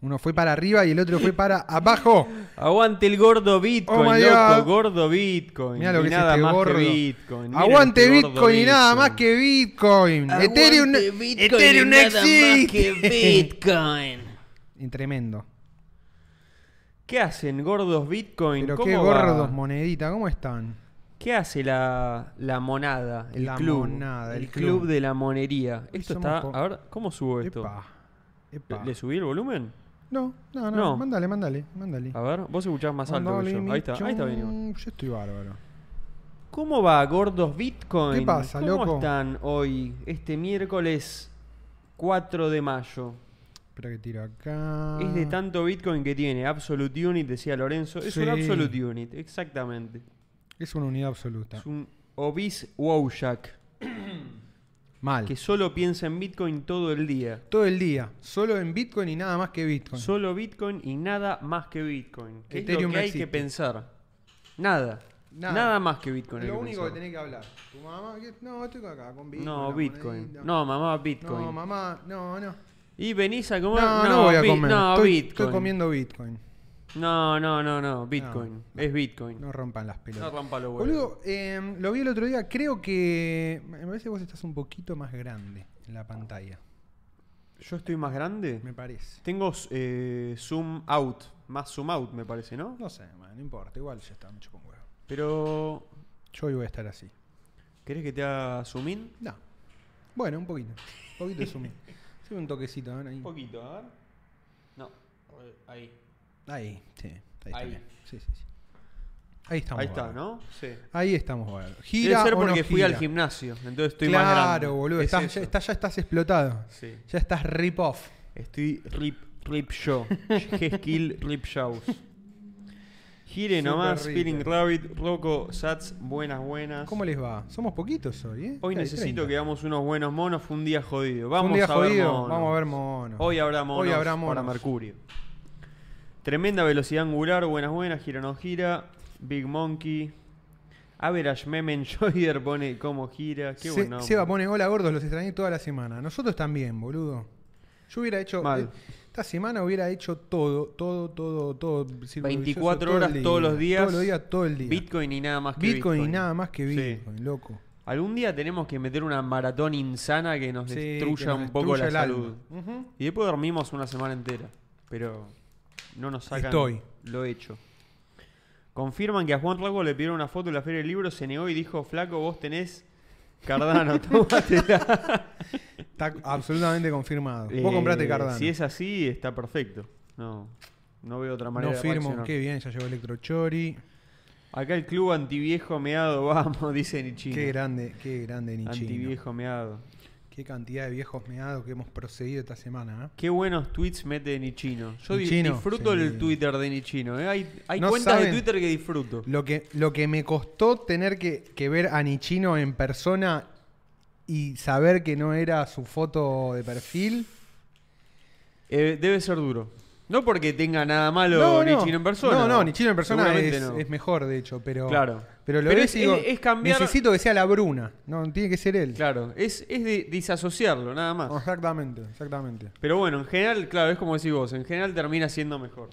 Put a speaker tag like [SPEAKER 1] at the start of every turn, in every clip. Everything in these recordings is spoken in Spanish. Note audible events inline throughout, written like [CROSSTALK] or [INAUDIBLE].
[SPEAKER 1] Uno fue para arriba y el otro fue para
[SPEAKER 2] [LAUGHS]
[SPEAKER 1] abajo.
[SPEAKER 2] Aguante el gordo Bitcoin,
[SPEAKER 1] Oh my
[SPEAKER 2] loco,
[SPEAKER 1] God.
[SPEAKER 2] gordo Bitcoin.
[SPEAKER 1] Mirá lo
[SPEAKER 2] y
[SPEAKER 1] que es
[SPEAKER 2] nada
[SPEAKER 1] este
[SPEAKER 2] más
[SPEAKER 1] gordo.
[SPEAKER 2] que Bitcoin. Miren
[SPEAKER 1] Aguante
[SPEAKER 2] este gordo
[SPEAKER 1] Bitcoin y nada
[SPEAKER 2] Bitcoin.
[SPEAKER 1] más que Bitcoin. Ethereum, Ethereum no existe.
[SPEAKER 3] Bitcoin.
[SPEAKER 1] [LAUGHS] Y Tremendo.
[SPEAKER 2] ¿Qué hacen gordos Bitcoin?
[SPEAKER 1] Pero
[SPEAKER 2] ¿Cómo
[SPEAKER 1] qué
[SPEAKER 2] va?
[SPEAKER 1] gordos, monedita, ¿cómo están?
[SPEAKER 2] ¿Qué hace la, la monada? El
[SPEAKER 1] La
[SPEAKER 2] club.
[SPEAKER 1] monada,
[SPEAKER 2] el
[SPEAKER 1] el
[SPEAKER 2] club.
[SPEAKER 1] club.
[SPEAKER 2] de la monería. Esto
[SPEAKER 1] Somos
[SPEAKER 2] está.
[SPEAKER 1] po-
[SPEAKER 2] A ver, ¿cómo subo esto?
[SPEAKER 1] Epa. Epa.
[SPEAKER 2] ¿Le, le subí el volumen?
[SPEAKER 1] No, no, no,
[SPEAKER 2] No.
[SPEAKER 1] Mándale, mándale, mándale.
[SPEAKER 2] A ver, vos escuchás más alto que
[SPEAKER 1] Mándale,
[SPEAKER 2] yo.
[SPEAKER 1] mi
[SPEAKER 2] Ahí está, ahí está bien. Iván.
[SPEAKER 1] chon. Yo estoy bárbaro.
[SPEAKER 2] ¿Cómo va, gordos Bitcoin?
[SPEAKER 1] ¿Qué pasa,
[SPEAKER 2] ¿Cómo
[SPEAKER 1] loco?
[SPEAKER 2] están hoy, este miércoles 4 de mayo?
[SPEAKER 1] Espera que tiro acá.
[SPEAKER 2] Es de tanto Bitcoin que tiene. Absolute Unit, decía Lorenzo. Es un
[SPEAKER 1] Sí.
[SPEAKER 2] Absolute Unit, exactamente.
[SPEAKER 1] Es una unidad absoluta.
[SPEAKER 2] Es un obis Wowjack
[SPEAKER 1] Mal.
[SPEAKER 2] que solo piensa en Bitcoin todo el día.
[SPEAKER 1] Todo el día. Solo en Bitcoin y nada más que Bitcoin.
[SPEAKER 2] Solo Bitcoin y nada más que Bitcoin. Que es lo que
[SPEAKER 1] Ethereum no
[SPEAKER 2] hay
[SPEAKER 1] existe.
[SPEAKER 2] que pensar. Nada. Nada,
[SPEAKER 1] Nada.
[SPEAKER 2] más que Bitcoin. hay
[SPEAKER 1] lo
[SPEAKER 2] que
[SPEAKER 1] único que
[SPEAKER 2] pensar.
[SPEAKER 1] tenés que hablar. Tu mamá, ¿qué? no, estoy acá con Bitcoin.
[SPEAKER 2] No,
[SPEAKER 1] la
[SPEAKER 2] Bitcoin.
[SPEAKER 1] monedita.
[SPEAKER 2] No, mamá, Bitcoin.
[SPEAKER 1] No, mamá, no, no.
[SPEAKER 2] y venís a comer.
[SPEAKER 1] No, no, voy a
[SPEAKER 2] Bi-
[SPEAKER 1] comer.
[SPEAKER 2] No,
[SPEAKER 1] estoy,
[SPEAKER 2] Bitcoin.
[SPEAKER 1] estoy comiendo Bitcoin.
[SPEAKER 2] No, no, no, no. Bitcoin.
[SPEAKER 1] No,
[SPEAKER 2] Es Bitcoin. No,
[SPEAKER 1] No rompan las pelotas.
[SPEAKER 2] rompa los huevos.
[SPEAKER 1] Boludo, eh, lo vi el otro día. Creo que. Me parece que vos estás un poquito más grande en la pantalla.
[SPEAKER 2] Yo estoy más grande.
[SPEAKER 1] Me parece.
[SPEAKER 2] Tengo eh, zoom out. Más zoom out, me parece, ¿no?
[SPEAKER 1] No sé, man, no importa. Igual ya está mucho con huevo.
[SPEAKER 2] Pero.
[SPEAKER 1] Yo hoy voy a estar así.
[SPEAKER 2] ¿Querés que te haga zoom in?
[SPEAKER 1] No. Bueno, un poquito. Un poquito de
[SPEAKER 2] [LAUGHS]
[SPEAKER 1] zoom. Haceme un toquecito, ¿ven? Ahí.
[SPEAKER 2] poquito, a ver. No. Ahí.
[SPEAKER 1] Ahí, sí. Ahí, está
[SPEAKER 2] Ahí.
[SPEAKER 1] bien. Sí, sí, sí. Ahí estamos.
[SPEAKER 2] Ahí está,
[SPEAKER 1] bárbaros.
[SPEAKER 2] ¿no? Sí.
[SPEAKER 1] Ahí estamos, bárbaro.
[SPEAKER 2] Debe
[SPEAKER 1] Gira
[SPEAKER 2] ser
[SPEAKER 1] o no
[SPEAKER 2] porque fui al
[SPEAKER 1] gira.
[SPEAKER 2] gimnasio, entonces estoy
[SPEAKER 1] claro,
[SPEAKER 2] más grande.
[SPEAKER 1] boludo.
[SPEAKER 2] Es
[SPEAKER 1] estás-
[SPEAKER 2] eso.
[SPEAKER 1] ya, está- ya estás explotado.
[SPEAKER 2] Sí.
[SPEAKER 1] Ya estás rip off.
[SPEAKER 2] Estoy rip, rip
[SPEAKER 1] [LAUGHS]
[SPEAKER 2] show. G-Skill rip shows. Gire
[SPEAKER 1] Súper
[SPEAKER 2] nomás,
[SPEAKER 1] rico.
[SPEAKER 2] Feeling Rabbit, Rocco, Sats, buenas, buenas.
[SPEAKER 1] ¿Cómo les va? Somos poquitos hoy, ¿eh?
[SPEAKER 2] Hoy
[SPEAKER 1] Hay
[SPEAKER 2] necesito
[SPEAKER 1] 30.
[SPEAKER 2] que hagamos unos buenos monos, fue un día jodido.
[SPEAKER 1] Fue
[SPEAKER 2] Vamos
[SPEAKER 1] un día
[SPEAKER 2] a ver
[SPEAKER 1] jodido.
[SPEAKER 2] monos.
[SPEAKER 1] Vamos a ver monos.
[SPEAKER 2] Hoy habrá monos,
[SPEAKER 1] habrá
[SPEAKER 2] para
[SPEAKER 1] monos.
[SPEAKER 2] Mercurio. Tremenda velocidad angular, buenas, buenas, gira no gira. Big Monkey. Average [LAUGHS] Memen Joyer pone cómo gira.
[SPEAKER 1] Se-
[SPEAKER 2] Qué bueno.
[SPEAKER 1] Seba pone hola gordos, los extrañé toda la semana. Nosotros también, boludo. Yo hubiera hecho.
[SPEAKER 2] Mal.
[SPEAKER 1] eh, Esta semana hubiera hecho todo, todo, todo, todo. círculo
[SPEAKER 2] 24
[SPEAKER 1] vicioso, todo el
[SPEAKER 2] horas todos los días.
[SPEAKER 1] Todos los días, todo el día. Bitcoin,
[SPEAKER 2] Bitcoin y nada más que
[SPEAKER 1] y nada más que
[SPEAKER 2] Sí.
[SPEAKER 1] Bitcoin, loco.
[SPEAKER 2] Algún día tenemos que meter una maratón insana que nos
[SPEAKER 1] Sí, que
[SPEAKER 2] destruya
[SPEAKER 1] nos
[SPEAKER 2] un poco la
[SPEAKER 1] destruya el
[SPEAKER 2] salud.
[SPEAKER 1] alma. Ujú.
[SPEAKER 2] Y después dormimos una semana entera. Pero no nos sacan
[SPEAKER 1] Estoy.
[SPEAKER 2] lo hecho. Confirman que a Juan Rocco le pidieron una foto en la Feria del Libro, se negó y dijo, flaco, vos tenés [LAUGHS] Cardano, tómatela.
[SPEAKER 1] Está absolutamente confirmado.
[SPEAKER 2] Eh,
[SPEAKER 1] Vos comprate Cardano.
[SPEAKER 2] Si es así, está perfecto. No, no veo otra manera
[SPEAKER 1] no
[SPEAKER 2] de
[SPEAKER 1] firmo.
[SPEAKER 2] reaccionar.
[SPEAKER 1] Qué bien, ya llegó Electrochori.
[SPEAKER 2] Acá el club antiviejo meado, [LAUGHS] vamos, dice Nichino.
[SPEAKER 1] Qué grande, qué grande Nichino.
[SPEAKER 2] Antiviejo meado.
[SPEAKER 1] Qué cantidad de viejos meados que hemos procedido esta semana. ¿eh?
[SPEAKER 2] Qué buenos tweets mete Nichino. Yo di-
[SPEAKER 1] Nichino,
[SPEAKER 2] disfruto
[SPEAKER 1] sí.
[SPEAKER 2] el Twitter de Nichino. ¿eh? Hay, hay
[SPEAKER 1] No
[SPEAKER 2] cuentas de
[SPEAKER 1] saben.
[SPEAKER 2] Twitter que disfruto.
[SPEAKER 1] Lo que, lo que me costó tener que, que ver a Nichino en persona y saber que no era su foto de perfil.
[SPEAKER 2] Eh, debe ser duro. No porque tenga nada malo Nichino en persona.
[SPEAKER 1] No, no, Nichino en persona
[SPEAKER 2] Seguramente
[SPEAKER 1] es,
[SPEAKER 2] no.
[SPEAKER 1] es mejor, de hecho, pero.
[SPEAKER 2] Claro.
[SPEAKER 1] Pero lo
[SPEAKER 2] Pero
[SPEAKER 1] ves
[SPEAKER 2] es-
[SPEAKER 1] y digo,
[SPEAKER 2] es- es cambiar-
[SPEAKER 1] necesito que sea la Bruna. No, tiene que ser él.
[SPEAKER 2] Claro, es, es de disasociarlo, nada más.
[SPEAKER 1] Ah. Exactamente, exactamente.
[SPEAKER 2] Pero bueno, en general, claro, es como decís vos, en general termina siendo mejor.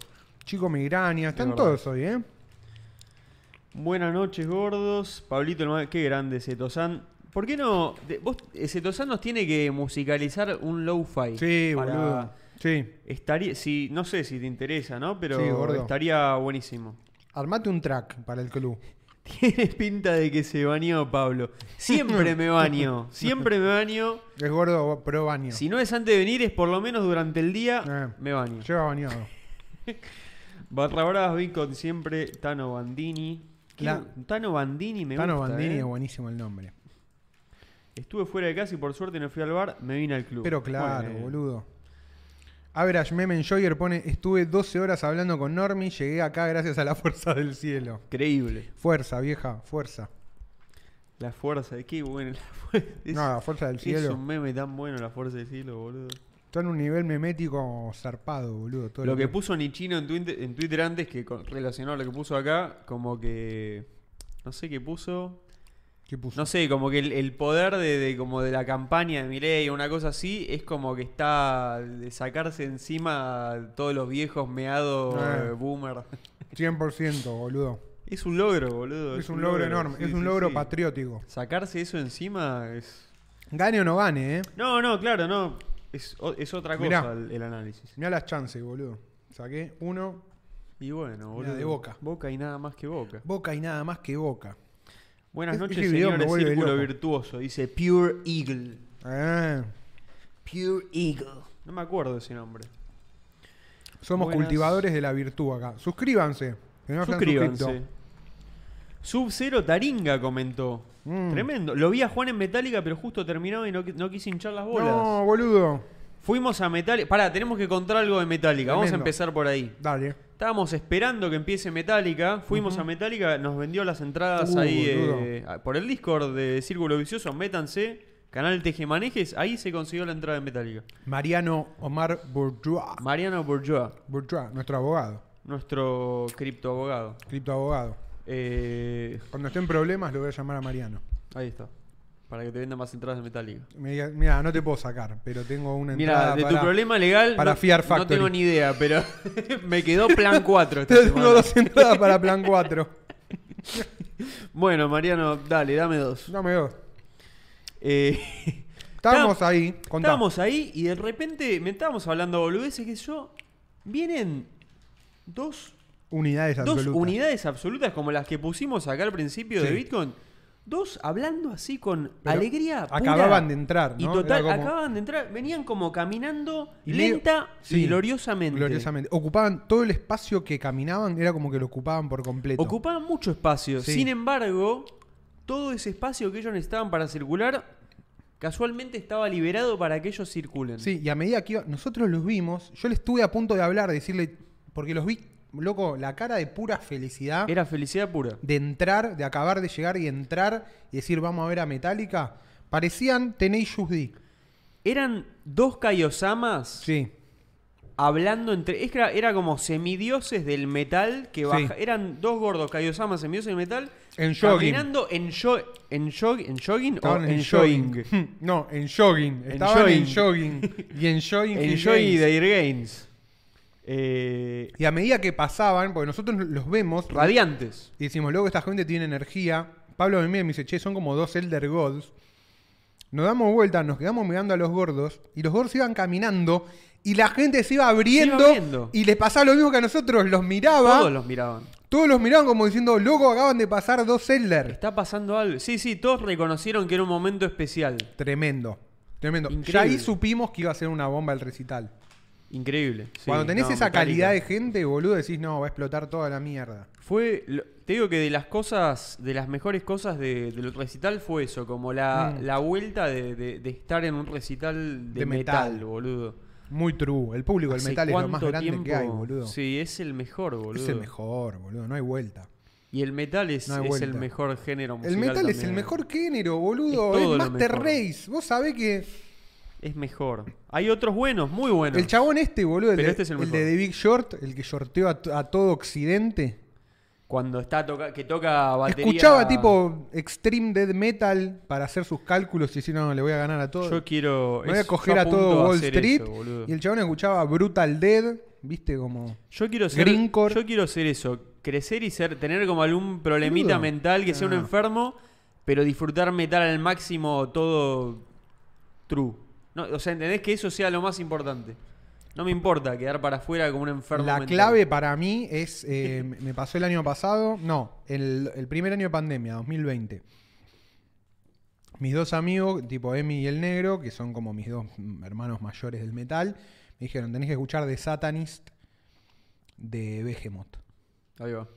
[SPEAKER 1] Chico Migraña, están
[SPEAKER 2] verdad.
[SPEAKER 1] todos hoy, ¿eh?
[SPEAKER 2] Buenas noches, gordos. Pablito, el ma- qué grande, Cetosan. ¿Por qué no? de- vos, eh, Cetosan nos tiene que musicalizar un low-fi.
[SPEAKER 1] Sí,
[SPEAKER 2] para-
[SPEAKER 1] boludo. Sí.
[SPEAKER 2] Estaría, si, no sé si te interesa, ¿no? Pero
[SPEAKER 1] Sí, gordo.
[SPEAKER 2] estaría buenísimo.
[SPEAKER 1] Armate un track para el club.
[SPEAKER 2] [LAUGHS] Tiene pinta de que se bañó Pablo. Siempre me baño, siempre me baño.
[SPEAKER 1] Es gordo pro baño.
[SPEAKER 2] Si no es antes de venir, es por lo menos durante el día,
[SPEAKER 1] Eh.
[SPEAKER 2] me baño.
[SPEAKER 1] Lleva bañado.
[SPEAKER 2] Barra Bravas Bitcoin siempre, Tano Bandini. ¿Qué-
[SPEAKER 1] La-
[SPEAKER 2] Tano Bandini me
[SPEAKER 1] Tano
[SPEAKER 2] gusta,
[SPEAKER 1] Bandini
[SPEAKER 2] eh.
[SPEAKER 1] es buenísimo el nombre.
[SPEAKER 2] Estuve fuera de casa y por suerte no fui al bar, me vine al club.
[SPEAKER 1] Pero claro,
[SPEAKER 2] Bueno,
[SPEAKER 1] boludo. Average Memen Joyer pone: Estuve 12 horas hablando con Normi, llegué acá gracias a la fuerza del cielo.
[SPEAKER 2] Increíble.
[SPEAKER 1] Fuerza, vieja, fuerza.
[SPEAKER 2] La fuerza, de qué bueno. La fuerza. Es,
[SPEAKER 1] no,
[SPEAKER 2] [LAUGHS]
[SPEAKER 1] la fuerza del
[SPEAKER 2] es
[SPEAKER 1] cielo.
[SPEAKER 2] un meme tan bueno la fuerza del cielo, boludo.
[SPEAKER 1] Está en un nivel memético zarpado, boludo. Todo
[SPEAKER 2] Lo que puso Nichino en Twitter, en Twitter antes, que con- relacionado a lo que puso acá, como que. No sé qué puso.
[SPEAKER 1] ¿Qué puso?
[SPEAKER 2] No sé, como que el, el poder de, de- como de la campaña de Milei o una cosa así es como que está de sacarse encima a todos los viejos meados
[SPEAKER 1] Ah.
[SPEAKER 2] eh, boomer.
[SPEAKER 1] 100%, boludo.
[SPEAKER 2] Es un logro, boludo.
[SPEAKER 1] Es un logro enorme,
[SPEAKER 2] Sí,
[SPEAKER 1] es un
[SPEAKER 2] sí,
[SPEAKER 1] logro
[SPEAKER 2] sí.
[SPEAKER 1] patriótico.
[SPEAKER 2] Sacarse eso encima es...
[SPEAKER 1] Gane o no gane, ¿eh?
[SPEAKER 2] No, no, claro, no. Es, o- es otra cosa
[SPEAKER 1] Mirá.
[SPEAKER 2] el, el análisis.
[SPEAKER 1] Mirá las chances, boludo. Saqué uno,
[SPEAKER 2] Y bueno, boludo.
[SPEAKER 1] Mirá, de Boca.
[SPEAKER 2] Boca y nada más que Boca.
[SPEAKER 1] boca y nada más que boca.
[SPEAKER 2] Buenas
[SPEAKER 1] Es-
[SPEAKER 2] noches,
[SPEAKER 1] ese video me
[SPEAKER 2] señores.
[SPEAKER 1] vuelve
[SPEAKER 2] Círculo
[SPEAKER 1] loco.
[SPEAKER 2] virtuoso. Dice Pure Eagle.
[SPEAKER 1] Ah,
[SPEAKER 2] Pure Eagle. No me acuerdo ese nombre.
[SPEAKER 1] somos
[SPEAKER 2] Buenas.
[SPEAKER 1] cultivadores de la virtud acá. Suscríbanse. Que no se han
[SPEAKER 2] Suscríbanse.
[SPEAKER 1] suscrito.
[SPEAKER 2] Sub Zero Taringa comentó.
[SPEAKER 1] Mm.
[SPEAKER 2] Tremendo. Lo vi a Juan en Metallica, pero justo terminó y no, qui- no quise hinchar las bolas.
[SPEAKER 1] No, boludo.
[SPEAKER 2] Fuimos a Metallica. Pará, tenemos que contar algo de Metallica. Vamos a
[SPEAKER 1] Tremendo.
[SPEAKER 2] empezar por ahí.
[SPEAKER 1] Dale.
[SPEAKER 2] Estábamos esperando que empiece Metallica. Fuimos a Metallica, nos vendió las entradas
[SPEAKER 1] Uh,
[SPEAKER 2] ahí
[SPEAKER 1] boludo.
[SPEAKER 2] eh, a- por el Discord de Círculo Vicioso. Métanse, canal Tejemanejes. Ahí se consiguió la entrada de Metallica.
[SPEAKER 1] Mariano Omar Bourgeois.
[SPEAKER 2] Mariano Bourgeois,
[SPEAKER 1] Bourgeois, nuestro abogado,
[SPEAKER 2] nuestro criptoabogado.
[SPEAKER 1] criptoabogado.
[SPEAKER 2] Eh,
[SPEAKER 1] Cuando esté en problemas lo voy a llamar a Mariano.
[SPEAKER 2] ahí está. Para que te vendan más entradas de Metallica.
[SPEAKER 1] Me diga, Mira, no te puedo sacar, pero tengo una entrada
[SPEAKER 2] Mira, de
[SPEAKER 1] para- [LAUGHS]
[SPEAKER 2] tu problema legal
[SPEAKER 1] para
[SPEAKER 2] no,
[SPEAKER 1] Fear
[SPEAKER 2] no tengo
[SPEAKER 1] Factory.
[SPEAKER 2] ni idea, pero [LAUGHS] me quedó plan 4. esta este
[SPEAKER 1] [LAUGHS]
[SPEAKER 2] semana.
[SPEAKER 1] Tengo dos entradas para plan 4.
[SPEAKER 2] Bueno, Mariano, dale, dame dos.
[SPEAKER 1] Dame
[SPEAKER 2] [LAUGHS]
[SPEAKER 1] dos.
[SPEAKER 2] Eh,
[SPEAKER 1] Estábamos ahí, [LAUGHS] contá.
[SPEAKER 2] Estábamos ahí y de repente me estábamos hablando boludeces que yo. Vienen dos,
[SPEAKER 1] Unidades
[SPEAKER 2] dos
[SPEAKER 1] absolutas.
[SPEAKER 2] unidades absolutas como las que pusimos acá al principio de
[SPEAKER 1] Sí.
[SPEAKER 2] Bitcoin. Dos hablando así con
[SPEAKER 1] Pero
[SPEAKER 2] alegría. pura
[SPEAKER 1] acababan de entrar,
[SPEAKER 2] Y
[SPEAKER 1] ¿no?
[SPEAKER 2] total,
[SPEAKER 1] Era como-
[SPEAKER 2] acababan de entrar. Venían como caminando
[SPEAKER 1] Y medio-
[SPEAKER 2] lenta
[SPEAKER 1] sí,
[SPEAKER 2] y gloriosamente.
[SPEAKER 1] Gloriosamente. Ocupaban todo el espacio que caminaban, era como que lo ocupaban por completo.
[SPEAKER 2] Ocupaban mucho espacio.
[SPEAKER 1] Sí.
[SPEAKER 2] Sin embargo, todo ese espacio que ellos necesitaban para circular, casualmente estaba liberado para que ellos circulen.
[SPEAKER 1] Sí, y a medida que iba- nosotros los vimos, yo le estuve a punto de hablar, decirle, porque los vi, loco, la cara de pura felicidad
[SPEAKER 2] Era felicidad pura.
[SPEAKER 1] de entrar, de acabar de llegar y entrar y decir, vamos a ver a Metallica, parecían Tenacious D.
[SPEAKER 2] Eran dos Kaiosamas
[SPEAKER 1] Sí.
[SPEAKER 2] hablando entre. es que Era, era como semidioses del metal que
[SPEAKER 1] Sí.
[SPEAKER 2] baja. Eran dos gordos Kaiosamas semidioses del metal.
[SPEAKER 1] En jogging.
[SPEAKER 2] Caminando en, jo- en, jog- en jogging
[SPEAKER 1] Estaban
[SPEAKER 2] o
[SPEAKER 1] en,
[SPEAKER 2] en
[SPEAKER 1] jogging. [LAUGHS]
[SPEAKER 2] joying.
[SPEAKER 1] No, en jogging. Estaban en
[SPEAKER 2] jogging.
[SPEAKER 1] jogging. y
[SPEAKER 2] [LAUGHS]
[SPEAKER 1] en jogging.
[SPEAKER 2] En
[SPEAKER 1] Hill
[SPEAKER 2] joy
[SPEAKER 1] Games.
[SPEAKER 2] de Air Games. Eh,
[SPEAKER 1] Y a medida que pasaban, porque nosotros los vemos
[SPEAKER 2] radiantes.
[SPEAKER 1] y decimos, luego esta gente tiene energía. Pablo me mira y me dice, che, son como dos Elder Gods. Nos damos vuelta, nos quedamos mirando a los gordos y los gordos iban caminando y la gente se iba abriendo,
[SPEAKER 2] abriendo.
[SPEAKER 1] y les pasaba lo mismo que a nosotros, los miraba.
[SPEAKER 2] Todos los miraban.
[SPEAKER 1] Todos los miraban como diciendo, loco, acaban de pasar dos Elder.
[SPEAKER 2] Está pasando algo. Sí, sí, todos reconocieron que era un momento especial.
[SPEAKER 1] Tremendo, tremendo.
[SPEAKER 2] Increíble.
[SPEAKER 1] Ya ahí supimos que iba a ser una bomba el recital.
[SPEAKER 2] Increíble. sí.
[SPEAKER 1] Cuando tenés
[SPEAKER 2] No,
[SPEAKER 1] esa
[SPEAKER 2] Metallica.
[SPEAKER 1] calidad de gente, boludo, decís, no, va a explotar toda la mierda.
[SPEAKER 2] Fue, lo- te digo que de las cosas, de las mejores cosas de- del recital fue eso, como la,
[SPEAKER 1] Mm.
[SPEAKER 2] la vuelta de, de- de estar en un recital de,
[SPEAKER 1] De
[SPEAKER 2] metal,
[SPEAKER 1] metal.
[SPEAKER 2] boludo.
[SPEAKER 1] Muy true. El público, el
[SPEAKER 2] Hace
[SPEAKER 1] metal es lo más
[SPEAKER 2] cuánto
[SPEAKER 1] grande que
[SPEAKER 2] tiempo-
[SPEAKER 1] hay, boludo.
[SPEAKER 2] Sí, es el mejor, boludo.
[SPEAKER 1] es el mejor, boludo, no hay vuelta.
[SPEAKER 2] Y el metal es,
[SPEAKER 1] No hay
[SPEAKER 2] es
[SPEAKER 1] vuelta.
[SPEAKER 2] el mejor género musical.
[SPEAKER 1] El metal es el
[SPEAKER 2] también.
[SPEAKER 1] mejor género,
[SPEAKER 2] Es
[SPEAKER 1] boludo. Es,
[SPEAKER 2] todo lo
[SPEAKER 1] Master
[SPEAKER 2] mejor.
[SPEAKER 1] Race. Vos sabés que
[SPEAKER 2] Es mejor. Hay otros buenos, muy buenos.
[SPEAKER 1] el chabón este, boludo, el,
[SPEAKER 2] Pero
[SPEAKER 1] de,
[SPEAKER 2] este es el
[SPEAKER 1] el
[SPEAKER 2] mejor.
[SPEAKER 1] de The Big Short, el que shorteó a, to- a todo Occidente,
[SPEAKER 2] Cuando está toca, que toca batería.
[SPEAKER 1] escuchaba tipo Extreme Dead Metal para hacer sus cálculos y decía, no, le voy a ganar a todos.
[SPEAKER 2] Yo quiero.
[SPEAKER 1] Me voy a
[SPEAKER 2] es- yo
[SPEAKER 1] coger a
[SPEAKER 2] apunto
[SPEAKER 1] todo Wall
[SPEAKER 2] hacer
[SPEAKER 1] Street.
[SPEAKER 2] eso, boludo.
[SPEAKER 1] y el chabón escuchaba Brutal Dead, viste, como...
[SPEAKER 2] Yo quiero ser,
[SPEAKER 1] Grindcore.
[SPEAKER 2] yo quiero ser eso, crecer y ser, tener como algún problemita
[SPEAKER 1] Boludo.
[SPEAKER 2] mental que sea un
[SPEAKER 1] Ah.
[SPEAKER 2] enfermo, pero disfrutar metal al máximo todo true. No, o sea, entendés que eso sea lo más importante. No me importa quedar para afuera como un enfermo.
[SPEAKER 1] La
[SPEAKER 2] mental.
[SPEAKER 1] clave para mí es, eh, me me pasó el año pasado, no, el, el primer año de pandemia, 2020. Mis dos amigos, tipo Emi y el Negro, que son como mis dos mm, hermanos mayores del metal, me dijeron, tenés que escuchar The Satanist de Behemoth.
[SPEAKER 2] Ahí va.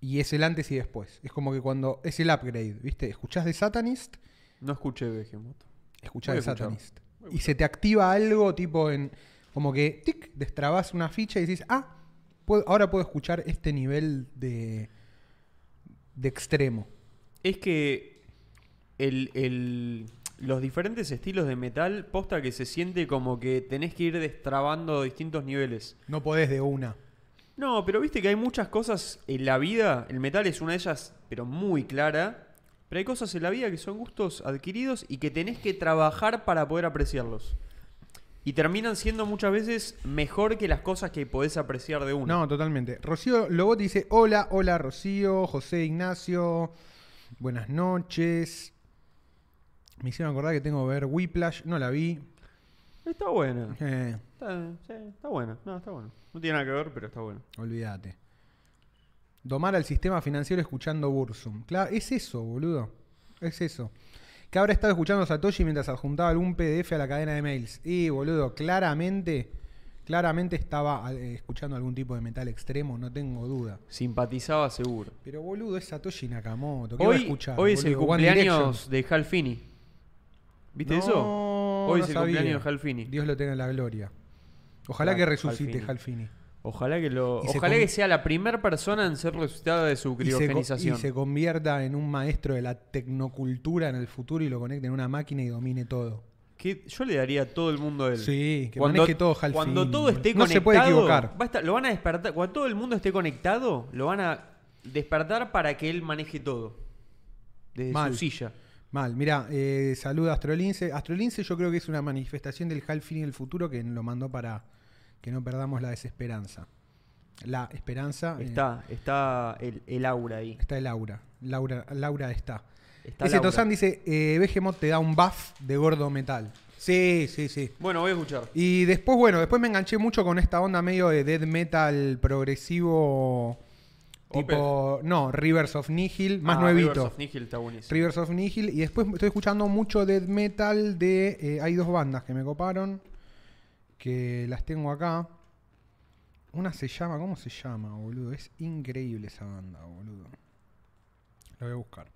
[SPEAKER 1] Y es el antes y después. Es como que cuando es el upgrade, ¿viste? Escuchás The Satanist,
[SPEAKER 2] No escuché Behemoth.
[SPEAKER 1] escuchás
[SPEAKER 2] Voy a
[SPEAKER 1] The
[SPEAKER 2] escuchar.
[SPEAKER 1] Satanist.
[SPEAKER 2] Voy a
[SPEAKER 1] Y se te activa algo tipo en, como que, tic, destrabas una ficha y decís, ah, puedo- ahora puedo escuchar este nivel de, de extremo.
[SPEAKER 2] Es que el, el- los diferentes estilos de metal, posta que se siente como que tenés que ir destrabando distintos niveles.
[SPEAKER 1] No podés de una.
[SPEAKER 2] No, pero viste que hay muchas cosas en la vida. El metal es una de ellas, pero muy clara. Pero hay cosas en la vida que son gustos adquiridos y que tenés que trabajar para poder apreciarlos. Y terminan siendo muchas veces mejor que las cosas que podés apreciar de uno.
[SPEAKER 1] No, totalmente. Rocío Lobot dice: Hola, hola Rocío, José Ignacio, buenas noches. Me hicieron acordar que tengo que ver Whiplash, no la vi.
[SPEAKER 2] Está buena.
[SPEAKER 1] Eh,
[SPEAKER 2] Está, sí, está buena. No, está bueno. No tiene nada que ver, pero está bueno.
[SPEAKER 1] olvídate. Domar al sistema financiero escuchando Bursum. Claro, es eso, boludo. Es eso. Que habrá estado escuchando Satoshi mientras adjuntaba algún PDF a la cadena de mails. Y, boludo, claramente, claramente estaba eh, escuchando algún tipo de metal extremo, no tengo duda.
[SPEAKER 2] Simpatizaba seguro.
[SPEAKER 1] Pero boludo, es Satoshi Nakamoto. ¿Qué va a
[SPEAKER 2] Hoy,
[SPEAKER 1] escuchar?
[SPEAKER 2] hoy es el
[SPEAKER 1] boludo? One
[SPEAKER 2] cumpleaños de Hal Finney. ¿Viste
[SPEAKER 1] Direction.
[SPEAKER 2] eso?
[SPEAKER 1] No,
[SPEAKER 2] Hoy
[SPEAKER 1] no
[SPEAKER 2] es el
[SPEAKER 1] sabía.
[SPEAKER 2] cumpleaños de Hal Finney.
[SPEAKER 1] Dios lo tenga en la gloria. Ojalá
[SPEAKER 2] Hal-
[SPEAKER 1] que
[SPEAKER 2] Hal
[SPEAKER 1] resucite
[SPEAKER 2] Finney.
[SPEAKER 1] Halfini.
[SPEAKER 2] Ojalá que lo,
[SPEAKER 1] Y se
[SPEAKER 2] ojalá
[SPEAKER 1] con-
[SPEAKER 2] que sea la primera persona en ser resucitada de su
[SPEAKER 1] Y se, co-
[SPEAKER 2] criogenización.
[SPEAKER 1] y se convierta en un maestro de la tecnocultura en el futuro y lo conecte en una máquina y domine todo.
[SPEAKER 2] Que yo le daría a todo el mundo a él.
[SPEAKER 1] Sí, que
[SPEAKER 2] cuando,
[SPEAKER 1] maneje todo Hal
[SPEAKER 2] Cuando
[SPEAKER 1] Finney,
[SPEAKER 2] todo
[SPEAKER 1] boludo.
[SPEAKER 2] esté
[SPEAKER 1] No
[SPEAKER 2] conectado.
[SPEAKER 1] se puede equivocar.
[SPEAKER 2] va a estar- lo van a despertar. Cuando todo el mundo esté conectado, lo van a despertar para que él maneje todo. Desde
[SPEAKER 1] Mal.
[SPEAKER 2] su silla.
[SPEAKER 1] Mal, mira, eh, saluda a Astrolince. Astrolince yo creo que es una manifestación del Halfini del futuro que lo mandó para que no perdamos la desesperanza. La esperanza eh,
[SPEAKER 2] Está, está el, el aura ahí.
[SPEAKER 1] está el Laura. Laura, Laura está.
[SPEAKER 2] Está
[SPEAKER 1] Ese
[SPEAKER 2] Laura.
[SPEAKER 1] Tosan dice, eh, Behemoth te da un buff de gordo metal. Sí, sí, sí.
[SPEAKER 2] Bueno, voy a escuchar.
[SPEAKER 1] Y después, bueno, después me enganché mucho con esta onda medio de death metal progresivo tipo, no, Rivers of Nihil, más
[SPEAKER 2] Ah,
[SPEAKER 1] nuevito.
[SPEAKER 2] Rivers of Nihil está buenísimo.
[SPEAKER 1] Rivers of Nihil. Y después estoy escuchando mucho death metal de. eh, hay dos bandas que me coparon. Que las tengo acá. Una se llama. ¿Cómo se llama, boludo? Es increíble esa banda, boludo. La voy a buscar.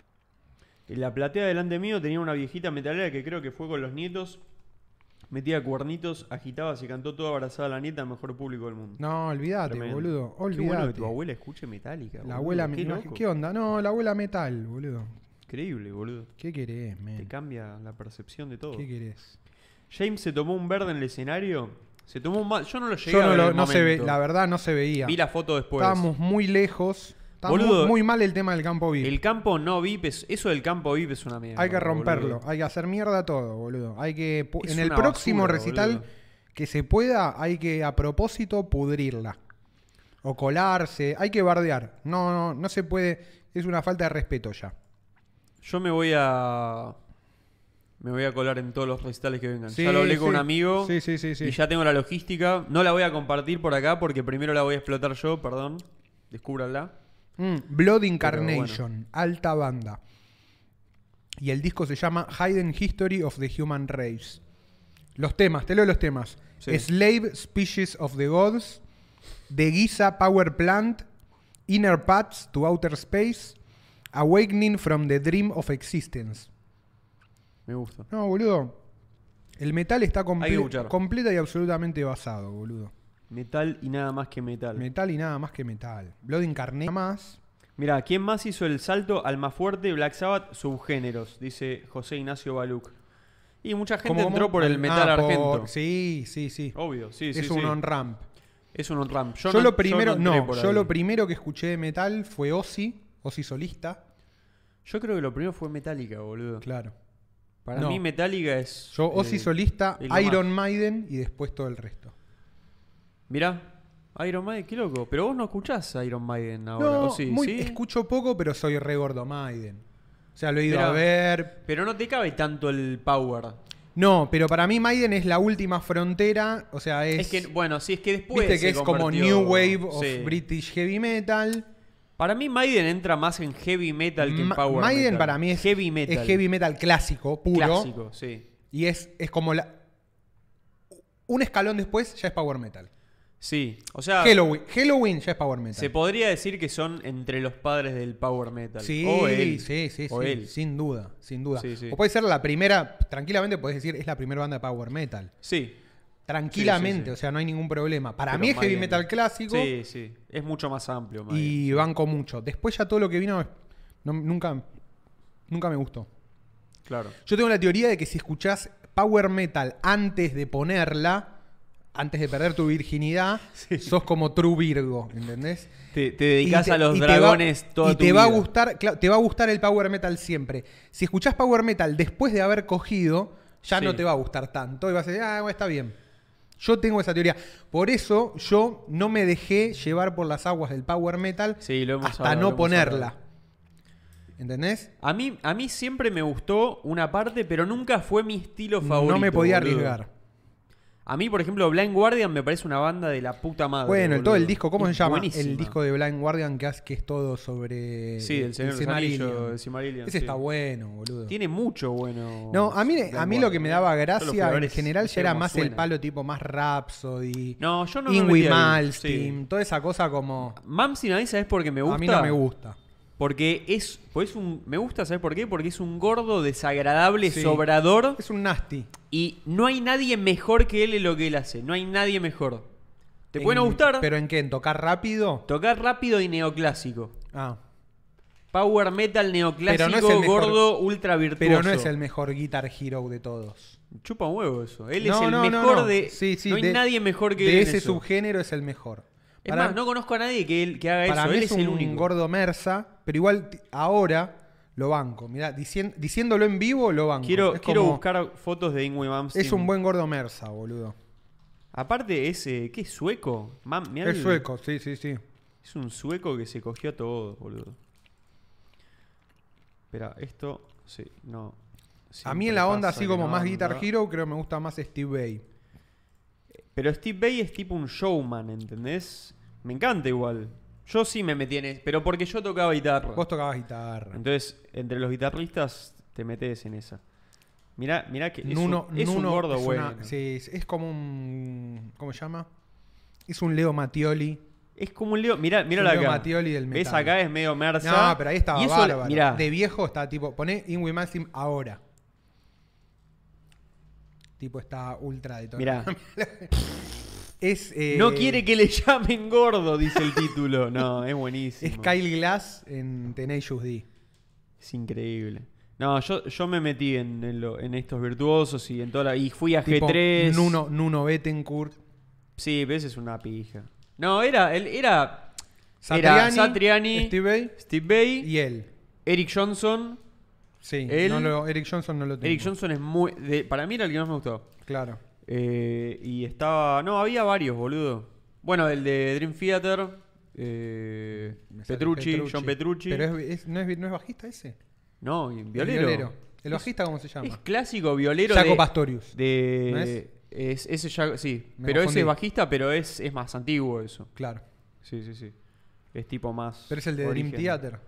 [SPEAKER 2] En la platea delante mío tenía una viejita metalera que creo que fue con los nietos. Metía cuernitos, agitaba, se cantó toda abrazada a la nieta, mejor público del mundo.
[SPEAKER 1] No, olvídate,
[SPEAKER 2] Tremendo.
[SPEAKER 1] boludo.
[SPEAKER 2] Qué bueno que
[SPEAKER 1] Olvídate.
[SPEAKER 2] tu abuela escuche metálica.
[SPEAKER 1] la abuela
[SPEAKER 2] qué,
[SPEAKER 1] me- imagi-
[SPEAKER 2] loco.
[SPEAKER 1] ¿Qué onda? No, la abuela metal, boludo.
[SPEAKER 2] Increíble, boludo.
[SPEAKER 1] ¿Qué querés, men?
[SPEAKER 2] Te cambia la percepción de todo.
[SPEAKER 1] ¿Qué querés?
[SPEAKER 2] James se tomó un verde en el escenario. Se tomó un mal. Yo no lo llegué
[SPEAKER 1] Yo
[SPEAKER 2] a
[SPEAKER 1] no,
[SPEAKER 2] ver
[SPEAKER 1] lo-
[SPEAKER 2] en el
[SPEAKER 1] no se ve,
[SPEAKER 2] momento.
[SPEAKER 1] la verdad no se veía.
[SPEAKER 2] Vi la foto después.
[SPEAKER 1] Estábamos muy lejos. Estábamos
[SPEAKER 2] Boludo,
[SPEAKER 1] muy mal el tema del campo VIP.
[SPEAKER 2] El campo no VIP, es- eso del campo VIP es una mierda.
[SPEAKER 1] Hay que romperlo,
[SPEAKER 2] boludo.
[SPEAKER 1] hay que hacer mierda todo, boludo. Hay que pu-
[SPEAKER 2] Es
[SPEAKER 1] en el
[SPEAKER 2] una
[SPEAKER 1] próximo
[SPEAKER 2] basura,
[SPEAKER 1] recital
[SPEAKER 2] boludo.
[SPEAKER 1] que se pueda, hay que a propósito pudrirla o colarse, hay que bardear. No, no, no se puede, es una falta de respeto ya.
[SPEAKER 2] Yo me voy a. Me voy a colar en todos los recitales que vengan.
[SPEAKER 1] Sí,
[SPEAKER 2] ya lo hablé con
[SPEAKER 1] sí.
[SPEAKER 2] un amigo.
[SPEAKER 1] Sí, sí, sí, sí.
[SPEAKER 2] Y ya tengo la logística. No la voy a compartir por acá porque primero la voy a explotar yo, perdón. Descúbranla.
[SPEAKER 1] Mm, Blood Incarnation, alta banda. Y el disco se llama Hidden History of the Human Race. Los temas, te leo los temas.
[SPEAKER 2] Sí.
[SPEAKER 1] Slave Species of the Gods, The Giza Power Plant, Inner Paths to Outer Space, Awakening from the Dream of Existence.
[SPEAKER 2] Me gusta.
[SPEAKER 1] No, boludo. El metal está comple-
[SPEAKER 2] Hay que escuchar.
[SPEAKER 1] completa y absolutamente basado, boludo.
[SPEAKER 2] Metal y nada más que metal.
[SPEAKER 1] Metal y nada más que metal. Blood Incarnation más.
[SPEAKER 2] Mira, ¿quién más hizo el salto al más fuerte Black Sabbath subgéneros? Dice José Ignacio Baluc. Y mucha gente
[SPEAKER 1] ¿Cómo, cómo?
[SPEAKER 2] entró por
[SPEAKER 1] Ah,
[SPEAKER 2] el metal
[SPEAKER 1] por-
[SPEAKER 2] argento.
[SPEAKER 1] Sí, sí, sí.
[SPEAKER 2] Obvio, sí, Oh, sí.
[SPEAKER 1] es
[SPEAKER 2] sí.
[SPEAKER 1] un on-ramp.
[SPEAKER 2] Es un on-ramp.
[SPEAKER 1] Yo,
[SPEAKER 2] no-
[SPEAKER 1] lo primero,
[SPEAKER 2] entré
[SPEAKER 1] no,
[SPEAKER 2] por
[SPEAKER 1] yo
[SPEAKER 2] ahí.
[SPEAKER 1] lo primero que escuché de metal fue Ozzy, Ozzy solista.
[SPEAKER 2] Yo creo que lo primero fue Metallica, boludo.
[SPEAKER 1] Claro.
[SPEAKER 2] Para
[SPEAKER 1] No.
[SPEAKER 2] mí Metallica es...
[SPEAKER 1] Yo Ozzy
[SPEAKER 2] eh,
[SPEAKER 1] solista,
[SPEAKER 2] es lo
[SPEAKER 1] Iron Maiden y después todo el resto.
[SPEAKER 2] Mirá, Iron Maiden, qué loco. Pero vos no escuchás Iron Maiden ahora,
[SPEAKER 1] no,
[SPEAKER 2] ¿o sí?
[SPEAKER 1] muy-
[SPEAKER 2] ¿Sí?
[SPEAKER 1] escucho poco, pero soy re gordo Maiden. O sea, lo he ido
[SPEAKER 2] Mirá.
[SPEAKER 1] a ver.
[SPEAKER 2] Pero no te cabe tanto el power.
[SPEAKER 1] No, pero para mí Maiden es la última frontera, o sea, es
[SPEAKER 2] Es, que, bueno, sí, es que después
[SPEAKER 1] Viste
[SPEAKER 2] se
[SPEAKER 1] que es como
[SPEAKER 2] convirtió-
[SPEAKER 1] New Wave of
[SPEAKER 2] sí.
[SPEAKER 1] British Heavy Metal.
[SPEAKER 2] Para mí Maiden entra más en heavy metal que en
[SPEAKER 1] Ma-
[SPEAKER 2] power
[SPEAKER 1] Maiden
[SPEAKER 2] metal.
[SPEAKER 1] para mí es
[SPEAKER 2] heavy metal.
[SPEAKER 1] es heavy metal clásico, puro.
[SPEAKER 2] Clásico, sí.
[SPEAKER 1] Y es, es como la. Un escalón después ya es power metal.
[SPEAKER 2] Sí, o sea,
[SPEAKER 1] Halloween, Halloween ya es power
[SPEAKER 2] se
[SPEAKER 1] metal.
[SPEAKER 2] podría decir que son entre los padres del power metal.
[SPEAKER 1] Sí,
[SPEAKER 2] o él,
[SPEAKER 1] sí, sí,
[SPEAKER 2] o
[SPEAKER 1] sí,
[SPEAKER 2] él.
[SPEAKER 1] sin duda, sin duda.
[SPEAKER 2] Sí, sí.
[SPEAKER 1] O puede ser la primera, tranquilamente podés decir, es la primera banda de power metal.
[SPEAKER 2] Sí.
[SPEAKER 1] Tranquilamente,
[SPEAKER 2] Sí, sí, sí.
[SPEAKER 1] o sea, no hay ningún problema. Para
[SPEAKER 2] pero
[SPEAKER 1] mí es heavy
[SPEAKER 2] Maiden-
[SPEAKER 1] metal clásico
[SPEAKER 2] Sí, sí, es mucho más amplio Maiden.
[SPEAKER 1] y banco mucho. Después ya todo lo que vino no- nunca, nunca me gustó.
[SPEAKER 2] Claro.
[SPEAKER 1] Yo tengo la teoría de que si escuchás power metal antes de ponerla, antes de perder tu virginidad,
[SPEAKER 4] Sí.
[SPEAKER 1] sos como true Virgo, ¿entendés?
[SPEAKER 2] Te, te dedicas
[SPEAKER 1] Y te-
[SPEAKER 2] a los
[SPEAKER 1] y te va-
[SPEAKER 2] dragones toda
[SPEAKER 1] y
[SPEAKER 2] tu
[SPEAKER 1] te va a
[SPEAKER 2] vida.
[SPEAKER 1] gustar, claro, te va a gustar el power metal siempre. Si escuchás power metal después de haber cogido, ya
[SPEAKER 4] Sí.
[SPEAKER 1] no te va a gustar tanto y vas a decir, ah, bueno, está bien. Yo tengo esa teoría. Por eso yo no me dejé llevar por las aguas del power metal
[SPEAKER 2] Sí, lo hemos
[SPEAKER 1] hasta
[SPEAKER 2] hablado, lo
[SPEAKER 1] no
[SPEAKER 2] hemos
[SPEAKER 1] ponerla.
[SPEAKER 2] hablado.
[SPEAKER 1] ¿Entendés?
[SPEAKER 2] A mí, a mí siempre me gustó una parte, pero nunca fue mi estilo favorito.
[SPEAKER 1] no me podía
[SPEAKER 2] boludo.
[SPEAKER 1] arriesgar.
[SPEAKER 2] A mí, por ejemplo, Blind Guardian me parece una banda de la puta madre.
[SPEAKER 1] Bueno, el- todo el
[SPEAKER 2] Ah, boludo.
[SPEAKER 1] disco, ¿cómo se
[SPEAKER 2] Es
[SPEAKER 1] llama?
[SPEAKER 2] buenísima.
[SPEAKER 1] El disco de Blind Guardian que, hace- que es todo sobre.
[SPEAKER 2] Sí, del Señor
[SPEAKER 1] el
[SPEAKER 2] de los Anillos,
[SPEAKER 1] Silmarillion.
[SPEAKER 2] de Silmarillion,
[SPEAKER 1] Ese
[SPEAKER 2] sí.
[SPEAKER 1] está bueno, boludo.
[SPEAKER 2] Tiene eh. mucho bueno.
[SPEAKER 1] No, a mí, a mí lo que me daba gracia en general ya era más el
[SPEAKER 2] palo
[SPEAKER 1] palo tipo más Rhapsody,
[SPEAKER 2] No, yo no me
[SPEAKER 1] Ingwie
[SPEAKER 2] metí ahí,
[SPEAKER 1] Malmsteen,
[SPEAKER 2] sí.
[SPEAKER 1] toda esa cosa como...
[SPEAKER 2] Mamsi, ¿sabes por qué me gusta?
[SPEAKER 1] A mí no me gusta.
[SPEAKER 2] Porque es, pues es un, me gusta, ¿sabes por qué? Porque es un gordo, desagradable,
[SPEAKER 1] Sí.
[SPEAKER 2] sobrador.
[SPEAKER 1] Es un nasty.
[SPEAKER 2] Y no hay nadie mejor que él en lo que él hace. No hay nadie mejor. Te pueden
[SPEAKER 1] En-
[SPEAKER 2] gustar,
[SPEAKER 1] ¿Pero en qué? ¿En tocar rápido?
[SPEAKER 2] tocar rápido y neoclásico.
[SPEAKER 1] Ah.
[SPEAKER 2] Power metal neoclásico,
[SPEAKER 1] Pero no es el mejor-
[SPEAKER 2] gordo, ultra virtuoso.
[SPEAKER 1] Pero no es el mejor guitar hero de todos.
[SPEAKER 2] Chupa un huevo eso. Él
[SPEAKER 1] No,
[SPEAKER 2] es el
[SPEAKER 1] no, no,
[SPEAKER 2] mejor
[SPEAKER 1] no.
[SPEAKER 2] de.
[SPEAKER 1] Sí, sí,
[SPEAKER 2] no hay
[SPEAKER 1] de-
[SPEAKER 2] nadie mejor que él.
[SPEAKER 1] De
[SPEAKER 2] en
[SPEAKER 1] ese
[SPEAKER 2] eso.
[SPEAKER 1] subgénero es el mejor.
[SPEAKER 2] Es
[SPEAKER 1] Para-
[SPEAKER 2] más, no conozco a nadie que, él, que haga
[SPEAKER 1] Para
[SPEAKER 2] eso.
[SPEAKER 1] mí
[SPEAKER 2] él
[SPEAKER 1] es,
[SPEAKER 2] es, el
[SPEAKER 1] un
[SPEAKER 2] único.
[SPEAKER 1] gordo mersa, pero igual ti- ahora lo banco. Mirá, dicien- diciéndolo en vivo lo banco.
[SPEAKER 2] Quiero,
[SPEAKER 1] Es
[SPEAKER 2] quiero
[SPEAKER 1] como-
[SPEAKER 2] buscar fotos de Ingwe Malmsteen.
[SPEAKER 1] Es un buen gordo mersa, boludo.
[SPEAKER 2] Aparte, ese. ¿Qué es sueco? Mam- mirá
[SPEAKER 1] Es
[SPEAKER 2] el-
[SPEAKER 1] sueco, sí, sí, sí.
[SPEAKER 2] Es un sueco que se cogió a todo, boludo. Espera, esto. Sí,
[SPEAKER 1] a
[SPEAKER 2] no.
[SPEAKER 1] mí en
[SPEAKER 2] Siempre
[SPEAKER 1] la onda
[SPEAKER 2] pasa
[SPEAKER 1] así
[SPEAKER 2] que
[SPEAKER 1] como
[SPEAKER 2] no
[SPEAKER 1] más
[SPEAKER 2] anda.
[SPEAKER 1] Guitar Hero, creo que me gusta más Steve Bay.
[SPEAKER 2] Pero Steve Bay es tipo un showman, ¿entendés? Me encanta igual. Yo sí me metí en eso, pero porque yo tocaba guitarra.
[SPEAKER 1] Vos tocabas guitarra.
[SPEAKER 2] Entonces, entre los guitarristas te metes en esa. Mirá, mirá que es,
[SPEAKER 1] Nuno,
[SPEAKER 2] un, es un
[SPEAKER 1] Nuno
[SPEAKER 2] gordo,
[SPEAKER 1] es
[SPEAKER 2] güey.
[SPEAKER 1] una- sí, es, es como un... ¿Cómo se llama? Es un Leo Mattioli.
[SPEAKER 2] Es como un Leo. Mirá, mirá
[SPEAKER 1] un
[SPEAKER 2] la
[SPEAKER 1] Leo
[SPEAKER 2] acá.
[SPEAKER 1] Mattioli del
[SPEAKER 2] ¿Ves
[SPEAKER 1] metal.
[SPEAKER 2] acá? Es medio mersa.
[SPEAKER 1] No, pero ahí estaba
[SPEAKER 2] Y eso-
[SPEAKER 1] bárbaro.
[SPEAKER 2] Mirá,
[SPEAKER 1] De viejo está tipo... Poné Ingui Maxim ahora. Tipo está ultra de todo.
[SPEAKER 2] mirá.
[SPEAKER 1] [LAUGHS] Es, eh,
[SPEAKER 2] No quiere que le [LAUGHS] llamen gordo, dice el título. No, es buenísimo.
[SPEAKER 1] Es Kyle Glass en Tenacious D.
[SPEAKER 2] Es increíble. No, yo, yo me metí en, en lo- en estos virtuosos y en toda la- Y fui a
[SPEAKER 1] Tipo,
[SPEAKER 2] G3.
[SPEAKER 1] Nuno, Nuno Bettencourt.
[SPEAKER 2] Sí, pero ese es una pija. No, era. Él, era. era
[SPEAKER 1] Satriani,
[SPEAKER 2] Satriani,
[SPEAKER 1] Steve Vai
[SPEAKER 2] Steve Bay,
[SPEAKER 1] y él.
[SPEAKER 2] Eric Johnson.
[SPEAKER 1] Sí,
[SPEAKER 2] Él-
[SPEAKER 1] no lo- Eric Johnson no lo tengo.
[SPEAKER 2] Eric Johnson es muy. de- para mí era el que más me gustó.
[SPEAKER 1] Claro.
[SPEAKER 2] Eh, y estaba. No, había varios, boludo. Bueno, el de Dream Theater. eh,
[SPEAKER 1] Me sale
[SPEAKER 2] Petrucci, John Petrucci.
[SPEAKER 1] Pero es, es- no, es, no es bajista ese.
[SPEAKER 2] No, y
[SPEAKER 1] El
[SPEAKER 2] violero.
[SPEAKER 1] ¿El bajista cómo se
[SPEAKER 2] Es
[SPEAKER 1] llama?
[SPEAKER 2] clásico violero.
[SPEAKER 1] Jaco
[SPEAKER 2] de-
[SPEAKER 1] Pastorius.
[SPEAKER 2] De,
[SPEAKER 1] ¿No
[SPEAKER 2] es?
[SPEAKER 1] es?
[SPEAKER 2] ese ya, sí,
[SPEAKER 1] Me
[SPEAKER 2] pero ese
[SPEAKER 1] confundí.
[SPEAKER 2] es bajista, pero es, es más antiguo eso.
[SPEAKER 1] Claro.
[SPEAKER 2] Sí, sí, sí. Es tipo más.
[SPEAKER 1] Pero es el de
[SPEAKER 2] origen.
[SPEAKER 1] Dream Theater.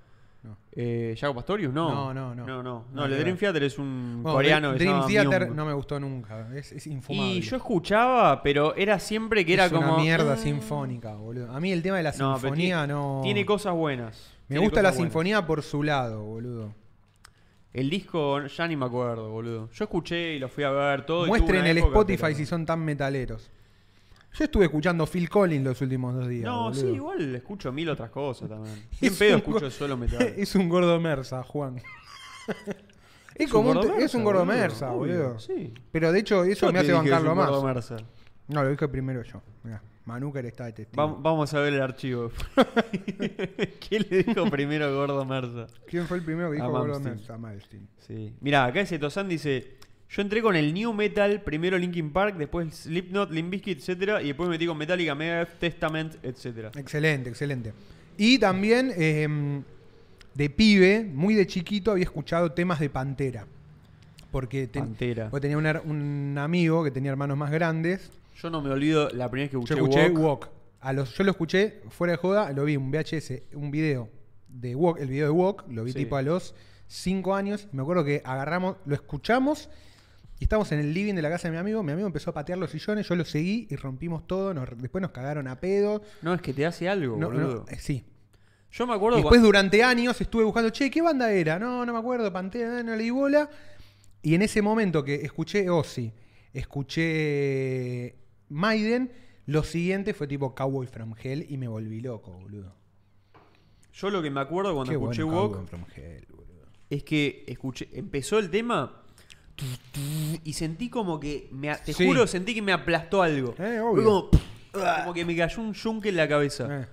[SPEAKER 1] No.
[SPEAKER 2] Eh, ¿Jaco Pastorius? No.
[SPEAKER 1] No, no, no.
[SPEAKER 2] No, no.
[SPEAKER 1] No,
[SPEAKER 2] el de
[SPEAKER 1] que
[SPEAKER 2] Dream
[SPEAKER 1] ver.
[SPEAKER 2] Theater es un
[SPEAKER 1] Bueno,
[SPEAKER 2] coreano. que se
[SPEAKER 1] Dream
[SPEAKER 2] llama
[SPEAKER 1] Theater
[SPEAKER 2] Myung.
[SPEAKER 1] no me gustó nunca. Es, es infumable.
[SPEAKER 2] Y yo escuchaba, pero era siempre que era
[SPEAKER 1] es
[SPEAKER 2] como.
[SPEAKER 1] una mierda
[SPEAKER 2] "Ah".
[SPEAKER 1] sinfónica, boludo. A mí el tema de la
[SPEAKER 2] No, pero
[SPEAKER 1] sinfonía
[SPEAKER 2] tiene,
[SPEAKER 1] no.
[SPEAKER 2] Tiene cosas buenas.
[SPEAKER 1] me
[SPEAKER 2] Tiene
[SPEAKER 1] gusta la
[SPEAKER 2] cosas buenas.
[SPEAKER 1] sinfonía por su lado, boludo.
[SPEAKER 2] El disco, ya ni me acuerdo, boludo. Yo escuché y lo fui a ver todo. y tuve
[SPEAKER 1] Muestren
[SPEAKER 2] una
[SPEAKER 1] el
[SPEAKER 2] época,
[SPEAKER 1] Spotify
[SPEAKER 2] pero-
[SPEAKER 1] si son tan metaleros. Yo estuve escuchando Phil Collins los últimos dos días.
[SPEAKER 2] No,
[SPEAKER 1] boludo.
[SPEAKER 2] sí, igual escucho mil otras
[SPEAKER 1] [LAUGHS]
[SPEAKER 2] cosas también.
[SPEAKER 1] Es
[SPEAKER 2] Bien pedo
[SPEAKER 1] un
[SPEAKER 2] escucho
[SPEAKER 1] go-
[SPEAKER 2] solo metal.
[SPEAKER 1] [LAUGHS] es un gordo mersa,
[SPEAKER 2] [LAUGHS]
[SPEAKER 1] Juan. es,
[SPEAKER 2] un
[SPEAKER 1] como un,
[SPEAKER 2] gordo
[SPEAKER 1] te- es un
[SPEAKER 2] mersa,
[SPEAKER 1] gordo
[SPEAKER 2] boludo,
[SPEAKER 1] mersa,
[SPEAKER 2] obvio,
[SPEAKER 1] boludo.
[SPEAKER 2] sí.
[SPEAKER 1] Pero de hecho, eso
[SPEAKER 2] Yo
[SPEAKER 1] me
[SPEAKER 2] te
[SPEAKER 1] hace
[SPEAKER 2] dije que es
[SPEAKER 1] bancarlo
[SPEAKER 2] un
[SPEAKER 1] más.
[SPEAKER 2] gordo mersa.
[SPEAKER 1] No, lo dije primero yo. Mirá, Manúcar está de testigo.
[SPEAKER 2] Va- vamos a ver el archivo. [LAUGHS] ¿Quién le dijo primero gordo mersa?
[SPEAKER 1] ¿Quién fue el primero que
[SPEAKER 2] A
[SPEAKER 1] dijo gordo
[SPEAKER 2] Malmsteen.
[SPEAKER 1] mersa? Malmsteen.
[SPEAKER 2] Sí. Mirá, acá ese Tosan dice: Yo entré con el New Metal, primero Linkin Park, después Slipknot, Limp Bizkit, etcétera, y después me metí con Metallica, Megadeth, Testament, etcétera.
[SPEAKER 1] Excelente, excelente. Y también eh, de pibe, muy de chiquito, había escuchado temas de Pantera. Porque, ten-
[SPEAKER 2] Pantera.
[SPEAKER 1] porque tenía un, her- un amigo que tenía hermanos más grandes.
[SPEAKER 2] Yo no me olvido la primera vez que escuché,
[SPEAKER 1] yo escuché
[SPEAKER 2] Walk.
[SPEAKER 1] Walk. A los, yo lo escuché fuera de joda, lo vi un VHS, un video de Walk, el video de Walk, lo vi
[SPEAKER 2] Sí.
[SPEAKER 1] tipo a los 5 años. Me acuerdo que agarramos, lo escuchamos y estábamos en el living de la casa de mi amigo. Mi amigo empezó a patear los sillones, yo lo seguí y rompimos todo. nos- después nos cagaron a pedo.
[SPEAKER 2] No, es que te hace algo,
[SPEAKER 1] No, no,
[SPEAKER 2] boludo.
[SPEAKER 1] eh, sí.
[SPEAKER 2] Yo me
[SPEAKER 1] Y
[SPEAKER 2] acuerdo.
[SPEAKER 1] después durante años estuve buscando, che, ¿qué banda era? No, no me acuerdo, Pantera, no le di bola. Y en ese momento que escuché Ozzy, escuché eh, Maiden, lo siguiente fue tipo Cowboy from Hell y me volví loco, boludo.
[SPEAKER 2] Yo lo que me acuerdo cuando
[SPEAKER 1] Qué
[SPEAKER 2] escuché
[SPEAKER 1] bueno
[SPEAKER 2] Walk
[SPEAKER 1] Cowboy from Hell, boludo.
[SPEAKER 2] es que escuché, empezó el tema tu, tu, y sentí como que, me, a- te
[SPEAKER 1] Sí.
[SPEAKER 2] juro, sentí que me aplastó algo.
[SPEAKER 1] Eh, obvio.
[SPEAKER 2] Fue Como, como que me cayó un yunque en la cabeza.
[SPEAKER 1] Eh,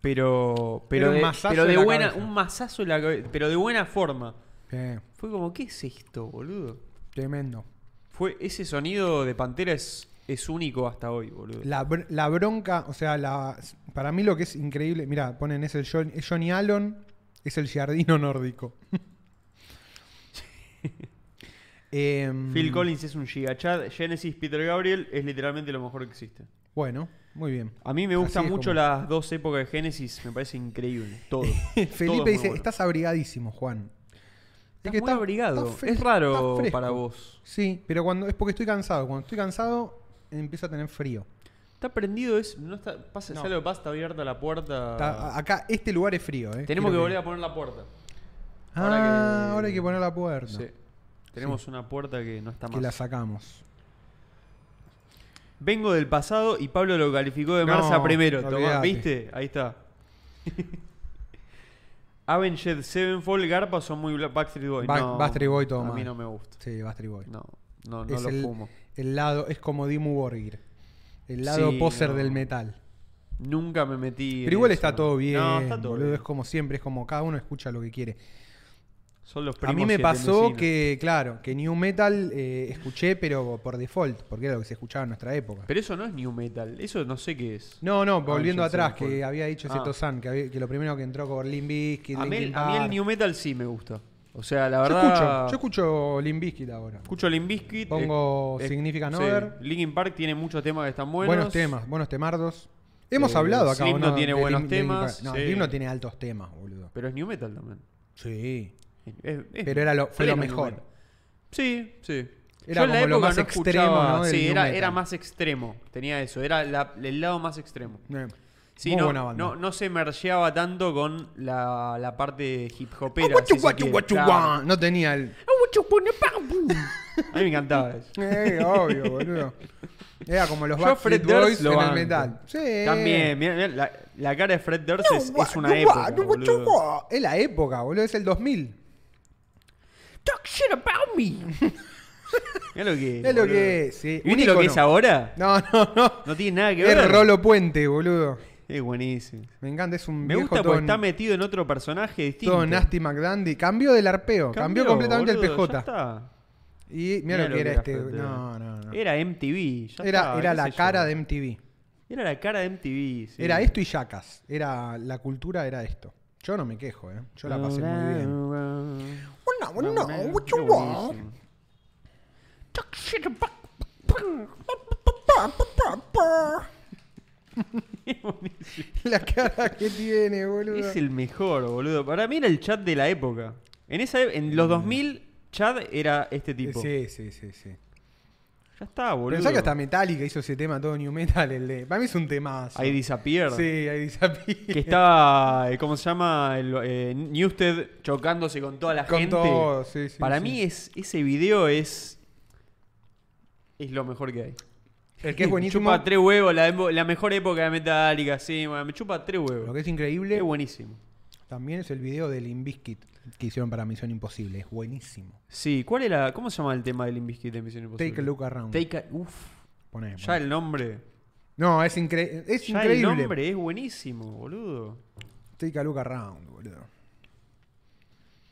[SPEAKER 2] Pero, pero
[SPEAKER 1] Era un
[SPEAKER 2] de,
[SPEAKER 1] mazazo
[SPEAKER 2] pero de
[SPEAKER 1] en la
[SPEAKER 2] buena,
[SPEAKER 1] cabeza.
[SPEAKER 2] un mazazo en la cabeza, pero de buena forma.
[SPEAKER 1] eh,
[SPEAKER 2] Fue como, ¿qué es esto, boludo?
[SPEAKER 1] tremendo.
[SPEAKER 2] Fue, ese sonido de Pantera es, es único hasta hoy, boludo.
[SPEAKER 1] La, br- la bronca, o sea, la, para mí lo que es increíble, mira, ponen es el John- es Johnny Allen, es el jardino
[SPEAKER 2] [LAUGHS]
[SPEAKER 1] nórdico. Em,
[SPEAKER 2] Phil Collins es un gigachad, Genesis Peter Gabriel es literalmente lo mejor que existe.
[SPEAKER 1] Bueno, muy bien.
[SPEAKER 2] A mí me gustan
[SPEAKER 1] Así es
[SPEAKER 2] mucho
[SPEAKER 1] como-
[SPEAKER 2] las dos épocas de Genesis, me parece increíble, todo. Todo es
[SPEAKER 1] [LAUGHS] Felipe
[SPEAKER 2] muy
[SPEAKER 1] dice,
[SPEAKER 2] bueno.
[SPEAKER 1] estás abrigadísimo, Juan.
[SPEAKER 2] Estás
[SPEAKER 1] que
[SPEAKER 2] muy
[SPEAKER 1] estás-
[SPEAKER 2] abrigado,
[SPEAKER 1] estás fre-
[SPEAKER 2] es raro
[SPEAKER 1] estás fresco.
[SPEAKER 2] para vos.
[SPEAKER 1] Sí, pero cuando es porque estoy cansado. Cuando estoy cansado, empiezo a tener frío.
[SPEAKER 2] Está prendido, es, no está, pasa,
[SPEAKER 1] No.
[SPEAKER 2] ya lo que pasa, está abierta la puerta.
[SPEAKER 1] Está- a- acá, este lugar es frío, ¿eh?
[SPEAKER 2] Ah. Tenemos que
[SPEAKER 1] Quiero
[SPEAKER 2] volver a poner la puerta.
[SPEAKER 1] Ah,
[SPEAKER 2] ahora
[SPEAKER 1] ahora,
[SPEAKER 2] que-
[SPEAKER 1] hay que poner la puerta.
[SPEAKER 2] Sí. Tenemos una puerta que no está
[SPEAKER 1] Que
[SPEAKER 2] más.
[SPEAKER 1] la sacamos.
[SPEAKER 2] Vengo del pasado y Pablo lo calificó de
[SPEAKER 1] No,
[SPEAKER 2] Marza primero. Tomá,
[SPEAKER 1] olvidate.
[SPEAKER 2] ¿viste? Ahí está. [LAUGHS] Avenged Sevenfold, Garpa son muy Black- Backstreet Boy.
[SPEAKER 1] Ba-
[SPEAKER 2] no,
[SPEAKER 1] Backstreet Boy todo
[SPEAKER 2] A mí
[SPEAKER 1] mal.
[SPEAKER 2] no me gusta.
[SPEAKER 1] Sí, Bastry Boy.
[SPEAKER 2] No, no, no
[SPEAKER 1] es
[SPEAKER 2] lo
[SPEAKER 1] el,
[SPEAKER 2] fumo.
[SPEAKER 1] el lado, es como Dimmu Borgir. El lado
[SPEAKER 2] Sí,
[SPEAKER 1] poser
[SPEAKER 2] no.
[SPEAKER 1] del metal.
[SPEAKER 2] Nunca me metí. en
[SPEAKER 1] Pero igual
[SPEAKER 2] eso.
[SPEAKER 1] está todo bien.
[SPEAKER 2] No, está todo
[SPEAKER 1] boludo,
[SPEAKER 2] bien.
[SPEAKER 1] Es como siempre, es como cada uno escucha lo que quiere.
[SPEAKER 2] Son los
[SPEAKER 1] A
[SPEAKER 2] primos
[SPEAKER 1] mí me pasó
[SPEAKER 2] sietemecinos.
[SPEAKER 1] que, claro, que New Metal eh, escuché, pero por default, porque era lo que se escuchaba en nuestra época.
[SPEAKER 2] Pero Ah, eso no es new metal. Eso no sé qué es.
[SPEAKER 1] No, no,
[SPEAKER 2] Avenged
[SPEAKER 1] volviendo atrás, que
[SPEAKER 2] Sevenfold.
[SPEAKER 1] había dicho
[SPEAKER 2] Ah.
[SPEAKER 1] Seto San, que, había- que lo primero que entró con Limp Bizkit,
[SPEAKER 2] a, mí,
[SPEAKER 1] Linkin
[SPEAKER 2] a mí el
[SPEAKER 1] Park.
[SPEAKER 2] new metal sí me gusta. O sea, la
[SPEAKER 1] Yo
[SPEAKER 2] verdad.
[SPEAKER 1] escucho, yo escucho Limp Bizkit ahora.
[SPEAKER 2] Escucho Limp Bizkit. eh,
[SPEAKER 1] Pongo Significant Other.
[SPEAKER 2] Linkin Park tiene muchos temas que están buenos.
[SPEAKER 1] Buenos, temas, buenos temardos. Hemos
[SPEAKER 2] Eh,
[SPEAKER 1] hablado acá.
[SPEAKER 2] Slipknot
[SPEAKER 1] ¿o no?
[SPEAKER 2] tiene
[SPEAKER 1] De
[SPEAKER 2] buenos
[SPEAKER 1] Lim- de Linkin
[SPEAKER 2] temas,
[SPEAKER 1] Park. No,
[SPEAKER 2] sí.
[SPEAKER 1] Slipknot tiene altos temas, boludo.
[SPEAKER 2] Pero es new metal también.
[SPEAKER 1] Sí.
[SPEAKER 2] Es- es
[SPEAKER 1] Pero era lo- fue lo
[SPEAKER 2] pleno new
[SPEAKER 1] mejor.
[SPEAKER 2] metal. Sí, sí.
[SPEAKER 1] Era
[SPEAKER 2] en
[SPEAKER 1] como
[SPEAKER 2] la
[SPEAKER 1] lo
[SPEAKER 2] época
[SPEAKER 1] más extremo,
[SPEAKER 2] escuchaba-
[SPEAKER 1] ¿no? del
[SPEAKER 2] Sí,
[SPEAKER 1] new
[SPEAKER 2] era,
[SPEAKER 1] metal.
[SPEAKER 2] era más extremo. Tenía eso. Era la- el lado más extremo.
[SPEAKER 1] Eh,
[SPEAKER 2] Sí,
[SPEAKER 1] muy
[SPEAKER 2] no,
[SPEAKER 1] buena banda.
[SPEAKER 2] No, no se mergeaba tanto con la, la parte hip
[SPEAKER 1] Ah,
[SPEAKER 2] hopera.
[SPEAKER 1] guachu,
[SPEAKER 2] si se
[SPEAKER 1] guachu,
[SPEAKER 2] quiere.
[SPEAKER 1] guachu,
[SPEAKER 2] Claro.
[SPEAKER 1] guá. No tenía el.
[SPEAKER 2] A mí me encantaba eso.
[SPEAKER 1] Eh, obvio, boludo. Era como los
[SPEAKER 2] Yo a
[SPEAKER 1] Backstreet
[SPEAKER 2] Fred Durst
[SPEAKER 1] Boys
[SPEAKER 2] lo
[SPEAKER 1] en el
[SPEAKER 2] banco.
[SPEAKER 1] metal. Sí.
[SPEAKER 2] También, mirá, mirá, la, la cara de Fred Durst es,
[SPEAKER 1] Guá,
[SPEAKER 2] es una
[SPEAKER 1] guá,
[SPEAKER 2] época,
[SPEAKER 1] guá, guá,
[SPEAKER 2] boludo.
[SPEAKER 1] guá. Es la época, boludo. Es el 2000.
[SPEAKER 2] Talk shit about me. Mirá lo que es.
[SPEAKER 1] Es lo
[SPEAKER 2] boludo.
[SPEAKER 1] que es, sí. Un
[SPEAKER 2] ¿Viste lo que
[SPEAKER 1] ícono.
[SPEAKER 2] es ahora?
[SPEAKER 1] No, no, no.
[SPEAKER 2] No tiene nada que ver.
[SPEAKER 1] Es Rolo Puente, boludo.
[SPEAKER 2] Es buenísimo.
[SPEAKER 1] Me encanta, es un
[SPEAKER 2] Me
[SPEAKER 1] viejo
[SPEAKER 2] gusta
[SPEAKER 1] todo
[SPEAKER 2] porque está
[SPEAKER 1] n-
[SPEAKER 2] metido en otro personaje distinto.
[SPEAKER 1] Todo Nasty McDandy. Cambió del arpeo. Cambió, completamente
[SPEAKER 2] boludo,
[SPEAKER 1] el
[SPEAKER 2] ya
[SPEAKER 1] PJ.
[SPEAKER 2] está.
[SPEAKER 1] Y mira lo que era este. No, no, no. Era,
[SPEAKER 2] Era MTV. ya
[SPEAKER 1] era,
[SPEAKER 2] está, qué
[SPEAKER 1] la
[SPEAKER 2] sé
[SPEAKER 1] cara
[SPEAKER 2] yo.
[SPEAKER 1] de MTV.
[SPEAKER 2] Era la cara de MTV. sí.
[SPEAKER 1] Era esto y yacas. Era la cultura era esto. Yo no me quejo, ¿eh? Yo la pasé muy bien. Bueno, bueno,
[SPEAKER 2] No,
[SPEAKER 1] no,
[SPEAKER 2] no,
[SPEAKER 1] what
[SPEAKER 2] qué
[SPEAKER 1] you
[SPEAKER 2] [LAUGHS]
[SPEAKER 1] want?
[SPEAKER 2] buenísimo.
[SPEAKER 1] La cara que tiene, boludo.
[SPEAKER 2] Es el mejor, boludo. Para mí era el chat de la época. En esa e- en los 2000, Chad era este tipo.
[SPEAKER 1] Mm. Eh, Sí, sí, sí, sí.
[SPEAKER 2] Ya está, boludo.
[SPEAKER 1] Pensá que hasta Metallica hizo ese tema todo New Metal, el de. Para mí es un temazo.
[SPEAKER 2] Ahí Disappear.
[SPEAKER 1] Sí, ahí disappear.
[SPEAKER 2] Que estaba, eh, ¿cómo se llama? El, eh, Newsted chocándose con toda la
[SPEAKER 1] Con
[SPEAKER 2] gente.
[SPEAKER 1] todo, sí, sí,
[SPEAKER 2] Para
[SPEAKER 1] sí.
[SPEAKER 2] mí es, ese video es es lo mejor que hay.
[SPEAKER 1] El que es buenísimo.
[SPEAKER 2] Me chupa tres huevos, la, embo- la mejor época de Metallica, sí, man, me chupa tres
[SPEAKER 1] Lo
[SPEAKER 2] huevos.
[SPEAKER 1] que es increíble
[SPEAKER 2] Es buenísimo.
[SPEAKER 1] también es el video del Inviskit que hicieron para Misión Imposible. Es buenísimo.
[SPEAKER 2] Sí, ¿cuál era? ¿Cómo se llama el tema del Invisquit de Misión Imposible?
[SPEAKER 1] Take a look around.
[SPEAKER 2] Take a- uf,
[SPEAKER 1] Poné,
[SPEAKER 2] ya
[SPEAKER 1] poné.
[SPEAKER 2] el nombre.
[SPEAKER 1] No, es, incre- es
[SPEAKER 2] ya
[SPEAKER 1] increíble.
[SPEAKER 2] el nombre es buenísimo, boludo.
[SPEAKER 1] Take a look around, boludo.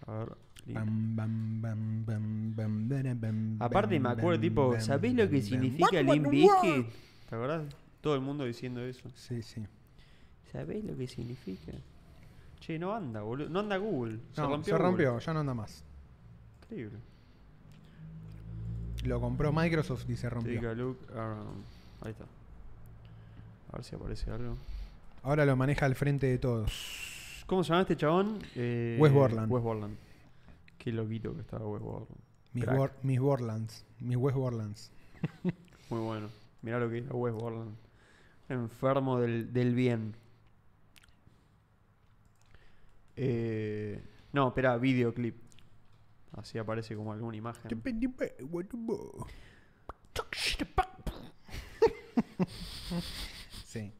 [SPEAKER 2] A ver, link.
[SPEAKER 1] Bam, bam, bam, bam, bam, bam, bam,
[SPEAKER 2] Aparte me
[SPEAKER 1] bam,
[SPEAKER 2] acuerdo,
[SPEAKER 1] bam,
[SPEAKER 2] tipo,
[SPEAKER 1] bam,
[SPEAKER 2] ¿sabés lo que
[SPEAKER 1] bam,
[SPEAKER 2] significa
[SPEAKER 1] bam.
[SPEAKER 2] Limp Bizkit? ¿Te acordás? Todo el mundo diciendo eso.
[SPEAKER 1] Sí, sí.
[SPEAKER 2] ¿Sabés lo que significa? Che, no anda, boludo. No anda Google. Se
[SPEAKER 1] No,
[SPEAKER 2] rompió.
[SPEAKER 1] se
[SPEAKER 2] Google.
[SPEAKER 1] rompió, ya no anda más.
[SPEAKER 2] Increíble.
[SPEAKER 1] Lo compró Microsoft y se
[SPEAKER 2] Take
[SPEAKER 1] rompió.
[SPEAKER 2] a look around. Ahí está. A ver si aparece algo.
[SPEAKER 1] Ahora lo maneja al frente de todos.
[SPEAKER 2] ¿Cómo se llama este chabón? Eh,
[SPEAKER 1] Wes Borland.
[SPEAKER 2] Wes Borland. Qué loquito que estaba Wes Borland.
[SPEAKER 1] Mis,
[SPEAKER 2] Crack.
[SPEAKER 1] Bor- mis Borlands. Mis West Borlands.
[SPEAKER 2] Muy bueno. Mirá lo que era Wes Borland. Enfermo del, del bien. Eh, no, espera, videoclip. Así aparece como alguna imagen.
[SPEAKER 1] [LAUGHS] Sí.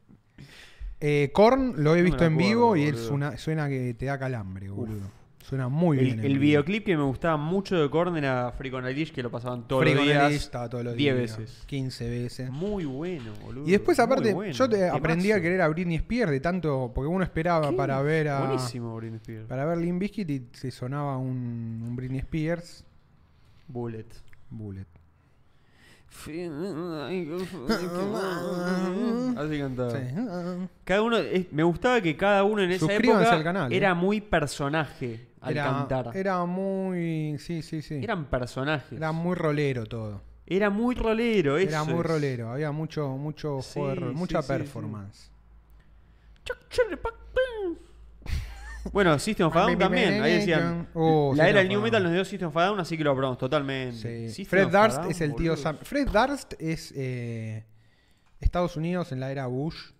[SPEAKER 1] Eh, Korn lo he
[SPEAKER 2] me
[SPEAKER 1] visto en
[SPEAKER 2] acuerdo,
[SPEAKER 1] vivo y él
[SPEAKER 2] boludo.
[SPEAKER 1] suena, suena que te da calambre, boludo. Suena muy bien.
[SPEAKER 2] El, el videoclip que me gustaba mucho de Korn era Freak on a Leash, que lo pasaban todos los días.
[SPEAKER 1] Estaba todos los
[SPEAKER 2] 10
[SPEAKER 1] días.
[SPEAKER 2] veces.
[SPEAKER 1] 15 veces.
[SPEAKER 2] Muy bueno, boludo.
[SPEAKER 1] Y después,
[SPEAKER 2] muy
[SPEAKER 1] aparte,
[SPEAKER 2] bueno.
[SPEAKER 1] yo te
[SPEAKER 2] Temazo.
[SPEAKER 1] aprendí a querer a Britney Spears de tanto. Porque uno esperaba
[SPEAKER 2] Sí,
[SPEAKER 1] para ver a.
[SPEAKER 2] Buenísimo, Britney Spears.
[SPEAKER 1] Para ver Limp Bizkit y se sonaba un, un Britney Spears.
[SPEAKER 2] Bullet. [LAUGHS]
[SPEAKER 1] Bullet.
[SPEAKER 2] [LAUGHS]
[SPEAKER 1] [LAUGHS]
[SPEAKER 2] Así cantaba.
[SPEAKER 1] Sí.
[SPEAKER 2] Cada uno, es- me gustaba que cada uno en esa
[SPEAKER 1] Suscríbanse
[SPEAKER 2] época
[SPEAKER 1] al canal, eh.
[SPEAKER 2] era muy personaje al
[SPEAKER 1] Era,
[SPEAKER 2] cantar.
[SPEAKER 1] era muy. Sí, sí, sí.
[SPEAKER 2] Eran personajes.
[SPEAKER 1] Era muy rolero todo.
[SPEAKER 2] Era muy rolero, eso.
[SPEAKER 1] Era muy
[SPEAKER 2] es.
[SPEAKER 1] rolero. Había mucho, mucho
[SPEAKER 2] Sí,
[SPEAKER 1] juego de rol,
[SPEAKER 2] sí,
[SPEAKER 1] mucha
[SPEAKER 2] sí,
[SPEAKER 1] performance.
[SPEAKER 2] Chuck, churri, pac, pum. [LAUGHS] Bueno, System of a Down también. Ahí decían.
[SPEAKER 1] Oh,
[SPEAKER 2] la
[SPEAKER 1] System
[SPEAKER 2] era
[SPEAKER 1] of
[SPEAKER 2] del
[SPEAKER 1] a
[SPEAKER 2] New
[SPEAKER 1] Down.
[SPEAKER 2] Metal nos dio System of a Down, así que lo aprobamos totalmente.
[SPEAKER 1] Sí.
[SPEAKER 2] System
[SPEAKER 1] Fred
[SPEAKER 2] of a
[SPEAKER 1] Darst
[SPEAKER 2] Down,
[SPEAKER 1] es el tío
[SPEAKER 2] boludo.
[SPEAKER 1] Sam. Fred Darst es eh, Estados Unidos en la era Bush.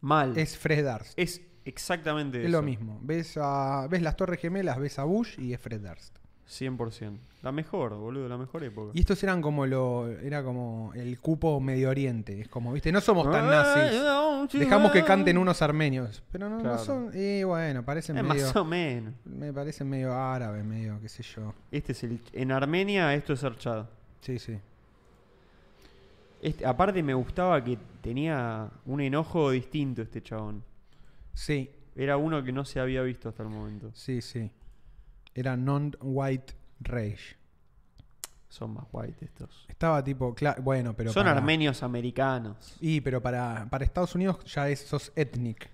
[SPEAKER 2] Mal. Es,
[SPEAKER 1] Es Fred Darst. Es,
[SPEAKER 2] exactamente Mm. eso.
[SPEAKER 1] lo mismo. Ves a ves las Torres Gemelas, ves a Bush y es Fred Darst.
[SPEAKER 2] 100%. La mejor, boludo, la mejor época.
[SPEAKER 1] Y estos eran como lo era como el cupo Medio Oriente. Es como, ¿viste? No somos
[SPEAKER 2] Ah,
[SPEAKER 1] tan nazis. Dejamos que canten unos armenios. Pero no, no
[SPEAKER 2] Claro.
[SPEAKER 1] son. Y bueno, parecen
[SPEAKER 2] Eh,
[SPEAKER 1] medio.
[SPEAKER 2] más o menos.
[SPEAKER 1] Me parecen medio árabes, medio, qué sé yo.
[SPEAKER 2] Este es el. En Armenia, esto es Archad.
[SPEAKER 1] Sí, sí.
[SPEAKER 2] Este- aparte, me gustaba que tenía un enojo distinto este chabón.
[SPEAKER 1] Sí,
[SPEAKER 2] Era uno que no se había visto hasta el momento.
[SPEAKER 1] sí, sí. Era non-white rage.
[SPEAKER 2] Son más white estos.
[SPEAKER 1] Estaba tipo, cla- bueno, pero.
[SPEAKER 2] Son
[SPEAKER 1] para-
[SPEAKER 2] armenios americanos.
[SPEAKER 1] Y, pero para, para Estados Unidos ya es, sos ethnic.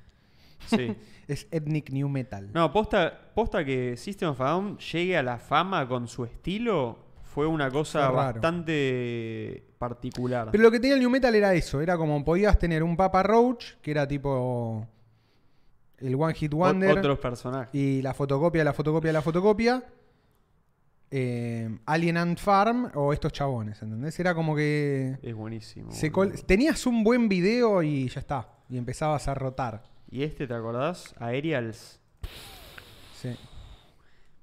[SPEAKER 2] Sí.
[SPEAKER 1] Es ethnic new metal.
[SPEAKER 2] No, posta, posta que System of a Down llegue a la fama con su estilo fue una cosa
[SPEAKER 1] Fue raro.
[SPEAKER 2] bastante particular.
[SPEAKER 1] Pero lo que tenía el new metal era eso. Era como podías tener un Papa Roach, que era tipo. El One Hit
[SPEAKER 2] O-
[SPEAKER 1] Wonder.
[SPEAKER 2] otros personajes.
[SPEAKER 1] Y la fotocopia, la fotocopia, la fotocopia. eh, Alien Ant Farm o estos chabones, ¿entendés? Era como que.
[SPEAKER 2] Es buenísimo.
[SPEAKER 1] se
[SPEAKER 2] boludo.
[SPEAKER 1] col- tenías un buen video y ya está. Y empezabas a rotar.
[SPEAKER 2] Y este, ¿te acordás? Aerials.
[SPEAKER 1] Sí,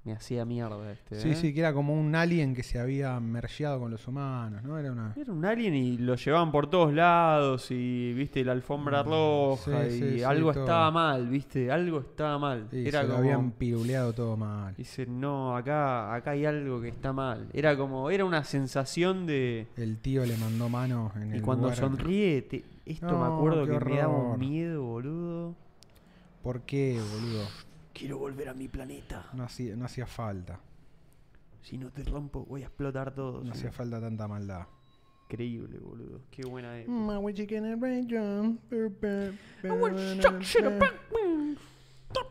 [SPEAKER 2] Me hacía mierda este.
[SPEAKER 1] sí,
[SPEAKER 2] ¿eh?
[SPEAKER 1] sí, que era como un alien que se había mergeado con los humanos, ¿no? Era una.
[SPEAKER 2] Era un alien y lo llevaban por todos lados y, viste, la alfombra roja
[SPEAKER 1] Mm, sí,
[SPEAKER 2] y
[SPEAKER 1] sí, sí,
[SPEAKER 2] algo
[SPEAKER 1] todo.
[SPEAKER 2] estaba mal, viste, algo estaba mal.
[SPEAKER 1] Y
[SPEAKER 2] Era
[SPEAKER 1] se lo
[SPEAKER 2] como...
[SPEAKER 1] habían piruleado todo mal.
[SPEAKER 2] Dice, no, acá, acá hay algo que está mal. Era como, era una sensación de...
[SPEAKER 1] El tío le mandó mano en el.
[SPEAKER 2] Y cuando
[SPEAKER 1] lugar.
[SPEAKER 2] sonríe, te- esto me
[SPEAKER 1] No,
[SPEAKER 2] acuerdo
[SPEAKER 1] qué
[SPEAKER 2] que me daba
[SPEAKER 1] horror.
[SPEAKER 2] un miedo, boludo.
[SPEAKER 1] ¿Por qué, boludo?
[SPEAKER 2] Quiero volver a mi planeta.
[SPEAKER 1] No hacía, no hacía falta.
[SPEAKER 2] Si no te rompo, voy a explotar todo.
[SPEAKER 1] No hacía falta tanta maldad.
[SPEAKER 2] Increíble, boludo. Qué buena es.
[SPEAKER 1] My way chicken and rain drum. Bur, bur,
[SPEAKER 2] I will
[SPEAKER 1] bur,
[SPEAKER 2] shock shit
[SPEAKER 1] bur.
[SPEAKER 2] up.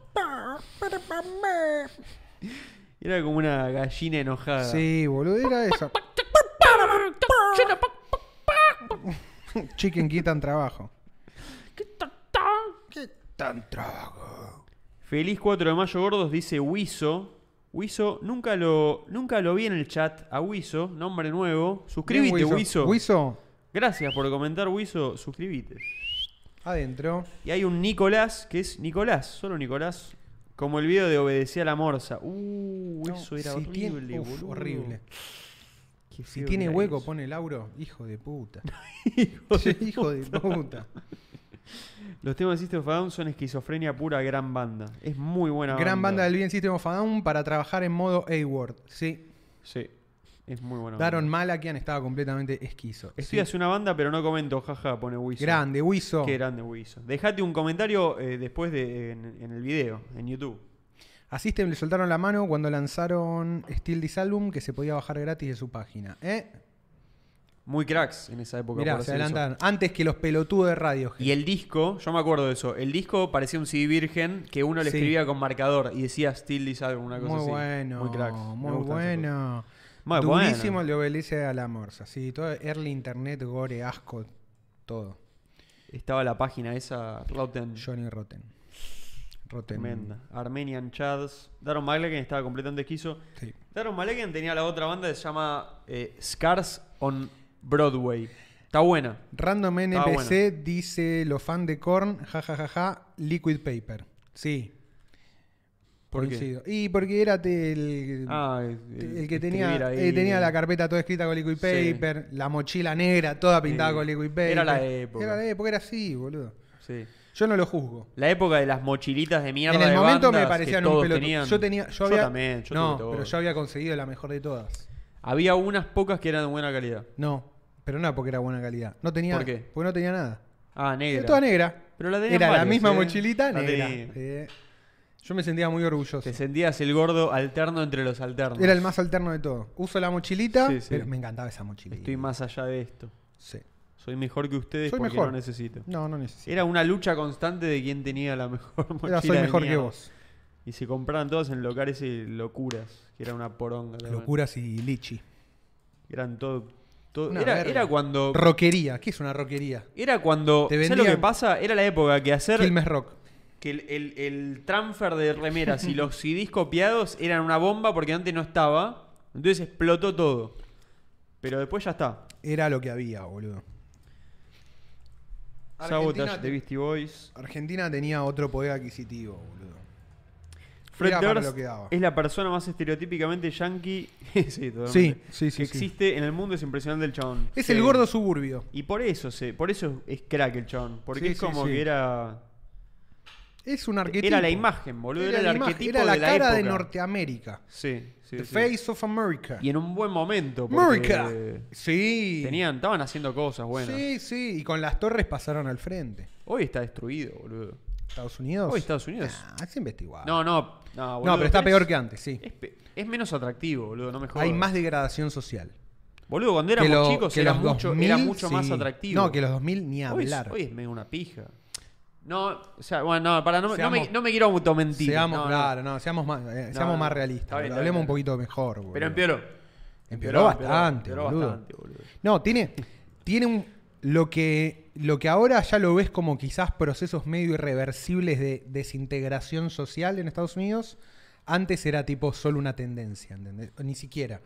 [SPEAKER 2] [LAUGHS] Era como una gallina enojada.
[SPEAKER 1] Sí, boludo, era eso. [LAUGHS] Chicken quitan trabajo. Quitan trabajo.
[SPEAKER 2] Feliz 4 de mayo, gordos, dice Wiso. Wiso, nunca lo, nunca lo vi en el chat. A Wiso, nombre nuevo. Suscríbete,
[SPEAKER 1] Bien,
[SPEAKER 2] Wiso.
[SPEAKER 1] Wiso,
[SPEAKER 2] Gracias por comentar, Wiso. Suscríbete.
[SPEAKER 1] adentro.
[SPEAKER 2] Y hay un Nicolás, que es Nicolás, solo Nicolás. Como el video de Obedecía a la Morsa. Uh,
[SPEAKER 1] No,
[SPEAKER 2] eso era
[SPEAKER 1] si tiene-
[SPEAKER 2] horrible,
[SPEAKER 1] uf,
[SPEAKER 2] boludo.
[SPEAKER 1] horrible.
[SPEAKER 2] Qué
[SPEAKER 1] Si
[SPEAKER 2] feo
[SPEAKER 1] tiene
[SPEAKER 2] que era
[SPEAKER 1] hueco,
[SPEAKER 2] eso.
[SPEAKER 1] pone Lauro. Hijo de puta.
[SPEAKER 2] [LAUGHS]
[SPEAKER 1] [LAUGHS]
[SPEAKER 2] Hijo de-
[SPEAKER 1] Hijo de puta.
[SPEAKER 2] Los temas de System of a Down son esquizofrenia pura, gran banda. Es muy buena
[SPEAKER 1] Gran banda
[SPEAKER 2] banda.
[SPEAKER 1] del Bien System of a Down para trabajar en modo A-Word. Sí.
[SPEAKER 2] Sí, es muy buena
[SPEAKER 1] Daron
[SPEAKER 2] banda.
[SPEAKER 1] Malakian estaba completamente esquizo.
[SPEAKER 2] Estoy hace una banda, pero no comento, jaja, pone Wiso.
[SPEAKER 1] Grande, Wiso.
[SPEAKER 2] Qué grande Wiso. Dejate un comentario eh, después de, en, en el video, en YouTube.
[SPEAKER 1] A System le soltaron la mano cuando lanzaron Steel This Album, que se podía bajar gratis de su página. ¿Eh?
[SPEAKER 2] Muy cracks en esa época.
[SPEAKER 1] Mirá,
[SPEAKER 2] por
[SPEAKER 1] se
[SPEAKER 2] hacer eso.
[SPEAKER 1] adelantaron. Antes que los pelotudos de radio. gente.
[SPEAKER 2] Y el disco, yo me acuerdo de eso, el disco parecía un CD virgen que uno le
[SPEAKER 1] Sí.
[SPEAKER 2] escribía con marcador y decía Still This Album, una cosa
[SPEAKER 1] muy
[SPEAKER 2] así.
[SPEAKER 1] bueno.
[SPEAKER 2] Muy cracks. Me
[SPEAKER 1] Muy
[SPEAKER 2] gustan esas
[SPEAKER 1] bueno.
[SPEAKER 2] cosas. Muy bueno.
[SPEAKER 1] Durísimo le obedece a la morsa. Sí, todo early internet, gore, asco, todo.
[SPEAKER 2] Estaba la página esa, Rotten,
[SPEAKER 1] Johnny Rotten. Rotten.
[SPEAKER 2] Mm. tremenda. Armenian Chads. Daron Malakian estaba completamente esquizo.
[SPEAKER 1] Sí.
[SPEAKER 2] Daron Malakian tenía la otra banda que se llama eh, Scars on Broadway. Está buena.
[SPEAKER 1] Random
[SPEAKER 2] Estaba
[SPEAKER 1] NPC dice los fans de Korn, jajajaja, Liquid Paper. Sí.
[SPEAKER 2] ¿Por qué?
[SPEAKER 1] coincido. Y porque era del...
[SPEAKER 2] Ah,
[SPEAKER 1] El que tenía,
[SPEAKER 2] escribir ahí.
[SPEAKER 1] eh, tenía la carpeta toda escrita con liquid
[SPEAKER 2] Sí.
[SPEAKER 1] paper, la mochila negra toda pintada
[SPEAKER 2] Sí.
[SPEAKER 1] con liquid paper.
[SPEAKER 2] Era la época.
[SPEAKER 1] Era la época, era así, boludo.
[SPEAKER 2] Sí.
[SPEAKER 1] Yo no lo juzgo.
[SPEAKER 2] La época de las mochilitas de mierda.
[SPEAKER 1] en el
[SPEAKER 2] de
[SPEAKER 1] momento
[SPEAKER 2] bandas
[SPEAKER 1] me
[SPEAKER 2] que
[SPEAKER 1] parecían
[SPEAKER 2] todos
[SPEAKER 1] un pelotudo.
[SPEAKER 2] tenían.
[SPEAKER 1] Yo tenía, yo había,
[SPEAKER 2] también, yo
[SPEAKER 1] no,
[SPEAKER 2] tuve todo.
[SPEAKER 1] pero yo había conseguido la mejor de todas.
[SPEAKER 2] Había unas pocas que eran de buena calidad.
[SPEAKER 1] No, pero no porque era buena calidad. No tenía,
[SPEAKER 2] ¿Por qué?
[SPEAKER 1] Porque no tenía nada.
[SPEAKER 2] Ah,
[SPEAKER 1] Era
[SPEAKER 2] negra.
[SPEAKER 1] toda negra.
[SPEAKER 2] Pero la tenían
[SPEAKER 1] Era la
[SPEAKER 2] varios,
[SPEAKER 1] misma
[SPEAKER 2] ¿eh?
[SPEAKER 1] mochilita
[SPEAKER 2] La
[SPEAKER 1] negra.
[SPEAKER 2] tenía.
[SPEAKER 1] Eh, Yo me sentía muy orgulloso.
[SPEAKER 2] Te sentías el gordo alterno entre los alternos.
[SPEAKER 1] Era el más alterno de todo. Uso la mochilita,
[SPEAKER 2] Sí, sí.
[SPEAKER 1] pero me encantaba esa mochilita.
[SPEAKER 2] Estoy más allá de esto.
[SPEAKER 1] Sí.
[SPEAKER 2] Soy mejor que ustedes
[SPEAKER 1] Soy
[SPEAKER 2] porque
[SPEAKER 1] mejor.
[SPEAKER 2] no necesito.
[SPEAKER 1] No, no necesito.
[SPEAKER 2] Era una lucha constante de quién tenía la mejor [LAUGHS] mochila.
[SPEAKER 1] Era, soy
[SPEAKER 2] de
[SPEAKER 1] mejor que
[SPEAKER 2] mierda.
[SPEAKER 1] vos.
[SPEAKER 2] Y se compraban todas en locales y locuras, que era una poronga. también.
[SPEAKER 1] Locuras y lichi.
[SPEAKER 2] Eran todo. todo-
[SPEAKER 1] Una
[SPEAKER 2] era,
[SPEAKER 1] verga.
[SPEAKER 2] era cuando.
[SPEAKER 1] Roquería. ¿Qué es una roquería?
[SPEAKER 2] Era cuando.
[SPEAKER 1] Te
[SPEAKER 2] ¿Sabes lo que
[SPEAKER 1] vendían-
[SPEAKER 2] pasa? Era la época que hacer.
[SPEAKER 1] Quilmes Rock.
[SPEAKER 2] Que el, el- el transfer de remeras y los CDs copiados eran una bomba porque antes no estaba. Entonces explotó todo. Pero después ya está.
[SPEAKER 1] Era lo que había, boludo.
[SPEAKER 2] Sabotage de Beastie Boys.
[SPEAKER 1] Argentina tenía otro poder adquisitivo, boludo.
[SPEAKER 2] Fred
[SPEAKER 1] Era para
[SPEAKER 2] Durst
[SPEAKER 1] lo que daba.
[SPEAKER 2] es la persona más estereotípicamente yankee [LAUGHS] sí, totalmente,
[SPEAKER 1] Sí, sí, sí,
[SPEAKER 2] que
[SPEAKER 1] sí.
[SPEAKER 2] existe en el mundo. Es impresionante el chabón.
[SPEAKER 1] Es
[SPEAKER 2] Sí.
[SPEAKER 1] el gordo suburbio.
[SPEAKER 2] Y por eso, se, por eso es crack el chabón. Porque
[SPEAKER 1] Sí,
[SPEAKER 2] es
[SPEAKER 1] sí,
[SPEAKER 2] como
[SPEAKER 1] sí.
[SPEAKER 2] que era.
[SPEAKER 1] Es un arquetipo.
[SPEAKER 2] Era la imagen, boludo. Era,
[SPEAKER 1] Era, la
[SPEAKER 2] el
[SPEAKER 1] imagen,
[SPEAKER 2] arquetipo
[SPEAKER 1] era la
[SPEAKER 2] de la
[SPEAKER 1] cara de
[SPEAKER 2] época.
[SPEAKER 1] Norteamérica.
[SPEAKER 2] Sí, sí,
[SPEAKER 1] The
[SPEAKER 2] sí.
[SPEAKER 1] face of America.
[SPEAKER 2] Y en un buen momento. Porque
[SPEAKER 1] America. Sí.
[SPEAKER 2] Tenían, estaban haciendo cosas buenas.
[SPEAKER 1] Sí, sí. Y con las torres pasaron al frente.
[SPEAKER 2] Hoy está destruido, boludo.
[SPEAKER 1] Estados Unidos.
[SPEAKER 2] Hoy Estados Unidos.
[SPEAKER 1] Nah, siempre está igual.
[SPEAKER 2] No, no. No, boludo,
[SPEAKER 1] Ah. no, pero está
[SPEAKER 2] es-
[SPEAKER 1] peor que antes, sí.
[SPEAKER 2] Es, pe- es menos atractivo, boludo, no me jodas.
[SPEAKER 1] Hay más degradación social.
[SPEAKER 2] Boludo, cuando éramos
[SPEAKER 1] lo-
[SPEAKER 2] chicos era
[SPEAKER 1] los
[SPEAKER 2] mucho,
[SPEAKER 1] 2000,
[SPEAKER 2] era mucho más
[SPEAKER 1] sí.
[SPEAKER 2] atractivo.
[SPEAKER 1] No, que los 2000 ni
[SPEAKER 2] hoy, es-
[SPEAKER 1] hablar.
[SPEAKER 2] hoy es medio una pija. No, o sea, bueno, no, para, no, me- no me,
[SPEAKER 1] Seamos-
[SPEAKER 2] no me quiero automentir.
[SPEAKER 1] seamos,
[SPEAKER 2] no, no.
[SPEAKER 1] claro, no, seamos más, eh,
[SPEAKER 2] No,
[SPEAKER 1] seamos
[SPEAKER 2] no,
[SPEAKER 1] más
[SPEAKER 2] está
[SPEAKER 1] realistas.
[SPEAKER 2] bien,
[SPEAKER 1] boludo.
[SPEAKER 2] está
[SPEAKER 1] Hablemos
[SPEAKER 2] bien,
[SPEAKER 1] un poquito mejor, boludo.
[SPEAKER 2] Pero empeoró.
[SPEAKER 1] Empeoró bastante,
[SPEAKER 2] empeoró
[SPEAKER 1] boludo.
[SPEAKER 2] bastante, boludo.
[SPEAKER 1] No, tiene, tiene un, lo, que, lo que ahora ya lo ves como quizás procesos medio irreversibles de desintegración social en Estados Unidos. Antes era tipo solo una tendencia, ¿entendés? O Ni siquiera.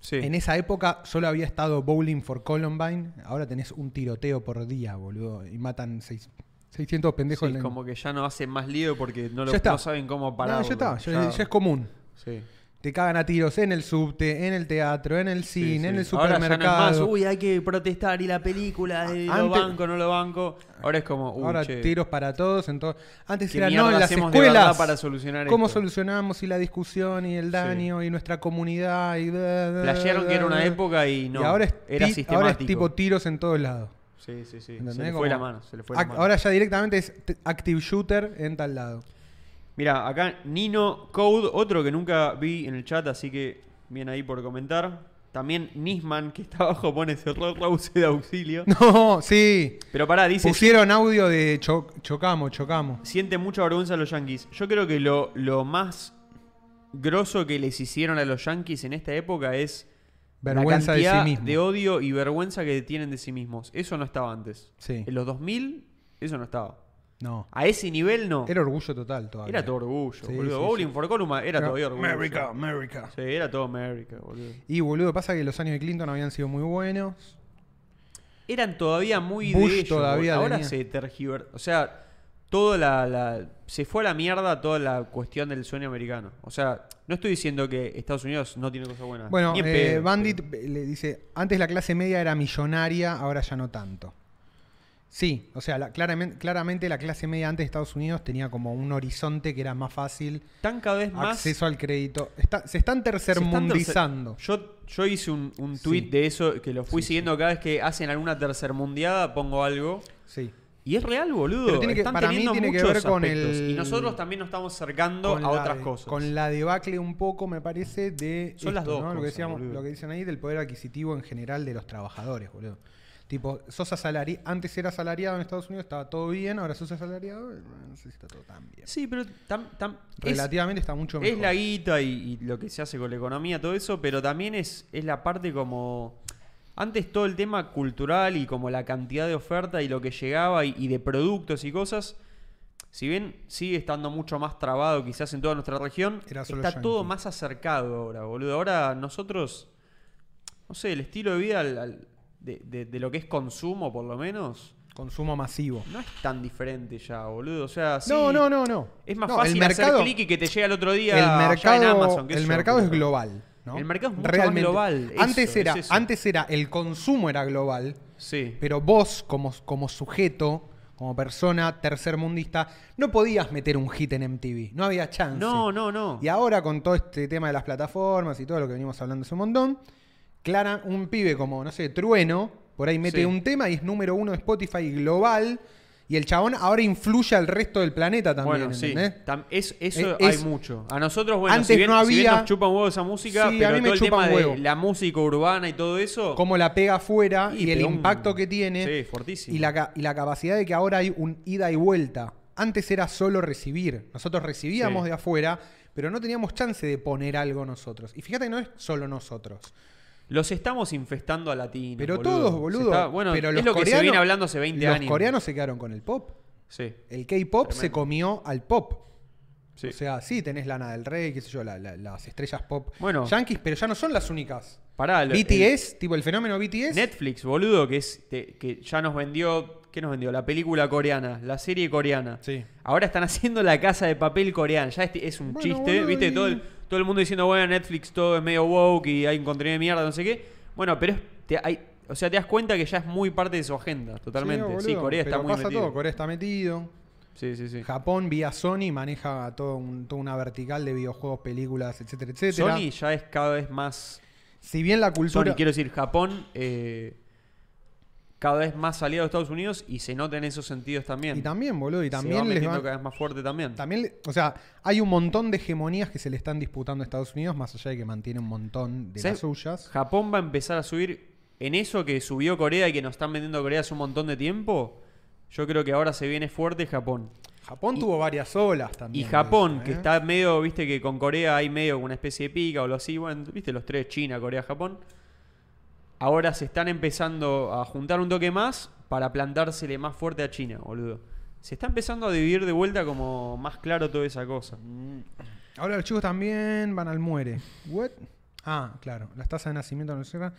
[SPEAKER 2] Sí.
[SPEAKER 1] En esa época solo había estado Bowling for Columbine. Ahora tenés un tiroteo por día, boludo. Y matan seis- 600 pendejos.
[SPEAKER 2] Sí,
[SPEAKER 1] en-
[SPEAKER 2] como que ya no hace más lío porque no, lo,
[SPEAKER 1] Ya está.
[SPEAKER 2] no saben cómo
[SPEAKER 1] No,
[SPEAKER 2] parar.
[SPEAKER 1] ya está,
[SPEAKER 2] boludo.
[SPEAKER 1] ya- ya es común.
[SPEAKER 2] Sí.
[SPEAKER 1] Te cagan a tiros en el subte, en el teatro, en el cine,
[SPEAKER 2] Sí, sí.
[SPEAKER 1] en el
[SPEAKER 2] Ahora ya no es
[SPEAKER 1] supermercado. Ah,
[SPEAKER 2] más, uy, hay que protestar y la película, eh, lo
[SPEAKER 1] Antes-
[SPEAKER 2] banco, no lo banco. Ahora es como, uy,
[SPEAKER 1] Ahora
[SPEAKER 2] che,
[SPEAKER 1] tiros para todos. en todo- Antes
[SPEAKER 2] ¿qué
[SPEAKER 1] era
[SPEAKER 2] mierda
[SPEAKER 1] no en las
[SPEAKER 2] hacemos de verdad
[SPEAKER 1] escuelas.
[SPEAKER 2] para solucionar
[SPEAKER 1] ¿Cómo
[SPEAKER 2] esto?
[SPEAKER 1] solucionamos y la discusión y el daño y nuestra comunidad? Y bla, bla,
[SPEAKER 2] Playearon
[SPEAKER 1] bla,
[SPEAKER 2] que era una
[SPEAKER 1] bla.
[SPEAKER 2] época y no.
[SPEAKER 1] Y ahora es,
[SPEAKER 2] era
[SPEAKER 1] ti-
[SPEAKER 2] sistemático.
[SPEAKER 1] ahora es tipo tiros en todos lados.
[SPEAKER 2] Sí, sí, sí.
[SPEAKER 1] ¿Entendés?
[SPEAKER 2] Se le
[SPEAKER 1] Como-
[SPEAKER 2] fue la mano, se le fue la
[SPEAKER 1] Ac-
[SPEAKER 2] mano.
[SPEAKER 1] Ahora ya directamente es t- active shooter en tal lado. [LAUGHS]
[SPEAKER 2] Mira, acá Nino Code, otro que nunca vi en el chat, así que bien ahí por comentar. También Nisman, que está abajo, pone cerró Rose de auxilio.
[SPEAKER 1] No, sí.
[SPEAKER 2] Pero pará, dice.
[SPEAKER 1] Pusieron audio de cho- chocamos, chocamos.
[SPEAKER 2] siente mucha vergüenza a los Yankees. Yo creo que lo, lo más grosso que les hicieron a los Yankees en esta época es
[SPEAKER 1] Vergüenza
[SPEAKER 2] la
[SPEAKER 1] de sí
[SPEAKER 2] cantidad
[SPEAKER 1] mismo.
[SPEAKER 2] de odio y vergüenza que tienen de sí mismos. Eso no estaba antes.
[SPEAKER 1] Sí.
[SPEAKER 2] En los 2000, eso no estaba.
[SPEAKER 1] No.
[SPEAKER 2] A ese nivel no. Era,
[SPEAKER 1] Era orgullo total todavía.
[SPEAKER 2] todo orgullo,
[SPEAKER 1] Sí,
[SPEAKER 2] boludo.
[SPEAKER 1] sí,
[SPEAKER 2] Bowling for Column era
[SPEAKER 1] Pero-
[SPEAKER 2] todavía orgullo.
[SPEAKER 1] America, America.
[SPEAKER 2] Sí, era todo América, boludo.
[SPEAKER 1] Y boludo, pasa que los años de Clinton habían sido muy buenos.
[SPEAKER 2] Eran todavía muy
[SPEAKER 1] Bush
[SPEAKER 2] de ellos,
[SPEAKER 1] todavía
[SPEAKER 2] boludo.
[SPEAKER 1] tenía.
[SPEAKER 2] Ahora se tergiver... O sea, toda la, la- Se fue a la mierda toda la cuestión del sueño americano. O sea, no estoy diciendo que Estados Unidos no tiene cosas buenas.
[SPEAKER 1] Bueno,
[SPEAKER 2] Ah, Ni en
[SPEAKER 1] eh,
[SPEAKER 2] pedo, pero-
[SPEAKER 1] Bandit eh, le dice, antes la clase media era millonaria, ahora ya no tanto. Sí, o sea, la- claramente, claramente la clase media antes de Estados Unidos tenía como un horizonte que era más fácil,
[SPEAKER 2] Están cada vez más...
[SPEAKER 1] acceso al crédito. Está- se están
[SPEAKER 2] se están
[SPEAKER 1] tercermundizando.
[SPEAKER 2] tercer- Yo, yo hice un, un tweet
[SPEAKER 1] Sí.
[SPEAKER 2] de eso que lo fui siguiendo cada vez que hacen alguna tercermundiada, pongo algo.
[SPEAKER 1] Sí.
[SPEAKER 2] Y es real, boludo.
[SPEAKER 1] Pero tiene que-
[SPEAKER 2] Están
[SPEAKER 1] para mí
[SPEAKER 2] teniendo
[SPEAKER 1] tiene que
[SPEAKER 2] muchos
[SPEAKER 1] ver con
[SPEAKER 2] aspectos.
[SPEAKER 1] el-
[SPEAKER 2] Y nosotros también nos estamos acercando
[SPEAKER 1] Con
[SPEAKER 2] a
[SPEAKER 1] la
[SPEAKER 2] otras
[SPEAKER 1] de-
[SPEAKER 2] cosas.
[SPEAKER 1] Con la debacle un poco, me parece, de...
[SPEAKER 2] Son las dos
[SPEAKER 1] Lo, que
[SPEAKER 2] cosas,
[SPEAKER 1] decíamos,
[SPEAKER 2] boludo.
[SPEAKER 1] lo que dicen ahí del poder adquisitivo en general de los trabajadores, boludo. Tipo, sos asalariado, antes era asalariado en Estados Unidos, estaba todo bien, ahora sos asalariado, eh, no sé si está todo tan bien.
[SPEAKER 2] Sí, pero tam- tam- es,
[SPEAKER 1] Relativamente está mucho
[SPEAKER 2] es
[SPEAKER 1] mejor.
[SPEAKER 2] la guita y, y lo que se hace con la economía, todo eso, pero también es, es la parte como... Antes todo el tema cultural y como la cantidad de oferta y lo que llegaba y, y de productos y cosas, si bien sigue estando mucho más trabado quizás en toda nuestra región,
[SPEAKER 1] Era solo
[SPEAKER 2] está todo
[SPEAKER 1] yankee.
[SPEAKER 2] más acercado ahora, boludo. Ahora nosotros, no sé, el estilo de vida al- al- de- de- de lo que es consumo por lo menos,
[SPEAKER 1] Consumo masivo.
[SPEAKER 2] no es tan diferente ya, boludo. O sea, sí,
[SPEAKER 1] No, no, no, no.
[SPEAKER 2] es más
[SPEAKER 1] No,
[SPEAKER 2] fácil
[SPEAKER 1] el mercado,
[SPEAKER 2] hacer clic y que te llegue al otro día
[SPEAKER 1] el
[SPEAKER 2] allá
[SPEAKER 1] mercado,
[SPEAKER 2] en Amazon. qué sé
[SPEAKER 1] el
[SPEAKER 2] yo,
[SPEAKER 1] mercado
[SPEAKER 2] pero-
[SPEAKER 1] es global. ¿no?
[SPEAKER 2] El mercado es mucho más
[SPEAKER 1] Realmente.
[SPEAKER 2] global, eso,
[SPEAKER 1] antes, era,
[SPEAKER 2] es eso.
[SPEAKER 1] antes era, el consumo era global,
[SPEAKER 2] Sí.
[SPEAKER 1] pero vos como, como sujeto, como persona tercermundista, no podías meter un hit en MTV. No había chance.
[SPEAKER 2] No, no, no.
[SPEAKER 1] Y ahora con todo este tema de las plataformas y todo lo que venimos hablando hace un montón, Clara, un pibe como, no sé, Trueno, por ahí mete
[SPEAKER 2] Sí.
[SPEAKER 1] un tema y es número uno de Spotify global. Y el chabón ahora influye al resto del planeta también,
[SPEAKER 2] bueno, sí.
[SPEAKER 1] ¿entendés?
[SPEAKER 2] Tam- es- eso
[SPEAKER 1] Eh, es-
[SPEAKER 2] hay mucho. A nosotros, bueno,
[SPEAKER 1] Antes
[SPEAKER 2] si bien,
[SPEAKER 1] no
[SPEAKER 2] si bien
[SPEAKER 1] había-
[SPEAKER 2] nos chupa un huevo esa música,
[SPEAKER 1] Sí, a
[SPEAKER 2] pero
[SPEAKER 1] mí me
[SPEAKER 2] todo el
[SPEAKER 1] chupa
[SPEAKER 2] tema
[SPEAKER 1] un
[SPEAKER 2] de
[SPEAKER 1] huevo.
[SPEAKER 2] la música urbana y todo eso.
[SPEAKER 1] Cómo la pega afuera
[SPEAKER 2] Sí,
[SPEAKER 1] y, el
[SPEAKER 2] pero un-
[SPEAKER 1] impacto que tiene.
[SPEAKER 2] Sí, fortísimo.
[SPEAKER 1] Y la, ca- y la capacidad de que ahora hay un ida y vuelta. Antes era solo recibir. Nosotros recibíamos
[SPEAKER 2] Sí.
[SPEAKER 1] de afuera, pero no teníamos chance de poner algo nosotros. Y fíjate que no es solo nosotros.
[SPEAKER 2] Los estamos infestando a latinos.
[SPEAKER 1] Pero
[SPEAKER 2] boludo.
[SPEAKER 1] todos,
[SPEAKER 2] Se
[SPEAKER 1] boludo.
[SPEAKER 2] está- bueno,
[SPEAKER 1] pero
[SPEAKER 2] es
[SPEAKER 1] los
[SPEAKER 2] lo que se
[SPEAKER 1] coreanos-
[SPEAKER 2] viene hablando hace 20
[SPEAKER 1] los
[SPEAKER 2] años.
[SPEAKER 1] coreanos se quedaron con el pop.
[SPEAKER 2] Sí,
[SPEAKER 1] El K-pop se
[SPEAKER 2] Tremendo.
[SPEAKER 1] comió al pop.
[SPEAKER 2] sí.
[SPEAKER 1] O sea, sí, tenés Lana del Rey, qué sé yo, la- la- las estrellas pop
[SPEAKER 2] Bueno.
[SPEAKER 1] yankees, pero ya no son las únicas.
[SPEAKER 2] Pará, lo-
[SPEAKER 1] BTS, tipo el fenómeno BTS.
[SPEAKER 2] el- Netflix, boludo, que, es, te- que ya nos vendió. ¿Qué nos vendió? La película coreana, la serie coreana.
[SPEAKER 1] Sí.
[SPEAKER 2] Ahora están [LAUGHS] haciendo la casa de papel coreana. Ya este es un
[SPEAKER 1] Bueno,
[SPEAKER 2] chiste,
[SPEAKER 1] boludo,
[SPEAKER 2] ¿viste?
[SPEAKER 1] y-
[SPEAKER 2] Todo el, todo el mundo diciendo, bueno, Netflix todo es medio woke y hay un contenido de mierda, no sé qué. Bueno, pero es, te, hay, o sea, te das cuenta que ya es muy parte de su agenda, totalmente. Sí,
[SPEAKER 1] boludo,
[SPEAKER 2] Corea está
[SPEAKER 1] pero
[SPEAKER 2] muy
[SPEAKER 1] pasa
[SPEAKER 2] metido.
[SPEAKER 1] todo, Corea está metido.
[SPEAKER 2] Sí, sí, sí.
[SPEAKER 1] Japón vía Sony maneja todo un- toda una vertical de videojuegos, películas, etcétera, etcétera.
[SPEAKER 2] Sony ya es cada vez más
[SPEAKER 1] si bien la
[SPEAKER 2] Sony,
[SPEAKER 1] cultura
[SPEAKER 2] quiero decir, Japón eh, cada vez más aliado de Estados Unidos y se nota en esos sentidos también.
[SPEAKER 1] y también, boludo, y
[SPEAKER 2] se va
[SPEAKER 1] también les
[SPEAKER 2] metiendo
[SPEAKER 1] van-
[SPEAKER 2] cada vez más fuerte también.
[SPEAKER 1] también, le- o sea, hay un montón de hegemonías que se le están disputando a Estados Unidos más allá de que mantiene un montón de
[SPEAKER 2] ¿Sabes?
[SPEAKER 1] las suyas.
[SPEAKER 2] Japón va a empezar a subir en eso que subió Corea y que nos están vendiendo Corea hace un montón de tiempo. Yo creo que ahora se viene fuerte Japón.
[SPEAKER 1] Japón tuvo varias olas
[SPEAKER 2] Y
[SPEAKER 1] también.
[SPEAKER 2] Japón,
[SPEAKER 1] de eso,
[SPEAKER 2] que
[SPEAKER 1] ¿eh?
[SPEAKER 2] está medio, viste, que con Corea hay medio una especie de pica o lo así, bueno, viste, los tres, China, Corea, Japón. Ahora se están empezando a juntar un toque más para plantársele más fuerte a China, boludo. Se está empezando a dividir de vuelta como más claro toda esa cosa.
[SPEAKER 1] Mm. Ahora los chicos también van al muere. What? Ah, claro, las tasas de nacimiento no cierran.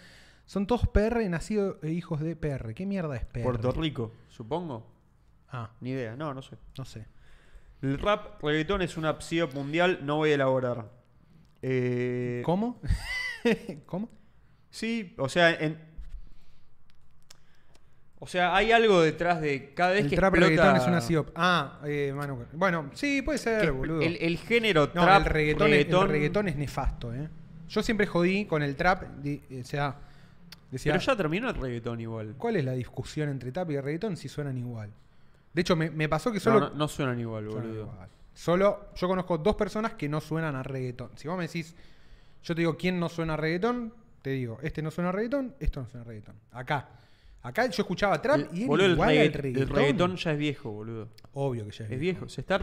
[SPEAKER 1] Son todos PR, nacidos e hijos de PR. ¿Qué mierda es PR?
[SPEAKER 2] Puerto Rico, supongo.
[SPEAKER 1] Ah,
[SPEAKER 2] Ni idea, no, no sé.
[SPEAKER 1] no sé.
[SPEAKER 2] El rap reggaetón es una psido mundial, no voy a elaborar. Eh,
[SPEAKER 1] ¿Cómo? [LAUGHS] ¿Cómo?
[SPEAKER 2] Sí, o sea, en- O sea, hay algo detrás de cada vez
[SPEAKER 1] El
[SPEAKER 2] que
[SPEAKER 1] trap
[SPEAKER 2] explota-
[SPEAKER 1] reggaetón es una CIOP. Ah, eh, Manu. Bueno, sí, puede ser,
[SPEAKER 2] que
[SPEAKER 1] boludo.
[SPEAKER 2] El, el género
[SPEAKER 1] no,
[SPEAKER 2] trap,
[SPEAKER 1] el, reggaetón es, el reggaetón es nefasto, ¿eh? Yo siempre jodí con el trap. di- eh, o sea, decía,
[SPEAKER 2] Pero ya terminó el reggaetón igual.
[SPEAKER 1] ¿cuál es la discusión entre trap y reggaetón si suenan igual? De hecho, me, me pasó que
[SPEAKER 2] No,
[SPEAKER 1] solo.
[SPEAKER 2] no, no suenan igual,
[SPEAKER 1] suenan
[SPEAKER 2] boludo.
[SPEAKER 1] igual. Solo yo conozco dos personas que no suenan a reggaetón. Si vos me decís, yo te digo, ¿quién no suena a reggaetón? Te digo, este no suena a reggaetón, esto no suena a reggaetón. Acá. Acá yo escuchaba trap
[SPEAKER 2] El-
[SPEAKER 1] y era
[SPEAKER 2] boludo, el,
[SPEAKER 1] igual
[SPEAKER 2] regga-
[SPEAKER 1] al
[SPEAKER 2] el reggaetón. ya es viejo, boludo.
[SPEAKER 1] Obvio que ya es,
[SPEAKER 2] Es viejo. Se está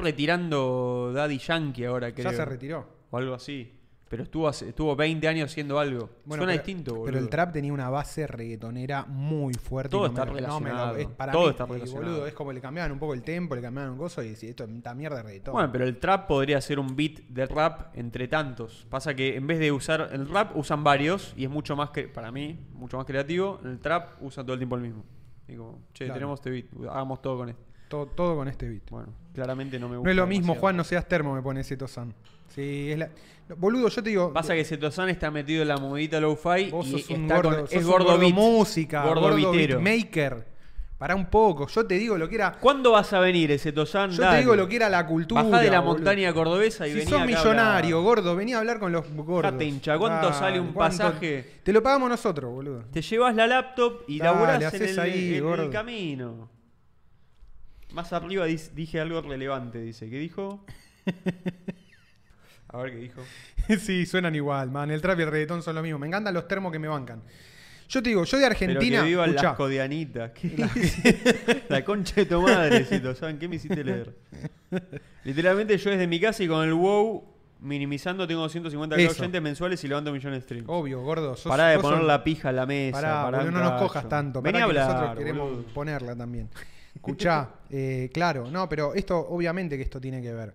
[SPEAKER 2] retirando Daddy Yankee ahora, creo.
[SPEAKER 1] Ya se retiró.
[SPEAKER 2] O algo así. Pero estuvo, hace- estuvo 20 años haciendo algo.
[SPEAKER 1] Bueno,
[SPEAKER 2] Suena
[SPEAKER 1] pero-
[SPEAKER 2] distinto, boludo.
[SPEAKER 1] Pero el trap tenía una base reggaetonera muy fuerte.
[SPEAKER 2] Todo
[SPEAKER 1] y me
[SPEAKER 2] está
[SPEAKER 1] lo- me lo-
[SPEAKER 2] relacionado.
[SPEAKER 1] es para
[SPEAKER 2] Todo
[SPEAKER 1] mí,
[SPEAKER 2] está
[SPEAKER 1] y,
[SPEAKER 2] relacionado.
[SPEAKER 1] boludo, es como le cambiaban un poco el tempo, le cambiaban un gozo y decís, esto es esta mierda de reggaetón.
[SPEAKER 2] Bueno, pero el trap podría ser un beat de rap entre tantos. Pasa que en vez de usar el rap usan varios y es mucho más que para mí mucho más creativo. En El trap usan todo el tiempo el mismo. Y como, che,
[SPEAKER 1] Claro.
[SPEAKER 2] tenemos este beat, hagamos todo con esto.
[SPEAKER 1] todo, todo con este beat.
[SPEAKER 2] Bueno, claramente no me gusta.
[SPEAKER 1] no es lo mismo,
[SPEAKER 2] demasiado.
[SPEAKER 1] Juan, no seas termo, me pone Zetosan. Sí, es la... no, boludo, yo te digo...
[SPEAKER 2] Pasa que Setosan está metido en la movidita low-fi
[SPEAKER 1] Vos
[SPEAKER 2] y
[SPEAKER 1] sos un
[SPEAKER 2] está
[SPEAKER 1] gordo,
[SPEAKER 2] con-
[SPEAKER 1] sos
[SPEAKER 2] es
[SPEAKER 1] un
[SPEAKER 2] gordo, beat,
[SPEAKER 1] música,
[SPEAKER 2] gordo,
[SPEAKER 1] beat
[SPEAKER 2] beatero.
[SPEAKER 1] maker. Pará un poco, yo te digo lo que era...
[SPEAKER 2] ¿Cuándo vas a venir ese Tosan?
[SPEAKER 1] Yo te digo lo que era la cultura.
[SPEAKER 2] Bajá de la
[SPEAKER 1] boludo.
[SPEAKER 2] montaña cordobesa y
[SPEAKER 1] Si
[SPEAKER 2] vení
[SPEAKER 1] sos
[SPEAKER 2] acá a
[SPEAKER 1] millonario,
[SPEAKER 2] hablar.
[SPEAKER 1] gordo, vení a hablar con los gordos.
[SPEAKER 2] Dejate hincha, ¿cuánto sale un pasaje?
[SPEAKER 1] Te lo pagamos nosotros, boludo.
[SPEAKER 2] Te llevas la laptop y
[SPEAKER 1] Dale,
[SPEAKER 2] laburás en
[SPEAKER 1] hacés
[SPEAKER 2] el,
[SPEAKER 1] ahí,
[SPEAKER 2] en el
[SPEAKER 1] gordo.
[SPEAKER 2] camino. Más arriba dis- dije algo relevante, dice. ¿Qué dijo? A ver qué dijo.
[SPEAKER 1] [LAUGHS] sí, suenan igual, man. El trap y el reggaetón son lo mismo. Me encantan los termos que me bancan. Yo te digo, yo de
[SPEAKER 2] Pero
[SPEAKER 1] Argentina.
[SPEAKER 2] que vivan
[SPEAKER 1] escuchá,
[SPEAKER 2] las codianitas. ¿Qué
[SPEAKER 1] [LAUGHS]
[SPEAKER 2] dice? la concha de tu madre, Cito, ¿saben qué me hiciste leer? Literalmente yo desde mi casa y con el wow minimizando tengo 250
[SPEAKER 1] Eso.
[SPEAKER 2] oyentes mensuales y levanto millones de streams.
[SPEAKER 1] obvio, gordo. Sos,
[SPEAKER 2] pará de
[SPEAKER 1] vos
[SPEAKER 2] poner
[SPEAKER 1] sos-
[SPEAKER 2] la pija a la mesa.
[SPEAKER 1] Pará,
[SPEAKER 2] pará
[SPEAKER 1] boludo,
[SPEAKER 2] un
[SPEAKER 1] no nos
[SPEAKER 2] cacho.
[SPEAKER 1] cojas tanto.
[SPEAKER 2] Vení
[SPEAKER 1] Pará
[SPEAKER 2] a
[SPEAKER 1] que
[SPEAKER 2] hablar,
[SPEAKER 1] nosotros queremos
[SPEAKER 2] boludo.
[SPEAKER 1] ponerla
[SPEAKER 2] [LAUGHS]
[SPEAKER 1] también. Escuchá, eh, claro, no, pero esto, obviamente que esto tiene que ver.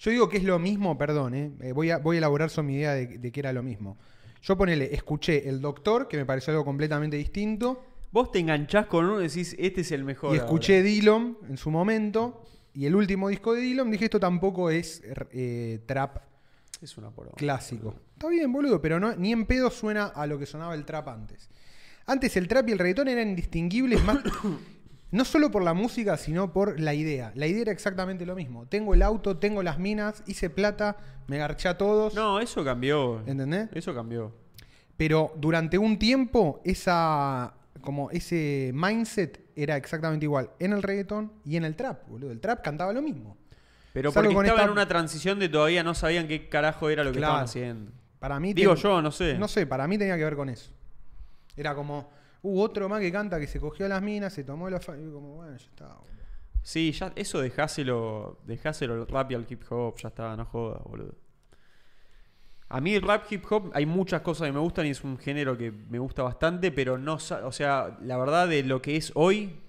[SPEAKER 1] Yo digo que es lo mismo, perdón, eh, eh, voy, a, voy a elaborar sobre mi idea de, de que era lo mismo. Yo ponele, escuché El Doctor, que me pareció algo completamente distinto,
[SPEAKER 2] Vos te enganchás con uno y decís, este es el mejor.
[SPEAKER 1] y
[SPEAKER 2] ahora.
[SPEAKER 1] escuché Dillom en su momento, y el último disco de Dillom, dije esto tampoco es eh, trap
[SPEAKER 2] Es una poronga.
[SPEAKER 1] clásico. Está bien, boludo, pero no, ni en pedo suena a lo que sonaba el trap antes. Antes el trap y el reggaetón eran indistinguibles más. [COUGHS] No solo por la música, sino por la idea. La idea era exactamente lo mismo. Tengo el auto, tengo las minas, hice plata, me garché a todos.
[SPEAKER 2] No, eso cambió.
[SPEAKER 1] ¿Entendés?
[SPEAKER 2] Eso cambió.
[SPEAKER 1] Pero durante un tiempo, esa, como ese mindset era exactamente igual en el reggaetón y en el trap, boludo. El trap cantaba lo mismo.
[SPEAKER 2] Pero
[SPEAKER 1] Salvo
[SPEAKER 2] porque
[SPEAKER 1] con
[SPEAKER 2] estaban
[SPEAKER 1] esta-
[SPEAKER 2] en una transición de todavía no sabían qué carajo era lo que
[SPEAKER 1] Claro.
[SPEAKER 2] estaban haciendo.
[SPEAKER 1] Para mí.
[SPEAKER 2] Digo
[SPEAKER 1] ten-
[SPEAKER 2] yo, no sé.
[SPEAKER 1] No sé, para mí tenía que ver con eso. Era como, uh, otro más que canta que se cogió a las minas, se tomó la. fa- y como, bueno, ya está. boludo.
[SPEAKER 2] Sí, ya eso dejáselo, dejáselo al rap y al hip hop, ya está, no jodas, boludo. A mí el rap hip hop hay muchas cosas que me gustan y es un género que me gusta bastante, pero no, sa- o sea, la verdad de lo que es hoy,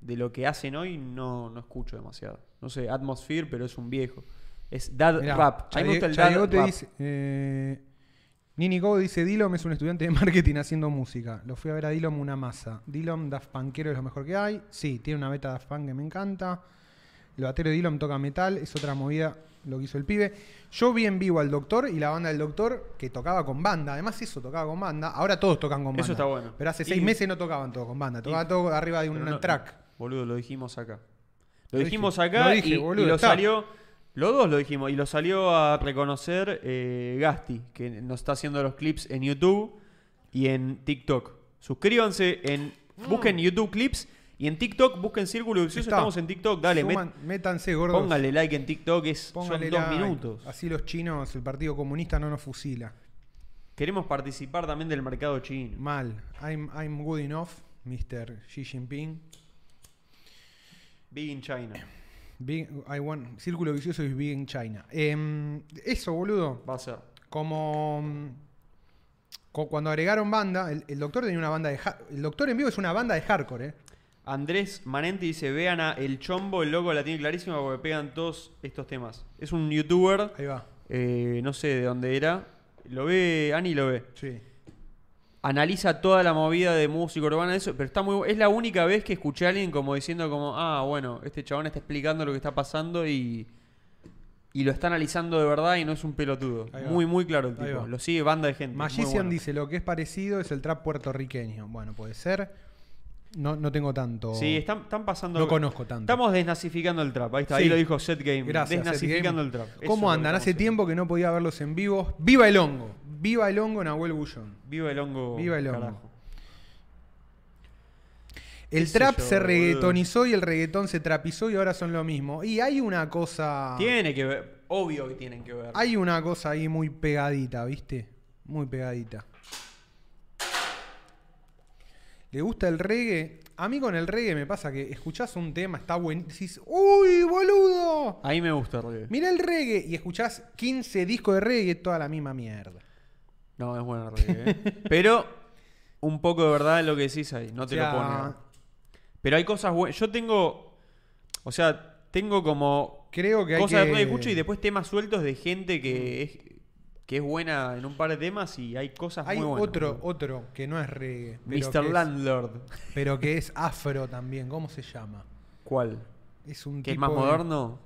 [SPEAKER 2] de lo que hacen hoy no, no escucho demasiado. No sé, Atmosphere, pero es un viejo. Es dad
[SPEAKER 1] Mirá,
[SPEAKER 2] rap. A mí
[SPEAKER 1] Chadi-
[SPEAKER 2] me gusta el dad
[SPEAKER 1] Chadigote
[SPEAKER 2] rap.
[SPEAKER 1] dice. eh, Nini Go dice: Dilom es un estudiante de marketing haciendo música. Lo fui a ver a Dilom una masa. Dilom Daft Punkero es lo mejor que hay. Sí, tiene una beta Daft Punk que me encanta. El batero de Dilom toca metal, es otra movida lo que hizo el pibe. Yo vi en vivo al doctor y la banda del doctor que tocaba con banda. Además, eso tocaba con banda. Ahora todos tocan con banda.
[SPEAKER 2] Eso está bueno.
[SPEAKER 1] Pero hace
[SPEAKER 2] Y-
[SPEAKER 1] seis meses no tocaban todos con banda. Tocaban
[SPEAKER 2] y-
[SPEAKER 1] todo arriba de un,
[SPEAKER 2] Pero no-
[SPEAKER 1] track.
[SPEAKER 2] Boludo, lo dijimos acá.
[SPEAKER 1] Lo
[SPEAKER 2] Lo,
[SPEAKER 1] dije,
[SPEAKER 2] dijimos acá
[SPEAKER 1] lo dije,
[SPEAKER 2] y- y,
[SPEAKER 1] boludo,
[SPEAKER 2] lo
[SPEAKER 1] está.
[SPEAKER 2] salió. Los dos lo dijimos y lo salió a reconocer eh, Gasti, que nos está haciendo los clips en YouTube y en TikTok. Suscríbanse, en, busquen YouTube clips y en TikTok busquen Círculo Vicioso.
[SPEAKER 1] Mm. Está.
[SPEAKER 2] Estamos en TikTok, dale, met-
[SPEAKER 1] Suman- métanse, gordos.
[SPEAKER 2] póngale like en TikTok, es, son dos
[SPEAKER 1] Póngale like.
[SPEAKER 2] minutos.
[SPEAKER 1] Así los chinos, el Partido Comunista no nos fusila.
[SPEAKER 2] Queremos participar también del mercado chino.
[SPEAKER 1] Mal. I'm, I'm good enough, Mr. Xi Jinping.
[SPEAKER 2] Big in China.
[SPEAKER 1] Big- I want- círculo vicioso is big in China. Em, eso, boludo.
[SPEAKER 2] Va a ser.
[SPEAKER 1] Como. mm, co- cuando agregaron banda, el, el doctor tenía una banda de. ha- El doctor en vivo es una banda de hardcore, ¿eh?
[SPEAKER 2] Andrés Manenti dice, vean a El Chombo, el loco la tiene clarísima porque pegan todos estos temas. Es un youtuber,
[SPEAKER 1] Ahí va.
[SPEAKER 2] eh, no sé de dónde era. Lo ve, Ani lo ve.
[SPEAKER 1] Sí.
[SPEAKER 2] Analiza toda la movida de música urbana, eso, pero está muy bu- Es la única vez que escuché a alguien como diciendo como, ah, bueno, este chabón está explicando lo que está pasando y. Y lo está analizando de verdad y no es un pelotudo.
[SPEAKER 1] Ahí va.
[SPEAKER 2] Muy, muy claro el
[SPEAKER 1] Ahí
[SPEAKER 2] tipo.
[SPEAKER 1] va.
[SPEAKER 2] Lo sigue banda de gente. muy
[SPEAKER 1] Magician
[SPEAKER 2] bueno.
[SPEAKER 1] dice: Lo que es parecido es el trap puertorriqueño. Bueno, puede ser. No, no tengo tanto.
[SPEAKER 2] Sí, están, están pasando.
[SPEAKER 1] No conozco tanto.
[SPEAKER 2] Estamos desnazificando el trap. Ahí está,
[SPEAKER 1] Sí.
[SPEAKER 2] ahí lo dijo Set Game.
[SPEAKER 1] Gracias.
[SPEAKER 2] Desnazificando
[SPEAKER 1] Seth
[SPEAKER 2] el trap.
[SPEAKER 1] Gaming.
[SPEAKER 2] Eso
[SPEAKER 1] ¿Cómo
[SPEAKER 2] es lo que
[SPEAKER 1] andan?
[SPEAKER 2] estamos
[SPEAKER 1] Hace
[SPEAKER 2] haciendo.
[SPEAKER 1] tiempo que no podía verlos en vivo. ¡Viva el hongo! ¡Viva el hongo, Nahuel Bullón!
[SPEAKER 2] Viva el hongo.
[SPEAKER 1] Viva el hongo.
[SPEAKER 2] carajo.
[SPEAKER 1] El
[SPEAKER 2] sé
[SPEAKER 1] trap
[SPEAKER 2] yo,
[SPEAKER 1] se
[SPEAKER 2] boludo.
[SPEAKER 1] reggaetonizó y el reggaetón se trapizó y ahora son lo mismo. Y hay una cosa.
[SPEAKER 2] Tiene que ver. Obvio que tienen que ver.
[SPEAKER 1] Hay una cosa ahí muy pegadita, ¿viste? Muy pegadita. ¿Le gusta el reggae? A mí con el reggae me pasa que escuchás un tema, está bueno. Decís, ¡Uy, boludo!
[SPEAKER 2] Ahí me gusta el reggae.
[SPEAKER 1] Mirá el reggae y escuchás 15 discos de reggae y es toda la misma mierda.
[SPEAKER 2] No, es bueno el
[SPEAKER 1] [LAUGHS]
[SPEAKER 2] reggae. ¿eh? Pero un poco de verdad es lo que decís ahí. No te
[SPEAKER 1] O sea,
[SPEAKER 2] lo ponen. Pero hay cosas buenas. Yo tengo. O sea, tengo como.
[SPEAKER 1] Creo que hay
[SPEAKER 2] cosas
[SPEAKER 1] que-
[SPEAKER 2] de reggae escucho y después temas sueltos de gente que es. Que es buena en un par de temas y hay cosas
[SPEAKER 1] Hay
[SPEAKER 2] muy buenas.
[SPEAKER 1] otro,
[SPEAKER 2] boludo.
[SPEAKER 1] otro que no es reggae. pero que
[SPEAKER 2] Mr.
[SPEAKER 1] es-
[SPEAKER 2] Landlord.
[SPEAKER 1] pero que es afro también. ¿Cómo se llama?
[SPEAKER 2] ¿Cuál?
[SPEAKER 1] Es un
[SPEAKER 2] ¿Que es
[SPEAKER 1] tipo
[SPEAKER 2] más
[SPEAKER 1] de-
[SPEAKER 2] moderno?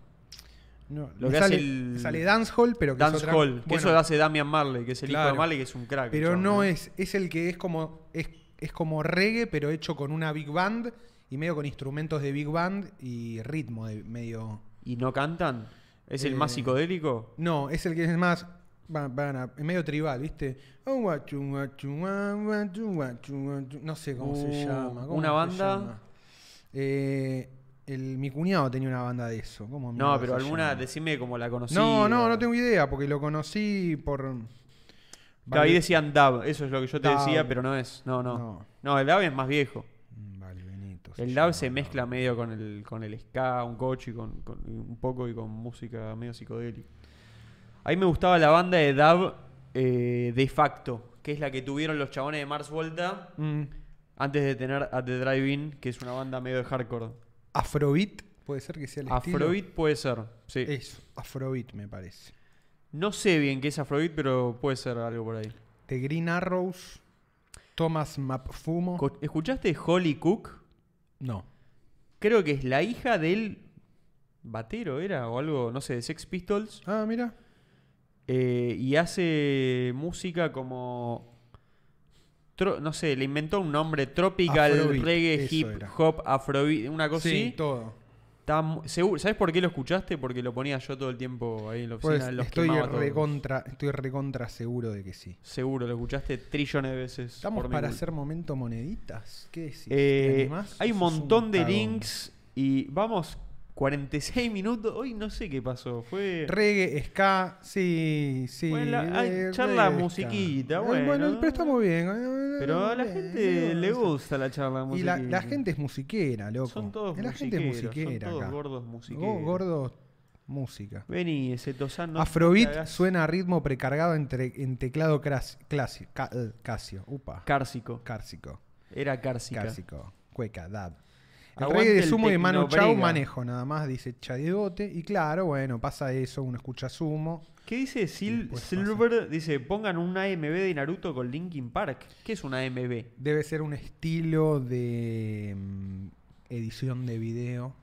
[SPEAKER 1] No,
[SPEAKER 2] Lo
[SPEAKER 1] me
[SPEAKER 2] que hace
[SPEAKER 1] sale,
[SPEAKER 2] el-
[SPEAKER 1] me sale dancehall, pero que es
[SPEAKER 2] Dance
[SPEAKER 1] otra-
[SPEAKER 2] Hall. que
[SPEAKER 1] bueno,
[SPEAKER 2] eso lo hace Damian Marley, que es el hijo
[SPEAKER 1] claro.
[SPEAKER 2] de Marley, que es un crack.
[SPEAKER 1] Pero
[SPEAKER 2] chabón,
[SPEAKER 1] no
[SPEAKER 2] ¿eh?
[SPEAKER 1] es. Es el que es como. Es, es como reggae, pero hecho con una big band y medio con instrumentos de big band y ritmo de medio.
[SPEAKER 2] ¿Y no cantan? ¿Es el más
[SPEAKER 1] Eh,
[SPEAKER 2] psicodélico?
[SPEAKER 1] No, es el que es más. va- van a- es medio tribal, ¿viste? Oh, guachu, guachu, gua, guachu, guachu, guachu. No sé cómo se
[SPEAKER 2] Uh,
[SPEAKER 1] llama. ¿cómo
[SPEAKER 2] ¿una
[SPEAKER 1] se
[SPEAKER 2] banda?
[SPEAKER 1] llama? Eh, el- mi cuñado tenía una banda de eso. ¿Cómo
[SPEAKER 2] No,
[SPEAKER 1] mierda
[SPEAKER 2] pero
[SPEAKER 1] se
[SPEAKER 2] alguna,
[SPEAKER 1] llama?
[SPEAKER 2] decime como la conocí.
[SPEAKER 1] No, no, no tengo idea, porque lo conocí por.
[SPEAKER 2] Ahí decían Dab, eso es lo que yo te
[SPEAKER 1] Dab.
[SPEAKER 2] decía, pero no es. No, no. No,
[SPEAKER 1] No.
[SPEAKER 2] el Dab es más viejo.
[SPEAKER 1] Mm, vale, Benito,
[SPEAKER 2] El Dab
[SPEAKER 1] llama,
[SPEAKER 2] se
[SPEAKER 1] no.
[SPEAKER 2] mezcla medio con el, con el ska, un coche, con, con- un poco y con música medio psicodélica. A mí me gustaba la banda de Dab eh, de facto, que es la que tuvieron los chabones de Mars Volta
[SPEAKER 1] Mm.
[SPEAKER 2] antes de tener At the Drive-In, que es una banda medio de hardcore.
[SPEAKER 1] Afrobeat, puede ser que sea el estilo.
[SPEAKER 2] Afrobeat puede ser, sí.
[SPEAKER 1] Eso, Afrobeat me parece.
[SPEAKER 2] No sé bien qué es Afrobeat, pero puede ser algo por ahí.
[SPEAKER 1] The Green Arrows, Thomas Mapfumo.
[SPEAKER 2] Co- ¿Escuchaste Holly Cook?
[SPEAKER 1] no.
[SPEAKER 2] Creo que es la hija del batero, era, o algo, no sé, de Sex Pistols.
[SPEAKER 1] Ah, mira.
[SPEAKER 2] Eh, y hace música como... tro- no sé, le inventó un nombre, Tropical
[SPEAKER 1] Afrobeat,
[SPEAKER 2] Reggae
[SPEAKER 1] eso
[SPEAKER 2] Hip
[SPEAKER 1] era.
[SPEAKER 2] Hop Afrobeat, una cosa
[SPEAKER 1] Sí,
[SPEAKER 2] así.
[SPEAKER 1] todo.
[SPEAKER 2] Estaba mu- seguro- ¿Sabes por qué lo escuchaste? Porque lo ponía yo todo el tiempo ahí en la oficina.
[SPEAKER 1] Pues
[SPEAKER 2] los
[SPEAKER 1] estoy
[SPEAKER 2] quemaba todos.
[SPEAKER 1] recontra, estoy recontra seguro de que sí.
[SPEAKER 2] Seguro, lo escuchaste trillones de veces.
[SPEAKER 1] Estamos
[SPEAKER 2] por mi
[SPEAKER 1] para
[SPEAKER 2] culpa.
[SPEAKER 1] hacer momento moneditas. ¿Qué decís?
[SPEAKER 2] Eh,
[SPEAKER 1] ¿Te animás?
[SPEAKER 2] hay un
[SPEAKER 1] Sos
[SPEAKER 2] montón de
[SPEAKER 1] cagón.
[SPEAKER 2] links y vamos, 46 minutos. Hoy no sé qué pasó. Fue.
[SPEAKER 1] Reggae, ska, sí, sí.
[SPEAKER 2] Bueno, la- hay
[SPEAKER 1] eh,
[SPEAKER 2] charla
[SPEAKER 1] reggae, ska.
[SPEAKER 2] musiquita,
[SPEAKER 1] Eh,
[SPEAKER 2] bueno.
[SPEAKER 1] pero estamos bien. eh,
[SPEAKER 2] pero a la
[SPEAKER 1] bien,
[SPEAKER 2] gente
[SPEAKER 1] bien,
[SPEAKER 2] le
[SPEAKER 1] bien.
[SPEAKER 2] gusta la charla
[SPEAKER 1] Y la,
[SPEAKER 2] musiquera.
[SPEAKER 1] la gente es musiquera, loco.
[SPEAKER 2] Son todos
[SPEAKER 1] la gente es
[SPEAKER 2] musiqueros, son
[SPEAKER 1] musiquera
[SPEAKER 2] todos
[SPEAKER 1] acá.
[SPEAKER 2] gordos musiqueros.
[SPEAKER 1] Go- gordos, música.
[SPEAKER 2] Vení, ese Tozán no.
[SPEAKER 1] Afrobeat
[SPEAKER 2] te hagas
[SPEAKER 1] suena a ritmo precargado entre, en teclado cras- clasi- ca- eh, casio. Upa.
[SPEAKER 2] Cársico.
[SPEAKER 1] Cársico.
[SPEAKER 2] Era Cársica.
[SPEAKER 1] Cársico. Cueca, dab. El
[SPEAKER 2] Aguante
[SPEAKER 1] reggae de
[SPEAKER 2] el
[SPEAKER 1] sumo y Manu Chao
[SPEAKER 2] tecnobrega.
[SPEAKER 1] manejo nada más, dice Chadidote. Y claro, bueno, pasa eso, uno escucha sumo.
[SPEAKER 2] ¿Qué dice Sil-
[SPEAKER 1] después pasa.
[SPEAKER 2] Silver? Dice: pongan un AMB de Naruto con Linkin Park. ¿Qué es un AMB?
[SPEAKER 1] Debe ser un estilo de mm, edición de video.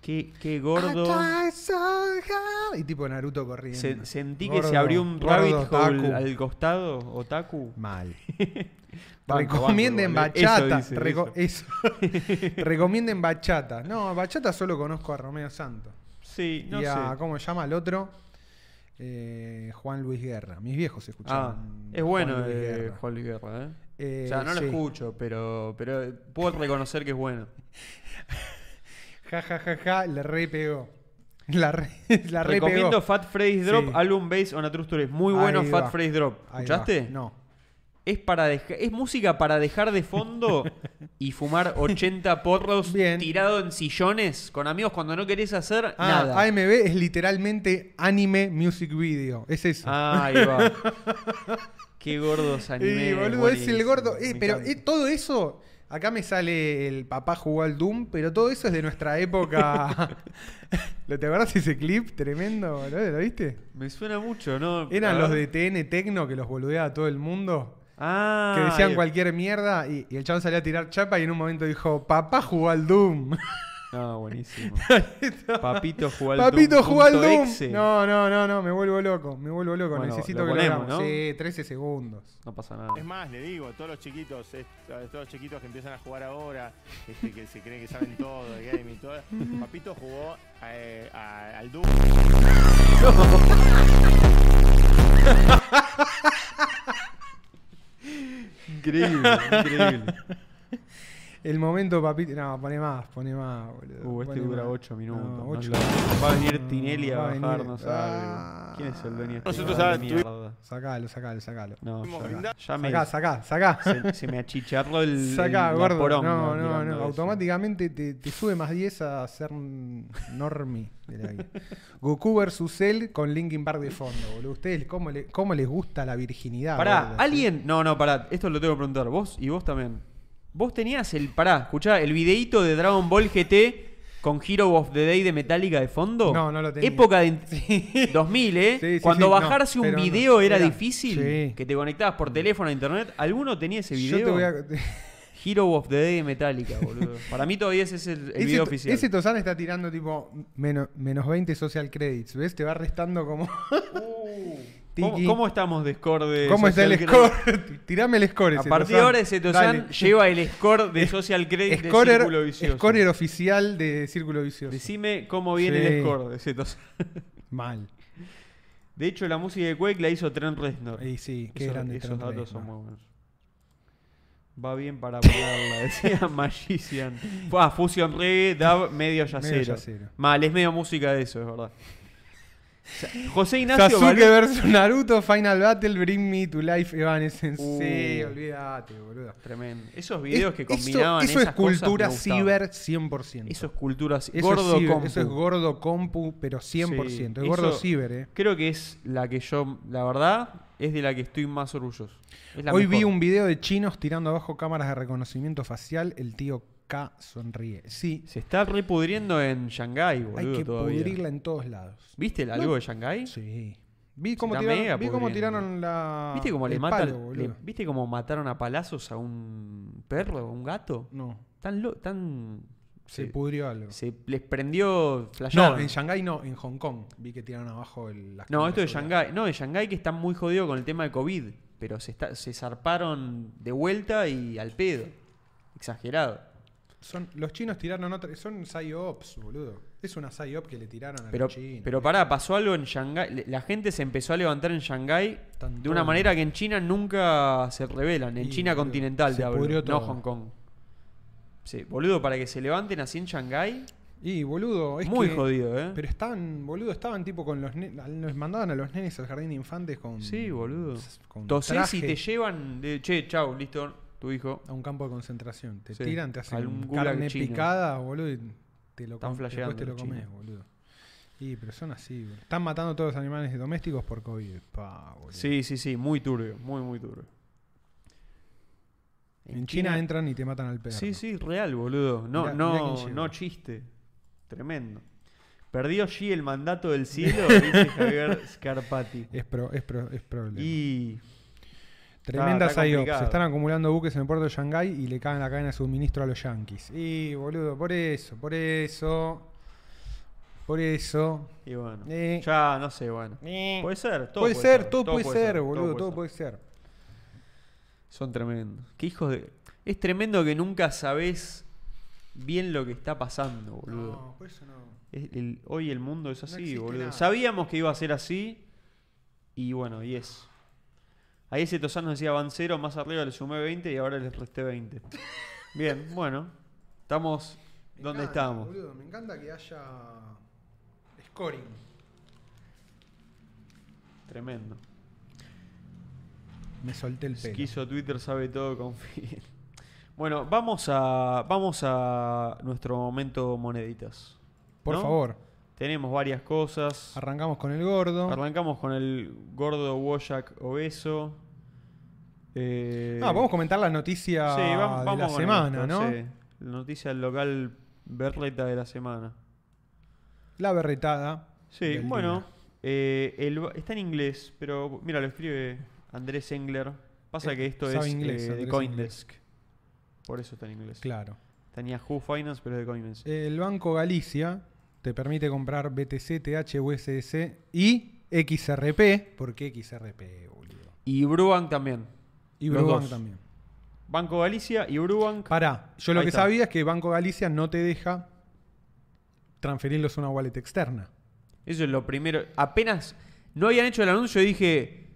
[SPEAKER 2] Qué, qué gordo.
[SPEAKER 1] Y tipo Naruto corriendo.
[SPEAKER 2] Se- sentí que se
[SPEAKER 1] Gordo,
[SPEAKER 2] abrió un
[SPEAKER 1] gordo
[SPEAKER 2] rabbit
[SPEAKER 1] otaku.
[SPEAKER 2] hole al costado, otaku.
[SPEAKER 1] [LAUGHS] Mal.
[SPEAKER 2] Banco,
[SPEAKER 1] Recomienden
[SPEAKER 2] banco, igual,
[SPEAKER 1] bachata.
[SPEAKER 2] eso dice,
[SPEAKER 1] Reco- eso. [LAUGHS] Recomienden bachata. No, bachata solo conozco a Romeo Santos.
[SPEAKER 2] Sí, no
[SPEAKER 1] y a,
[SPEAKER 2] sé.
[SPEAKER 1] ¿cómo se llama el otro? Eh, Juan Luis Guerra. Mis viejos
[SPEAKER 2] Ah,
[SPEAKER 1] escuchaban.
[SPEAKER 2] es bueno
[SPEAKER 1] Juan Luis
[SPEAKER 2] eh,
[SPEAKER 1] Mm, Guerra.
[SPEAKER 2] Juan Luis Guerra, ¿eh?
[SPEAKER 1] Eh,
[SPEAKER 2] o sea, no lo
[SPEAKER 1] sí.
[SPEAKER 2] escucho, pero, pero eh, puedo reconocer que es bueno.
[SPEAKER 1] Ja, ja, ja, ja, le re pegó. [LAUGHS] La re, la re
[SPEAKER 2] Recomiendo
[SPEAKER 1] pegó.
[SPEAKER 2] Fat Freddy's Drop,
[SPEAKER 1] Sí.
[SPEAKER 2] Album Based on a True Story. Es Muy
[SPEAKER 1] Ahí
[SPEAKER 2] bueno
[SPEAKER 1] va.
[SPEAKER 2] Fat Freddy's Drop.
[SPEAKER 1] Ahí va.
[SPEAKER 2] ¿Escuchaste?
[SPEAKER 1] No.
[SPEAKER 2] Es, para deja- es música para dejar
[SPEAKER 1] [LAUGHS]
[SPEAKER 2] de fondo y fumar 80 porros
[SPEAKER 1] Bien.
[SPEAKER 2] tirado en sillones con amigos cuando no querés hacer
[SPEAKER 1] Ah,
[SPEAKER 2] nada.
[SPEAKER 1] AMB es literalmente anime music video. Es eso.
[SPEAKER 2] Ah, ahí va. Qué gordos anime.
[SPEAKER 1] [LAUGHS] Y, boludo, es el gordo. Eh, pero eh, todo eso. Acá me sale el papá jugó al Doom, pero todo eso es de nuestra
[SPEAKER 2] [LAUGHS]
[SPEAKER 1] época. ¿Lo te acordás ese clip tremendo, boludo? ¿Lo viste?
[SPEAKER 2] Me suena mucho, ¿no?
[SPEAKER 1] Eran
[SPEAKER 2] A
[SPEAKER 1] los de
[SPEAKER 2] ver.
[SPEAKER 1] TN Tecno que los boludeaba a todo el mundo.
[SPEAKER 2] Ah.
[SPEAKER 1] Que decían
[SPEAKER 2] ahí-
[SPEAKER 1] cualquier mierda y, y el chabón salía a tirar chapa y en un momento dijo, papá jugó al Doom. [LAUGHS]
[SPEAKER 2] No, buenísimo. Papito jugó al
[SPEAKER 1] Papito
[SPEAKER 2] Doom
[SPEAKER 1] jugó al
[SPEAKER 2] punto
[SPEAKER 1] Doom.
[SPEAKER 2] exe. No.
[SPEAKER 1] No, no, no, no, me vuelvo loco, me vuelvo loco.
[SPEAKER 2] Bueno,
[SPEAKER 1] Necesito
[SPEAKER 2] lo
[SPEAKER 1] que
[SPEAKER 2] ponemos,
[SPEAKER 1] lo hagamos.
[SPEAKER 2] ¿no?
[SPEAKER 1] Sí, 13 segundos.
[SPEAKER 2] pasa nada.
[SPEAKER 5] Es más, le digo, a todos los chiquitos, es- a todos los chiquitos que empiezan a jugar ahora, este, que se creen que saben todo de gaming y todo, Papito jugó eh, a- al Doom.
[SPEAKER 2] Increíble, increíble.
[SPEAKER 1] El momento, papito. No, pone más, pone más, boludo.
[SPEAKER 2] Uh, este
[SPEAKER 1] pone
[SPEAKER 2] dura
[SPEAKER 1] más.
[SPEAKER 2] 8 minutos.
[SPEAKER 1] No,
[SPEAKER 2] no
[SPEAKER 1] ocho
[SPEAKER 2] lo- [LAUGHS] Va a venir
[SPEAKER 1] No,
[SPEAKER 2] Tinelli a
[SPEAKER 1] va a venir-
[SPEAKER 2] bajarnos
[SPEAKER 1] Ah.
[SPEAKER 2] algo. ¿Quién es el dueño? de este
[SPEAKER 5] Nosotros
[SPEAKER 2] lugar de
[SPEAKER 5] ya tuvi-
[SPEAKER 2] mierda?
[SPEAKER 1] Sacalo, sacalo, sacalo.
[SPEAKER 2] No,
[SPEAKER 5] Hemos
[SPEAKER 2] ya,
[SPEAKER 5] brindado-
[SPEAKER 2] ya me.
[SPEAKER 1] Sacá, sacá, sacá.
[SPEAKER 2] Se, se me achicharró el.
[SPEAKER 1] Sacá,
[SPEAKER 2] el- la
[SPEAKER 1] gordo.
[SPEAKER 2] poronga
[SPEAKER 1] no, no,
[SPEAKER 2] mirando
[SPEAKER 1] no.
[SPEAKER 2] eso.
[SPEAKER 1] Automáticamente te, te sube más 10 a ser un normie. de la vida. Goku versus Cell con Linkin Park de fondo, boludo. Ustedes, ¿cómo, le- cómo les gusta la virginidad?
[SPEAKER 2] Pará,
[SPEAKER 1] gordo?
[SPEAKER 2] alguien. No, no, pará. Esto lo tengo que preguntar. Vos y vos también. Vos tenías el. Pará, escuchá, el videíto de Dragon Ball GT con Hero of the Day de Metallica de fondo.
[SPEAKER 1] No, no lo tenía.
[SPEAKER 2] Época de. 2000, ¿eh?
[SPEAKER 1] [LAUGHS] Sí, sí,
[SPEAKER 2] Cuando
[SPEAKER 1] sí, no,
[SPEAKER 2] bajarse un
[SPEAKER 1] pero no,
[SPEAKER 2] video era,
[SPEAKER 1] era-
[SPEAKER 2] difícil.
[SPEAKER 1] sí.
[SPEAKER 2] Que te conectabas por teléfono a internet. ¿Alguno tenía ese video?
[SPEAKER 1] Yo te voy a.
[SPEAKER 2] Hero of the Day de Metallica, boludo. Para mí todavía ese es el, el
[SPEAKER 1] [LAUGHS] ese,
[SPEAKER 2] video oficial.
[SPEAKER 1] ese Tozan está tirando tipo menos, menos 20 social credits, ¿ves? Te va restando como.
[SPEAKER 2] ¿Cómo,
[SPEAKER 1] [LAUGHS] Tiki.
[SPEAKER 2] Uh, cómo estamos de score de
[SPEAKER 1] ¿Cómo está el
[SPEAKER 2] Social
[SPEAKER 1] score? [LAUGHS]
[SPEAKER 2] Credit?
[SPEAKER 1] Tirame el score.
[SPEAKER 2] A
[SPEAKER 1] ese
[SPEAKER 2] partir de
[SPEAKER 1] Tozan.
[SPEAKER 2] ahora ese Tozán
[SPEAKER 1] Dale.
[SPEAKER 2] lleva el score de Social Credit de Círculo
[SPEAKER 1] Scorer,
[SPEAKER 2] Vicioso.
[SPEAKER 1] scorer oficial de Círculo Vicioso.
[SPEAKER 2] Decime cómo viene
[SPEAKER 1] Sí.
[SPEAKER 2] el score de ese Tozán.
[SPEAKER 1] Mal.
[SPEAKER 2] De hecho, la música de Quake la hizo Trent Reznor.
[SPEAKER 1] Y sí, qué
[SPEAKER 2] Esos-
[SPEAKER 1] grande
[SPEAKER 2] Esos
[SPEAKER 1] Trent
[SPEAKER 2] datos son muy
[SPEAKER 1] Reznor.
[SPEAKER 2] buenos. Va bien para pararla, [LAUGHS] decía Magician. Ah, Fusion Reggae, Dab, medio yacero.
[SPEAKER 1] yacero.
[SPEAKER 2] Mal, es medio música de eso, es verdad. O sea, José Ignacio
[SPEAKER 1] Sasuke
[SPEAKER 2] Valor-
[SPEAKER 1] vs Naruto, Final Battle, Bring Me to Life, Evanescence.
[SPEAKER 2] Uh.
[SPEAKER 1] Sí, olvídate, boludo.
[SPEAKER 2] Tremendo. Esos videos
[SPEAKER 1] Es-
[SPEAKER 2] que
[SPEAKER 1] eso-
[SPEAKER 2] combinaban
[SPEAKER 1] Eso,
[SPEAKER 2] esas
[SPEAKER 1] es cultura
[SPEAKER 2] cosas me gustaban.
[SPEAKER 1] ciber 100%.
[SPEAKER 2] Eso es cultura ciber.
[SPEAKER 1] Eso es
[SPEAKER 2] Gordo
[SPEAKER 1] ciber,
[SPEAKER 2] compu.
[SPEAKER 1] Eso es gordo compu, pero 100%. es
[SPEAKER 2] Sí,
[SPEAKER 1] gordo
[SPEAKER 2] eso-
[SPEAKER 1] ciber, eh.
[SPEAKER 2] Creo que es la que yo, la verdad, es de la que estoy más orgulloso. Es la
[SPEAKER 1] Hoy vi
[SPEAKER 2] mejor.
[SPEAKER 1] un video de chinos tirando abajo cámaras de reconocimiento facial. El tío K sonríe. Sí,
[SPEAKER 2] Se está repudriendo en Shanghái, boludo,
[SPEAKER 1] hay que
[SPEAKER 2] todavía.
[SPEAKER 1] pudrirla en todos lados.
[SPEAKER 2] ¿Viste el algo de Shanghái?
[SPEAKER 1] Sí. Vi cómo,
[SPEAKER 2] está mega
[SPEAKER 1] tiraron, vi cómo
[SPEAKER 2] pudriendo.
[SPEAKER 1] tiraron la.
[SPEAKER 2] ¿Viste cómo le
[SPEAKER 1] Ah, el
[SPEAKER 2] matan,
[SPEAKER 1] palo,
[SPEAKER 2] le-
[SPEAKER 1] boludo?
[SPEAKER 2] ¿Viste cómo mataron a palazos a un perro, a un gato?
[SPEAKER 1] No,
[SPEAKER 2] Tan lo- tan
[SPEAKER 1] se
[SPEAKER 2] se,
[SPEAKER 1] pudrió algo.
[SPEAKER 2] se les prendió flasharon.
[SPEAKER 1] No, en Shanghái no, en Hong Kong. Vi que tiraron abajo el, las
[SPEAKER 2] No, esto de
[SPEAKER 1] cámaras
[SPEAKER 2] Shanghái. No, de Shanghái que están muy jodidos con el tema de COVID. pero se, está- se zarparon de vuelta y al pedo. Exagerado.
[SPEAKER 1] Son, los chinos tiraron otra. Son PsyOps, boludo. Es una PsyOp que le tiraron a
[SPEAKER 2] Pero,
[SPEAKER 1] los chinos.
[SPEAKER 2] pero pará, pasó algo en Shanghái. Le- La gente se empezó a levantar en Shanghái
[SPEAKER 1] Están
[SPEAKER 2] de una
[SPEAKER 1] todos-
[SPEAKER 2] manera que en China nunca se revelan. En
[SPEAKER 1] Y,
[SPEAKER 2] China
[SPEAKER 1] boludo,
[SPEAKER 2] continental,
[SPEAKER 1] se
[SPEAKER 2] te hablo,
[SPEAKER 1] pudrió
[SPEAKER 2] no
[SPEAKER 1] todo.
[SPEAKER 2] Hong Kong. Sí, boludo, para que se levanten así en Shanghái.
[SPEAKER 1] Y, boludo, es
[SPEAKER 2] muy
[SPEAKER 1] que-
[SPEAKER 2] jodido, ¿eh?
[SPEAKER 1] Pero estaban, boludo, estaban tipo con los nenes. Les mandaban a los nenes al jardín de infantes con.
[SPEAKER 2] sí, boludo.
[SPEAKER 1] con
[SPEAKER 2] Tosés y
[SPEAKER 1] traje
[SPEAKER 2] te llevan de, che, chau, listo, tu hijo.
[SPEAKER 1] A un campo de concentración. Te
[SPEAKER 2] Sí,
[SPEAKER 1] tiran, te
[SPEAKER 2] al
[SPEAKER 1] hacen
[SPEAKER 2] gulag
[SPEAKER 1] carne
[SPEAKER 2] chino.
[SPEAKER 1] picada, boludo, y te lo
[SPEAKER 2] Están
[SPEAKER 1] com-
[SPEAKER 2] flasheando
[SPEAKER 1] después te lo
[SPEAKER 2] los
[SPEAKER 1] comes,
[SPEAKER 2] chinos.
[SPEAKER 1] boludo. Y, pero son así, boludo. Están matando a todos los animales domésticos por COVID. Pa, boludo.
[SPEAKER 2] Sí, sí, sí, muy turbio, muy, muy turbio.
[SPEAKER 1] En, China, entran y te matan al perro.
[SPEAKER 2] Sí, sí, real, boludo. No,
[SPEAKER 1] Mirá- mirá
[SPEAKER 2] no,
[SPEAKER 1] quién llegó.
[SPEAKER 2] no chiste. Tremendo. Perdió G el mandato
[SPEAKER 1] [LAUGHS]
[SPEAKER 2] del cielo, dice Javier Scarpati.
[SPEAKER 1] Es, pro- es, pro- es problema.
[SPEAKER 2] Y
[SPEAKER 1] Tremendas
[SPEAKER 2] está
[SPEAKER 1] IOPS.
[SPEAKER 2] complicado.
[SPEAKER 1] Se están acumulando buques en el puerto de Shanghái y le caen la cadena de suministro a los yanquis. Y, boludo, por eso, por eso. Por eso.
[SPEAKER 2] Y bueno.
[SPEAKER 1] Eh.
[SPEAKER 2] Ya, no sé, bueno. Puede ser, todo
[SPEAKER 1] puede, ser, todo puede ser,
[SPEAKER 2] todo
[SPEAKER 1] boludo, todo puede ser.
[SPEAKER 2] Son tremendos. Qué hijos de. Es tremendo que nunca sabés bien lo que está pasando, boludo.
[SPEAKER 1] por eso no.
[SPEAKER 2] Es el- hoy el mundo es
[SPEAKER 1] No
[SPEAKER 2] así,
[SPEAKER 1] existe
[SPEAKER 2] boludo.
[SPEAKER 1] nada.
[SPEAKER 2] Sabíamos que iba a ser así. Y bueno, y es. Ahí ese Tosán nos decía van cero, más arriba le sumé 20 y ahora les resté 20.
[SPEAKER 1] [LAUGHS]
[SPEAKER 2] Bien, bueno. Estamos
[SPEAKER 1] Me
[SPEAKER 2] donde
[SPEAKER 1] encanta,
[SPEAKER 2] estábamos.
[SPEAKER 1] boludo, me encanta que haya scoring.
[SPEAKER 2] Tremendo.
[SPEAKER 1] Me solté el pelo.
[SPEAKER 2] Quiso Twitter sabe todo, [LAUGHS] confía. Bueno, vamos a vamos a nuestro momento moneditas.
[SPEAKER 1] Por
[SPEAKER 2] ¿no?
[SPEAKER 1] favor,
[SPEAKER 2] Tenemos varias cosas.
[SPEAKER 1] arrancamos con el gordo.
[SPEAKER 2] Arrancamos con el gordo Wojak obeso. Eh,
[SPEAKER 1] ah, podemos comentar la noticia
[SPEAKER 2] sí, vamos- vamos
[SPEAKER 1] de la
[SPEAKER 2] con
[SPEAKER 1] semana,
[SPEAKER 2] esto,
[SPEAKER 1] ¿no?
[SPEAKER 2] sí. La noticia del local Berreta de la semana.
[SPEAKER 1] La berretada.
[SPEAKER 2] Sí,
[SPEAKER 1] del
[SPEAKER 2] bueno.
[SPEAKER 1] día.
[SPEAKER 2] eh, el ba- está en inglés, pero mira, lo escribe Andrés Engler. Pasa
[SPEAKER 1] Eh,
[SPEAKER 2] que esto
[SPEAKER 1] sabe
[SPEAKER 2] es
[SPEAKER 1] inglés,
[SPEAKER 2] eh, de
[SPEAKER 1] Andrés
[SPEAKER 2] Coindesk. Por eso está en inglés.
[SPEAKER 1] Claro.
[SPEAKER 2] Tenía Who Finance, pero es de Coindesk.
[SPEAKER 1] El Banco Galicia te permite comprar BTC, TH, USDC y XRP. ¿Por qué XRP, boludo?
[SPEAKER 2] Y Brubank también.
[SPEAKER 1] Y
[SPEAKER 2] Los
[SPEAKER 1] Brubank
[SPEAKER 2] dos.
[SPEAKER 1] también.
[SPEAKER 2] Banco Galicia y Brubank.
[SPEAKER 1] Pará, yo lo
[SPEAKER 2] Ahí
[SPEAKER 1] que
[SPEAKER 2] está.
[SPEAKER 1] sabía es que Banco Galicia no te deja transferirlos a una wallet externa.
[SPEAKER 2] Eso es lo primero. Apenas no habían hecho el anuncio, dije,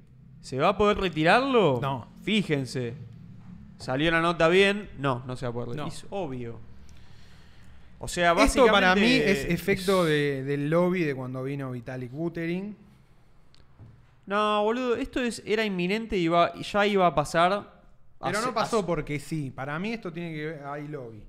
[SPEAKER 2] ¿se va a poder retirarlo?
[SPEAKER 1] No.
[SPEAKER 2] Fíjense. Salió la nota bien. No, no se va a poder retirar.
[SPEAKER 1] No.
[SPEAKER 2] Es obvio. O sea,
[SPEAKER 1] Esto
[SPEAKER 2] básicamente...
[SPEAKER 1] para mí es efecto de- del lobby de cuando vino Vitalik Buterin.
[SPEAKER 2] No, boludo, esto es, era inminente y iba- y ya iba a pasar.
[SPEAKER 1] Pero
[SPEAKER 2] Hace-
[SPEAKER 1] no pasó
[SPEAKER 2] hace-
[SPEAKER 1] porque sí. Para mí esto tiene que ver. Hay lobby.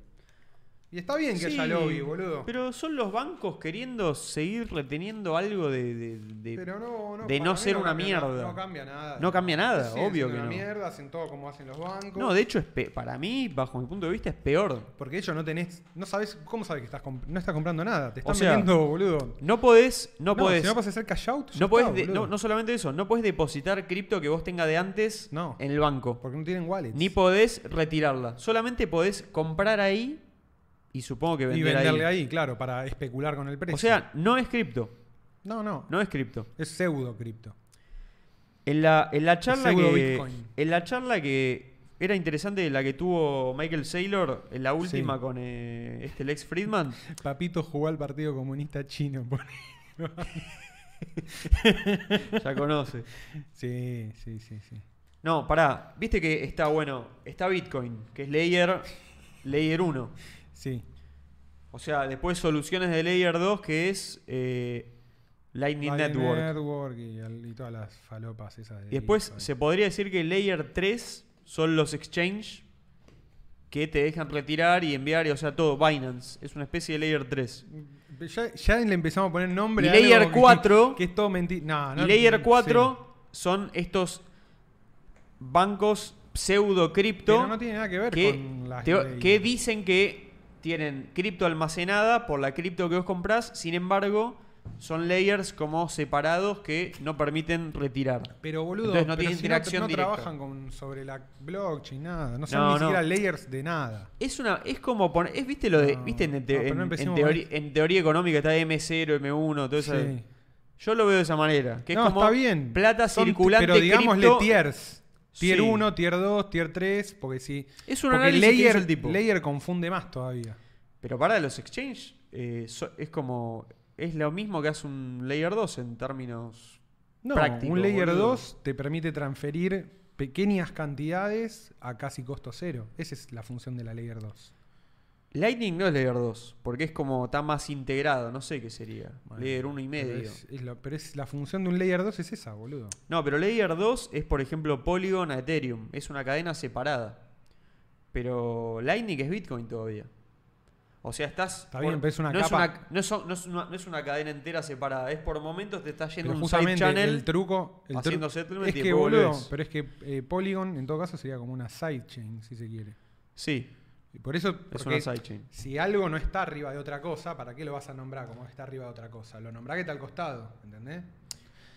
[SPEAKER 1] Y está bien que
[SPEAKER 2] Sí,
[SPEAKER 1] haya lobby, boludo. Pero,
[SPEAKER 2] Pero son los bancos queriendo seguir reteniendo algo de... de- de-
[SPEAKER 1] no, no,
[SPEAKER 2] de
[SPEAKER 1] para
[SPEAKER 2] no
[SPEAKER 1] mí
[SPEAKER 2] ser una
[SPEAKER 1] cambia
[SPEAKER 2] mierda.
[SPEAKER 1] nada, No, cambia nada.
[SPEAKER 2] No cambia nada,
[SPEAKER 1] Siguen
[SPEAKER 2] obvio
[SPEAKER 1] siendo
[SPEAKER 2] que
[SPEAKER 1] una
[SPEAKER 2] no.
[SPEAKER 1] mierda, hacen todo como hacen los bancos.
[SPEAKER 2] No, de hecho, es pe- para mí, bajo mi punto de vista, es peor.
[SPEAKER 1] porque ellos no tenés. No sabes. ¿Cómo sabes que estás comp- no estás comprando nada? Te están
[SPEAKER 2] sea,
[SPEAKER 1] vendiendo, boludo.
[SPEAKER 2] No podés, no, podés...
[SPEAKER 1] Si no vas a hacer cash out, ya
[SPEAKER 2] No, podés
[SPEAKER 1] está,
[SPEAKER 2] de-
[SPEAKER 1] boludo.
[SPEAKER 2] no, no solamente eso, no podés depositar cripto que vos tenga de antes
[SPEAKER 1] No.
[SPEAKER 2] en el banco.
[SPEAKER 1] Porque no tienen wallets.
[SPEAKER 2] Ni podés retirarla. Solamente podés comprar ahí y supongo que
[SPEAKER 1] y
[SPEAKER 2] vender ahí.
[SPEAKER 1] venderle ahí, claro, para especular con el precio.
[SPEAKER 2] O sea, no es cripto.
[SPEAKER 1] no, no.
[SPEAKER 2] No es cripto.
[SPEAKER 1] Es pseudo cripto.
[SPEAKER 2] En la, en la charla
[SPEAKER 1] pseudo
[SPEAKER 2] que.
[SPEAKER 1] Bitcoin.
[SPEAKER 2] En la charla que. Era interesante la que tuvo Michael Saylor, en la última
[SPEAKER 1] Sí.
[SPEAKER 2] con eh, este Lex Friedman.
[SPEAKER 1] Papito jugó al Partido Comunista Chino. [LAUGHS] pone.
[SPEAKER 2] ya conoce.
[SPEAKER 1] sí, sí, sí, sí.
[SPEAKER 2] No, pará. Viste que está bueno. Está Bitcoin, que es layer, layer 1.
[SPEAKER 1] Sí.
[SPEAKER 2] O sea, después soluciones de Layer 2 que es eh, Lightning
[SPEAKER 1] Biden
[SPEAKER 2] Network.
[SPEAKER 1] Network y, al- y todas las falopas esas. de
[SPEAKER 2] Y después
[SPEAKER 1] Bitcoin.
[SPEAKER 2] se podría decir que Layer 3 son los exchange que te dejan retirar y enviar, y, o sea, todo. Binance es una especie de Layer 3.
[SPEAKER 1] Mm, Ya, ya le empezamos a poner nombre.
[SPEAKER 2] Y
[SPEAKER 1] a algo
[SPEAKER 2] Layer
[SPEAKER 1] que-
[SPEAKER 2] 4.
[SPEAKER 1] Que, es todo mentira. No, no,
[SPEAKER 2] y Layer
[SPEAKER 1] sí.
[SPEAKER 2] 4 son estos bancos pseudo cripto
[SPEAKER 1] Pero no tiene nada que ver
[SPEAKER 2] que,
[SPEAKER 1] con las
[SPEAKER 2] teo-
[SPEAKER 1] leyes.
[SPEAKER 2] que dicen que tienen cripto almacenada por la cripto que vos comprás, sin embargo, son layers como separados que no permiten retirar.
[SPEAKER 1] Pero boludo,
[SPEAKER 2] Entonces no
[SPEAKER 1] pero
[SPEAKER 2] tiene
[SPEAKER 1] si
[SPEAKER 2] interacción
[SPEAKER 1] no,
[SPEAKER 2] directa.
[SPEAKER 1] trabajan con, sobre la blockchain, nada. No son
[SPEAKER 2] No,
[SPEAKER 1] ni
[SPEAKER 2] no.
[SPEAKER 1] siquiera layers de nada.
[SPEAKER 2] Es una es como poner, es viste lo de,
[SPEAKER 1] No,
[SPEAKER 2] viste en,
[SPEAKER 1] no,
[SPEAKER 2] te-
[SPEAKER 1] pero no
[SPEAKER 2] en- en
[SPEAKER 1] empecemos
[SPEAKER 2] teoría,
[SPEAKER 1] con
[SPEAKER 2] en teoría económica está M0, M1, todo eso.
[SPEAKER 1] Sí.
[SPEAKER 2] Yo lo veo de esa manera, que
[SPEAKER 1] no,
[SPEAKER 2] es como
[SPEAKER 1] está bien.
[SPEAKER 2] plata
[SPEAKER 1] Son-
[SPEAKER 2] circulante
[SPEAKER 1] Pero digámosle
[SPEAKER 2] cripto-
[SPEAKER 1] tiers. Tier
[SPEAKER 2] Sí.
[SPEAKER 1] 1, tier 2, tier 3, porque sí.
[SPEAKER 2] Es un
[SPEAKER 1] porque
[SPEAKER 2] análisis que
[SPEAKER 1] layer,
[SPEAKER 2] hizo el tipo.
[SPEAKER 1] layer confunde más todavía.
[SPEAKER 2] Pero para los exchange eh, so- es como. Es lo mismo que hace un Layer 2 en términos.
[SPEAKER 1] No,
[SPEAKER 2] prácticos,
[SPEAKER 1] un layer
[SPEAKER 2] boludo.
[SPEAKER 1] 2 te permite transferir pequeñas cantidades a casi costo cero. Esa es la función de la layer 2.
[SPEAKER 2] Lightning no es Layer 2, porque es como está más integrado, no sé qué sería.
[SPEAKER 1] Bueno,
[SPEAKER 2] layer 1 y medio.
[SPEAKER 1] Pero, es, es lo- pero es la función de un layer 2 es esa, boludo.
[SPEAKER 2] No, pero Layer 2 es, por ejemplo, Polygon a Ethereum. Es una cadena separada. Pero Lightning es Bitcoin todavía. O sea, estás.
[SPEAKER 1] Está
[SPEAKER 2] por-
[SPEAKER 1] bien, pero es una
[SPEAKER 2] no
[SPEAKER 1] capa.
[SPEAKER 2] Es una, no, es, no es una, no es una cadena entera separada. Es por momentos te está yendo
[SPEAKER 1] Pero
[SPEAKER 2] un side
[SPEAKER 1] justamente
[SPEAKER 2] channel.
[SPEAKER 1] el truco, el
[SPEAKER 2] haciendo
[SPEAKER 1] truco-
[SPEAKER 2] settlement
[SPEAKER 1] es
[SPEAKER 2] y
[SPEAKER 1] que
[SPEAKER 2] después
[SPEAKER 1] boludo,
[SPEAKER 2] volvés.
[SPEAKER 1] pero es que eh, Polygon en todo caso sería como una sidechain si se quiere.
[SPEAKER 2] Sí,
[SPEAKER 1] Y por eso
[SPEAKER 2] es
[SPEAKER 1] porque
[SPEAKER 2] una sidechain.
[SPEAKER 1] si algo no está arriba de otra cosa, ¿para qué lo vas a nombrar como que está arriba de otra cosa? Lo nombrás que está al costado, ¿entendés?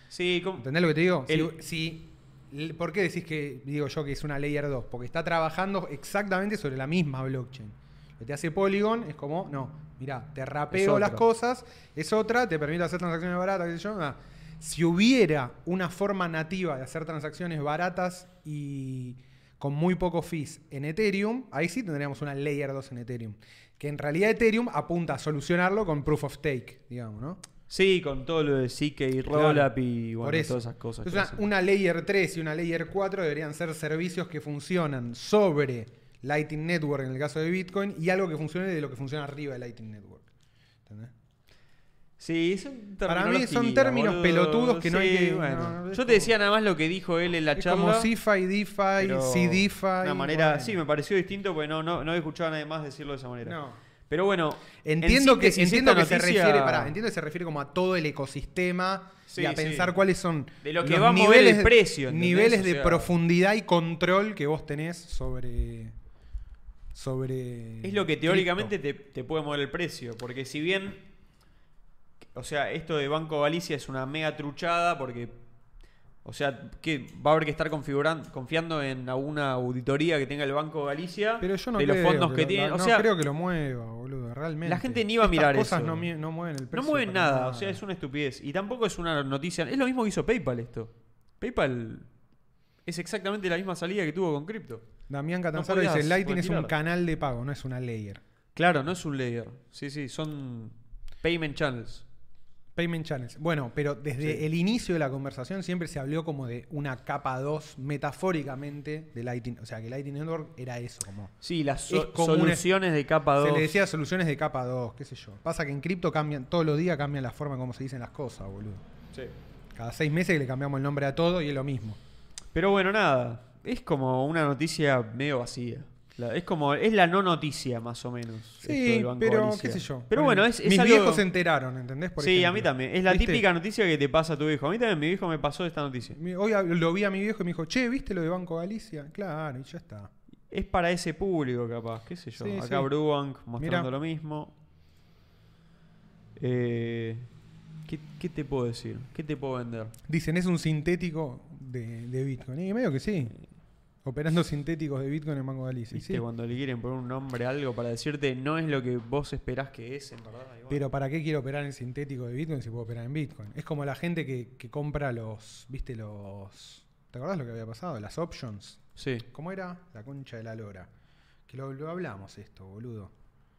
[SPEAKER 2] Sí, com-
[SPEAKER 1] ¿Entendés lo que te digo? Si-
[SPEAKER 2] El-
[SPEAKER 1] si, l- ¿Por qué decís que, digo yo, que es una Layer 2? Porque está trabajando exactamente sobre la misma blockchain. Lo que hace Polygon es como, no, mirá, te rapeo
[SPEAKER 2] otra.
[SPEAKER 1] las cosas, es otra, te permite hacer transacciones baratas, qué sé yo. nada. Si hubiera una forma nativa de hacer transacciones baratas y con muy poco fees en Ethereum, ahí sí tendríamos una Layer 2 en Ethereum. Que en realidad Ethereum apunta a solucionarlo con Proof of Stake, digamos, ¿no?
[SPEAKER 2] sí, con todo lo de Zk y
[SPEAKER 1] Claro.
[SPEAKER 2] Rollup y bueno,
[SPEAKER 1] Por eso.
[SPEAKER 2] todas esas cosas. que
[SPEAKER 1] Entonces,
[SPEAKER 2] hacen.
[SPEAKER 1] una, una Layer 3 y una Layer 4 deberían ser servicios que funcionan sobre Lightning Network en el caso de Bitcoin y algo que funcione de lo que funciona arriba de Lightning Network. ¿Entendés?
[SPEAKER 2] Sí, son
[SPEAKER 1] Para mí son
[SPEAKER 2] terminologías,
[SPEAKER 1] términos
[SPEAKER 2] boludo.
[SPEAKER 1] pelotudos que no hay que-
[SPEAKER 2] bueno.
[SPEAKER 1] no, es
[SPEAKER 2] Yo
[SPEAKER 1] como-
[SPEAKER 2] te decía nada más lo que dijo él en la
[SPEAKER 1] Es
[SPEAKER 2] charla.
[SPEAKER 1] como CIFI, DeFi,
[SPEAKER 2] pero
[SPEAKER 1] CDFI.
[SPEAKER 2] De una manera,
[SPEAKER 1] bueno.
[SPEAKER 2] sí, me pareció distinto porque no, no, no había escuchado a nadie más decirlo de esa manera.
[SPEAKER 1] No.
[SPEAKER 2] Pero bueno,
[SPEAKER 1] Entiendo,
[SPEAKER 2] en
[SPEAKER 1] que,
[SPEAKER 2] síntesis,
[SPEAKER 1] entiendo
[SPEAKER 2] esta
[SPEAKER 1] que se
[SPEAKER 2] noticia-
[SPEAKER 1] refiere, pará, entiendo que se refiere como a todo el ecosistema
[SPEAKER 2] Sí,
[SPEAKER 1] y a
[SPEAKER 2] sí.
[SPEAKER 1] pensar cuáles son
[SPEAKER 2] De lo que va a mover el precio, ¿entendés?
[SPEAKER 1] niveles
[SPEAKER 2] O
[SPEAKER 1] de
[SPEAKER 2] sea-
[SPEAKER 1] profundidad y control que vos tenés sobre sobre
[SPEAKER 2] Es lo que
[SPEAKER 1] cripto.
[SPEAKER 2] teóricamente te, te puede mover el precio. Porque si bien. O sea, esto de Banco Galicia es una mega truchada porque. O sea, que va a haber que estar configuran- confiando en alguna auditoría que tenga el Banco Galicia
[SPEAKER 1] Pero yo no
[SPEAKER 2] de
[SPEAKER 1] creo
[SPEAKER 2] los fondos que
[SPEAKER 1] lo-
[SPEAKER 2] tienen.
[SPEAKER 1] no
[SPEAKER 2] O sea,
[SPEAKER 1] creo que lo mueva, boludo, realmente.
[SPEAKER 2] la gente ni va a
[SPEAKER 1] Estas
[SPEAKER 2] mirar
[SPEAKER 1] cosas
[SPEAKER 2] eso.
[SPEAKER 1] No, mie- no mueven el
[SPEAKER 2] no
[SPEAKER 1] precio.
[SPEAKER 2] mueven
[SPEAKER 1] para
[SPEAKER 2] nada. O sea, es una estupidez. Y tampoco es una noticia. Es lo mismo que hizo PayPal esto. PayPal es exactamente la misma salida que tuvo con cripto.
[SPEAKER 1] Damián Catanzaro dice,
[SPEAKER 2] podías
[SPEAKER 1] Lightning es un
[SPEAKER 2] retirar.
[SPEAKER 1] canal de pago, no es una layer.
[SPEAKER 2] Claro, no es un layer. Sí, sí, son payment channels.
[SPEAKER 1] Payment channels. Bueno, pero desde
[SPEAKER 2] Sí.
[SPEAKER 1] el inicio de la conversación siempre se habló como de una capa 2 metafóricamente de Lightning. O sea, que Lightning Network era eso, como...
[SPEAKER 2] Sí, las
[SPEAKER 1] Es
[SPEAKER 2] so-
[SPEAKER 1] como una-
[SPEAKER 2] soluciones de capa 2.
[SPEAKER 1] Se le decía soluciones de capa 2, qué sé yo. Pasa que en cripto cambian, todos los días cambian la forma como se dicen las cosas, boludo.
[SPEAKER 2] Sí.
[SPEAKER 1] Cada seis meses le cambiamos el nombre a todo y es lo mismo.
[SPEAKER 2] Pero bueno, nada. Es como una noticia medio vacía. La- es como es la no noticia, más o menos. esto
[SPEAKER 1] Sí,
[SPEAKER 2] del Banco
[SPEAKER 1] pero
[SPEAKER 2] Galicia.
[SPEAKER 1] qué sé yo.
[SPEAKER 2] Pero
[SPEAKER 1] Ponele,
[SPEAKER 2] bueno, es, es
[SPEAKER 1] Mis
[SPEAKER 2] algo-
[SPEAKER 1] viejos se enteraron, ¿entendés? Por
[SPEAKER 2] sí, a
[SPEAKER 1] ejemplo.
[SPEAKER 2] mí también. Es la
[SPEAKER 1] ¿Viste?
[SPEAKER 2] típica noticia que te pasa a tu hijo. A mí también mi hijo me pasó esta noticia.
[SPEAKER 1] Mi- Hoy hab- lo vi a mi viejo y me dijo, che, ¿viste lo de Banco Galicia? Claro, y ya está.
[SPEAKER 2] Es para ese público, capaz. Qué sé yo.
[SPEAKER 1] Sí,
[SPEAKER 2] Acá
[SPEAKER 1] sí.
[SPEAKER 2] Brubank mostrando
[SPEAKER 1] Mirá.
[SPEAKER 2] lo mismo. Eh, ¿qué, ¿Qué te puedo decir? ¿Qué te puedo vender?
[SPEAKER 1] Dicen, es un sintético de, de Bitcoin. Y medio que sí. Operando sintéticos de Bitcoin en Banco Galicia.
[SPEAKER 2] ¿Viste?
[SPEAKER 1] sí.
[SPEAKER 2] Cuando le quieren poner un nombre a algo para decirte no es lo que vos esperás que es, en verdad. y bueno.
[SPEAKER 1] Pero ¿para qué quiero operar en sintético de Bitcoin si puedo operar en Bitcoin? Es como la gente que, que compra los, viste, los... ¿Te acordás lo que había pasado? Las options.
[SPEAKER 2] Sí,
[SPEAKER 1] ¿Cómo era? La concha de la lora. Que lo, lo hablamos esto, boludo.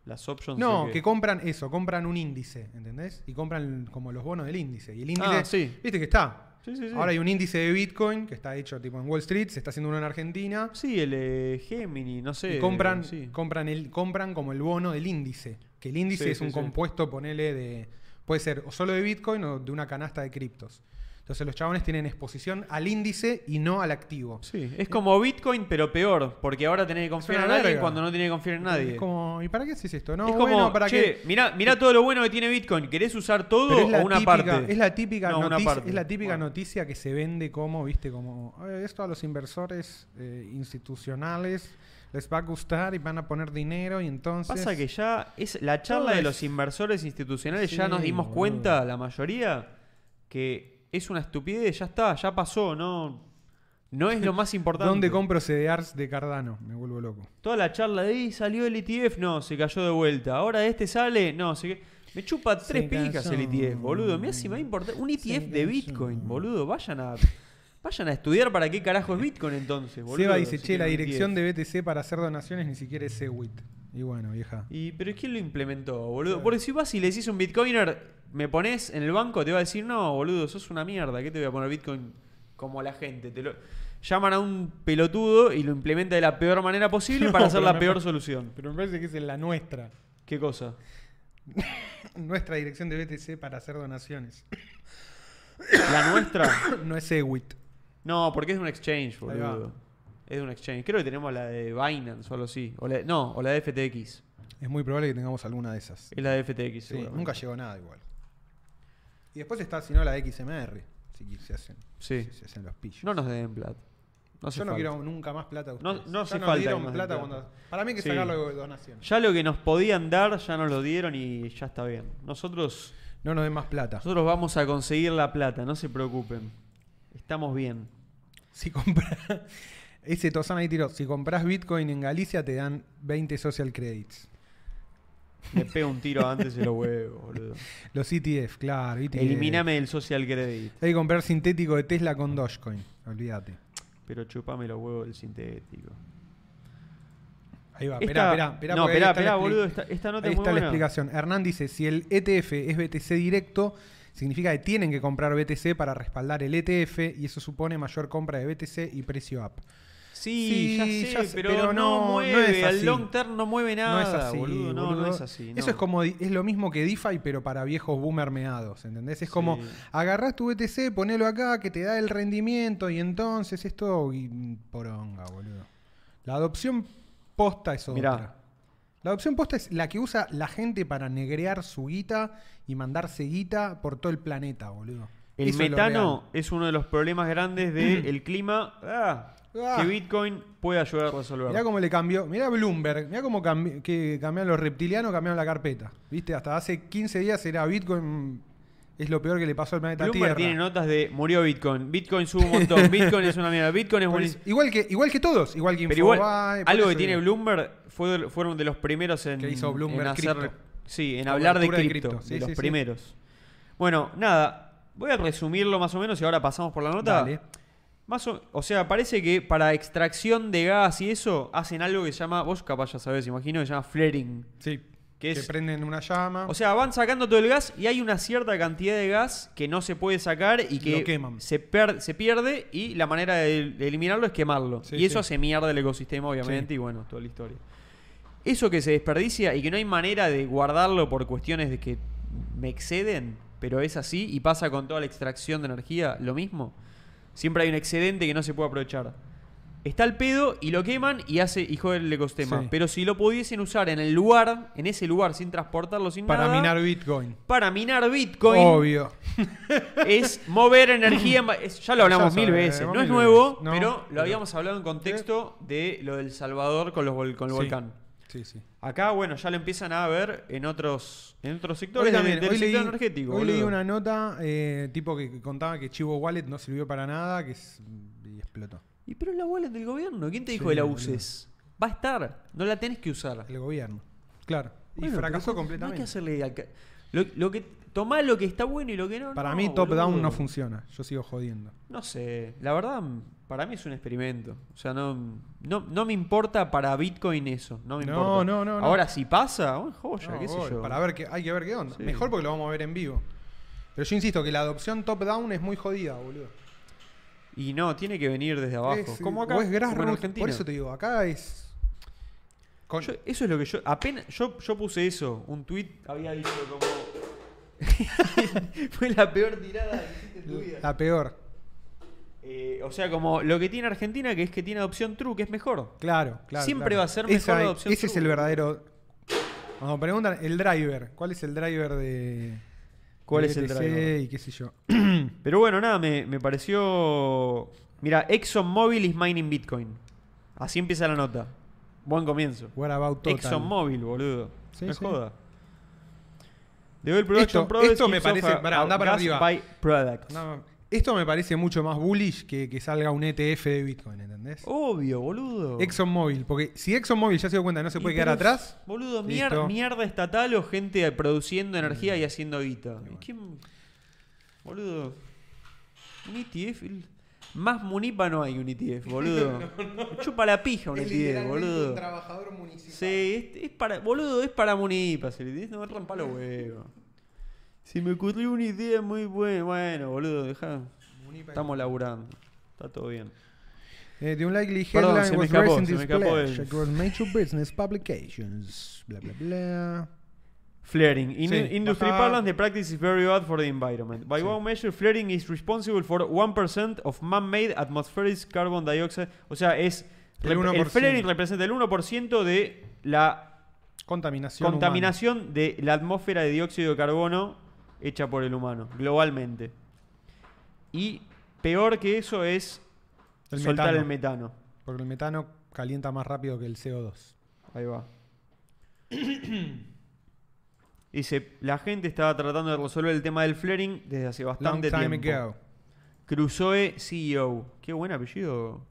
[SPEAKER 2] las options.
[SPEAKER 1] No,
[SPEAKER 2] de
[SPEAKER 1] que compran eso, compran un índice, ¿entendés? Y compran como los bonos del índice. Y el índice,
[SPEAKER 2] Ah, sí.
[SPEAKER 1] viste que está.
[SPEAKER 2] Sí, sí, sí.
[SPEAKER 1] Ahora hay un índice de Bitcoin que está hecho tipo en Wall Street, se está haciendo uno en Argentina.
[SPEAKER 2] Sí, el eh, Gemini, no sé.
[SPEAKER 1] Y compran,
[SPEAKER 2] sí.
[SPEAKER 1] compran, el, compran como el bono del índice. Que el índice
[SPEAKER 2] Sí,
[SPEAKER 1] es
[SPEAKER 2] sí,
[SPEAKER 1] un
[SPEAKER 2] sí.
[SPEAKER 1] compuesto, ponele, de. Puede ser o solo de Bitcoin o de una canasta de criptos. Entonces los chabones tienen exposición al índice y no al activo.
[SPEAKER 2] Sí, es como Bitcoin, pero peor, porque ahora tenés que confiar
[SPEAKER 1] una
[SPEAKER 2] en alguien
[SPEAKER 1] verga.
[SPEAKER 2] cuando no tenés que confiar en nadie.
[SPEAKER 1] Es como, ¿y para qué haces esto? No,
[SPEAKER 2] Es como,
[SPEAKER 1] bueno, para
[SPEAKER 2] che,
[SPEAKER 1] que.
[SPEAKER 2] mirá, mirá todo lo bueno que tiene Bitcoin. ¿Querés usar todo
[SPEAKER 1] Pero es la
[SPEAKER 2] o una
[SPEAKER 1] típica,
[SPEAKER 2] parte?
[SPEAKER 1] Es la típica,
[SPEAKER 2] No, una
[SPEAKER 1] noticia,
[SPEAKER 2] parte.
[SPEAKER 1] Es la típica
[SPEAKER 2] Bueno.
[SPEAKER 1] noticia que se vende como, viste, como "Eh, esto a los inversores eh, institucionales les va a gustar y van a poner dinero y entonces.
[SPEAKER 2] Pasa que ya es la charla
[SPEAKER 1] Todo
[SPEAKER 2] de
[SPEAKER 1] es-
[SPEAKER 2] los inversores institucionales ya
[SPEAKER 1] Sí,
[SPEAKER 2] nos dimos
[SPEAKER 1] boludo.
[SPEAKER 2] cuenta, la mayoría, que es una estupidez, ya está, ya pasó, no, no es lo más importante.
[SPEAKER 1] ¿Dónde compro CDRs de Cardano? Me vuelvo loco.
[SPEAKER 2] Toda la charla de ahí salió el ETF, no, se cayó de vuelta. Ahora este sale, no, se ca- Me chupa
[SPEAKER 1] Se
[SPEAKER 2] tres pijas el E
[SPEAKER 1] cayó.
[SPEAKER 2] ETF, boludo. Mirá si me va a importar. Un ETF E de
[SPEAKER 1] cayó.
[SPEAKER 2] Bitcoin, boludo. Vayan a. Vayan a estudiar para qué carajo es Bitcoin entonces, boludo.
[SPEAKER 1] Seba dice,
[SPEAKER 2] si
[SPEAKER 1] che, la
[SPEAKER 2] quieren un
[SPEAKER 1] dirección
[SPEAKER 2] 10".
[SPEAKER 1] de BTC para hacer donaciones ni siquiera es Segwit. Y bueno, vieja.
[SPEAKER 2] Y, pero ¿quién lo implementó, boludo? Porque si vas y le decís a un bitcoiner, me pones en el banco, te va a decir, no, boludo, sos una mierda, ¿qué te voy a poner bitcoin como la gente? Te lo... Llaman a un pelotudo y lo implementa de la peor manera posible
[SPEAKER 1] No,
[SPEAKER 2] para hacer
[SPEAKER 1] pero
[SPEAKER 2] la
[SPEAKER 1] me
[SPEAKER 2] peor
[SPEAKER 1] pa-
[SPEAKER 2] solución.
[SPEAKER 1] Pero me parece que es en la nuestra. [COUGHS]
[SPEAKER 2] ¿Qué cosa?
[SPEAKER 1] Nuestra dirección de BTC para hacer donaciones. [COUGHS]
[SPEAKER 2] ¿La nuestra?
[SPEAKER 1] No es Segwit.
[SPEAKER 2] No, porque es de un exchange,
[SPEAKER 1] Ahí va.
[SPEAKER 2] boludo. Es de un exchange. Creo que tenemos la de Binance o algo así. O la- no, o la de FTX.
[SPEAKER 1] Es muy probable que tengamos alguna de esas.
[SPEAKER 2] Es la de FTX,
[SPEAKER 1] Sí,
[SPEAKER 2] seguramente.
[SPEAKER 1] nunca llegó nada igual. Y después está, si no, la XMR. Si qui- se hacen,
[SPEAKER 2] Sí.
[SPEAKER 1] si se hacen los pillos.
[SPEAKER 2] No nos den plata. No hace
[SPEAKER 1] Yo no
[SPEAKER 2] falta.
[SPEAKER 1] quiero nunca más plata. de
[SPEAKER 2] No-
[SPEAKER 1] ustedes.
[SPEAKER 2] no
[SPEAKER 1] Ya
[SPEAKER 2] hace
[SPEAKER 1] nos
[SPEAKER 2] falta
[SPEAKER 1] dieron
[SPEAKER 2] que nos den
[SPEAKER 1] plata
[SPEAKER 2] plata.
[SPEAKER 1] cuando- Para mí hay que
[SPEAKER 2] Sí.
[SPEAKER 1] sacarlo de donación.
[SPEAKER 2] Ya lo que nos podían dar, ya nos lo dieron y ya está bien. Nosotros,
[SPEAKER 1] No nos den más plata.
[SPEAKER 2] nosotros vamos a conseguir la plata, no se preocupen. Estamos bien.
[SPEAKER 1] Si compras. [LAUGHS] Ese Tosana ahí tiró. Si compras Bitcoin en Galicia, te dan 20 social credits.
[SPEAKER 2] Le pego un tiro antes de los huevos,
[SPEAKER 1] Eh.
[SPEAKER 2] boludo.
[SPEAKER 1] Los ETF, claro. ETF.
[SPEAKER 2] Elimíname el social credit.
[SPEAKER 1] Hay que comprar sintético de Tesla con Dogecoin. Olvídate.
[SPEAKER 2] Pero chupame los huevos del sintético.
[SPEAKER 1] Ahí va. Ah,
[SPEAKER 2] Esta-
[SPEAKER 1] Esperá, esperá, esperá.
[SPEAKER 2] no,
[SPEAKER 1] porque ahí está
[SPEAKER 2] esperá,
[SPEAKER 1] la
[SPEAKER 2] esperá,
[SPEAKER 1] expli-
[SPEAKER 2] boludo. Esta, esta nota
[SPEAKER 1] Ahí
[SPEAKER 2] es muy
[SPEAKER 1] está la
[SPEAKER 2] buena.
[SPEAKER 1] explicación. Hernán dice, si el ETF es BTC directo, significa que tienen que comprar BTC para respaldar el ETF y eso supone mayor compra de BTC y precio up.
[SPEAKER 2] Sí,
[SPEAKER 1] Sí,
[SPEAKER 2] ya sé, pero, no,
[SPEAKER 1] no
[SPEAKER 2] mueve.
[SPEAKER 1] es
[SPEAKER 2] Al
[SPEAKER 1] así.
[SPEAKER 2] long term no mueve nada,
[SPEAKER 1] no es así,
[SPEAKER 2] boludo. No, no
[SPEAKER 1] boludo.
[SPEAKER 2] es así.
[SPEAKER 1] Eso
[SPEAKER 2] no.
[SPEAKER 1] es como di- es lo mismo que DeFi pero para viejos boomer meados, ¿entendés? Es como
[SPEAKER 2] Sí.
[SPEAKER 1] agarrás tu BTC, ponelo acá que te da el rendimiento y entonces esto y mm, poronga, boludo. La adopción posta es otra.
[SPEAKER 2] Mirá.
[SPEAKER 1] La adopción posta es la que usa la gente para negrear su guita y mandarse guita por todo el planeta, boludo.
[SPEAKER 2] El
[SPEAKER 1] Eso es lo
[SPEAKER 2] metano es, uno de los problemas
[SPEAKER 1] [CLEARS THROAT]
[SPEAKER 2] grandes del clima ah,
[SPEAKER 1] Ah.
[SPEAKER 2] que Bitcoin puede ayudar a
[SPEAKER 1] real.
[SPEAKER 2] resolver.
[SPEAKER 1] Mirá cómo le cambió, mirá Bloomberg, mirá cómo cambi- que cambiaron los reptilianos, cambiaron la carpeta. ¿Viste? Hasta hace 15 días era Bitcoin, mm, es lo peor que le pasó al planeta Tierra.
[SPEAKER 2] Bloomberg tiene notas de murió Bitcoin, Bitcoin sube un montón,
[SPEAKER 1] [LAUGHS]
[SPEAKER 2] Bitcoin es una mierda, Bitcoin es
[SPEAKER 1] Por
[SPEAKER 2] buenísimo.
[SPEAKER 1] eso- igual, que, igual que todos, igual que
[SPEAKER 2] Pero igual,
[SPEAKER 1] Infobae, por
[SPEAKER 2] algo que
[SPEAKER 1] eso
[SPEAKER 2] tiene
[SPEAKER 1] digo.
[SPEAKER 2] Bloomberg fue, fueron de los primeros en,
[SPEAKER 1] Que hizo Bloomberg
[SPEAKER 2] en hacer.
[SPEAKER 1] cripto.
[SPEAKER 2] Sí, en
[SPEAKER 1] Cobertura
[SPEAKER 2] hablar de
[SPEAKER 1] de
[SPEAKER 2] cripto, de,
[SPEAKER 1] cripto, sí,
[SPEAKER 2] los
[SPEAKER 1] sí, sí.
[SPEAKER 2] primeros. Bueno, nada, voy a resumirlo más o menos y ahora pasamos por la nota.
[SPEAKER 1] Dale.
[SPEAKER 2] Más o, o sea, parece que para extracción de gas y eso hacen algo que se llama, vos capaz ya sabés, imagino, que se llama flaring.
[SPEAKER 1] Sí.
[SPEAKER 2] que
[SPEAKER 1] Que
[SPEAKER 2] es-
[SPEAKER 1] prenden una llama.
[SPEAKER 2] O sea, van sacando todo el gas y hay una cierta cantidad de gas que no se puede sacar y
[SPEAKER 1] Lo
[SPEAKER 2] que
[SPEAKER 1] queman.
[SPEAKER 2] se, per- se pierde y la manera de, de eliminarlo es quemarlo.
[SPEAKER 1] Sí,
[SPEAKER 2] y eso
[SPEAKER 1] sí.
[SPEAKER 2] hace mierda el ecosistema, obviamente,
[SPEAKER 1] Sí.
[SPEAKER 2] y bueno, toda la historia. Eso que se desperdicia y que no hay manera de guardarlo por cuestiones de que me exceden, pero es así y pasa con toda la extracción de energía, lo mismo. Siempre hay un excedente que no se puede aprovechar. Está el pedo y lo queman y hace hijo del ecosistema.
[SPEAKER 1] Sí.
[SPEAKER 2] Pero si lo pudiesen usar en el lugar, en ese lugar, sin transportarlo, sin
[SPEAKER 1] para
[SPEAKER 2] nada,
[SPEAKER 1] minar Bitcoin.
[SPEAKER 2] para minar Bitcoin
[SPEAKER 1] Obvio.
[SPEAKER 2] es mover
[SPEAKER 1] [LAUGHS]
[SPEAKER 2] energía. en ba- es- ya lo hablamos
[SPEAKER 1] Ya
[SPEAKER 2] mil
[SPEAKER 1] sabemos,
[SPEAKER 2] veces. No
[SPEAKER 1] mil
[SPEAKER 2] es nuevo,
[SPEAKER 1] veces. No,
[SPEAKER 2] pero lo
[SPEAKER 1] pero-
[SPEAKER 2] habíamos hablado en contexto de lo del Salvador con, los vol- con el
[SPEAKER 1] Sí.
[SPEAKER 2] volcán.
[SPEAKER 1] Sí, sí.
[SPEAKER 2] Acá, bueno, ya lo empiezan a ver en otros, en otros
[SPEAKER 1] Hoy
[SPEAKER 2] sectores
[SPEAKER 1] también,
[SPEAKER 2] del, del
[SPEAKER 1] hoy leí,
[SPEAKER 2] sector energético.
[SPEAKER 1] hoy leí
[SPEAKER 2] boludo.
[SPEAKER 1] una nota eh, tipo que que contaba que Chivo Wallet no sirvió para nada, que es- y explotó.
[SPEAKER 2] Y pero es la wallet del gobierno. ¿Quién te dijo
[SPEAKER 1] Sí,
[SPEAKER 2] que la
[SPEAKER 1] boludo.
[SPEAKER 2] uses? Va a estar. No la tenés que usar.
[SPEAKER 1] El gobierno. Claro.
[SPEAKER 2] Bueno,
[SPEAKER 1] y fracasó
[SPEAKER 2] pero No hay que
[SPEAKER 1] completamente.
[SPEAKER 2] hacerle al ca- lo, lo que tomá lo que está bueno y lo que no.
[SPEAKER 1] para
[SPEAKER 2] no,
[SPEAKER 1] mí, top down
[SPEAKER 2] boludo.
[SPEAKER 1] no funciona. Yo sigo jodiendo.
[SPEAKER 2] No sé, la verdad mm, para mí es un experimento. O sea, no, no, no me importa para Bitcoin eso. No, me
[SPEAKER 1] No,
[SPEAKER 2] importa.
[SPEAKER 1] no, no, no.
[SPEAKER 2] Ahora si pasa, bueno, joya,
[SPEAKER 1] No,
[SPEAKER 2] qué sé
[SPEAKER 1] gol,
[SPEAKER 2] yo.
[SPEAKER 1] Para ver qué, hay que ver qué onda.
[SPEAKER 2] Sí.
[SPEAKER 1] Mejor porque lo vamos a ver en vivo. Pero yo insisto que la adopción top down es muy jodida, boludo.
[SPEAKER 2] Y no, tiene que venir desde abajo.
[SPEAKER 1] Es, eh,
[SPEAKER 2] como acá,
[SPEAKER 1] o es grassroots,
[SPEAKER 2] como en Argentina.
[SPEAKER 1] Por eso te digo, acá es. con-
[SPEAKER 2] Yo- eso es lo que yo. Apenas. Yo, yo puse eso. Un tweet había dicho como. [LAUGHS] Fue la peor tirada que hiciste en tu vida.
[SPEAKER 1] la peor.
[SPEAKER 2] Eh, o sea, como lo que tiene Argentina, que es que tiene adopción true, que es mejor.
[SPEAKER 1] Claro, claro.
[SPEAKER 2] Siempre
[SPEAKER 1] claro.
[SPEAKER 2] va a ser mejor
[SPEAKER 1] Esa-
[SPEAKER 2] la adopción
[SPEAKER 1] Ese es
[SPEAKER 2] sur.
[SPEAKER 1] el verdadero. Cuando preguntan el driver, ¿cuál es el driver de.
[SPEAKER 2] ¿Cuál
[SPEAKER 1] de
[SPEAKER 2] es el
[SPEAKER 1] BTC
[SPEAKER 2] driver?
[SPEAKER 1] Y qué sé yo.
[SPEAKER 2] Pero bueno, nada, me, me pareció. Mira, ExxonMobil is mining Bitcoin. Así empieza la nota. Buen comienzo.
[SPEAKER 1] What about total?
[SPEAKER 2] ExxonMobil, boludo.
[SPEAKER 1] Sí,
[SPEAKER 2] me
[SPEAKER 1] sí.
[SPEAKER 2] joda. The oil production
[SPEAKER 1] Esto-
[SPEAKER 2] progress
[SPEAKER 1] esto me
[SPEAKER 2] keeps off
[SPEAKER 1] parece-
[SPEAKER 2] a-
[SPEAKER 1] pará, andá
[SPEAKER 2] a
[SPEAKER 1] para
[SPEAKER 2] gas
[SPEAKER 1] arriba.
[SPEAKER 2] by products.
[SPEAKER 1] No, esto me parece mucho más bullish que que salga un ETF de Bitcoin, ¿entendés?
[SPEAKER 2] Obvio, boludo.
[SPEAKER 1] ExxonMobil, porque si ExxonMobil ya se dio cuenta que no se
[SPEAKER 2] Oh. Y
[SPEAKER 1] puede quedar
[SPEAKER 2] pero es-
[SPEAKER 1] atrás,
[SPEAKER 2] Boludo, mier-
[SPEAKER 1] Listo. Mm.
[SPEAKER 2] mierda estatal o gente produciendo energía y haciendo guita. ¿Quién- Boludo. Un ETF. E el- Más munipa no hay un
[SPEAKER 1] [LAUGHS]
[SPEAKER 2] ITF, boludo. Chupa la pija un
[SPEAKER 1] Es
[SPEAKER 2] ITF,
[SPEAKER 1] literalmente
[SPEAKER 2] boludo.
[SPEAKER 1] un trabajador municipal.
[SPEAKER 2] Sí, es, es para, boludo, es para munipas el ITF, no me rompa los huevos. Se me ocurrió una idea muy buena. Bueno, boludo, dejá.
[SPEAKER 1] Munipa-
[SPEAKER 2] Estamos laburando. Está todo bien.
[SPEAKER 1] Eh, the unlikely
[SPEAKER 2] Perdón,
[SPEAKER 1] headline
[SPEAKER 2] se me
[SPEAKER 1] was
[SPEAKER 2] escapó,
[SPEAKER 1] raised in
[SPEAKER 2] se me escapó
[SPEAKER 1] displeasure
[SPEAKER 2] el-
[SPEAKER 1] across major business publications. Bla, bla, bla.
[SPEAKER 2] Flaring. In
[SPEAKER 1] Sí,
[SPEAKER 2] industry
[SPEAKER 1] baja-
[SPEAKER 2] parlance, the practice is very bad for the environment. By
[SPEAKER 1] Sí.
[SPEAKER 2] one measure, flaring is responsible for 1% of man-made atmospheric carbon dioxide. O sea, es.
[SPEAKER 1] El
[SPEAKER 2] rep-
[SPEAKER 1] 1%.
[SPEAKER 2] flaring representa el 1% de la
[SPEAKER 1] Contaminación. humana.
[SPEAKER 2] contaminación de la atmósfera de dióxido de carbono hecha por el humano, globalmente. Y peor que eso es
[SPEAKER 1] El
[SPEAKER 2] soltar
[SPEAKER 1] metano.
[SPEAKER 2] el metano.
[SPEAKER 1] Porque el metano calienta más rápido que el CO2.
[SPEAKER 2] Ahí va. [CLEARS THROAT] Dice, la gente estaba tratando de resolver el tema del flaring desde hace
[SPEAKER 1] Long
[SPEAKER 2] bastante
[SPEAKER 1] time
[SPEAKER 2] tiempo.
[SPEAKER 1] ago.
[SPEAKER 2] Crusoe CEO. Qué buen apellido.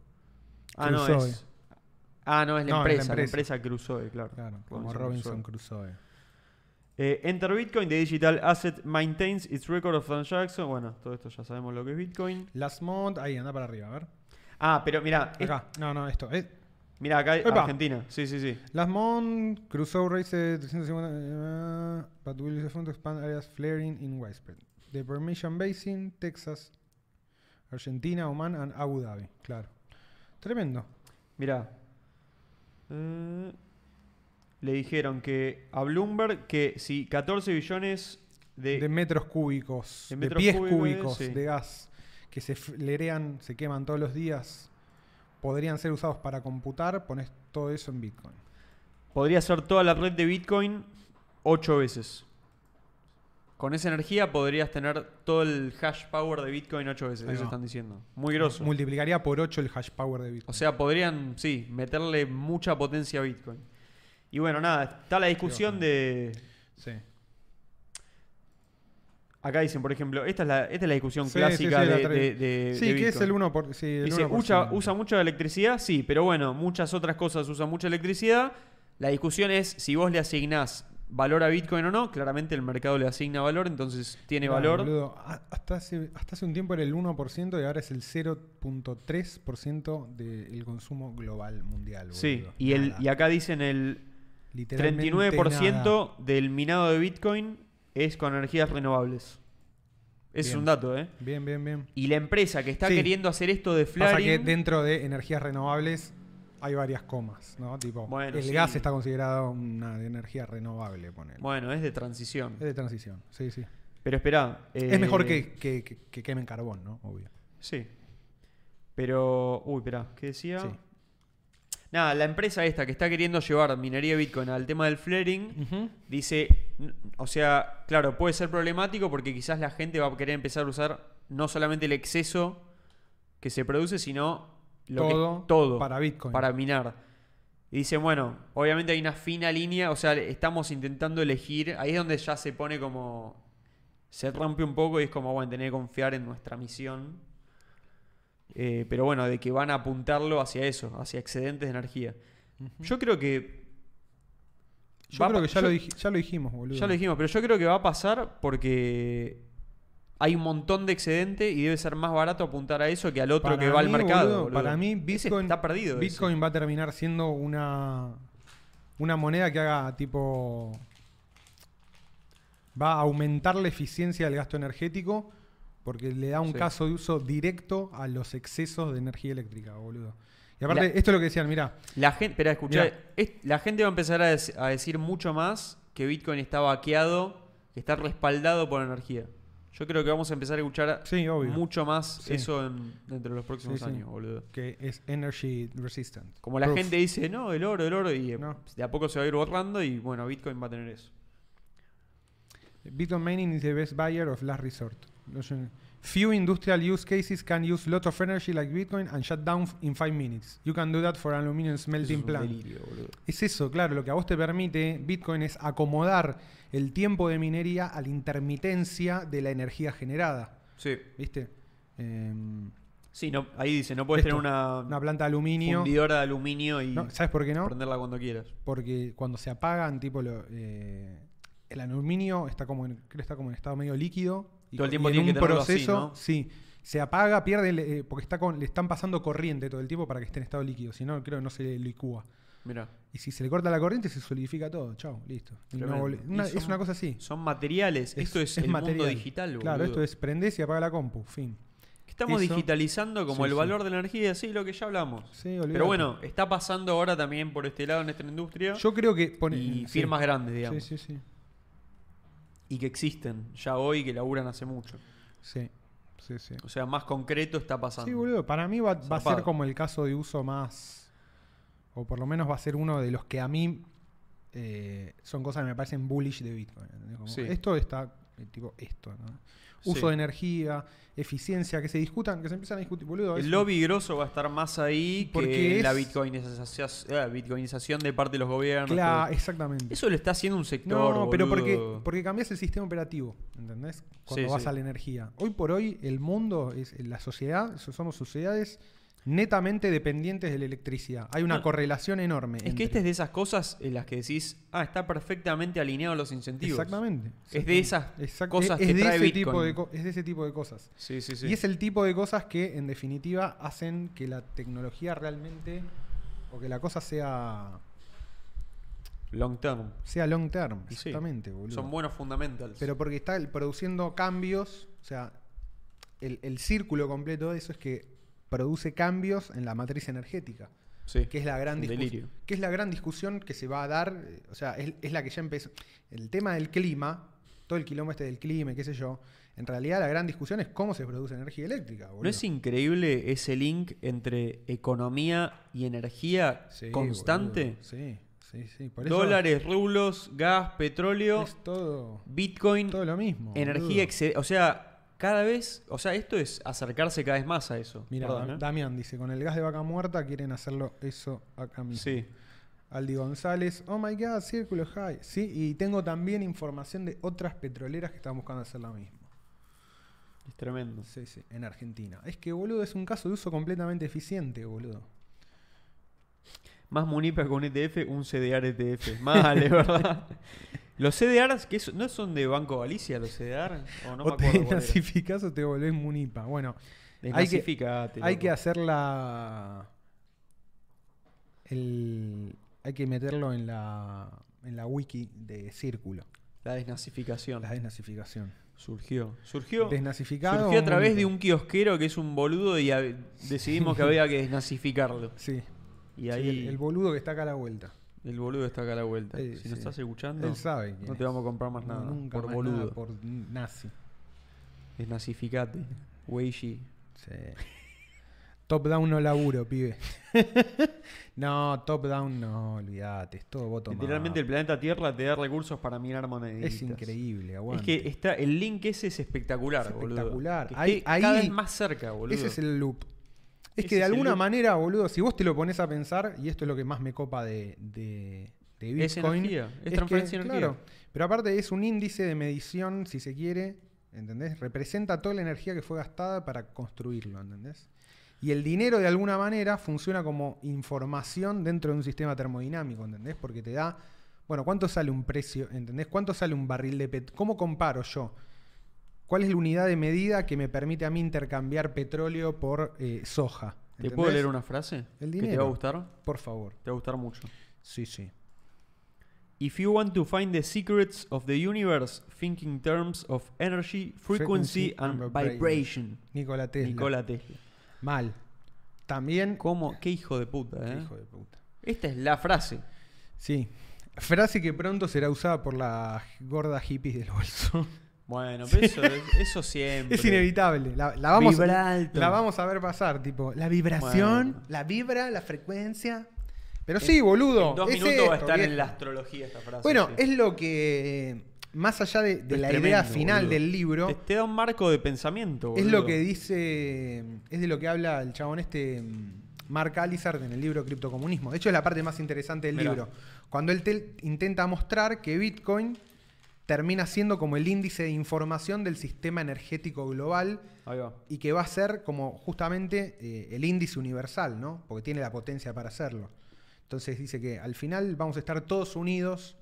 [SPEAKER 2] Ah, no
[SPEAKER 1] Crusoe.
[SPEAKER 2] es. Ah, no, es
[SPEAKER 1] No, es
[SPEAKER 2] la
[SPEAKER 1] la
[SPEAKER 2] empresa. La
[SPEAKER 1] empresa.
[SPEAKER 2] empresa, Crusoe, claro.
[SPEAKER 1] Claro, como Robinson Crusoe.
[SPEAKER 2] Eh, Enter Bitcoin, the digital asset maintains its record of transaction. Bueno, todo esto ya sabemos lo que es Bitcoin.
[SPEAKER 1] Last month. Ahí, anda para arriba, a ver.
[SPEAKER 2] Ah, pero mira,
[SPEAKER 1] Acá. No, no, esto. eh.
[SPEAKER 2] mira acá
[SPEAKER 1] Epa.
[SPEAKER 2] Argentina. Sí, sí, sí.
[SPEAKER 1] Last month, Crusoe raised 350. eh, but will use the fund to expand areas flaring in widespread. The Permission Basin, Texas, Argentina, Oman and Abu Dhabi. Claro. Tremendo.
[SPEAKER 2] Mirá. Eh, le dijeron que a Bloomberg que si 14 billones de...
[SPEAKER 1] de metros cúbicos,
[SPEAKER 2] de
[SPEAKER 1] de,
[SPEAKER 2] metros
[SPEAKER 1] pies
[SPEAKER 2] cúbicos,
[SPEAKER 1] cúbicos
[SPEAKER 2] sí.
[SPEAKER 1] de gas que se f- lerean, se queman todos los días, podrían ser usados para computar, pones todo eso en Bitcoin.
[SPEAKER 2] podría ser toda la red de Bitcoin 8 veces. Con esa energía podrías tener todo el hash power de Bitcoin 8 veces.
[SPEAKER 1] Ahí
[SPEAKER 2] Eso
[SPEAKER 1] va.
[SPEAKER 2] están diciendo. Muy grosso.
[SPEAKER 1] Multiplicaría por 8 el hash power de
[SPEAKER 2] O
[SPEAKER 1] Bitcoin.
[SPEAKER 2] sea, podrían, sí, meterle mucha potencia a Bitcoin. Y bueno, nada, está la discusión de...
[SPEAKER 1] Sí.
[SPEAKER 2] Acá dicen, por ejemplo, esta es la, esta es la discusión
[SPEAKER 1] Sí, sí,
[SPEAKER 2] clásica
[SPEAKER 1] sí, la
[SPEAKER 2] de,
[SPEAKER 1] tra-
[SPEAKER 2] de- de-
[SPEAKER 1] Sí,
[SPEAKER 2] de
[SPEAKER 1] que es el
[SPEAKER 2] Bitcoin.
[SPEAKER 1] 1%. Por, sí, el
[SPEAKER 2] Dice,
[SPEAKER 1] 1%.
[SPEAKER 2] usa, usa mucha electricidad, sí, pero bueno, muchas otras cosas usan mucha electricidad. La discusión es si vos le asignás valor a Bitcoin o no. Claramente el mercado le asigna valor, entonces tiene
[SPEAKER 1] Claro,
[SPEAKER 2] valor.
[SPEAKER 1] boludo. A- hasta, hace, hasta hace un tiempo era el 1% y ahora es el 0.3% del consumo global mundial. Boludo.
[SPEAKER 2] sí, y, el,
[SPEAKER 1] Nada.
[SPEAKER 2] y acá dicen el
[SPEAKER 1] Literalmente
[SPEAKER 2] 39%
[SPEAKER 1] nada.
[SPEAKER 2] del minado de Bitcoin es con energías renovables. Ese es
[SPEAKER 1] Bien.
[SPEAKER 2] un dato, ¿eh?
[SPEAKER 1] Bien, bien, bien.
[SPEAKER 2] Y la empresa que está
[SPEAKER 1] Sí.
[SPEAKER 2] queriendo hacer esto de
[SPEAKER 1] Pasa que
[SPEAKER 2] flaring...
[SPEAKER 1] dentro de energías renovables hay varias comas, ¿no? Tipo,
[SPEAKER 2] Bueno,
[SPEAKER 1] el
[SPEAKER 2] sí.
[SPEAKER 1] gas está considerado una de energía renovable, ponele.
[SPEAKER 2] Bueno, es de transición.
[SPEAKER 1] Es de transición, sí, sí.
[SPEAKER 2] Pero eh, espera.
[SPEAKER 1] es mejor que, que- que- que quemen carbón, ¿no? Obvio.
[SPEAKER 2] Sí. Pero. Uy, espera, ¿qué decía?
[SPEAKER 1] Sí.
[SPEAKER 2] Nada, la empresa esta que está queriendo llevar minería de Bitcoin al tema del
[SPEAKER 1] Mm.
[SPEAKER 2] flaring dice. n- O sea, claro, puede ser problemático porque quizás la gente va a querer empezar a usar no solamente el exceso que se produce, sino lo que es
[SPEAKER 1] Todo
[SPEAKER 2] todo
[SPEAKER 1] para Bitcoin.
[SPEAKER 2] para minar. Y dicen, bueno, obviamente hay una fina línea, o sea, estamos intentando elegir. Ahí es donde ya se pone como. Se rompe un poco y es como, bueno, tener que confiar en nuestra misión. Eh, pero bueno, de que van a apuntarlo hacia eso, hacia excedentes de energía. Yo creo que.
[SPEAKER 1] Yo
[SPEAKER 2] va
[SPEAKER 1] creo
[SPEAKER 2] pa-
[SPEAKER 1] que ya,
[SPEAKER 2] yo-
[SPEAKER 1] lo dij- ya lo dijimos, boludo.
[SPEAKER 2] ya lo dijimos, pero yo creo que va a pasar porque hay un montón de excedente y debe ser más barato apuntar a eso que al otro
[SPEAKER 1] Para
[SPEAKER 2] que va al
[SPEAKER 1] mí,
[SPEAKER 2] mercado.
[SPEAKER 1] boludo,
[SPEAKER 2] boludo.
[SPEAKER 1] Para mí,
[SPEAKER 2] Ese
[SPEAKER 1] Bitcoin,
[SPEAKER 2] está perdido. ese.
[SPEAKER 1] Bitcoin va a terminar siendo una, una moneda que haga tipo. Va a aumentar la eficiencia del gasto energético porque le da un
[SPEAKER 2] Sí.
[SPEAKER 1] caso de uso directo a los excesos de energía eléctrica, boludo. Y aparte,
[SPEAKER 2] La-
[SPEAKER 1] esto es lo que decían, mirá,
[SPEAKER 2] La gente, espera, escuchá,
[SPEAKER 1] Mirá.
[SPEAKER 2] es- la gente va a empezar a, des- a decir mucho más que Bitcoin está vaqueado, que está respaldado por energía. Yo creo que vamos a empezar a escuchar
[SPEAKER 1] Sí, obvio.
[SPEAKER 2] mucho más
[SPEAKER 1] Sí.
[SPEAKER 2] eso en- dentro de los próximos
[SPEAKER 1] Sí, sí.
[SPEAKER 2] años, boludo.
[SPEAKER 1] que es energy resistant.
[SPEAKER 2] Como la
[SPEAKER 1] Proof.
[SPEAKER 2] gente dice, no, el oro, el oro, y eh,
[SPEAKER 1] No.
[SPEAKER 2] de a poco se va a ir borrando y bueno, Bitcoin va a tener eso.
[SPEAKER 1] Bitcoin mining is the best buyer of last resort. No sé. Few industrial use cases can use lot of energy like Bitcoin and shut down in 5 minutes. You can do that for aluminum
[SPEAKER 2] Eso es
[SPEAKER 1] smelting
[SPEAKER 2] un
[SPEAKER 1] plant.
[SPEAKER 2] delirio, boludo.
[SPEAKER 1] Es eso, claro, lo que a vos te permite Bitcoin es acomodar el tiempo de minería a la intermitencia de la energía generada.
[SPEAKER 2] Sí.
[SPEAKER 1] ¿Viste? Em,
[SPEAKER 2] Sí, no, ahí dice, no puedes
[SPEAKER 1] Esto,
[SPEAKER 2] tener una,
[SPEAKER 1] una planta de aluminio.
[SPEAKER 2] fundidora de aluminio y
[SPEAKER 1] No, ¿Sabes por qué no?
[SPEAKER 2] prenderla cuando quieras.
[SPEAKER 1] Porque cuando se apagan, tipo, lo, eh, el aluminio está como, en, creo que está como en estado medio líquido. Y,
[SPEAKER 2] Todo
[SPEAKER 1] cu-
[SPEAKER 2] el tiempo
[SPEAKER 1] y en
[SPEAKER 2] tiene
[SPEAKER 1] un
[SPEAKER 2] que tenerlo así,
[SPEAKER 1] proceso,
[SPEAKER 2] ¿no?
[SPEAKER 1] sí. se apaga, pierde, el, eh, porque está con, le están pasando corriente todo el tiempo para que esté en estado líquido. Si no, creo que no se licúa.
[SPEAKER 2] Mira.
[SPEAKER 1] Y si se le corta la corriente, se solidifica todo. Chao, listo. Y no
[SPEAKER 2] Tremendo.
[SPEAKER 1] volve- una-
[SPEAKER 2] Y son-
[SPEAKER 1] es una cosa así.
[SPEAKER 2] Son materiales. esto es, el mundo
[SPEAKER 1] material.
[SPEAKER 2] digital, boludo.
[SPEAKER 1] Claro, esto es prendés y apaga la compu. Fin.
[SPEAKER 2] Estamos
[SPEAKER 1] eso-
[SPEAKER 2] digitalizando como
[SPEAKER 1] Sí,
[SPEAKER 2] el
[SPEAKER 1] sí.
[SPEAKER 2] valor de la energía, sí, lo que ya hablamos.
[SPEAKER 1] Sí, olvidate.
[SPEAKER 2] Pero bueno, está pasando ahora también por este lado en esta industria.
[SPEAKER 1] Yo creo que. pone-
[SPEAKER 2] y
[SPEAKER 1] sí.
[SPEAKER 2] firmas grandes, digamos.
[SPEAKER 1] Sí, sí, sí.
[SPEAKER 2] Y que existen ya hoy, que laburan hace mucho.
[SPEAKER 1] Sí, sí, sí.
[SPEAKER 2] O sea, más concreto está pasando.
[SPEAKER 1] Sí, boludo. Para mí va, va a
[SPEAKER 2] Zarpado.
[SPEAKER 1] ser como el caso de uso más. O por lo menos va a ser uno de los que a mí eh, son cosas que me parecen bullish de Bitcoin. ¿entendés? Como,
[SPEAKER 2] Sí.
[SPEAKER 1] Esto está. eh, Tipo esto, ¿no? Uso
[SPEAKER 2] Sí.
[SPEAKER 1] de energía, eficiencia, que se discutan, que se empiezan a discutir, boludo. es-
[SPEAKER 2] El lobby grosso va a estar más ahí
[SPEAKER 1] Porque
[SPEAKER 2] que la
[SPEAKER 1] es-
[SPEAKER 2] bitcoinización, ah, bitcoinización de parte de los gobiernos.
[SPEAKER 1] Claro,
[SPEAKER 2] todo
[SPEAKER 1] exactamente.
[SPEAKER 2] Eso lo está haciendo un sector.
[SPEAKER 1] No, pero
[SPEAKER 2] boludo.
[SPEAKER 1] porque, porque cambias el sistema operativo, ¿entendés? Cuando
[SPEAKER 2] Sí,
[SPEAKER 1] vas
[SPEAKER 2] sí.
[SPEAKER 1] a la energía. Hoy por hoy, el mundo, es eh, la sociedad, so- somos sociedades netamente dependientes de la electricidad. Hay una
[SPEAKER 2] No.
[SPEAKER 1] correlación enorme.
[SPEAKER 2] Es
[SPEAKER 1] entre-
[SPEAKER 2] que esta es de esas cosas en las que decís, ah, está perfectamente alineado a los incentivos.
[SPEAKER 1] Exactamente.
[SPEAKER 2] Es de esas
[SPEAKER 1] Exact-
[SPEAKER 2] cosas
[SPEAKER 1] es
[SPEAKER 2] que
[SPEAKER 1] de
[SPEAKER 2] trae
[SPEAKER 1] ese
[SPEAKER 2] Bitcoin.
[SPEAKER 1] tipo de co- Es de ese tipo de cosas.
[SPEAKER 2] Sí, sí, sí.
[SPEAKER 1] Y es el tipo de cosas que, en definitiva, hacen que la tecnología realmente, o que la cosa sea,
[SPEAKER 2] Long term.
[SPEAKER 1] sea long term.
[SPEAKER 2] Y sí,
[SPEAKER 1] Exactamente, boludo.
[SPEAKER 2] Son buenos fundamentals.
[SPEAKER 1] Pero porque está el- produciendo cambios, o sea, el, el círculo completo de eso es que produce cambios en la matriz energética,
[SPEAKER 2] sí.
[SPEAKER 1] que es la gran,
[SPEAKER 2] Un
[SPEAKER 1] discus-
[SPEAKER 2] delirio.
[SPEAKER 1] que es la gran discusión que se va a dar, eh, o sea, es, es la que ya empezó. El tema del clima, todo el quilombo este del clima y qué sé yo, en realidad la gran discusión es cómo se produce energía eléctrica, boludo.
[SPEAKER 2] ¿No es increíble ese link entre economía y energía
[SPEAKER 1] Sí,
[SPEAKER 2] constante?
[SPEAKER 1] boludo, Sí, sí, sí. Por eso
[SPEAKER 2] Dólares, rublos, gas, petróleo,
[SPEAKER 1] es todo,
[SPEAKER 2] Bitcoin,
[SPEAKER 1] todo lo mismo.
[SPEAKER 2] energía,
[SPEAKER 1] boludo.
[SPEAKER 2] excede- o sea, cada vez, o sea, esto es acercarse cada vez más a eso.
[SPEAKER 1] Mira,
[SPEAKER 2] Perdón, ¿eh?
[SPEAKER 1] Damián dice, con el gas de vaca muerta quieren hacerlo eso acá mismo.
[SPEAKER 2] Sí.
[SPEAKER 1] Aldi González, oh my god, Círculo High. Sí, y tengo también información de otras petroleras que están buscando hacer lo mismo.
[SPEAKER 2] Es tremendo.
[SPEAKER 1] Sí, sí, en Argentina. Es que, boludo, es un caso de uso completamente eficiente, boludo.
[SPEAKER 2] Más Munipa con ETF, un CDR ETF. E [LAUGHS] Mal, es verdad. Los CDRs, que ¿no son de Banco Galicia los CDR? O no
[SPEAKER 1] o
[SPEAKER 2] me
[SPEAKER 1] te
[SPEAKER 2] acuerdo. cuál era.
[SPEAKER 1] nazificás o te volvés munipa. Bueno, hay que-
[SPEAKER 2] Desnazificate,
[SPEAKER 1] hay
[SPEAKER 2] loco.
[SPEAKER 1] que hacer la. El, hay que meterlo en la, en la wiki de Círculo,
[SPEAKER 2] La desnazificación.
[SPEAKER 1] la desnazificación.
[SPEAKER 2] Surgió. Surgió.
[SPEAKER 1] Desnazificado
[SPEAKER 2] Surgió a
[SPEAKER 1] o
[SPEAKER 2] través de
[SPEAKER 1] munipa.
[SPEAKER 2] un kiosquero que es un boludo y a- decidimos que había que
[SPEAKER 1] [LAUGHS]
[SPEAKER 2] desnazificarlo.
[SPEAKER 1] Sí,
[SPEAKER 2] Y
[SPEAKER 1] sí,
[SPEAKER 2] ahí
[SPEAKER 1] el-
[SPEAKER 2] el,
[SPEAKER 1] el boludo que está acá a la vuelta.
[SPEAKER 2] boludo está acá a la vuelta.
[SPEAKER 1] Eh,
[SPEAKER 2] si
[SPEAKER 1] sí.
[SPEAKER 2] nos estás escuchando,
[SPEAKER 1] Él sabe quién
[SPEAKER 2] no
[SPEAKER 1] es.
[SPEAKER 2] te vamos a comprar más
[SPEAKER 1] No,
[SPEAKER 2] nada.
[SPEAKER 1] nunca
[SPEAKER 2] por
[SPEAKER 1] más
[SPEAKER 2] boludo.
[SPEAKER 1] nada por n- nazi.
[SPEAKER 2] Desnazificate. Weishi.
[SPEAKER 1] [LAUGHS] Top down no laburo, pibe. [LAUGHS] no, top down no, olvídate, es todo bottom up.
[SPEAKER 2] Literalmente el planeta Tierra te da recursos para minar moneditas.
[SPEAKER 1] es increíble,
[SPEAKER 2] Es
[SPEAKER 1] aguante.
[SPEAKER 2] que está, el link ese es espectacular,
[SPEAKER 1] Es
[SPEAKER 2] boludo.
[SPEAKER 1] espectacular.
[SPEAKER 2] Que
[SPEAKER 1] Ahí-
[SPEAKER 2] esté cada
[SPEAKER 1] ahí-
[SPEAKER 2] vez más cerca, boludo.
[SPEAKER 1] Ese es el loop. Es
[SPEAKER 2] Ese
[SPEAKER 1] que de
[SPEAKER 2] es el
[SPEAKER 1] alguna
[SPEAKER 2] loop.
[SPEAKER 1] manera, boludo, si vos te lo pones a pensar, y esto es lo que más me copa de, de, de
[SPEAKER 2] Es
[SPEAKER 1] Bitcoin.
[SPEAKER 2] energía, es transferencia de energía.
[SPEAKER 1] pero aparte es un índice de medición, si se quiere, ¿entendés? Representa toda la energía que fue gastada para construirlo, ¿entendés? Y el dinero de alguna manera funciona como información dentro de un sistema termodinámico, ¿entendés? Porque te da, bueno, ¿cuánto sale un precio? ¿Entendés? ¿Cuánto sale un barril de petróleo? ¿Cómo comparo yo? ¿Cuál es la unidad de medida que me permite a mí intercambiar petróleo por eh, soja?
[SPEAKER 2] ¿Te puedo
[SPEAKER 1] ¿Entendés?
[SPEAKER 2] leer una frase?
[SPEAKER 1] El
[SPEAKER 2] ¿Que te va
[SPEAKER 1] dinero.
[SPEAKER 2] a gustar?
[SPEAKER 1] Por favor.
[SPEAKER 2] Te va a gustar mucho.
[SPEAKER 1] Sí, sí.
[SPEAKER 2] If you want to find the secrets of the universe, think in terms of energy, frequency,
[SPEAKER 1] Frequency
[SPEAKER 2] and
[SPEAKER 1] and
[SPEAKER 2] vibration.
[SPEAKER 1] Nikola Tesla.
[SPEAKER 2] Nikola Tesla.
[SPEAKER 1] Mal. También.
[SPEAKER 2] ¿Cómo? Qué hijo de puta,
[SPEAKER 1] Qué
[SPEAKER 2] ¿eh?
[SPEAKER 1] Hijo de puta.
[SPEAKER 2] Esta es la frase.
[SPEAKER 1] Sí. Frase que pronto será usada por la gorda hippies del bolso.
[SPEAKER 2] Bueno, pero eso, es- eso siempre.
[SPEAKER 1] Es inevitable. La, la vamos,
[SPEAKER 2] Vibra alto.
[SPEAKER 1] la vamos a ver pasar, tipo. La vibración,
[SPEAKER 2] Bueno.
[SPEAKER 1] la vibra, la frecuencia. Pero sí, boludo.
[SPEAKER 2] En dos
[SPEAKER 1] es
[SPEAKER 2] minutos va a
[SPEAKER 1] esto,
[SPEAKER 2] estar
[SPEAKER 1] viejo.
[SPEAKER 2] en la astrología esta frase.
[SPEAKER 1] Bueno,
[SPEAKER 2] Ah, sí.
[SPEAKER 1] es lo que. eh, Más allá de, de
[SPEAKER 2] Es
[SPEAKER 1] la idea
[SPEAKER 2] tremendo,
[SPEAKER 1] final
[SPEAKER 2] boludo.
[SPEAKER 1] del libro.
[SPEAKER 2] Te, te da un marco de pensamiento,
[SPEAKER 1] Es
[SPEAKER 2] boludo.
[SPEAKER 1] lo que dice. Es de lo que habla el chabón este. mm, Mark Alizard en el libro Criptocomunismo. De hecho, es la parte más interesante del
[SPEAKER 2] Mirá.
[SPEAKER 1] libro. Cuando él te- intenta mostrar que Bitcoin termina siendo como el índice de información del sistema energético global
[SPEAKER 2] Ahí va.
[SPEAKER 1] y que va a ser como justamente eh, el índice universal, ¿no? Porque tiene la potencia para hacerlo. Entonces dice que al final vamos a estar todos unidos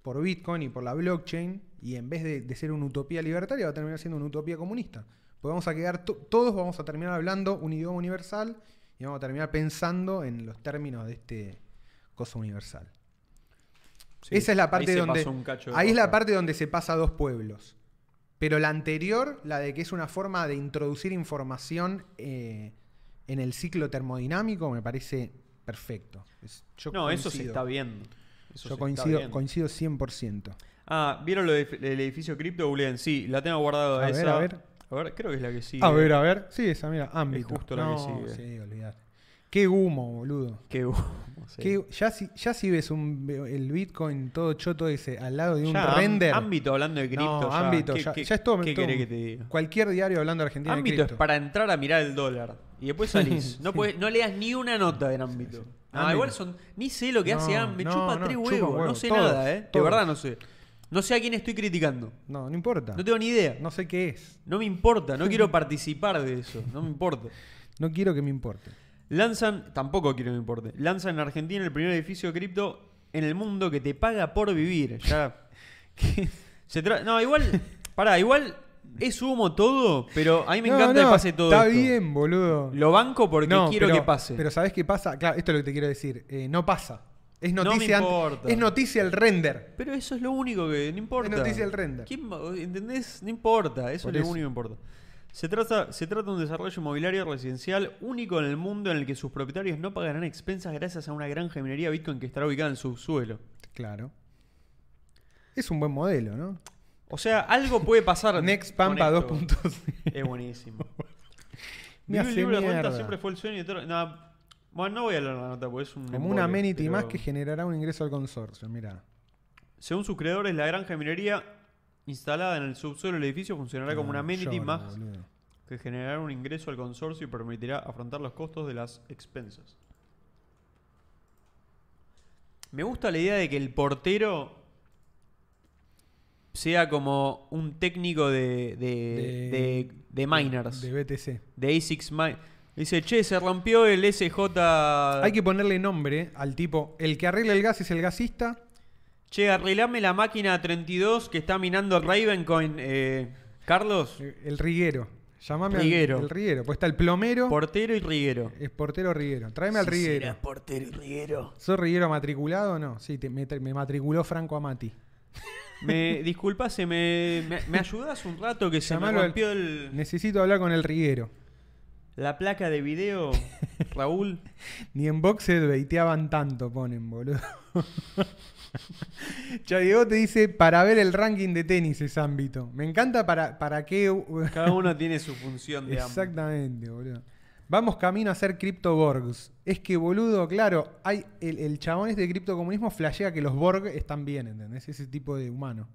[SPEAKER 1] por Bitcoin y por la blockchain y en vez de, de ser una utopía libertaria va a terminar siendo una utopía comunista. Porque vamos a quedar, to- todos vamos a terminar hablando un idioma universal y vamos a terminar pensando en los términos de este cosa universal.
[SPEAKER 2] Sí,
[SPEAKER 1] Esa es la
[SPEAKER 2] ahí
[SPEAKER 1] parte
[SPEAKER 2] se
[SPEAKER 1] donde.
[SPEAKER 2] pasó un cacho de
[SPEAKER 1] ahí es la
[SPEAKER 2] rosca.
[SPEAKER 1] parte donde se pasa a dos pueblos. Pero la anterior, la de que es una forma de introducir información eh, en el ciclo termodinámico, me parece perfecto. Es- yo
[SPEAKER 2] No, eso se
[SPEAKER 1] coincido.
[SPEAKER 2] está viendo. Eso se
[SPEAKER 1] Yo
[SPEAKER 2] está
[SPEAKER 1] coincido,
[SPEAKER 2] viendo.
[SPEAKER 1] coincido 100%.
[SPEAKER 2] Ah, ¿vieron lo del el edificio cripto? Bulean? Sí, la tengo guardada
[SPEAKER 1] A ver,
[SPEAKER 2] esa.
[SPEAKER 1] a ver.
[SPEAKER 2] A ver, creo que es la que sigue.
[SPEAKER 1] A ver, a ver. Sí, esa, mira, ámbito.
[SPEAKER 2] eh. justo la que
[SPEAKER 1] No,
[SPEAKER 2] sigue.
[SPEAKER 1] Sí, olvidate. Qué humo, boludo.
[SPEAKER 2] Qué [LAUGHS] humo, sí.
[SPEAKER 1] Qué- ya, si, ya si ves un, el Bitcoin todo choto ese al lado de un
[SPEAKER 2] Ya, am-
[SPEAKER 1] render.
[SPEAKER 2] ámbito hablando de cripto.
[SPEAKER 1] No,
[SPEAKER 2] ya.
[SPEAKER 1] ámbito,
[SPEAKER 2] ¿Qué-
[SPEAKER 1] ya,
[SPEAKER 2] qué-
[SPEAKER 1] ya es todo.
[SPEAKER 2] ¿Qué
[SPEAKER 1] todo-
[SPEAKER 2] querés que te diga?
[SPEAKER 1] Cualquier diario hablando de Argentina. de
[SPEAKER 2] Ámbito es
[SPEAKER 1] cripto.
[SPEAKER 2] para entrar a mirar el dólar. Y después salís. No, podés- no leas ni una nota del ámbito. Ah,
[SPEAKER 1] Ámbito.
[SPEAKER 2] igual son. Ni sé lo que hace
[SPEAKER 1] No,
[SPEAKER 2] AMBE.
[SPEAKER 1] no,
[SPEAKER 2] chupa
[SPEAKER 1] no,
[SPEAKER 2] tres
[SPEAKER 1] chupa
[SPEAKER 2] huevos. No
[SPEAKER 1] huevos,
[SPEAKER 2] sé
[SPEAKER 1] todos,
[SPEAKER 2] nada, ¿eh?
[SPEAKER 1] todos.
[SPEAKER 2] De verdad no sé. No sé a quién estoy criticando.
[SPEAKER 1] No, no importa.
[SPEAKER 2] No
[SPEAKER 1] No,
[SPEAKER 2] tengo ni idea. No,
[SPEAKER 1] sé qué es.
[SPEAKER 2] me importa. No quiero participar de eso. No me importa.
[SPEAKER 1] No quiero que me importe.
[SPEAKER 2] Lanzan. Tampoco quiero que me importe. Lanzan en Argentina el primer edificio cripto en el mundo que te paga por
[SPEAKER 1] [LAUGHS]
[SPEAKER 2] vivir. Ya. Se tra- no, igual. Pará, igual. Es humo todo, pero a mí me
[SPEAKER 1] No,
[SPEAKER 2] encanta
[SPEAKER 1] no,
[SPEAKER 2] que pase todo
[SPEAKER 1] Está
[SPEAKER 2] esto.
[SPEAKER 1] bien, boludo.
[SPEAKER 2] Lo banco porque
[SPEAKER 1] No,
[SPEAKER 2] quiero
[SPEAKER 1] pero-
[SPEAKER 2] que pase.
[SPEAKER 1] Pero ¿sabés qué pasa? Claro, esto es lo que te quiero decir. Eh, no pasa. Es
[SPEAKER 2] No me
[SPEAKER 1] noticia, ant-
[SPEAKER 2] importa.
[SPEAKER 1] es noticia el render.
[SPEAKER 2] Pero eso es lo único que no importa.
[SPEAKER 1] Es noticia el render.
[SPEAKER 2] ¿Quién va- ¿Entendés? No importa. Eso
[SPEAKER 1] Por
[SPEAKER 2] es lo
[SPEAKER 1] eso.
[SPEAKER 2] único que importa. Se trata, se trata de un desarrollo inmobiliario residencial único en el mundo en el que sus propietarios no pagarán expensas gracias a una granja de minería Bitcoin que estará ubicada en el subsuelo.
[SPEAKER 1] Claro. Es un buen modelo, ¿no?
[SPEAKER 2] O sea, algo puede pasar.
[SPEAKER 1] [LAUGHS] Next
[SPEAKER 2] con
[SPEAKER 1] Pampa
[SPEAKER 2] esto.
[SPEAKER 1] 2.0.
[SPEAKER 2] [LAUGHS] Es buenísimo.
[SPEAKER 1] [LAUGHS] Me
[SPEAKER 2] Vivir
[SPEAKER 1] hace
[SPEAKER 2] libre de renta
[SPEAKER 1] mierda.
[SPEAKER 2] siempre fue el sueño de todo- Nah, bueno, no voy a leer la nota porque es un.
[SPEAKER 1] Como una
[SPEAKER 2] embole,
[SPEAKER 1] amenity
[SPEAKER 2] pero-
[SPEAKER 1] más que generará un ingreso al consorcio, mirá.
[SPEAKER 2] Según sus creadores, la granja de minería instalada en el subsuelo del edificio funcionará como una
[SPEAKER 1] Ah,
[SPEAKER 2] amenity
[SPEAKER 1] lloro,
[SPEAKER 2] más
[SPEAKER 1] boludo.
[SPEAKER 2] que generará un ingreso al consorcio y permitirá afrontar los costos de las expensas. Me gusta la idea de que el portero sea como un técnico de, de,
[SPEAKER 1] De-
[SPEAKER 2] de- de miners,
[SPEAKER 1] De
[SPEAKER 2] de,
[SPEAKER 1] BTC.
[SPEAKER 2] ASICS mi- Dice, che, se rompió el SJ...
[SPEAKER 1] Hay que ponerle nombre al tipo. El que arregla el gas es el gasista.
[SPEAKER 2] Che, arreglame la máquina 32 que está minando Ravencoin, eh, Carlos.
[SPEAKER 1] El riguero. Llamame al-
[SPEAKER 2] Riguero.
[SPEAKER 1] el riguero. Pues está el plomero.
[SPEAKER 2] Portero y Riguero.
[SPEAKER 1] Es portero riguero. Tráeme al riguero.
[SPEAKER 2] portero y Riguero.
[SPEAKER 1] ¿Sos riguero matriculado o no? Sí, te- me, me matriculó Franco Amati.
[SPEAKER 2] Me, disculpa, se me, me, me ayudas un rato que se
[SPEAKER 1] Llamalo
[SPEAKER 2] me
[SPEAKER 1] al-
[SPEAKER 2] rompió el-
[SPEAKER 1] Necesito hablar con el riguero.
[SPEAKER 2] la placa
[SPEAKER 1] [LAUGHS]
[SPEAKER 2] de video, Raúl.
[SPEAKER 1] Ni en boxe baiteaban tanto, ponen, boludo. [LAUGHS] Chadiego te dice, para ver el ranking de tenis es ámbito. Me encanta para, para qué...
[SPEAKER 2] Cada uno tiene su función de ambos.
[SPEAKER 1] Exactamente, boludo. Vamos camino a ser criptoborgs. Es que, boludo, claro, hay el, el chabón este de criptocomunismo flashea que los Borg están bien, ¿entendés? Ese tipo de humano.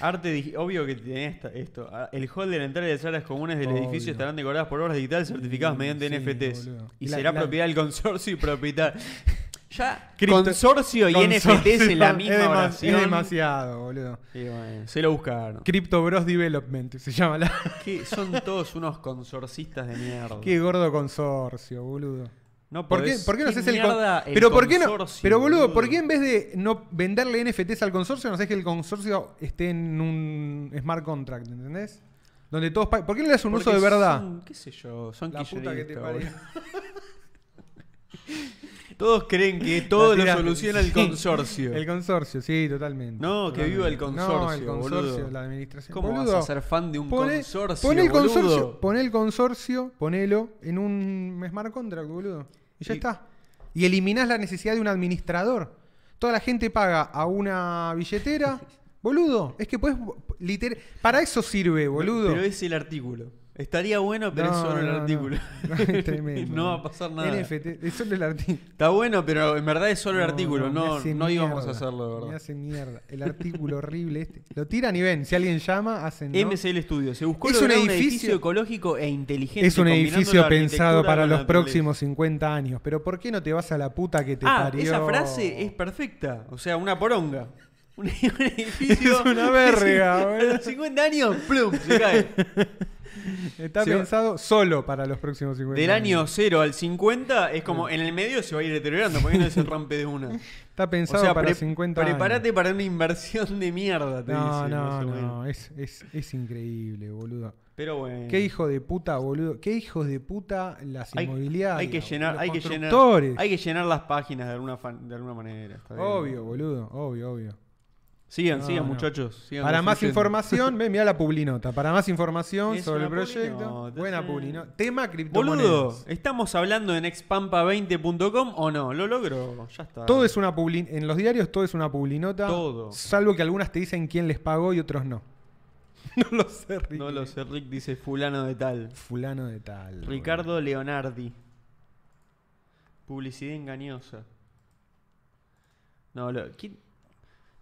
[SPEAKER 2] Arte, digi- obvio que tiene esta- esto. Ah, El holder entrar y de salas comunes del
[SPEAKER 1] Obvio.
[SPEAKER 2] edificio estarán decoradas por obras digitales certificadas
[SPEAKER 1] Y-
[SPEAKER 2] mediante
[SPEAKER 1] sí,
[SPEAKER 2] NFTs.
[SPEAKER 1] boludo.
[SPEAKER 2] Y
[SPEAKER 1] Y la-
[SPEAKER 2] será
[SPEAKER 1] la-
[SPEAKER 2] propiedad del consorcio
[SPEAKER 1] [LAUGHS]
[SPEAKER 2] y propietario. ya,
[SPEAKER 1] Cripto-
[SPEAKER 2] consorcio y NFTs en
[SPEAKER 1] [LAUGHS]
[SPEAKER 2] la
[SPEAKER 1] Es
[SPEAKER 2] [LAUGHS] misma
[SPEAKER 1] dema-
[SPEAKER 2] oración.
[SPEAKER 1] Es demasiado, boludo.
[SPEAKER 2] Y bueno, se lo buscaron.
[SPEAKER 1] Crypto Bros Development se llama la.
[SPEAKER 2] [LAUGHS] Que son todos unos consorcistas de mierda.
[SPEAKER 1] Qué gordo consorcio, boludo.
[SPEAKER 2] No
[SPEAKER 1] ¿Por qué,
[SPEAKER 2] podés-
[SPEAKER 1] por qué no haces el, con-
[SPEAKER 2] mierda Ah, el
[SPEAKER 1] pero por qué no
[SPEAKER 2] consorcio,
[SPEAKER 1] pero boludo, por qué en vez de no venderle NFTs al consorcio no haces que el consorcio esté en un smart contract ¿entendés? donde todos pa- ¿por qué no le das un
[SPEAKER 2] Porque
[SPEAKER 1] uso de verdad?
[SPEAKER 2] son, qué sé yo, son
[SPEAKER 1] la puta que te
[SPEAKER 2] kirchneristas,
[SPEAKER 1] parió
[SPEAKER 2] boludo. Todos creen que todo
[SPEAKER 1] La
[SPEAKER 2] lo
[SPEAKER 1] tiraste.
[SPEAKER 2] soluciona
[SPEAKER 1] [LAUGHS]
[SPEAKER 2] el
[SPEAKER 1] Sí.
[SPEAKER 2] consorcio.
[SPEAKER 1] el consorcio sí totalmente
[SPEAKER 2] No, que
[SPEAKER 1] no
[SPEAKER 2] viva el
[SPEAKER 1] el
[SPEAKER 2] consorcio,
[SPEAKER 1] consorcio
[SPEAKER 2] boludo.
[SPEAKER 1] la administración
[SPEAKER 2] ¿Cómo
[SPEAKER 1] Boludo,
[SPEAKER 2] vas a ser fan de un
[SPEAKER 1] poné-
[SPEAKER 2] consorcio,
[SPEAKER 1] poné el
[SPEAKER 2] boludo?
[SPEAKER 1] consorcio poné el consorcio ponelo en un smart contract boludo y ya
[SPEAKER 2] Y-
[SPEAKER 1] está y eliminás la necesidad de un administrador toda la gente paga a una
[SPEAKER 2] [LAUGHS]
[SPEAKER 1] billetera boludo es que puedes literal para eso sirve boludo
[SPEAKER 2] Pero es el artículo. Estaría bueno, pero es
[SPEAKER 1] No,
[SPEAKER 2] solo el
[SPEAKER 1] no, no.
[SPEAKER 2] artículo.
[SPEAKER 1] [LAUGHS] No, es tremendo.
[SPEAKER 2] [LAUGHS] No va a pasar nada.
[SPEAKER 1] NFT, es solo el artículo.
[SPEAKER 2] Está bueno, pero en verdad es solo el
[SPEAKER 1] No,
[SPEAKER 2] artículo.
[SPEAKER 1] me
[SPEAKER 2] No,
[SPEAKER 1] hace
[SPEAKER 2] no íbamos a
[SPEAKER 1] mierda.
[SPEAKER 2] hacerlo, de
[SPEAKER 1] Me
[SPEAKER 2] verdad.
[SPEAKER 1] hace mierda. El artículo [LAUGHS] horrible este. Lo tiran y ven. Si alguien llama, hacen. ¿no?
[SPEAKER 2] MCL Studio. Se buscó
[SPEAKER 1] Es un
[SPEAKER 2] lograr un
[SPEAKER 1] edificio-
[SPEAKER 2] edificio ecológico e inteligente.
[SPEAKER 1] Es un
[SPEAKER 2] combinando
[SPEAKER 1] edificio
[SPEAKER 2] la
[SPEAKER 1] pensado
[SPEAKER 2] arquitectura
[SPEAKER 1] para
[SPEAKER 2] con la
[SPEAKER 1] los
[SPEAKER 2] naturaleza.
[SPEAKER 1] próximos 50 años. Pero ¿por qué no te vas a la puta que te
[SPEAKER 2] ah,
[SPEAKER 1] parió?
[SPEAKER 2] esa frase es perfecta. O sea, una poronga. [LAUGHS] Un, un edificio.
[SPEAKER 1] Es una
[SPEAKER 2] [LAUGHS]
[SPEAKER 1] verga,
[SPEAKER 2] A
[SPEAKER 1] boludo.
[SPEAKER 2] los 50 años, plum, se cae.
[SPEAKER 1] Está
[SPEAKER 2] Se va-
[SPEAKER 1] pensado solo para los próximos 50
[SPEAKER 2] Del año
[SPEAKER 1] años.
[SPEAKER 2] 0 al 50 es como en el medio se va a ir deteriorando, poniéndose el rompe
[SPEAKER 1] [LAUGHS]
[SPEAKER 2] de una.
[SPEAKER 1] Está
[SPEAKER 2] O
[SPEAKER 1] pensado
[SPEAKER 2] sea,
[SPEAKER 1] para
[SPEAKER 2] pre-
[SPEAKER 1] 50 años.
[SPEAKER 2] prepárate para una inversión de mierda, te
[SPEAKER 1] No,
[SPEAKER 2] dice, más
[SPEAKER 1] no,
[SPEAKER 2] o menos.
[SPEAKER 1] no. Es, es, es increíble, boludo.
[SPEAKER 2] Pero bueno.
[SPEAKER 1] Qué hijo de puta, boludo. Qué hijos de puta las
[SPEAKER 2] Hay-
[SPEAKER 1] inmobiliarias.
[SPEAKER 2] Hay que llenar,
[SPEAKER 1] boludo.
[SPEAKER 2] hay que llenar,
[SPEAKER 1] Constructores.
[SPEAKER 2] hay que llenar las páginas de alguna, fan- de alguna manera. está bien.
[SPEAKER 1] Obvio, boludo. Obvio, obvio.
[SPEAKER 2] Sigan,
[SPEAKER 1] No,
[SPEAKER 2] sigan,
[SPEAKER 1] no.
[SPEAKER 2] muchachos. sigan
[SPEAKER 1] Para más
[SPEAKER 2] construyendo.
[SPEAKER 1] información, ve, mirá la publinota. Para más información
[SPEAKER 2] Es
[SPEAKER 1] sobre el
[SPEAKER 2] una
[SPEAKER 1] proyecto.
[SPEAKER 2] publinota,
[SPEAKER 1] Buena
[SPEAKER 2] sí.
[SPEAKER 1] publinota. Tema criptomonedas.
[SPEAKER 2] Boludo, ¿estamos hablando en expampa20.com o no? ¿Lo logro? Ya está.
[SPEAKER 1] Todo es una publi en los diarios todo es una publinota.
[SPEAKER 2] Todo.
[SPEAKER 1] Salvo que algunas te dicen quién les pagó y otros no. [LAUGHS] no lo sé, Ricky.
[SPEAKER 2] No lo sé, Rick dice fulano de tal.
[SPEAKER 1] Fulano de tal. boludo.
[SPEAKER 2] Ricardo Leonardi. Publicidad engañosa. No, lo- ¿quién-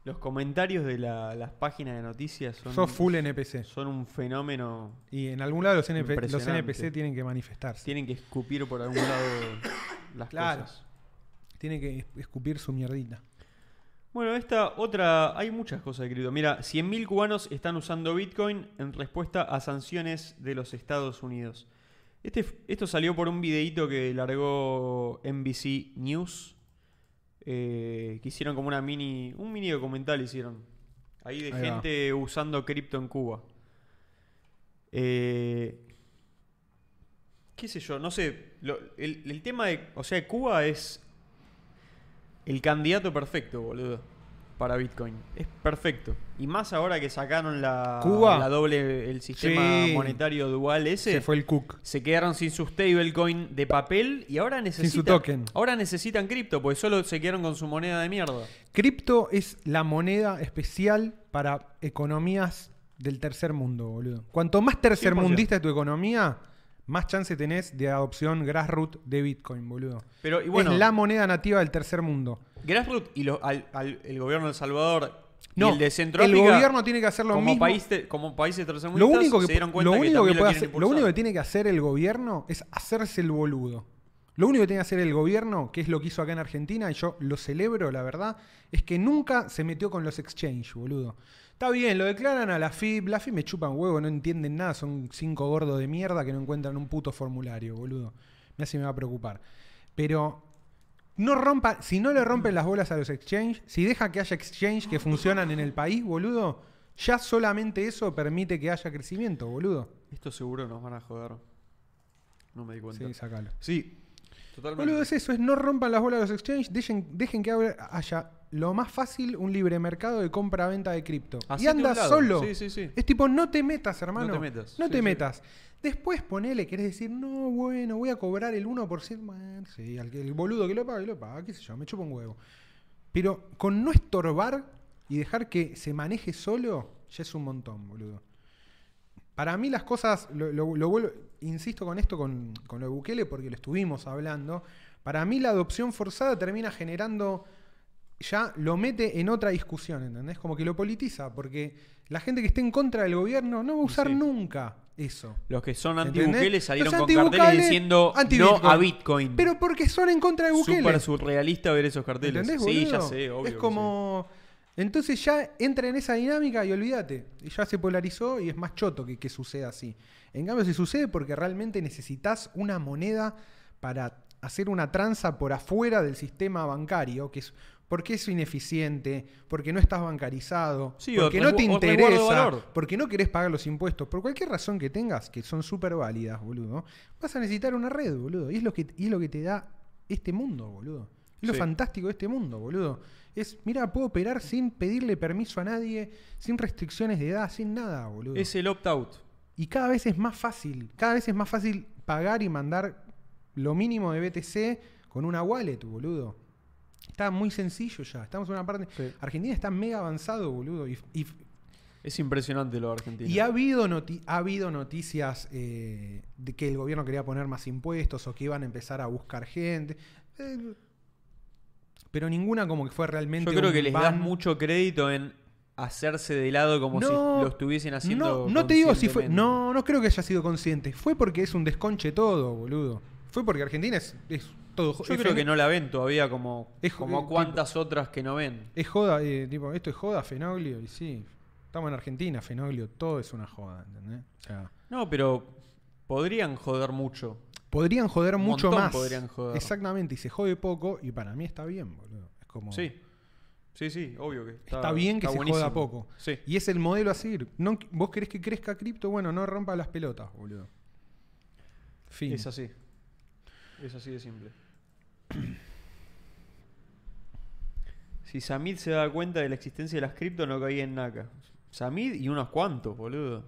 [SPEAKER 2] los comentarios de la- las páginas de noticias son,
[SPEAKER 1] Sos full NPC.
[SPEAKER 2] son un fenómeno.
[SPEAKER 1] Y en algún lado los, NP los
[SPEAKER 2] Impresionante.
[SPEAKER 1] NPC tienen que manifestarse.
[SPEAKER 2] Tienen que escupir por algún
[SPEAKER 1] [COUGHS]
[SPEAKER 2] lado las
[SPEAKER 1] Claro.
[SPEAKER 2] cosas.
[SPEAKER 1] Tienen que es- escupir su mierdita.
[SPEAKER 2] Bueno, esta otra. Hay muchas cosas de cripto. Mira, 100.000 cubanos están usando Bitcoin en respuesta a sanciones de los Estados Unidos. Este, esto salió por un videíto que largó NBC News. eh, que hicieron como una mini. Un mini documental hicieron. Ahí de
[SPEAKER 1] Ahí va.
[SPEAKER 2] gente usando cripto en Cuba. Eh, ¿Qué sé yo? No sé. lo- el, el tema de. O sea, Cuba es el candidato perfecto, boludo. Para Bitcoin. Es perfecto. Y más ahora que sacaron la,
[SPEAKER 1] Cuba.
[SPEAKER 2] la doble, el sistema
[SPEAKER 1] Sí.
[SPEAKER 2] monetario dual ese.
[SPEAKER 1] Se fue el cook.
[SPEAKER 2] Se quedaron sin su stablecoin de papel y ahora necesitan.
[SPEAKER 1] su token.
[SPEAKER 2] Ahora necesitan cripto, porque solo se quedaron con su moneda de mierda.
[SPEAKER 1] Cripto es la moneda especial para economías del tercer mundo, boludo. Cuanto más tercermundista es tu economía, más chance tenés de adopción grassroots de Bitcoin, boludo.
[SPEAKER 2] Pero, y bueno,
[SPEAKER 1] es la moneda nativa del tercer mundo.
[SPEAKER 2] Grassroot y lo- al- al- el gobierno de El Salvador
[SPEAKER 1] No,
[SPEAKER 2] y el de
[SPEAKER 1] el
[SPEAKER 2] Centroamérica.
[SPEAKER 1] gobierno tiene que hacer lo
[SPEAKER 2] como
[SPEAKER 1] mismo.
[SPEAKER 2] País de- como países
[SPEAKER 1] Lo
[SPEAKER 2] tercermundistas
[SPEAKER 1] único, que,
[SPEAKER 2] se dieron cuenta
[SPEAKER 1] lo, único que
[SPEAKER 2] que, también lo
[SPEAKER 1] puede
[SPEAKER 2] quieren
[SPEAKER 1] hacer- lo único
[SPEAKER 2] impulsar.
[SPEAKER 1] que tiene que hacer el gobierno es hacerse el boludo. Lo único que tiene que hacer el gobierno, que es lo que hizo acá en Argentina, y yo lo celebro, la verdad, es que nunca se metió con los exchange, boludo. Está bien, lo declaran a la FIB, la FIB me chupan huevo, no entienden nada, son cinco gordos de mierda que no encuentran un puto formulario, boludo. Me hace me va a preocupar. Pero no rompa, si no le rompen las bolas a los exchange, si deja que haya exchange que funcionan en el país, boludo, ya solamente eso permite que haya crecimiento, boludo.
[SPEAKER 2] Esto seguro nos van a joder. No me di cuenta.
[SPEAKER 1] Sí,
[SPEAKER 2] Sí,
[SPEAKER 1] sacalo.
[SPEAKER 2] totalmente.
[SPEAKER 1] Boludo, es eso, es no rompan las bolas a los exchange, dejen, dejen que abra- haya lo más fácil un libre mercado de compra-venta de cripto.
[SPEAKER 2] Hacete
[SPEAKER 1] Y anda
[SPEAKER 2] un lado.
[SPEAKER 1] solo.
[SPEAKER 2] Sí, sí, sí.
[SPEAKER 1] Es tipo, no te metas, hermano.
[SPEAKER 2] No te metas.
[SPEAKER 1] No
[SPEAKER 2] Sí,
[SPEAKER 1] te
[SPEAKER 2] sí.
[SPEAKER 1] metas. Después ponele, querés decir, no, bueno, voy a cobrar el 1%. Bueno, sí, al que- el boludo que lo paga, que lo paga, qué sé yo, me chupa un huevo. Pero con no estorbar y dejar que se maneje solo, ya es un montón, boludo. Para mí las cosas, lo, lo- lo vuelvo- insisto con esto, con, con lo de Bukele, porque lo estuvimos hablando, para mí la adopción forzada termina generando, ya lo mete en otra discusión, ¿entendés? Como que lo politiza, porque la gente que esté en contra del gobierno no va a usar
[SPEAKER 2] sí.
[SPEAKER 1] nunca eso.
[SPEAKER 2] Los que son
[SPEAKER 1] ¿Entendés?
[SPEAKER 2] anti-Bukele salieron
[SPEAKER 1] Los
[SPEAKER 2] con carteles
[SPEAKER 1] antibucales,
[SPEAKER 2] diciendo no
[SPEAKER 1] anti-Bitcoin.
[SPEAKER 2] a Bitcoin.
[SPEAKER 1] Pero porque son en contra de Bukele.
[SPEAKER 2] Súper surrealista ver esos carteles.
[SPEAKER 1] ¿Entendés,
[SPEAKER 2] sí, ya
[SPEAKER 1] boludo?
[SPEAKER 2] sé, obvio.
[SPEAKER 1] Es
[SPEAKER 2] que
[SPEAKER 1] como. Entonces ya entra en esa dinámica y olvídate. Y ya se polarizó y es más choto que, que suceda así. En cambio, si sucede porque realmente necesitas una moneda para hacer una tranza por afuera del sistema bancario, que es. Porque es ineficiente, porque no estás bancarizado,
[SPEAKER 2] Sí, o
[SPEAKER 1] porque
[SPEAKER 2] resgu-
[SPEAKER 1] no te
[SPEAKER 2] o resguardo
[SPEAKER 1] interesa,
[SPEAKER 2] valor.
[SPEAKER 1] porque no querés pagar los impuestos, por cualquier razón que tengas, que son súper válidas, boludo, vas a necesitar una red, boludo. Y es lo que, y es lo que te da este mundo, boludo. Es lo
[SPEAKER 2] Sí.
[SPEAKER 1] fantástico de este mundo, boludo. Es, mira, puedo operar sin pedirle permiso a nadie, sin restricciones de edad, sin nada, boludo.
[SPEAKER 2] sí. Es el opt-out.
[SPEAKER 1] Y cada vez es más fácil, cada vez es más fácil pagar y mandar lo mínimo de BTC con una wallet, boludo. Está muy sencillo ya. Estamos en una parte.
[SPEAKER 2] Sí.
[SPEAKER 1] Argentina está mega avanzado, boludo. Y, y
[SPEAKER 2] Es impresionante lo de Argentina.
[SPEAKER 1] y ha habido, noti- ha habido noticias eh, de que el gobierno quería poner más impuestos o que iban a empezar a buscar gente. Eh, pero ninguna como que fue realmente.
[SPEAKER 2] Yo creo
[SPEAKER 1] un
[SPEAKER 2] que les das
[SPEAKER 1] ban.
[SPEAKER 2] mucho crédito en hacerse de lado como si
[SPEAKER 1] No,
[SPEAKER 2] lo estuviesen haciendo.
[SPEAKER 1] No, no te digo si fue.
[SPEAKER 2] conscientemente.
[SPEAKER 1] No, no creo que haya sido consciente. Fue porque es un desconche todo, boludo. Fue porque Argentina es, es todo.
[SPEAKER 2] Yo creo que no la ven todavía como,
[SPEAKER 1] Es- eh,
[SPEAKER 2] como cuantas otras que no ven.
[SPEAKER 1] Es joda, eh, tipo, esto es joda, Fenoglio, y sí. Estamos en Argentina, Fenoglio, todo es una joda, ¿entendés? O sea,
[SPEAKER 2] No, pero podrían joder mucho.
[SPEAKER 1] podrían joder
[SPEAKER 2] Un
[SPEAKER 1] mucho
[SPEAKER 2] montón
[SPEAKER 1] más.
[SPEAKER 2] podrían joder.
[SPEAKER 1] Exactamente, y se jode poco, y para mí está bien, boludo. Es como.
[SPEAKER 2] Sí. Sí, sí, obvio que está,
[SPEAKER 1] Está, bien que
[SPEAKER 2] está
[SPEAKER 1] se
[SPEAKER 2] buenísimo.
[SPEAKER 1] joda poco.
[SPEAKER 2] Sí.
[SPEAKER 1] Y es el modelo a seguir. No, ¿Vos querés que crezca cripto? Bueno, no rompa las pelotas, boludo. Fin.
[SPEAKER 2] Es así. Es así de simple. [CLEARS THROAT]
[SPEAKER 4] Si Samid se da cuenta de la existencia de las cripto, no caía en Naka.
[SPEAKER 2] Samid y unos cuantos, boludo.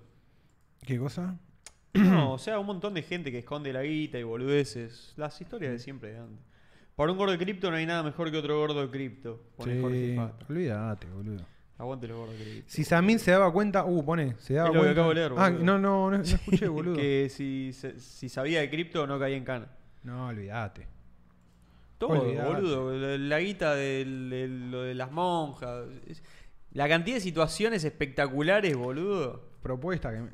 [SPEAKER 1] ¿Qué cosa? [CLEARS THROAT]
[SPEAKER 2] No, o sea, un montón de gente que esconde la guita y boludeces. Las historias de siempre de antes. Para un gordo de cripto no hay nada mejor que otro gordo de cripto. Pone Jorge
[SPEAKER 1] Sí,
[SPEAKER 2] Fata.
[SPEAKER 1] olvídate, boludo.
[SPEAKER 2] Aguante los gordos de cripto.
[SPEAKER 1] Si Samir se daba cuenta, uh, pone, se daba
[SPEAKER 2] Es lo que
[SPEAKER 1] cuenta.
[SPEAKER 2] acabo de leer,
[SPEAKER 1] ah,
[SPEAKER 2] boludo.
[SPEAKER 1] no, no, no, no
[SPEAKER 2] [LAUGHS]
[SPEAKER 1] escuché, boludo.
[SPEAKER 2] que si, se- si sabía de cripto no caía en cana.
[SPEAKER 1] No, olvídate.
[SPEAKER 2] Todo,
[SPEAKER 1] Olvidate.
[SPEAKER 2] boludo. La, la guita del- del- lo de las monjas. Es- La cantidad de situaciones espectaculares, boludo.
[SPEAKER 1] Propuesta que me,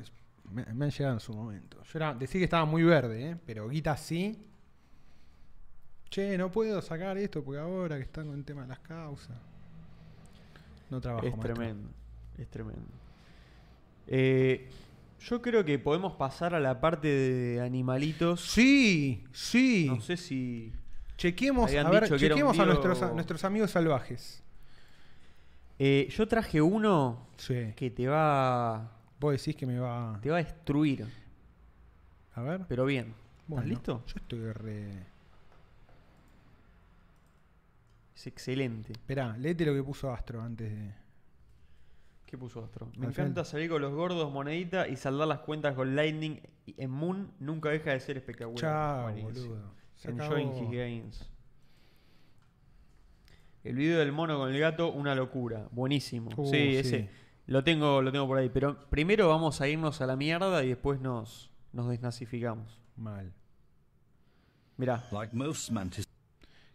[SPEAKER 1] me- me han llegado en su momento. Yo era, decía que estaba muy verde, ¿eh? pero guita sí. Che, no puedo sacar esto porque ahora que están con el tema de las causas. No trabajo
[SPEAKER 2] es
[SPEAKER 1] maestro.
[SPEAKER 2] tremendo. Es tremendo. Eh, yo creo que podemos pasar a la parte de animalitos.
[SPEAKER 1] Sí, sí.
[SPEAKER 2] No sé si.
[SPEAKER 1] Chequemos,
[SPEAKER 2] Habían
[SPEAKER 1] a, ver,
[SPEAKER 2] dicho que era un
[SPEAKER 1] chequemos a
[SPEAKER 2] tiro-
[SPEAKER 1] nuestros, a nuestros amigos salvajes.
[SPEAKER 2] Eh, yo traje uno
[SPEAKER 1] Sí.
[SPEAKER 2] que te va.
[SPEAKER 1] Vos decís que me va.
[SPEAKER 2] Te va a destruir.
[SPEAKER 1] A ver.
[SPEAKER 2] Pero bien.
[SPEAKER 1] Bueno,
[SPEAKER 2] ¿Estás listo?
[SPEAKER 1] Yo estoy re.
[SPEAKER 2] Es excelente.
[SPEAKER 1] Esperá, léete lo que puso Astro antes de.
[SPEAKER 2] ¿Qué puso Astro?
[SPEAKER 1] Al
[SPEAKER 2] Me
[SPEAKER 1] final.
[SPEAKER 2] encanta salir con los gordos, monedita y saldar las cuentas con Lightning y- en Moon. Nunca deja de ser espectacular.
[SPEAKER 1] Chao,
[SPEAKER 2] Buenísimo.
[SPEAKER 1] boludo. Se
[SPEAKER 2] Enjoying
[SPEAKER 1] acabó.
[SPEAKER 2] his gains. El video del mono con el gato, una locura. Buenísimo.
[SPEAKER 1] Uh,
[SPEAKER 2] sí,
[SPEAKER 1] sí.
[SPEAKER 2] ese. Lo tengo, lo tengo por ahí. Pero primero vamos a irnos a la mierda y después nos, nos desnazificamos.
[SPEAKER 1] Mal.
[SPEAKER 2] Mirá,
[SPEAKER 6] Like most mantis.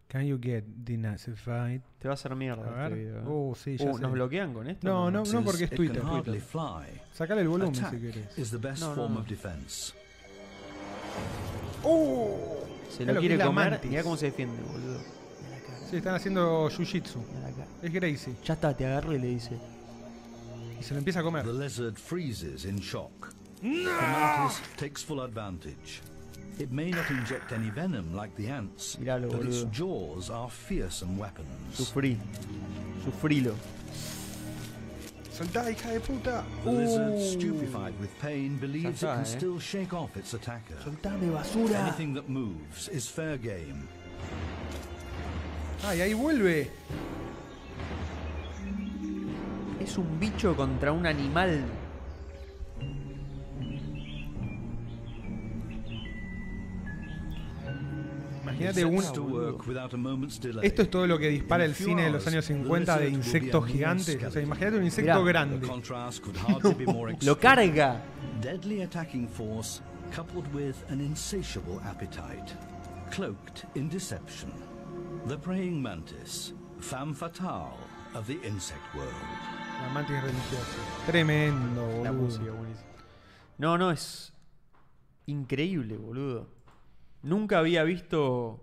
[SPEAKER 1] Can you get denazified?
[SPEAKER 2] te va a hacer mierda
[SPEAKER 1] A
[SPEAKER 2] este
[SPEAKER 1] ver.
[SPEAKER 2] video. ¿eh?
[SPEAKER 1] Uh, sí, ya
[SPEAKER 2] Uh,
[SPEAKER 1] sé.
[SPEAKER 2] ¿Nos bloquean con esto?
[SPEAKER 1] No, no, no, porque es
[SPEAKER 6] it
[SPEAKER 1] Twitter.
[SPEAKER 6] can hardly fly.
[SPEAKER 1] Sacale el volumen
[SPEAKER 6] Attack
[SPEAKER 1] si querés.
[SPEAKER 6] is the best
[SPEAKER 2] No, no,
[SPEAKER 6] form
[SPEAKER 2] no.
[SPEAKER 6] of defense.
[SPEAKER 2] Se
[SPEAKER 1] Ya lo
[SPEAKER 2] lo
[SPEAKER 1] que
[SPEAKER 2] quiere
[SPEAKER 1] es la
[SPEAKER 2] comer.
[SPEAKER 1] mantis.
[SPEAKER 2] Mirá cómo se defiende, boludo. Mirá la cara,
[SPEAKER 1] Sí, están haciendo jiu-jitsu.
[SPEAKER 2] mirá la cara.
[SPEAKER 1] Es Gracie.
[SPEAKER 2] Ya está, te agarro y le dice.
[SPEAKER 1] Y se lo empieza a comer.
[SPEAKER 6] The lizard freezes in shock. The mantis takes full advantage. It may not inject any venom like the ants,
[SPEAKER 2] Miralo,
[SPEAKER 6] but its
[SPEAKER 2] boludo.
[SPEAKER 6] jaws are fearsome weapons.
[SPEAKER 2] Sufrí. Sufrilo.
[SPEAKER 1] Soltá, hija de puta.
[SPEAKER 6] The lizard, stupefied with pain, believes it
[SPEAKER 2] Saltá,
[SPEAKER 6] can
[SPEAKER 2] eh.
[SPEAKER 6] still shake off its attacker.
[SPEAKER 2] Soltame basura.
[SPEAKER 6] Anything that moves is fair game.
[SPEAKER 1] Ay, Ah, ahí vuelve.
[SPEAKER 2] Es un bicho contra un animal.
[SPEAKER 1] Imagínate
[SPEAKER 6] It
[SPEAKER 1] un.
[SPEAKER 6] sets to work without a moment's delay.
[SPEAKER 1] Esto es todo lo que dispara el cine de los años 50 de insectos gigantes. O sea, imagínate un insecto
[SPEAKER 2] Mirá.
[SPEAKER 6] The
[SPEAKER 1] grande. [LAUGHS]
[SPEAKER 6] contrast could hardly be more
[SPEAKER 2] Lo
[SPEAKER 6] extreme.
[SPEAKER 2] carga.
[SPEAKER 6] Deadly attacking force coupled with an insatiable appetite, cloaked in deception. The praying mantis, femme fatale of the insect world.
[SPEAKER 1] La mantis religiosa. Tremendo, boludo.
[SPEAKER 2] No, no, es increíble, boludo. Nunca había visto...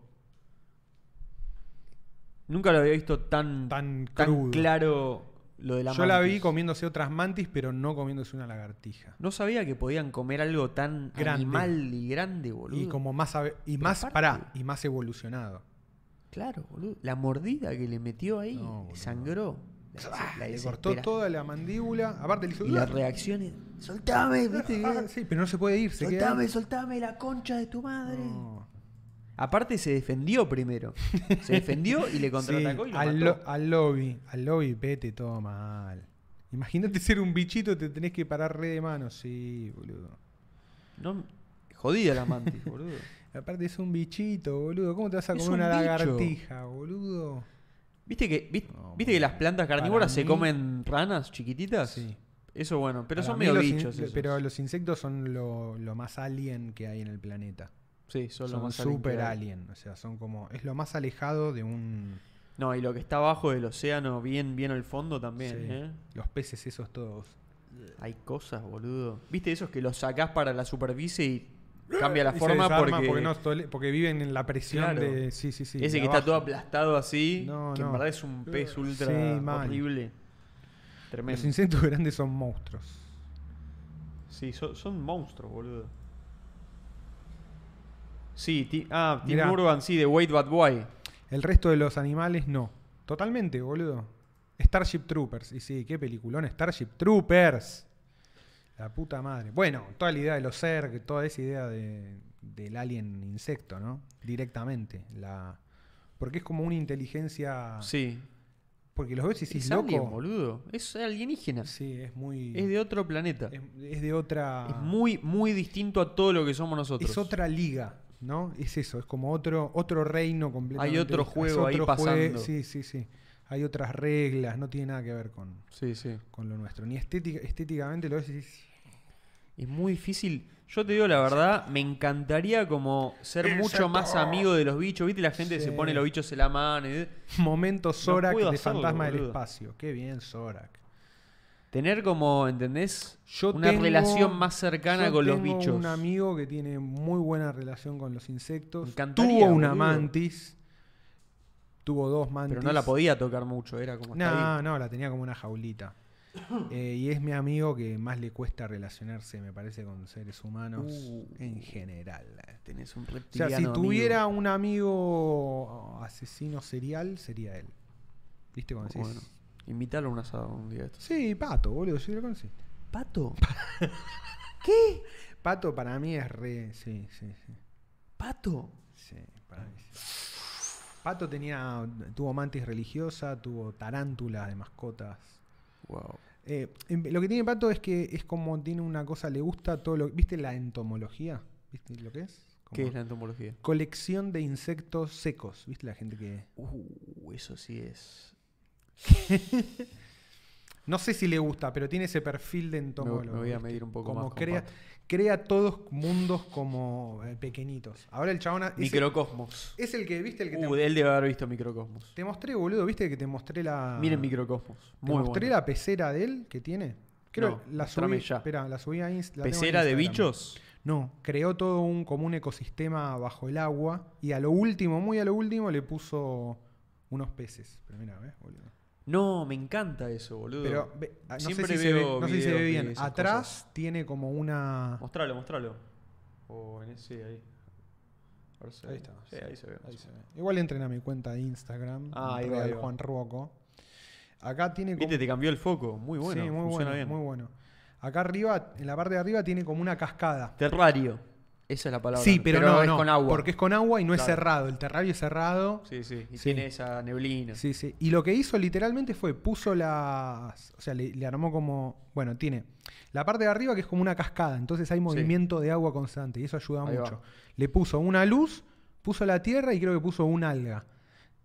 [SPEAKER 2] Nunca lo había visto tan,
[SPEAKER 1] Tan crudo.
[SPEAKER 2] claro lo de la
[SPEAKER 1] Yo la vi
[SPEAKER 2] mantis.
[SPEAKER 1] comiéndose otras mantis, pero no comiéndose una lagartija.
[SPEAKER 2] No sabía que podían comer algo tan
[SPEAKER 1] Grande.
[SPEAKER 2] animal y grande, boludo.
[SPEAKER 1] Y como más ave- y más
[SPEAKER 2] aparte-
[SPEAKER 1] pará, y más evolucionado.
[SPEAKER 2] Claro, boludo. La mordida que le metió ahí
[SPEAKER 1] No, boludo. Ah,
[SPEAKER 2] le sangró. La, des- Ah, la
[SPEAKER 1] Le cortó
[SPEAKER 2] desespera-
[SPEAKER 1] toda la mandíbula, aparte le hizo
[SPEAKER 2] Y las
[SPEAKER 1] "Ah,
[SPEAKER 2] reacciones. Soltame, viste.
[SPEAKER 1] ah, sí, pero no [LAUGHS] se puede ir, se queda.
[SPEAKER 2] [LAUGHS] soltame, soltame la concha de tu madre.
[SPEAKER 1] No.
[SPEAKER 2] Aparte se defendió primero. Se defendió y le
[SPEAKER 1] [LAUGHS]
[SPEAKER 2] contraatacó
[SPEAKER 1] Sí,
[SPEAKER 2] y lo
[SPEAKER 1] al,
[SPEAKER 2] mató.
[SPEAKER 1] lo- al lobby, al lobby vete todo mal. Imagínate ser un bichito, te tenés que parar re de mano, sí, boludo.
[SPEAKER 2] No, jodida la mantis, boludo.
[SPEAKER 1] Aparte es un bichito, boludo. ¿Cómo te vas a
[SPEAKER 2] Es
[SPEAKER 1] comer
[SPEAKER 2] un
[SPEAKER 1] una
[SPEAKER 2] bicho.
[SPEAKER 1] lagartija, boludo?
[SPEAKER 2] ¿Viste que, vi- viste,
[SPEAKER 1] No,
[SPEAKER 2] que
[SPEAKER 1] boludo.
[SPEAKER 2] las plantas carnívoras
[SPEAKER 1] Para
[SPEAKER 2] se
[SPEAKER 1] mí-
[SPEAKER 2] comen ranas chiquititas?
[SPEAKER 1] Sí.
[SPEAKER 2] Eso bueno, pero
[SPEAKER 1] Para
[SPEAKER 2] son
[SPEAKER 1] mí
[SPEAKER 2] medio
[SPEAKER 1] los in-
[SPEAKER 2] bichos.
[SPEAKER 1] lo-
[SPEAKER 2] esos.
[SPEAKER 1] Pero los insectos son lo, lo más alien que hay en el planeta.
[SPEAKER 2] sí, son, lo
[SPEAKER 1] son
[SPEAKER 2] más
[SPEAKER 1] super
[SPEAKER 2] alimentarios.
[SPEAKER 1] alien. O sea, son como. Es lo más alejado de un.
[SPEAKER 2] No, y lo que está abajo del océano, bien, bien al fondo también,
[SPEAKER 1] Sí.
[SPEAKER 2] ¿eh?
[SPEAKER 1] Los peces esos todos.
[SPEAKER 2] Hay cosas, boludo. ¿Viste esos que los sacás para la superficie y Cambia la
[SPEAKER 1] Y se
[SPEAKER 2] forma
[SPEAKER 1] desarma
[SPEAKER 2] porque,
[SPEAKER 1] no tole- porque viven en la presión
[SPEAKER 2] Claro.
[SPEAKER 1] de. Sí, sí, sí.
[SPEAKER 2] ese
[SPEAKER 1] de
[SPEAKER 2] que está
[SPEAKER 1] abajo.
[SPEAKER 2] todo aplastado así,
[SPEAKER 1] No,
[SPEAKER 2] que
[SPEAKER 1] no.
[SPEAKER 2] en verdad es un pez ultra
[SPEAKER 1] Sí, mal.
[SPEAKER 2] horrible.
[SPEAKER 1] Los
[SPEAKER 2] Tremendo.
[SPEAKER 1] insectos grandes son monstruos.
[SPEAKER 2] Sí, so- son, monstruos, boludo. Sí, Ti- ah, Tim
[SPEAKER 1] Mirá.
[SPEAKER 2] Urban, sí, de Wait Bad Boy.
[SPEAKER 1] El resto de los animales no. Totalmente, boludo. Starship Troopers. Y sí, qué peliculón. Starship Troopers. La puta madre. Bueno, toda la idea de los Zerg, toda esa idea de- del alien insecto, ¿no? Directamente. La, porque es como una inteligencia.
[SPEAKER 2] Sí.
[SPEAKER 1] Porque los ves y decís,
[SPEAKER 2] es
[SPEAKER 1] Ah. loco.
[SPEAKER 2] alien, boludo. Es alienígena.
[SPEAKER 1] Sí, es muy.
[SPEAKER 2] Es de otro planeta.
[SPEAKER 1] es- es de otra.
[SPEAKER 2] Es muy, muy distinto a todo lo que somos nosotros.
[SPEAKER 1] Es otra liga, ¿no? Es eso, es como otro, otro reino completamente.
[SPEAKER 2] Hay otro
[SPEAKER 1] distinto.
[SPEAKER 2] juego ahí pasando.
[SPEAKER 1] Sí, sí, sí. Hay otras reglas, no tiene nada que ver con,
[SPEAKER 2] Sí, sí.
[SPEAKER 1] con lo nuestro. Ni estética, estéticamente lo ves y decís,
[SPEAKER 2] Es muy difícil. Yo te digo la verdad, me encantaría como ser mucho más amigo de los bichos. ¿Viste? La gente que se
[SPEAKER 1] Sí.
[SPEAKER 2] pone los bichos en la mano. y-
[SPEAKER 1] Momento Zorak
[SPEAKER 2] puedo
[SPEAKER 1] de
[SPEAKER 2] hacerlo,
[SPEAKER 1] Fantasma del
[SPEAKER 2] boludo.
[SPEAKER 1] Espacio. Qué bien, Zorak.
[SPEAKER 2] Tener como, ¿entendés?
[SPEAKER 1] Yo
[SPEAKER 2] Una
[SPEAKER 1] tengo-
[SPEAKER 2] relación más cercana
[SPEAKER 1] yo
[SPEAKER 2] con los
[SPEAKER 1] tengo
[SPEAKER 2] bichos.
[SPEAKER 1] un amigo que tiene muy buena relación con los insectos.
[SPEAKER 2] Me encantaría,
[SPEAKER 1] Tuvo una
[SPEAKER 2] boludo.
[SPEAKER 1] mantis. Tuvo dos mantis.
[SPEAKER 2] Pero no la podía tocar mucho, era como hasta ahí.
[SPEAKER 1] No, no, la tenía como una jaulita. [COUGHS] Eh, y es mi amigo que más le cuesta relacionarse, me parece, con seres humanos
[SPEAKER 2] Uh.
[SPEAKER 1] en general. eh.
[SPEAKER 2] Tenés un
[SPEAKER 1] O sea,
[SPEAKER 2] reptiliano.
[SPEAKER 1] si
[SPEAKER 2] amigo.
[SPEAKER 1] tuviera un amigo asesino serial, sería él. ¿Viste cómo decís?
[SPEAKER 2] Bueno, invítalo a un asado un día de estos.
[SPEAKER 1] Sí, Pato, boludo, yo lo conocí.
[SPEAKER 2] ¿Pato?
[SPEAKER 1] Pato para mí es re... Sí, sí, sí.
[SPEAKER 2] ¿Pato?
[SPEAKER 1] sí, para mí sí. Pato tenía, tuvo mantis religiosa, tuvo tarántulas de mascotas.
[SPEAKER 2] Wow.
[SPEAKER 1] Eh, em- lo que tiene Pato es que es como tiene una cosa, le gusta todo lo. ¿Viste la entomología? ¿Viste lo que es? Como
[SPEAKER 2] ¿Qué es la entomología?
[SPEAKER 1] Colección de insectos secos. ¿Viste la gente que.?
[SPEAKER 2] Uh, eso sí es.
[SPEAKER 1] No sé si le gusta, pero tiene ese perfil de entomólogo.
[SPEAKER 2] me voy a
[SPEAKER 1] ¿viste?
[SPEAKER 2] medir un poco
[SPEAKER 1] como
[SPEAKER 2] más con
[SPEAKER 1] Crea,
[SPEAKER 2] Pato.
[SPEAKER 1] crea todos mundos como eh, pequeñitos. Ahora el chabón. ha- Es, el,
[SPEAKER 2] Microcosmos.
[SPEAKER 1] es el que, ¿viste? El que
[SPEAKER 2] Uh,
[SPEAKER 1] te,
[SPEAKER 2] él debe haber visto Microcosmos.
[SPEAKER 1] te mostré, boludo. ¿Viste que te mostré la.
[SPEAKER 2] Miren Microcosmos.
[SPEAKER 1] Ah. Te
[SPEAKER 2] Muy
[SPEAKER 1] mostré
[SPEAKER 2] bueno.
[SPEAKER 1] la pecera de él que tiene. Creo
[SPEAKER 2] No,
[SPEAKER 1] la
[SPEAKER 2] mostrame
[SPEAKER 1] subí.
[SPEAKER 2] ya.
[SPEAKER 1] Espera, la subí a Inst- la tengo en
[SPEAKER 2] ¿Pecera de
[SPEAKER 1] Instagram.
[SPEAKER 2] bichos?
[SPEAKER 1] No, creó todo un, como un ecosistema bajo el agua y a lo último, muy a lo último, le puso unos peces. Pero mira, ¿ves, boludo?
[SPEAKER 2] No, me encanta eso, boludo.
[SPEAKER 1] Pero ve- ah, no,
[SPEAKER 2] Siempre
[SPEAKER 1] sé, si se ve,
[SPEAKER 2] veo
[SPEAKER 1] no sé si se
[SPEAKER 2] videos
[SPEAKER 1] ve
[SPEAKER 2] de
[SPEAKER 1] bien.
[SPEAKER 2] esas
[SPEAKER 1] Atrás tiene como una...
[SPEAKER 2] Mostralo, mostralo. O en ese, ahí. A ver si-
[SPEAKER 1] Ahí está.
[SPEAKER 2] Sí, ahí se ve. más o menos.
[SPEAKER 1] Igual entren a mi cuenta de Instagram,
[SPEAKER 2] Ah, ahí va,
[SPEAKER 1] Real
[SPEAKER 2] ahí va.
[SPEAKER 1] Juan Ruoco. Acá tiene como...
[SPEAKER 2] Viste, te cambió el foco. Muy bueno.
[SPEAKER 1] sí, muy
[SPEAKER 2] funciona
[SPEAKER 1] bueno,
[SPEAKER 2] bien.
[SPEAKER 1] muy bueno. Acá arriba, en la parte de arriba, tiene como una cascada.
[SPEAKER 2] Terrario. Esa es la palabra.
[SPEAKER 1] Sí, pero, no,
[SPEAKER 2] es
[SPEAKER 1] no,
[SPEAKER 2] con agua.
[SPEAKER 1] porque es con agua y no es
[SPEAKER 2] Claro.
[SPEAKER 1] cerrado. El terrario es cerrado.
[SPEAKER 2] Sí, sí. Y
[SPEAKER 1] Sí.
[SPEAKER 2] tiene esa neblina.
[SPEAKER 1] Sí, sí. Y lo que hizo literalmente fue puso las. O sea, le, le armó como. Bueno, tiene la parte de arriba que es como una cascada, entonces hay movimiento de agua constante y eso ayuda
[SPEAKER 2] Ahí va.
[SPEAKER 1] mucho. Le puso una luz, puso la tierra y creo que puso un alga.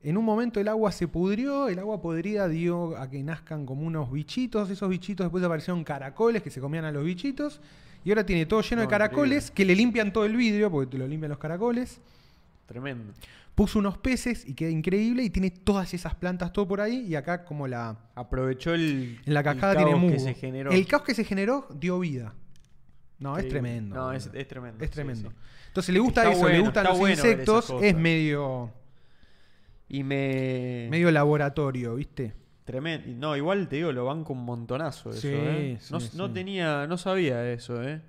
[SPEAKER 1] En un momento el agua se pudrió, el agua podrida dio a que nazcan como unos bichitos. Esos bichitos después aparecieron caracoles que se comían a los bichitos. Y ahora tiene todo lleno
[SPEAKER 2] No,
[SPEAKER 1] de caracoles que le limpian todo el vidrio porque te lo limpian los caracoles
[SPEAKER 2] Tremendo.
[SPEAKER 1] puso unos peces y queda increíble y tiene todas esas plantas todo por ahí y acá como la
[SPEAKER 2] Aprovechó el.
[SPEAKER 1] en la
[SPEAKER 2] el
[SPEAKER 1] cascada
[SPEAKER 2] caos
[SPEAKER 1] tiene
[SPEAKER 2] que
[SPEAKER 1] musgo.
[SPEAKER 2] se generó.
[SPEAKER 1] El caos que se generó dio vida. No, es
[SPEAKER 2] Sí.
[SPEAKER 1] tremendo.
[SPEAKER 2] No, es,
[SPEAKER 1] boludo.
[SPEAKER 2] es tremendo.
[SPEAKER 1] Es
[SPEAKER 2] sí,
[SPEAKER 1] tremendo.
[SPEAKER 2] sí.
[SPEAKER 1] Entonces le gusta
[SPEAKER 2] Está
[SPEAKER 1] eso, le
[SPEAKER 2] bueno,
[SPEAKER 1] gustan
[SPEAKER 2] está
[SPEAKER 1] los
[SPEAKER 2] bueno ver esas
[SPEAKER 1] insectos,
[SPEAKER 2] cosas.
[SPEAKER 1] es medio
[SPEAKER 2] Y me.
[SPEAKER 1] medio laboratorio, ¿viste?
[SPEAKER 2] Tremendo. No, igual te digo, lo banco un montonazo eso,
[SPEAKER 1] Sí,
[SPEAKER 2] ¿eh?
[SPEAKER 1] sí,
[SPEAKER 2] No,
[SPEAKER 1] sí.
[SPEAKER 2] no tenía, no sabía eso, ¿eh?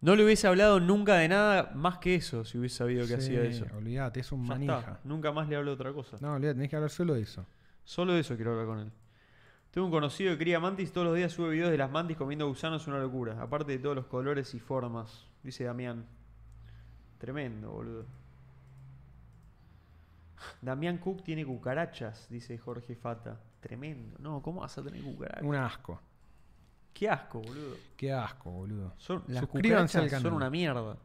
[SPEAKER 2] No le hubiese hablado nunca de nada más que eso si hubiese sabido que
[SPEAKER 1] Sí,
[SPEAKER 2] hacía eso.
[SPEAKER 1] Olvídate, es un
[SPEAKER 2] Ya
[SPEAKER 1] manija.
[SPEAKER 2] está. Nunca más le hablo de otra cosa.
[SPEAKER 1] No, olvídate, tenés que hablar solo de eso.
[SPEAKER 2] Solo de eso quiero hablar con él. Tengo un conocido que cría mantis y todos los días sube videos de las mantis comiendo gusanos, es una locura. Aparte de todos los colores y formas, dice Damián. Tremendo, boludo. Damián Cook tiene cucarachas, dice Jorge Fata. Tremendo. No, ¿cómo vas a tener cucarachas?
[SPEAKER 1] Un asco.
[SPEAKER 2] Qué asco, boludo.
[SPEAKER 1] Qué asco, boludo.
[SPEAKER 2] Son, las
[SPEAKER 1] Suscríbanse al
[SPEAKER 2] cucarachas son
[SPEAKER 1] canal.
[SPEAKER 2] una mierda.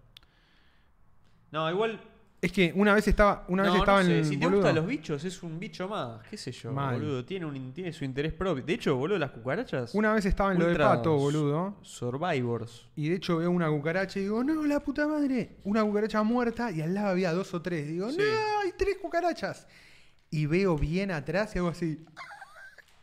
[SPEAKER 2] No, igual.
[SPEAKER 1] Es que una vez estaba, una
[SPEAKER 2] no,
[SPEAKER 1] vez
[SPEAKER 2] no
[SPEAKER 1] estaba
[SPEAKER 2] sé,
[SPEAKER 1] en
[SPEAKER 2] si te
[SPEAKER 1] boludo,
[SPEAKER 2] gustan los bichos, es un bicho más. ¿Qué sé yo,
[SPEAKER 1] Mal.
[SPEAKER 2] boludo? Tiene, un, tiene su interés propio. De hecho, boludo, las cucarachas.
[SPEAKER 1] Una vez estaba en lo de
[SPEAKER 2] ultra
[SPEAKER 1] pato, boludo.
[SPEAKER 2] Survivors.
[SPEAKER 1] Y de hecho veo una cucaracha y digo, no, la puta madre, una cucaracha muerta y al lado había dos o tres. Digo,
[SPEAKER 2] Sí.
[SPEAKER 1] no, hay tres cucarachas. Y veo bien atrás y hago así.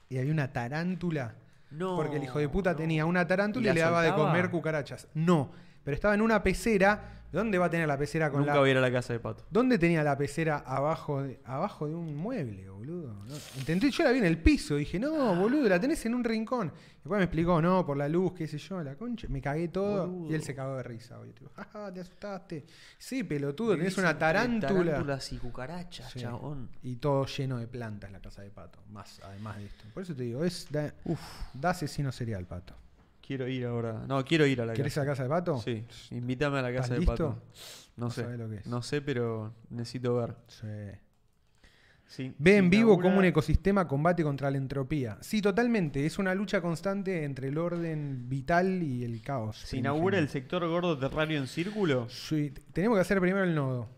[SPEAKER 1] Y había una tarántula.
[SPEAKER 2] No,
[SPEAKER 1] porque el hijo de puta
[SPEAKER 2] no.
[SPEAKER 1] tenía una
[SPEAKER 2] ¿Y
[SPEAKER 1] tarántula y,
[SPEAKER 2] la
[SPEAKER 1] le daba de
[SPEAKER 2] soltaba?
[SPEAKER 1] comer cucarachas. No, pero estaba en una pecera. ¿Dónde va a tener la pecera con
[SPEAKER 2] Nunca
[SPEAKER 1] la.?
[SPEAKER 2] voy a ir a la casa de Pato.
[SPEAKER 1] ¿Dónde tenía la pecera abajo de, abajo de un mueble, boludo? No, Intenté, yo la vi en el piso, dije, no, boludo, la tenés en un rincón. Después me explicó, no, por la luz, qué sé yo, la concha. Me cagué todo y él se cagó de risa, boludo. Tipo, "Jaja, te asustaste. Sí, pelotudo, tenés una tarántula.
[SPEAKER 2] Tarántulas y cucarachas,
[SPEAKER 1] Sí.
[SPEAKER 2] chabón.
[SPEAKER 1] Y todo lleno de plantas la casa de pato, más además de esto. Por eso te digo, es da, da asesino serial, pato.
[SPEAKER 2] Quiero ir ahora. No, quiero ir a la
[SPEAKER 1] ¿Querés ir a
[SPEAKER 2] casa.
[SPEAKER 1] la casa de pato?
[SPEAKER 2] Sí, invítame a la casa
[SPEAKER 1] ¿Estás
[SPEAKER 2] de Pato. No
[SPEAKER 1] No
[SPEAKER 2] sé.
[SPEAKER 1] sabés lo que es.
[SPEAKER 2] No sé, pero necesito ver.
[SPEAKER 1] Sí.
[SPEAKER 2] Sí,
[SPEAKER 1] Ve en
[SPEAKER 2] inaugura-
[SPEAKER 1] vivo cómo un ecosistema combate contra la entropía. Sí, totalmente. Es una lucha constante entre el orden vital y el caos.
[SPEAKER 2] ¿Se inaugura el
[SPEAKER 1] primigenial.
[SPEAKER 2] sector gordo terrario en círculo?
[SPEAKER 1] Sí, t- tenemos que hacer primero el nodo.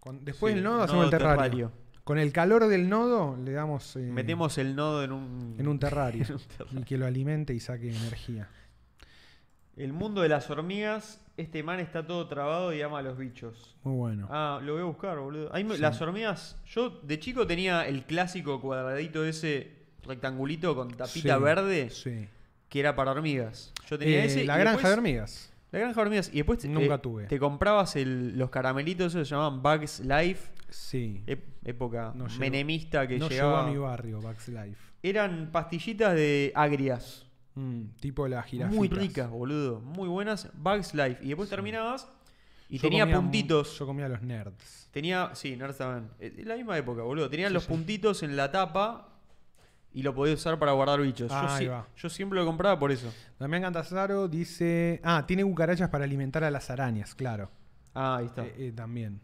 [SPEAKER 1] Con- después
[SPEAKER 2] Sí,
[SPEAKER 1] del nodo hacemos
[SPEAKER 2] nodo
[SPEAKER 1] el terrario.
[SPEAKER 2] terrario.
[SPEAKER 1] Con el calor del nodo le damos. eh,
[SPEAKER 2] Metemos el nodo en un...
[SPEAKER 1] en un terrario.
[SPEAKER 2] [LAUGHS] en un terrario.
[SPEAKER 1] y que lo alimente y saque energía.
[SPEAKER 2] El mundo de las hormigas. Este man está todo trabado y ama a los bichos.
[SPEAKER 1] Muy bueno.
[SPEAKER 2] Ah, lo voy a buscar, boludo. Ahí me- Las hormigas... Yo de chico tenía el clásico cuadradito ese rectangulito con tapita
[SPEAKER 1] Sí,
[SPEAKER 2] verde
[SPEAKER 1] Sí.
[SPEAKER 2] que era para hormigas. Yo tenía
[SPEAKER 1] Eh,
[SPEAKER 2] ese...
[SPEAKER 1] la
[SPEAKER 2] y
[SPEAKER 1] granja de
[SPEAKER 2] después-
[SPEAKER 1] hormigas.
[SPEAKER 2] La granja de hormigas. Y después te-
[SPEAKER 1] Nunca
[SPEAKER 2] eh,
[SPEAKER 1] tuve.
[SPEAKER 2] te comprabas el- los caramelitos, esos se llamaban Bugs Life.
[SPEAKER 1] Sí.
[SPEAKER 2] ep- época
[SPEAKER 1] No llegó.
[SPEAKER 2] menemista que
[SPEAKER 1] no llegó
[SPEAKER 2] llegaba.
[SPEAKER 1] a mi barrio, Bugs Life.
[SPEAKER 2] Eran pastillitas de agrias.
[SPEAKER 1] Mm, tipo la jirafa.
[SPEAKER 2] Muy ricas, boludo. Muy buenas. Bugs Life. Y después terminabas y
[SPEAKER 1] Yo
[SPEAKER 2] tenía
[SPEAKER 1] comía mu-
[SPEAKER 2] puntitos.
[SPEAKER 1] Yo comía los nerds.
[SPEAKER 2] Tenía. Sí, Nerds también. Es eh, la misma época, boludo. Tenían
[SPEAKER 1] Sí,
[SPEAKER 2] los
[SPEAKER 1] sí.
[SPEAKER 2] puntitos en la tapa y lo podías usar para guardar bichos. Yo
[SPEAKER 1] Ah, ahí
[SPEAKER 2] sí- yo,
[SPEAKER 1] va.
[SPEAKER 2] siempre lo compraba por eso.
[SPEAKER 1] Damián Cantasaro dice. Ah, tiene cucarachas para alimentar a las arañas, claro.
[SPEAKER 2] Ah, ahí está.
[SPEAKER 1] Eh, eh, también.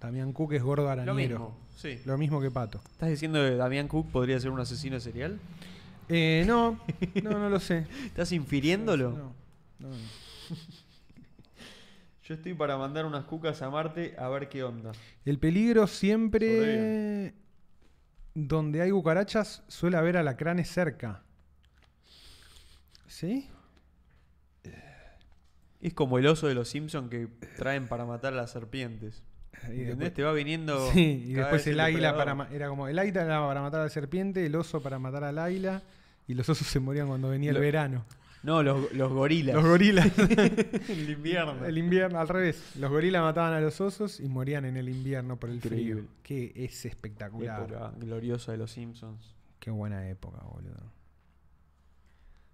[SPEAKER 1] Damián Cook es gordo
[SPEAKER 2] lo
[SPEAKER 1] arañero.
[SPEAKER 2] mismo. Sí.
[SPEAKER 1] Lo mismo que pato.
[SPEAKER 2] ¿Estás diciendo que Damián Cook podría ser un asesino serial?
[SPEAKER 1] Eh, no, no, no lo
[SPEAKER 2] [LAUGHS]
[SPEAKER 1] sé.
[SPEAKER 2] ¿Estás infiriéndolo?
[SPEAKER 1] No, no, no.
[SPEAKER 2] Yo estoy para mandar unas cucas a Marte a ver qué onda.
[SPEAKER 1] El peligro siempre. Donde hay cucarachas, suele haber alacranes cerca. ¿Sí?
[SPEAKER 2] Es como el oso de los Simpsons que traen para matar a las serpientes.
[SPEAKER 1] Y
[SPEAKER 2] ¿Entendés?
[SPEAKER 1] después-
[SPEAKER 2] Te va viniendo.
[SPEAKER 1] [LAUGHS] Sí, y
[SPEAKER 2] cada
[SPEAKER 1] después
[SPEAKER 2] vez
[SPEAKER 1] el águila
[SPEAKER 2] depredador.
[SPEAKER 1] para ma- era como el águila era para matar a la serpiente, el oso para matar al águila y los osos se morían cuando venía
[SPEAKER 2] Lo-
[SPEAKER 1] el
[SPEAKER 2] [LAUGHS]
[SPEAKER 1] verano.
[SPEAKER 2] No, los, los gorilas.
[SPEAKER 1] Los gorilas.
[SPEAKER 2] [LAUGHS] el invierno.
[SPEAKER 1] el invierno al revés. Los gorilas mataban a los osos y morían en el invierno por el
[SPEAKER 2] Increíble.
[SPEAKER 1] frío, que es espectacular.
[SPEAKER 2] Época gloriosa de los Simpsons.
[SPEAKER 1] Qué buena época, boludo.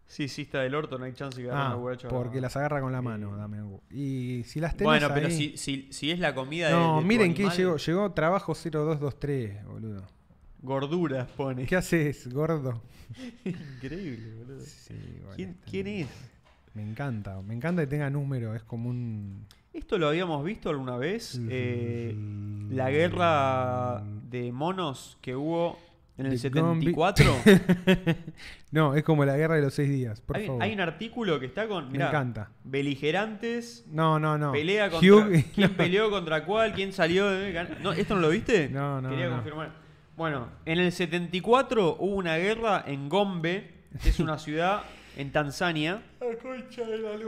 [SPEAKER 2] Sí, sí, está del orto, no hay chance que agarren
[SPEAKER 1] Ah,
[SPEAKER 2] una cucaracha.
[SPEAKER 1] porque las agarra con la mano,
[SPEAKER 2] Sí.
[SPEAKER 1] Damián Gu- Y si las tenés
[SPEAKER 2] Bueno, pero
[SPEAKER 1] ahí-
[SPEAKER 2] si, si, si es la comida de-
[SPEAKER 1] No,
[SPEAKER 2] de. tu
[SPEAKER 1] miren quién
[SPEAKER 2] animal,
[SPEAKER 1] llegó, llegó trabajo 0223, boludo.
[SPEAKER 2] Gorduras pone.
[SPEAKER 1] ¿Qué haces, gordo?
[SPEAKER 2] [LAUGHS] Increíble, boludo.
[SPEAKER 1] Sí, bueno,
[SPEAKER 2] ¿Quién,
[SPEAKER 1] está
[SPEAKER 2] quién
[SPEAKER 1] bien.
[SPEAKER 2] es?
[SPEAKER 1] Me encanta, me encanta que tenga número, es como un... [LAUGHS]
[SPEAKER 2] Esto lo habíamos visto alguna vez.
[SPEAKER 1] Mm.
[SPEAKER 2] eh, la guerra de monos que hubo en el
[SPEAKER 1] De Gumby.
[SPEAKER 2] 74.
[SPEAKER 1] No, es como la guerra de los seis días, [LAUGHS] por
[SPEAKER 2] hay,
[SPEAKER 1] favor.
[SPEAKER 2] hay un artículo que está con.
[SPEAKER 1] Me
[SPEAKER 2] mirá,
[SPEAKER 1] encanta.
[SPEAKER 2] Beligerantes.
[SPEAKER 1] No, no, no.
[SPEAKER 2] Pelea contra.
[SPEAKER 1] Hugh-
[SPEAKER 2] [LAUGHS] ¿Quién peleó contra cuál? ¿Quién salió? de- gan- No, ¿Esto no lo viste?
[SPEAKER 1] No, no,
[SPEAKER 2] Quería
[SPEAKER 1] no.
[SPEAKER 2] confirmar. Bueno, en el 74 hubo una guerra en Gombe, que es una ciudad en Tanzania.
[SPEAKER 1] [LAUGHS]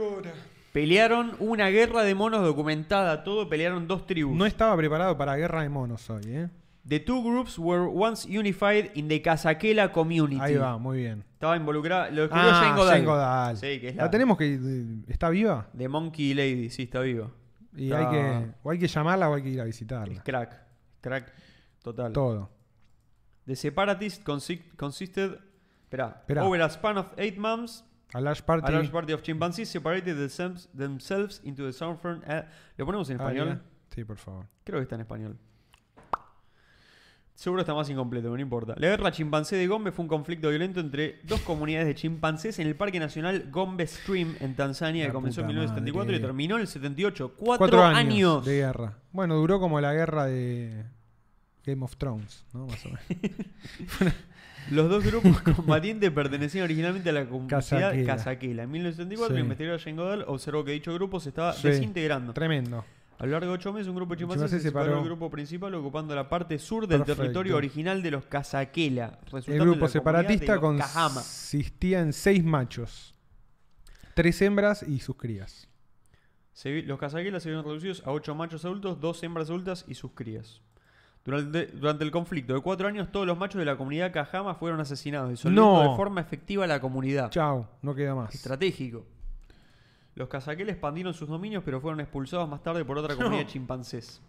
[SPEAKER 2] Pelearon hubo una guerra de monos documentada, todo pelearon dos tribus.
[SPEAKER 1] No estaba preparado para guerra de monos hoy, ¿eh?
[SPEAKER 2] The two groups were once unified in the Casaquela community.
[SPEAKER 1] Ahí va, muy bien.
[SPEAKER 2] Estaba involucrada. Lo descubrió
[SPEAKER 1] Ah,
[SPEAKER 2] Jane Goodall.
[SPEAKER 1] Jane Goodall.
[SPEAKER 2] Sí, que es
[SPEAKER 1] la...
[SPEAKER 2] la,
[SPEAKER 1] tenemos que... de- ¿Está viva?
[SPEAKER 2] The Monkey Lady, sí, está viva.
[SPEAKER 1] Y
[SPEAKER 2] Está-
[SPEAKER 1] hay que, o hay que llamarla o hay que ir a
[SPEAKER 2] Es
[SPEAKER 1] visitarla.
[SPEAKER 2] crack. Crack total.
[SPEAKER 1] Todo.
[SPEAKER 2] The separatists consi- consisted. Espera.
[SPEAKER 1] Esperá.
[SPEAKER 2] Over a span of eight months,
[SPEAKER 1] A Large Party...
[SPEAKER 2] a large party of chimpanzees separated themselves, themselves into the southern. eh, ¿Lo ponemos en
[SPEAKER 1] Ah,
[SPEAKER 2] español?
[SPEAKER 1] mira. sí, por favor.
[SPEAKER 2] Creo que está en español. Seguro está más incompleto, pero no importa. La guerra chimpancé de Gombe fue un conflicto violento entre dos comunidades de chimpancés en el Parque Nacional Gombe Stream en Tanzania,
[SPEAKER 1] La
[SPEAKER 2] que comenzó en
[SPEAKER 1] puta
[SPEAKER 2] 1974 y
[SPEAKER 1] madre.
[SPEAKER 2] terminó en el 78. Cuatro,
[SPEAKER 1] Cuatro
[SPEAKER 2] años.
[SPEAKER 1] de guerra. Bueno, duró como la guerra de Game of Thrones, ¿no? Más o menos.
[SPEAKER 2] Los dos
[SPEAKER 1] [LAUGHS]
[SPEAKER 2] grupos combatientes pertenecían originalmente a la comunidad
[SPEAKER 1] Casaquela.
[SPEAKER 2] casaquela. En 1974,
[SPEAKER 1] Sí.
[SPEAKER 2] el investigador Jane Goodall observó que dicho grupo se estaba
[SPEAKER 1] Sí.
[SPEAKER 2] desintegrando.
[SPEAKER 1] Tremendo.
[SPEAKER 2] A lo largo de ocho meses, un grupo de chimpancés
[SPEAKER 1] Chimpancés
[SPEAKER 2] se separó
[SPEAKER 1] separó.
[SPEAKER 2] del grupo principal, ocupando la parte sur del
[SPEAKER 1] Perfecto.
[SPEAKER 2] territorio original de los casaquela.
[SPEAKER 1] El
[SPEAKER 2] resultando en
[SPEAKER 1] grupo
[SPEAKER 2] la comunidad de
[SPEAKER 1] separatista
[SPEAKER 2] los Cajama.
[SPEAKER 1] consistía en seis machos, tres hembras y sus crías.
[SPEAKER 2] Se vi- los cazaguelas se vieron reducidos a ocho machos adultos, dos hembras adultas y sus crías. Durante, durante el conflicto de cuatro años, todos los machos de la comunidad Cajama fueron asesinados, disolviendo
[SPEAKER 1] No.
[SPEAKER 2] de forma efectiva la comunidad.
[SPEAKER 1] Chao, no queda más.
[SPEAKER 2] Estratégico. Los cazaquel expandieron sus dominios, pero fueron expulsados más tarde por otra comunidad de chimpancés.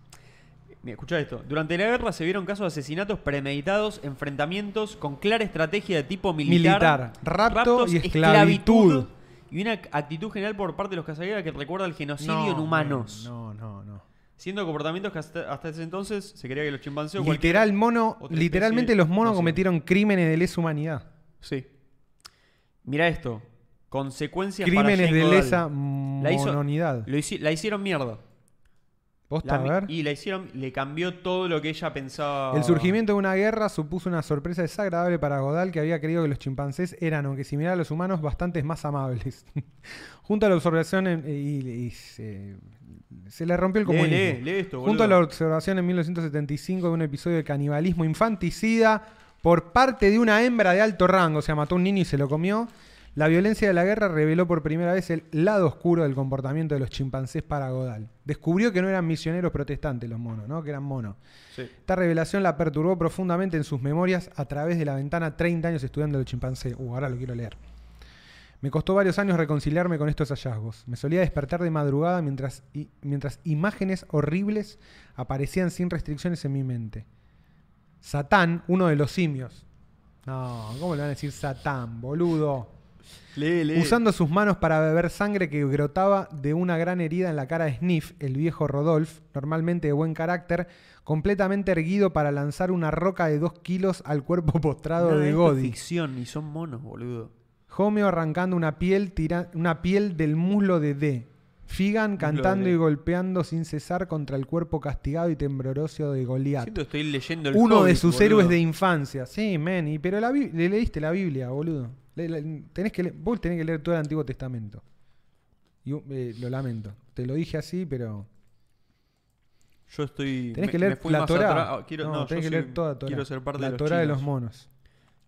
[SPEAKER 2] Mira, escucha esto. Durante la guerra se vieron casos de asesinatos premeditados, enfrentamientos con clara estrategia de tipo militar,
[SPEAKER 1] Militar, rapto y esclavitud.
[SPEAKER 2] y una actitud general por parte de los cazagueras que recuerda al genocidio en
[SPEAKER 1] hombre,
[SPEAKER 2] humanos.
[SPEAKER 1] No, no, no.
[SPEAKER 2] Siendo comportamientos que hasta, hasta ese entonces se creía que los chimpancés o cualquier-
[SPEAKER 1] Literal mono,
[SPEAKER 2] otra especie
[SPEAKER 1] literalmente los monos
[SPEAKER 2] no sé.
[SPEAKER 1] cometieron crímenes de lesa humanidad.
[SPEAKER 2] Sí. Mira esto. Consecuencias para
[SPEAKER 1] Crímenes de
[SPEAKER 2] Dale.
[SPEAKER 1] lesa
[SPEAKER 2] La hizo-
[SPEAKER 1] mononidad.
[SPEAKER 2] lo hici- la hicieron mierda.
[SPEAKER 1] Posta,
[SPEAKER 2] La mi-
[SPEAKER 1] a ver.
[SPEAKER 2] y la hicieron, le cambió todo lo que ella pensaba.
[SPEAKER 1] El surgimiento de una guerra supuso una sorpresa desagradable para Godal, que había creído que los chimpancés eran, aunque similar a los humanos, bastantes más amables. [LAUGHS] Junto a la observación en- eh, y, y se, se le rompió el
[SPEAKER 2] Lee,
[SPEAKER 1] comunismo.
[SPEAKER 2] lee, lee esto,
[SPEAKER 1] Junto a la
[SPEAKER 2] boludo.
[SPEAKER 1] observación en 1975 de un episodio de canibalismo infanticida por parte de una hembra de alto rango, o sea, mató a un niño y se lo comió. La violencia de la guerra reveló por primera vez el lado oscuro del comportamiento de los chimpancés para Godal. Descubrió que no eran misioneros protestantes los monos, ¿no? Que eran monos.
[SPEAKER 2] Sí.
[SPEAKER 1] Esta revelación la perturbó profundamente en sus memorias a través de la ventana 30 años estudiando el chimpancé. Uh, ahora lo quiero leer. Me costó varios años reconciliarme con estos hallazgos. Me solía despertar de madrugada mientras, i- mientras imágenes horribles aparecían sin restricciones en mi mente. Satán, uno de los simios. No, ¿cómo le van a decir Satán, boludo?
[SPEAKER 2] Lee, lee.
[SPEAKER 1] Usando sus manos para beber sangre que brotaba de una gran herida en la cara de Sniff, el viejo Rodolf, normalmente de buen carácter, completamente erguido para lanzar una roca de dos kilos al cuerpo [LAUGHS] postrado
[SPEAKER 2] Nada de
[SPEAKER 1] de
[SPEAKER 2] esto es
[SPEAKER 1] Godi.
[SPEAKER 2] ficción y son monos, boludo.
[SPEAKER 1] Homeo arrancando una piel, tira- una piel del muslo de D. Figan cantando
[SPEAKER 2] D.
[SPEAKER 1] y golpeando sin cesar contra el cuerpo castigado y tembloroso de Goliat.
[SPEAKER 2] Siento que estoy leyendo el
[SPEAKER 1] Uno de
[SPEAKER 2] Hobbit,
[SPEAKER 1] sus
[SPEAKER 2] boludo.
[SPEAKER 1] héroes de infancia. Sí, men, y- pero la Bi- le leíste la Biblia, boludo. Le- le- tenés que le- vos tenés que leer todo el Antiguo Testamento. Y, eh, lo lamento. Te lo dije así, pero.
[SPEAKER 2] Yo estoy.
[SPEAKER 1] Tenés
[SPEAKER 2] me-
[SPEAKER 1] que
[SPEAKER 2] me
[SPEAKER 1] leer
[SPEAKER 2] fui
[SPEAKER 1] la
[SPEAKER 2] más
[SPEAKER 1] Torah.
[SPEAKER 2] atrás. Ah, quiero,
[SPEAKER 1] no,
[SPEAKER 2] no, yo
[SPEAKER 1] tenés que
[SPEAKER 2] soy-
[SPEAKER 1] leer toda la Torah.
[SPEAKER 2] Quiero ser parte
[SPEAKER 1] la
[SPEAKER 2] de los
[SPEAKER 1] Torah de los
[SPEAKER 2] chinos.
[SPEAKER 1] monos.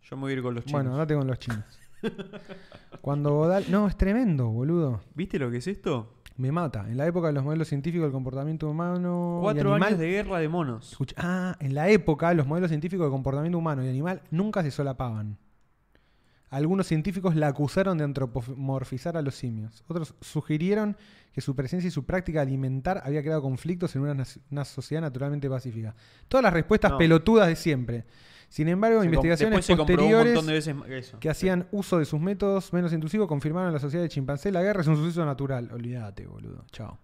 [SPEAKER 2] Yo me voy a ir con los chinos.
[SPEAKER 1] Bueno, andate con los chinos.
[SPEAKER 2] [LAUGHS]
[SPEAKER 1] Cuando Godal. No, es tremendo, boludo.
[SPEAKER 2] ¿Viste lo que es esto?
[SPEAKER 1] Me mata. En la época de los modelos científicos del comportamiento humano. Oh, y
[SPEAKER 2] Cuatro
[SPEAKER 1] animal-
[SPEAKER 2] años de guerra de monos.
[SPEAKER 1] Escucha- ah, en la época los modelos científicos de comportamiento humano y animal nunca se solapaban. Algunos científicos la acusaron de antropomorfizar a los simios. Otros sugirieron que su presencia y su práctica alimentar había creado conflictos en una, nac- una sociedad naturalmente pacífica. Todas las respuestas
[SPEAKER 2] No.
[SPEAKER 1] pelotudas de siempre. Sin embargo,
[SPEAKER 2] Se com-
[SPEAKER 1] investigaciones
[SPEAKER 2] Después se comprobó un
[SPEAKER 1] posteriores
[SPEAKER 2] montón de veces más que eso.
[SPEAKER 1] que hacían uso de sus métodos menos intrusivos confirmaron a la sociedad de chimpancé la guerra es un suceso natural. Olvídate, boludo. Chao.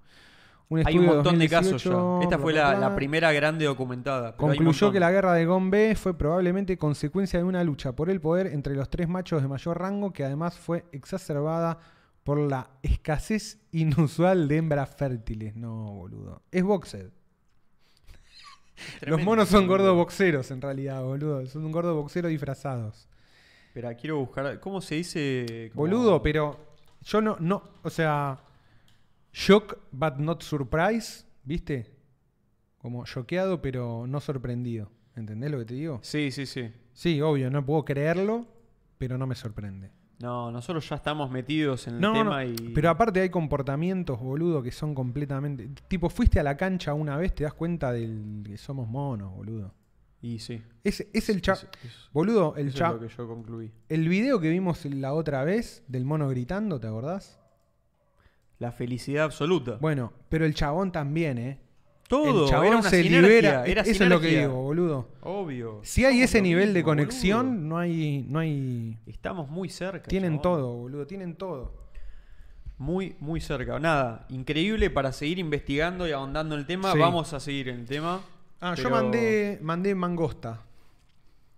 [SPEAKER 1] Un
[SPEAKER 2] Hay un
[SPEAKER 1] estudio
[SPEAKER 2] montón de
[SPEAKER 1] 2018,
[SPEAKER 2] casos ya. Esta
[SPEAKER 1] bla,
[SPEAKER 2] fue
[SPEAKER 1] bla,
[SPEAKER 2] la,
[SPEAKER 1] bla.
[SPEAKER 2] la primera grande documentada. pero hay un
[SPEAKER 1] Concluyó
[SPEAKER 2] montón.
[SPEAKER 1] que la guerra de Gombe fue probablemente consecuencia de una lucha por el poder entre los tres machos de mayor rango que además fue exacerbada por la escasez inusual de hembras fértiles. No, boludo. Es boxer. Los
[SPEAKER 2] Tremendo,
[SPEAKER 1] monos son
[SPEAKER 2] boludo.
[SPEAKER 1] gordos boxeros en realidad, boludo. Son gordos boxeros disfrazados.
[SPEAKER 2] Espera, quiero buscar. ¿Cómo se dice? Como-
[SPEAKER 1] Boludo, pero yo no, no, o sea, shock but not surprise, ¿viste? Como choqueado pero no sorprendido. ¿Entendés lo que te digo?
[SPEAKER 2] Sí, sí, sí.
[SPEAKER 1] Sí, obvio, no puedo creerlo, pero no me sorprende.
[SPEAKER 2] No, nosotros ya estamos metidos en el
[SPEAKER 1] No,
[SPEAKER 2] tema
[SPEAKER 1] no,
[SPEAKER 2] y.
[SPEAKER 1] pero aparte hay comportamientos, boludo, que son completamente... Tipo, fuiste a la cancha una vez, te das cuenta del que somos monos, boludo.
[SPEAKER 2] Y sí.
[SPEAKER 1] Es, es el chavo...
[SPEAKER 2] Eso, eso-
[SPEAKER 1] Boludo, el
[SPEAKER 2] eso es
[SPEAKER 1] chavo...
[SPEAKER 2] lo que yo concluí.
[SPEAKER 1] El video que vimos la otra vez del mono gritando, ¿te acordás?
[SPEAKER 2] La felicidad absoluta.
[SPEAKER 1] Bueno, pero el chabón también, ¿eh?
[SPEAKER 2] Todo.
[SPEAKER 1] el chabón
[SPEAKER 2] era una
[SPEAKER 1] se
[SPEAKER 2] sinergia,
[SPEAKER 1] libera. e-,
[SPEAKER 2] era
[SPEAKER 1] Eso es lo que
[SPEAKER 2] sinergia.
[SPEAKER 1] digo, boludo.
[SPEAKER 2] Obvio.
[SPEAKER 1] Si hay
[SPEAKER 2] Somos
[SPEAKER 1] ese
[SPEAKER 2] lo
[SPEAKER 1] nivel de
[SPEAKER 2] mismo,
[SPEAKER 1] conexión,
[SPEAKER 2] boludo.
[SPEAKER 1] no hay. No hay...
[SPEAKER 2] Estamos muy cerca.
[SPEAKER 1] Tienen
[SPEAKER 2] chabón.
[SPEAKER 1] todo, boludo, tienen todo.
[SPEAKER 2] Muy, muy cerca. Nada, increíble para seguir investigando y ahondando en el tema.
[SPEAKER 1] Sí.
[SPEAKER 2] Vamos a seguir en el tema.
[SPEAKER 1] Ah, yo
[SPEAKER 2] pero-
[SPEAKER 1] mandé, mandé mangosta.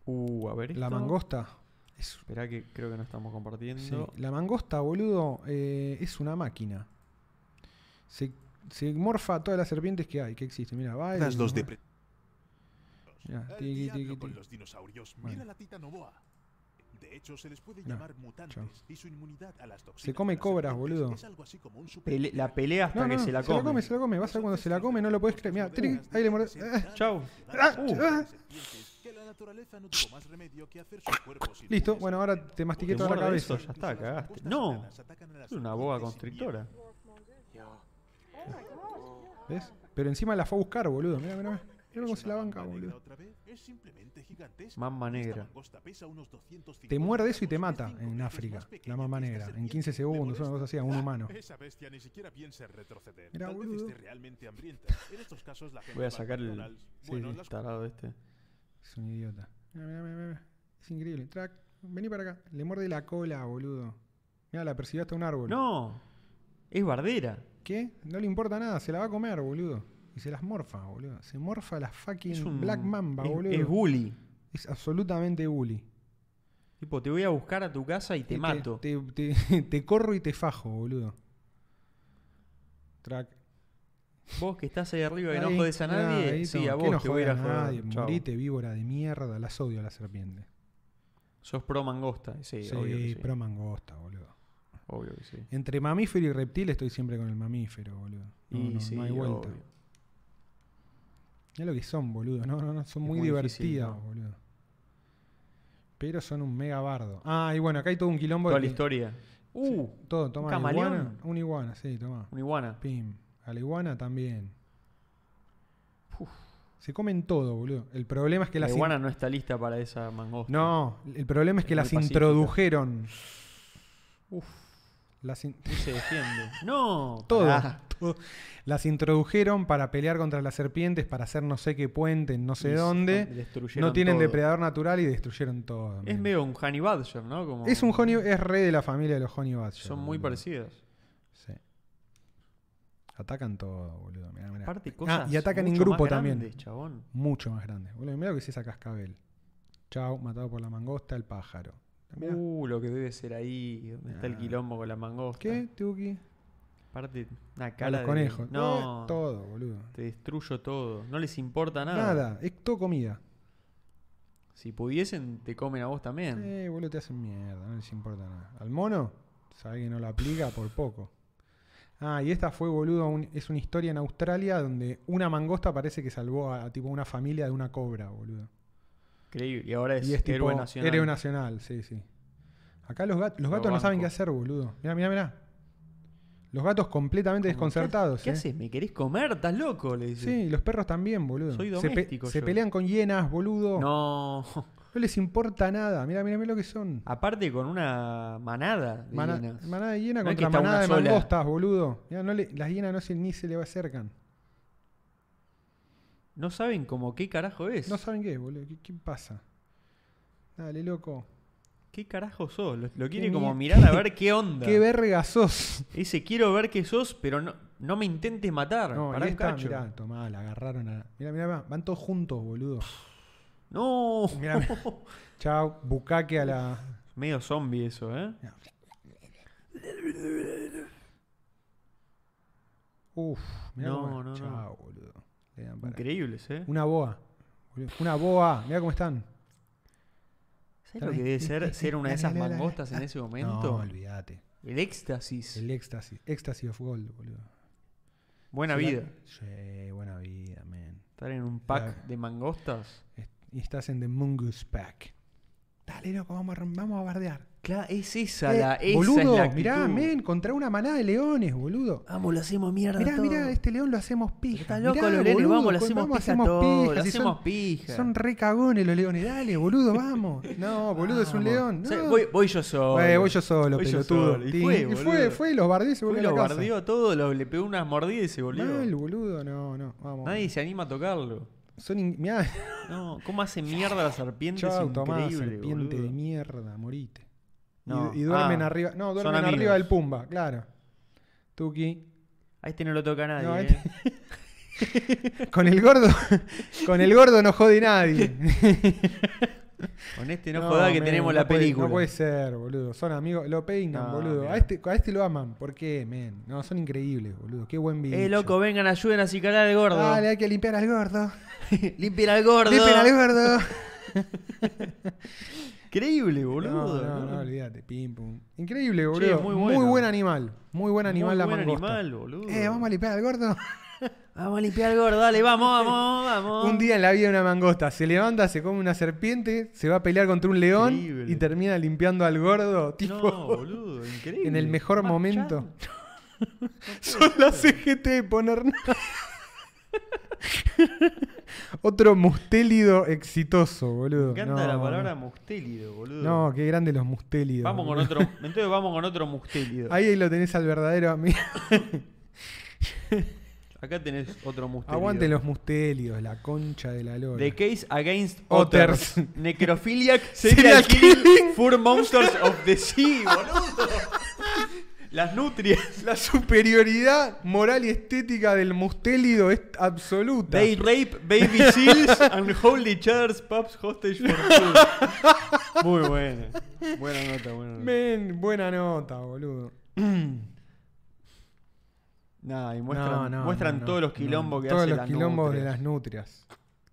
[SPEAKER 2] Uh, a ver.
[SPEAKER 1] La
[SPEAKER 2] esto.
[SPEAKER 1] mangosta. Es,
[SPEAKER 2] Esperá que creo que no estamos
[SPEAKER 1] sí,
[SPEAKER 2] compartiendo.
[SPEAKER 1] La mangosta, boludo, eh, es una máquina. Se, se morfa a todas las serpientes que hay, que existen. Mira, va. y-
[SPEAKER 7] Las dos de
[SPEAKER 1] Mirá,
[SPEAKER 8] Al
[SPEAKER 1] tiqui,
[SPEAKER 8] diablo
[SPEAKER 1] tiqui,
[SPEAKER 8] con
[SPEAKER 1] tiqui.
[SPEAKER 8] los dinosaurios.
[SPEAKER 1] Bueno.
[SPEAKER 8] Mira la tita novoa. De hecho, se les puede
[SPEAKER 1] Mirá,
[SPEAKER 8] llamar mutantes
[SPEAKER 1] Ah, chao.
[SPEAKER 8] y su inmunidad a las toxinas.
[SPEAKER 1] Se come
[SPEAKER 8] de las
[SPEAKER 1] cobras,
[SPEAKER 8] serpientes
[SPEAKER 1] boludo.
[SPEAKER 8] Es algo así como un super- [LAUGHS]
[SPEAKER 2] Pele- la pelea hasta
[SPEAKER 1] No,
[SPEAKER 2] que
[SPEAKER 1] no,
[SPEAKER 2] se la
[SPEAKER 1] se la
[SPEAKER 2] come.
[SPEAKER 1] come, se la come. Vas a ver cuando se la come, no lo puedes creer. Mira, ahí le mordes. Ah,
[SPEAKER 2] Chau.
[SPEAKER 8] Las
[SPEAKER 1] Ah,
[SPEAKER 8] uh, serpientes
[SPEAKER 1] ah.
[SPEAKER 8] que la naturaleza no tuvo más remedio que hacer sus cuerpos
[SPEAKER 1] Listo,
[SPEAKER 8] inmunes.
[SPEAKER 1] bueno, ahora te mastiqué
[SPEAKER 2] Te
[SPEAKER 1] toda la
[SPEAKER 2] muerde
[SPEAKER 1] cabeza.
[SPEAKER 2] eso, ya está,
[SPEAKER 8] Incluso las
[SPEAKER 2] cagaste.
[SPEAKER 8] langostas
[SPEAKER 2] No.
[SPEAKER 8] enanas atacan a las
[SPEAKER 2] Es una boa
[SPEAKER 8] serpientes
[SPEAKER 2] constrictora.
[SPEAKER 1] ¿Ves? Pero encima la fue a buscar, boludo. Mirá, mirá, mirá. Mira cómo se la banca, boludo.
[SPEAKER 8] Otra vez, es simplemente gigantesca.
[SPEAKER 2] Mamma negra.
[SPEAKER 8] Esta mangosta pesa unos 250
[SPEAKER 1] Te muerde eso y te
[SPEAKER 8] gramos,
[SPEAKER 1] mata
[SPEAKER 8] es cinco
[SPEAKER 1] en
[SPEAKER 8] veces
[SPEAKER 1] África,
[SPEAKER 8] más pequeña
[SPEAKER 1] la mamá
[SPEAKER 8] que esta
[SPEAKER 1] negra. En
[SPEAKER 8] serpiente.
[SPEAKER 1] 15 segundos,
[SPEAKER 8] ¿Te
[SPEAKER 1] una cosa así, a un
[SPEAKER 8] molesta?
[SPEAKER 1] humano.
[SPEAKER 8] Esa bestia ni siquiera piensa en retroceder.
[SPEAKER 1] Mirá,
[SPEAKER 8] Tal vez
[SPEAKER 1] boludo.
[SPEAKER 8] esté realmente hambrienta. En estos casos la gente
[SPEAKER 2] Voy a
[SPEAKER 8] va
[SPEAKER 2] sacar
[SPEAKER 8] al
[SPEAKER 2] el-
[SPEAKER 8] McDonald's.
[SPEAKER 1] sí,
[SPEAKER 8] Bueno,
[SPEAKER 1] sí.
[SPEAKER 8] las
[SPEAKER 2] Tarado este.
[SPEAKER 1] Es un idiota. Mirá, mirá, mirá, mirá. Es increíble. Track. Vení para acá. Le muerde la cola, boludo. Mira, la persiguió hasta un árbol.
[SPEAKER 2] No, es bardera.
[SPEAKER 1] ¿Qué? No le importa nada, se la va a comer, boludo. Y se las morfa, boludo. Se morfa la fucking
[SPEAKER 2] Es un
[SPEAKER 1] Black Mamba,
[SPEAKER 2] es-
[SPEAKER 1] boludo.
[SPEAKER 2] Es bully.
[SPEAKER 1] Es absolutamente bully.
[SPEAKER 2] Tipo, te voy a buscar a tu casa y te, mato.
[SPEAKER 1] Este, Te, te- te corro y te fajo, boludo. Track.
[SPEAKER 2] Vos que estás ahí arriba que no
[SPEAKER 1] Ahí,
[SPEAKER 2] jodes a
[SPEAKER 1] nada,
[SPEAKER 2] nadie,
[SPEAKER 1] ahí
[SPEAKER 2] sí,
[SPEAKER 1] todo.
[SPEAKER 2] a
[SPEAKER 1] ¿Qué
[SPEAKER 2] vos
[SPEAKER 1] no
[SPEAKER 2] te voy a ir a
[SPEAKER 1] jodan
[SPEAKER 2] joder.
[SPEAKER 1] nadie?
[SPEAKER 2] Chau.
[SPEAKER 1] Morite, víbora de mierda. Las odio a las serpientes.
[SPEAKER 2] Sos pro mangosta, sí,
[SPEAKER 1] Sí,
[SPEAKER 2] obvio que sí.
[SPEAKER 1] pero mangosta, boludo.
[SPEAKER 2] Obvio que sí.
[SPEAKER 1] Entre mamífero y reptil estoy siempre con el mamífero, boludo. No,
[SPEAKER 2] Y
[SPEAKER 1] no,
[SPEAKER 2] sí,
[SPEAKER 1] no hay vuelta.
[SPEAKER 2] obvio.
[SPEAKER 1] Mirá lo que son, boludo. No, no, no, son
[SPEAKER 2] Es
[SPEAKER 1] muy,
[SPEAKER 2] muy difícil,
[SPEAKER 1] divertidas,
[SPEAKER 2] ¿no?
[SPEAKER 1] boludo. Pero son un mega bardo. Ah, y bueno, acá hay todo un quilombo.
[SPEAKER 2] Toda
[SPEAKER 1] de
[SPEAKER 2] la
[SPEAKER 1] que-
[SPEAKER 2] historia.
[SPEAKER 1] sí,
[SPEAKER 2] Uh,
[SPEAKER 1] todo, toma. una
[SPEAKER 2] camaleón.
[SPEAKER 1] iguana. Una iguana, sí, toma.
[SPEAKER 2] una iguana.
[SPEAKER 1] Pim. A la iguana también. Se comen todo, boludo. El problema es que
[SPEAKER 2] La
[SPEAKER 1] las. in-
[SPEAKER 2] iguana no está lista para esa mangosta.
[SPEAKER 1] No, el problema es
[SPEAKER 2] Es
[SPEAKER 1] que
[SPEAKER 2] muy
[SPEAKER 1] las
[SPEAKER 2] pacífica.
[SPEAKER 1] introdujeron. Las in-
[SPEAKER 2] Y se defiende. no.
[SPEAKER 1] todo,
[SPEAKER 2] pará.
[SPEAKER 1] todo. Las introdujeron para pelear contra las serpientes, para hacer no sé qué puente, en no sé
[SPEAKER 2] Y se-
[SPEAKER 1] dónde.
[SPEAKER 2] destruyeron
[SPEAKER 1] No tienen
[SPEAKER 2] todo.
[SPEAKER 1] depredador natural y destruyeron todo.
[SPEAKER 2] Es
[SPEAKER 1] men.
[SPEAKER 2] medio un Honey Badger, ¿no? Como
[SPEAKER 1] Es un honey, es re de la familia de los honey badger.
[SPEAKER 2] Son muy
[SPEAKER 1] boludo.
[SPEAKER 2] parecidos.
[SPEAKER 1] Sí. Atacan todo, boludo. Mirá, mirá.
[SPEAKER 2] Aparte,
[SPEAKER 1] Ah,
[SPEAKER 2] cosas.
[SPEAKER 1] y atacan en
[SPEAKER 2] mucho
[SPEAKER 1] grupo
[SPEAKER 2] más
[SPEAKER 1] también.
[SPEAKER 2] grandes, chabón.
[SPEAKER 1] Mucho más grandes. Boludo, mirá lo que es esa cascabel. Chao, matado por la mangosta, el pájaro. Mirá.
[SPEAKER 2] Uh, lo que debe ser ahí, donde está el
[SPEAKER 1] Ah.
[SPEAKER 2] quilombo con la mangosta.
[SPEAKER 1] ¿Qué, Tuki?
[SPEAKER 2] Aparte, una
[SPEAKER 1] A
[SPEAKER 2] cara
[SPEAKER 1] los
[SPEAKER 2] de-
[SPEAKER 1] conejos.
[SPEAKER 2] No,
[SPEAKER 1] Eh, todo, boludo.
[SPEAKER 2] te destruyo todo. No les importa nada.
[SPEAKER 1] Nada. es todo comida.
[SPEAKER 2] Si pudiesen, te comen a vos también.
[SPEAKER 1] Eh, boludo, te hacen mierda, no les importa nada. Al mono, sabe que no la aplica por poco. Ah, y esta fue, boludo, un- es una historia en Australia donde una mangosta parece que salvó a, a, tipo una familia de una cobra, boludo.
[SPEAKER 2] Increíble. Y ahora es,
[SPEAKER 1] y es tipo
[SPEAKER 2] héroe nacional.
[SPEAKER 1] héroe nacional, sí, sí. Acá los, gat- los
[SPEAKER 2] Lo
[SPEAKER 1] gatos no saben
[SPEAKER 2] banco.
[SPEAKER 1] qué hacer, boludo. Mirá, mirá, mirá. Los gatos completamente desconcertados.
[SPEAKER 2] ¿Qué
[SPEAKER 1] eh.
[SPEAKER 2] haces? ¿Me querés comer? ¿Estás loco? Le dice.
[SPEAKER 1] Sí, y los perros también, boludo.
[SPEAKER 2] Soy
[SPEAKER 1] Se pe-
[SPEAKER 2] doméstico
[SPEAKER 1] se,
[SPEAKER 2] yo.
[SPEAKER 1] pelean con hienas, boludo. No.
[SPEAKER 2] No. [LAUGHS]
[SPEAKER 1] les importa nada. Mirá, mirá, mirá lo que son.
[SPEAKER 2] Aparte con una manada de
[SPEAKER 1] Mana-
[SPEAKER 2] hienas.
[SPEAKER 1] manada de hiena
[SPEAKER 2] No es que
[SPEAKER 1] contra
[SPEAKER 2] está una
[SPEAKER 1] manada de
[SPEAKER 2] sola.
[SPEAKER 1] mangostas, boludo. Mirá, no le- las hienas no se, ni se le acercan.
[SPEAKER 2] No saben como qué carajo es.
[SPEAKER 1] No saben qué, boludo. ¿Qué, qué pasa? Dale, loco.
[SPEAKER 2] ¿Qué carajo sos? Lo, lo
[SPEAKER 1] Qué
[SPEAKER 2] quiere como
[SPEAKER 1] mier-
[SPEAKER 2] mirar a ver qué onda.
[SPEAKER 1] Qué verga sos.
[SPEAKER 2] Dice, quiero ver qué sos, pero no, no me intentes matar.
[SPEAKER 1] No,
[SPEAKER 2] Pará
[SPEAKER 1] ahí
[SPEAKER 2] un
[SPEAKER 1] está,
[SPEAKER 2] cacho.
[SPEAKER 1] mirá, tomá, la agarraron a. Mirá, mirá, mirá, van todos juntos, boludo.
[SPEAKER 2] No.
[SPEAKER 1] Mirá, mirá. Chao, bucaque a la.
[SPEAKER 2] [LAUGHS] Medio zombie eso, ¿eh?
[SPEAKER 1] Uf, mirá
[SPEAKER 2] No,
[SPEAKER 1] cómo-
[SPEAKER 2] no, no.
[SPEAKER 1] Chao, boludo. Le dan para-
[SPEAKER 2] Increíbles, ¿eh?
[SPEAKER 1] Una boa. boludo. Una boa. Mirá cómo están.
[SPEAKER 2] ¿Sabes lo que debe ser ser una de esas mangostas en ese
[SPEAKER 1] No,
[SPEAKER 2] momento?
[SPEAKER 1] olvídate.
[SPEAKER 2] El éxtasis.
[SPEAKER 1] El éxtasis. Éxtasis of gold, boludo.
[SPEAKER 2] Buena
[SPEAKER 1] Sí,
[SPEAKER 2] vida.
[SPEAKER 1] Sí, buena vida, man.
[SPEAKER 2] Estar en un
[SPEAKER 1] Claro.
[SPEAKER 2] pack de mangostas.
[SPEAKER 1] Est- Y estás en The Mongoose Pack. Dale, loco, vamos a, rom- vamos a bardear.
[SPEAKER 2] Claro, es esa
[SPEAKER 1] Eh,
[SPEAKER 2] la. Esa
[SPEAKER 1] boludo,
[SPEAKER 2] es la actitud.
[SPEAKER 1] mirá, men, contra una manada de leones, boludo.
[SPEAKER 2] Vamos, lo hacemos mierda.
[SPEAKER 1] Mirá,
[SPEAKER 2] todo.
[SPEAKER 1] mirá, este león lo hacemos pija.
[SPEAKER 2] Está loco,
[SPEAKER 1] mirá,
[SPEAKER 2] los leones,
[SPEAKER 1] boludo,
[SPEAKER 2] vamos, lo
[SPEAKER 1] co-
[SPEAKER 2] hacemos
[SPEAKER 1] vamos,
[SPEAKER 2] pija
[SPEAKER 1] hacemos
[SPEAKER 2] todo,
[SPEAKER 1] pija,
[SPEAKER 2] lo
[SPEAKER 1] si son-
[SPEAKER 2] hacemos pija.
[SPEAKER 1] Son re cagones los leones, dale, boludo,
[SPEAKER 2] [LAUGHS]
[SPEAKER 1] vamos. No, boludo, es un
[SPEAKER 2] Vamos.
[SPEAKER 1] león.
[SPEAKER 2] O sea,
[SPEAKER 1] no.
[SPEAKER 2] Ah, voy, voy yo solo.
[SPEAKER 1] Eh, voy yo solo,
[SPEAKER 2] Voy yo
[SPEAKER 1] pelotudo.
[SPEAKER 2] solo. Y
[SPEAKER 1] Tin.
[SPEAKER 2] fue,
[SPEAKER 1] y fue,
[SPEAKER 2] boludo.
[SPEAKER 1] fue, y los bardeó y se
[SPEAKER 2] Fue,
[SPEAKER 1] volvió a
[SPEAKER 2] lo
[SPEAKER 1] la casa.
[SPEAKER 2] bardeó todo, lo- le pegó unas mordidas y se volvió.
[SPEAKER 1] Mal, boludo, no, no, vamos.
[SPEAKER 2] Nadie se anima a tocarlo.
[SPEAKER 1] Son in- mirá,
[SPEAKER 2] No, ¿cómo hace mierda la serpiente?
[SPEAKER 1] chau,
[SPEAKER 2] es
[SPEAKER 1] tomá,
[SPEAKER 2] increíble,
[SPEAKER 1] serpiente
[SPEAKER 2] boludo.
[SPEAKER 1] de mierda, morite. Y-
[SPEAKER 2] No.
[SPEAKER 1] Y, duermen
[SPEAKER 2] Ah,
[SPEAKER 1] arriba, no,
[SPEAKER 2] son
[SPEAKER 1] duermen
[SPEAKER 2] amigos.
[SPEAKER 1] arriba del Pumba, claro. Tuki,
[SPEAKER 2] A este no lo toca nadie.
[SPEAKER 1] No,
[SPEAKER 2] eh.
[SPEAKER 1] este- [LAUGHS] con el gordo, con el gordo no jode nadie.
[SPEAKER 2] Con este no, joda [LAUGHS] que
[SPEAKER 1] men,
[SPEAKER 2] tenemos
[SPEAKER 1] [LAUGHS] no
[SPEAKER 2] la
[SPEAKER 1] puede-
[SPEAKER 2] película.
[SPEAKER 1] no puede ser, boludo. Son amigos, lo peinan,
[SPEAKER 2] No,
[SPEAKER 1] boludo. A
[SPEAKER 2] mirá.
[SPEAKER 1] este, a este lo aman. ¿Por qué, men? No, son increíbles, boludo. Qué buen video.
[SPEAKER 2] eh, loco, vengan, ayuden a cicalar al gordo.
[SPEAKER 1] Dale, hay que limpiar al gordo.
[SPEAKER 2] [LAUGHS] Limpien al gordo.
[SPEAKER 1] Limpiar al gordo.
[SPEAKER 2] Increíble, boludo.
[SPEAKER 1] No, no, no,
[SPEAKER 2] ¿no?
[SPEAKER 1] olvídate. Pim, pum. Increíble, boludo.
[SPEAKER 2] Che,
[SPEAKER 1] muy,
[SPEAKER 2] muy bueno.
[SPEAKER 1] buen animal. Muy buen animal
[SPEAKER 2] Muy
[SPEAKER 1] la
[SPEAKER 2] buen
[SPEAKER 1] mangosta.
[SPEAKER 2] animal, boludo.
[SPEAKER 1] Eh, vamos a limpiar al gordo.
[SPEAKER 2] Vamos a limpiar al gordo, dale, vamos, vamos, vamos.
[SPEAKER 1] Un día en la vida de una mangosta se levanta, se come una serpiente, se va a pelear contra un león
[SPEAKER 2] Increíble.
[SPEAKER 1] y termina limpiando al gordo. Tipo,
[SPEAKER 2] No, boludo,
[SPEAKER 1] [LAUGHS]
[SPEAKER 2] increíble.
[SPEAKER 1] en el mejor
[SPEAKER 2] Más
[SPEAKER 1] momento.
[SPEAKER 2] chan.
[SPEAKER 1] [LAUGHS] Son las CGT de poner nada. [LAUGHS] Otro mustélido exitoso, boludo.
[SPEAKER 2] Me encanta
[SPEAKER 1] No,
[SPEAKER 2] la palabra mustélido, boludo.
[SPEAKER 1] No, qué grande los mustélidos.
[SPEAKER 2] Vamos con
[SPEAKER 1] boludo.
[SPEAKER 2] otro. Entonces vamos con otro mustélido.
[SPEAKER 1] Ahí lo tenés al verdadero amigo.
[SPEAKER 2] Acá tenés otro mustélido.
[SPEAKER 1] Aguante los mustélidos, la concha de la lora.
[SPEAKER 2] The Case Against
[SPEAKER 1] Otters. [LAUGHS]
[SPEAKER 2] Otters. Necrophiliac
[SPEAKER 1] Serial
[SPEAKER 2] Serial
[SPEAKER 1] Killing.
[SPEAKER 2] Killing Four Monsters of the Sea, boludo. Las nutrias.
[SPEAKER 1] La superioridad moral y estética del mustélido es absoluta.
[SPEAKER 2] They rape baby seals and hold each other's pups hostage for food. Muy buena. Buena nota, buena nota.
[SPEAKER 1] Men, buena nota, boludo.
[SPEAKER 2] Nah, y muestran,
[SPEAKER 1] No, no,
[SPEAKER 2] muestran
[SPEAKER 1] no,
[SPEAKER 2] todos
[SPEAKER 1] no,
[SPEAKER 2] los quilombos
[SPEAKER 1] no.
[SPEAKER 2] que
[SPEAKER 1] Todos
[SPEAKER 2] hace
[SPEAKER 1] los
[SPEAKER 2] las
[SPEAKER 1] quilombos de
[SPEAKER 2] nutrias.
[SPEAKER 1] las nutrias.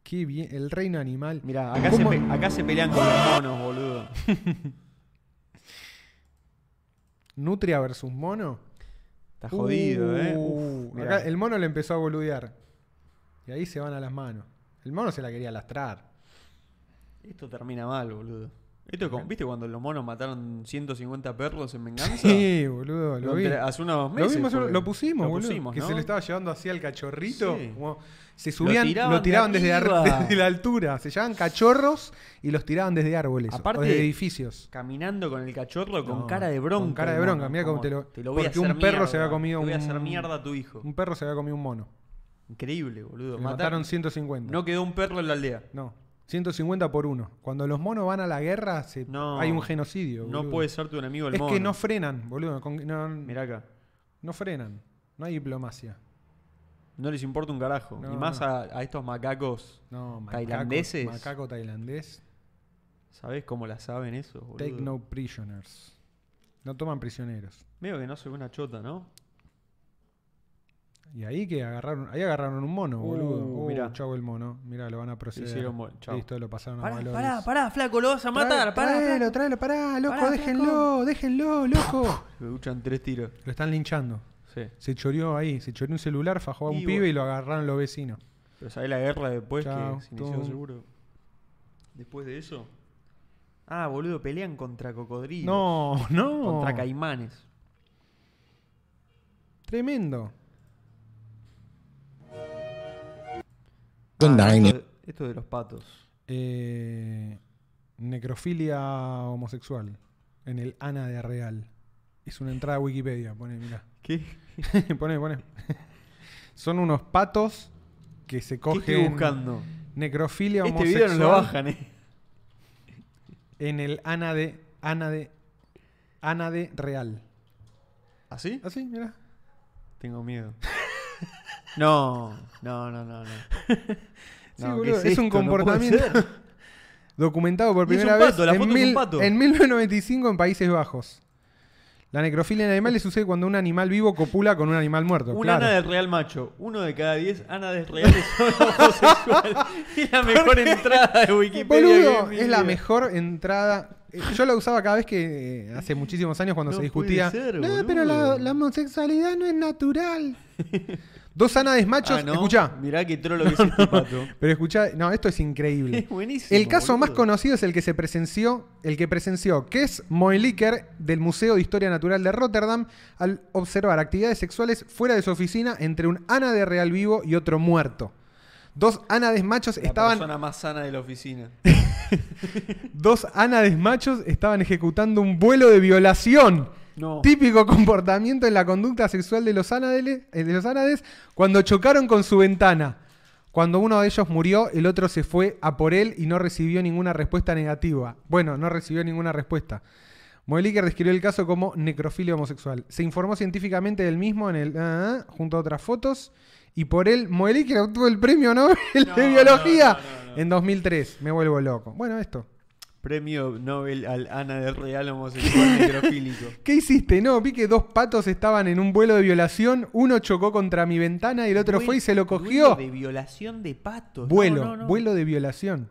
[SPEAKER 1] Qué bien, el reino animal.
[SPEAKER 2] Mirá, acá se,
[SPEAKER 1] ¿Cómo?
[SPEAKER 2] pe- acá se pelean con los monos, boludo.
[SPEAKER 1] Nutria versus mono.
[SPEAKER 2] Está jodido, eh. Uf,
[SPEAKER 1] Uh,
[SPEAKER 2] mirá.
[SPEAKER 1] acá el mono le empezó a boludear. Y ahí se van a las manos. El mono se la quería lastrar.
[SPEAKER 2] Esto termina mal, boludo. Esto es como- ¿Viste cuando los monos mataron 150 perros en venganza?
[SPEAKER 1] Sí, boludo, lo
[SPEAKER 2] Lo
[SPEAKER 1] vi.
[SPEAKER 2] entre- Hace unos
[SPEAKER 1] Lo,
[SPEAKER 2] meses.
[SPEAKER 1] vimos,
[SPEAKER 2] fue.
[SPEAKER 1] lo pusimos,
[SPEAKER 2] Lo
[SPEAKER 1] boludo.
[SPEAKER 2] pusimos,
[SPEAKER 1] que
[SPEAKER 2] ¿no?
[SPEAKER 1] se lo estaba llevando así al cachorrito.
[SPEAKER 2] Sí.
[SPEAKER 1] como- se subían, lo tiraban,
[SPEAKER 2] tiraban de
[SPEAKER 1] desde, ar- [LAUGHS]
[SPEAKER 2] arriba.
[SPEAKER 1] desde la altura. Se llevaban cachorros y los tiraban desde árboles.
[SPEAKER 2] Aparte-
[SPEAKER 1] o desde edificios.
[SPEAKER 2] Caminando con el cachorro con
[SPEAKER 1] No,
[SPEAKER 2] cara de bronca.
[SPEAKER 1] con cara de
[SPEAKER 2] hermano,
[SPEAKER 1] bronca, mirá cómo
[SPEAKER 2] como,
[SPEAKER 1] te lo-
[SPEAKER 2] voy a
[SPEAKER 1] porque
[SPEAKER 2] hacer
[SPEAKER 1] un perro se había
[SPEAKER 2] mierda,
[SPEAKER 1] comido
[SPEAKER 2] Te voy a
[SPEAKER 1] un-
[SPEAKER 2] hacer mierda a tu hijo.
[SPEAKER 1] Un perro se había comido un mono.
[SPEAKER 2] Increíble, boludo.
[SPEAKER 1] Le
[SPEAKER 2] Matar-
[SPEAKER 1] mataron 150.
[SPEAKER 2] No quedó un perro en la aldea.
[SPEAKER 1] No, 150 por uno. Cuando los monos van a la guerra, se-
[SPEAKER 2] No.
[SPEAKER 1] hay un genocidio.
[SPEAKER 2] No
[SPEAKER 1] boludo.
[SPEAKER 2] puede ser tu enemigo el
[SPEAKER 1] Es
[SPEAKER 2] mono.
[SPEAKER 1] que no frenan, boludo. con- no,
[SPEAKER 2] Mirá acá.
[SPEAKER 1] no frenan. No hay diplomacia.
[SPEAKER 2] No les importa un carajo.
[SPEAKER 1] No,
[SPEAKER 2] y más
[SPEAKER 1] no.
[SPEAKER 2] a, a estos macacos.
[SPEAKER 1] No, macaco-
[SPEAKER 2] ¿Tailandeses?
[SPEAKER 1] Macaco tailandés.
[SPEAKER 2] ¿Sabés cómo la saben eso, boludo?
[SPEAKER 1] Take no prisoners. No toman prisioneros.
[SPEAKER 2] Medio que no soy una chota, ¿no?
[SPEAKER 1] Y ahí que agarraron, ahí agarraron un mono, boludo.
[SPEAKER 2] Uh,
[SPEAKER 1] Uh,
[SPEAKER 2] mirá.
[SPEAKER 1] chau el mono. Mira, lo van a proceder.
[SPEAKER 2] hicieron mo- chau.
[SPEAKER 1] Listo, lo pasaron a
[SPEAKER 9] Pará,
[SPEAKER 1] valores.
[SPEAKER 9] pará, pará, flaco, lo vas a
[SPEAKER 1] Traelo,
[SPEAKER 9] matar. Pará,
[SPEAKER 1] traelo,
[SPEAKER 9] flaco.
[SPEAKER 1] traelo, pará, Ah, loco,
[SPEAKER 9] Pará,
[SPEAKER 1] déjenlo, déjenlo, loco.
[SPEAKER 2] Me duchan tres tiros.
[SPEAKER 1] Lo están linchando.
[SPEAKER 2] Sí.
[SPEAKER 1] Se choreó ahí, se choreó un celular, fajó a un
[SPEAKER 2] Y
[SPEAKER 1] pibe
[SPEAKER 2] bueno.
[SPEAKER 1] y lo agarraron los vecinos.
[SPEAKER 2] Pero sabés la guerra después
[SPEAKER 1] Chao,
[SPEAKER 2] que se inició
[SPEAKER 1] todo.
[SPEAKER 2] seguro. Después de eso. Ah, boludo, pelean contra cocodrilos.
[SPEAKER 1] No, no.
[SPEAKER 2] Contra caimanes.
[SPEAKER 1] Tremendo.
[SPEAKER 2] Ah, esto, de, esto de los patos.
[SPEAKER 1] Eh, necrofilia homosexual en el Ana de Real. Es una entrada a Wikipedia, pone, mirá. [LAUGHS]
[SPEAKER 2] ¿Qué?
[SPEAKER 1] pone, pone. Son unos patos que se
[SPEAKER 2] ¿Qué
[SPEAKER 1] cogen
[SPEAKER 2] estoy buscando?
[SPEAKER 1] necrofilia
[SPEAKER 2] Este
[SPEAKER 1] homosexual
[SPEAKER 2] video no lo bajan, eh.
[SPEAKER 1] en el Ana de Ana de Ana de Real.
[SPEAKER 2] ¿Así?
[SPEAKER 1] Así, mira.
[SPEAKER 2] Tengo miedo. [LAUGHS] No, no, no, no. no.
[SPEAKER 1] Sí,
[SPEAKER 2] No, ¿qué
[SPEAKER 1] boludo, es,
[SPEAKER 2] esto?
[SPEAKER 1] un
[SPEAKER 2] No puede
[SPEAKER 1] comportamiento
[SPEAKER 2] ser.
[SPEAKER 1] [LAUGHS] documentado por
[SPEAKER 2] Y es un
[SPEAKER 1] primera vez
[SPEAKER 2] pato, la
[SPEAKER 1] en,
[SPEAKER 2] foto es un
[SPEAKER 1] mil-
[SPEAKER 2] pato.
[SPEAKER 1] en 1995 en Países Bajos. La necrofilia en animales sucede cuando un animal vivo copula con un animal muerto.
[SPEAKER 2] Un
[SPEAKER 1] claro.
[SPEAKER 2] ana del real macho. Uno de cada diez ana del real es [LAUGHS] homosexual. [LAUGHS] es la mejor entrada de Wikipedia. que
[SPEAKER 1] Boludo,
[SPEAKER 2] vi en mi
[SPEAKER 1] es la
[SPEAKER 2] vida.
[SPEAKER 1] mejor entrada. Eh, Yo la usaba cada vez que eh, hace muchísimos años cuando
[SPEAKER 2] No
[SPEAKER 1] se
[SPEAKER 2] puede
[SPEAKER 1] discutía.
[SPEAKER 2] ser,
[SPEAKER 1] no,
[SPEAKER 2] boludo".
[SPEAKER 1] pero la, la homosexualidad no es natural. Dos anades machos,
[SPEAKER 2] Ah, ¿no?
[SPEAKER 1] escuchá.
[SPEAKER 2] Mirá que trolo que es este pato.
[SPEAKER 1] [LAUGHS] Pero escuchá, no, esto es increíble.
[SPEAKER 2] Es buenísimo.
[SPEAKER 1] El caso más
[SPEAKER 2] boludo.
[SPEAKER 1] conocido es el que se presenció, el que presenció Kes Moeliker del Museo de Historia Natural de Rotterdam al observar actividades sexuales fuera de su oficina entre un ánade real vivo y otro muerto. Dos ánades machos
[SPEAKER 2] La
[SPEAKER 1] estaban
[SPEAKER 2] persona más sana de
[SPEAKER 1] [LAUGHS]
[SPEAKER 2] la oficina.
[SPEAKER 1] dos ánades machos estaban ejecutando un vuelo de violación.
[SPEAKER 2] No.
[SPEAKER 1] Típico comportamiento en la conducta sexual de los, ánadele- eh, de los ánades cuando chocaron con su ventana. Cuando uno de ellos murió, el otro se fue a por él y no recibió ninguna respuesta negativa. Bueno, no recibió ninguna respuesta. Moeliker describió el caso como necrofilia homosexual. Se informó científicamente del mismo en el ah, ah, junto a otras fotos y por él Moeliker obtuvo el premio Nobel de biología en 2003. Me vuelvo loco. Bueno, esto.
[SPEAKER 2] Premio Nobel al ana del
[SPEAKER 1] [LAUGHS]
[SPEAKER 2] real homosexual necrofílico.
[SPEAKER 1] ¿Qué hiciste? No, vi que dos patos estaban en un vuelo de violación, uno chocó contra mi ventana y el otro fue y se lo
[SPEAKER 9] Duelo
[SPEAKER 1] cogió.
[SPEAKER 9] de violación de patos.
[SPEAKER 1] Vuelo,
[SPEAKER 9] No, no, no.
[SPEAKER 1] vuelo de violación.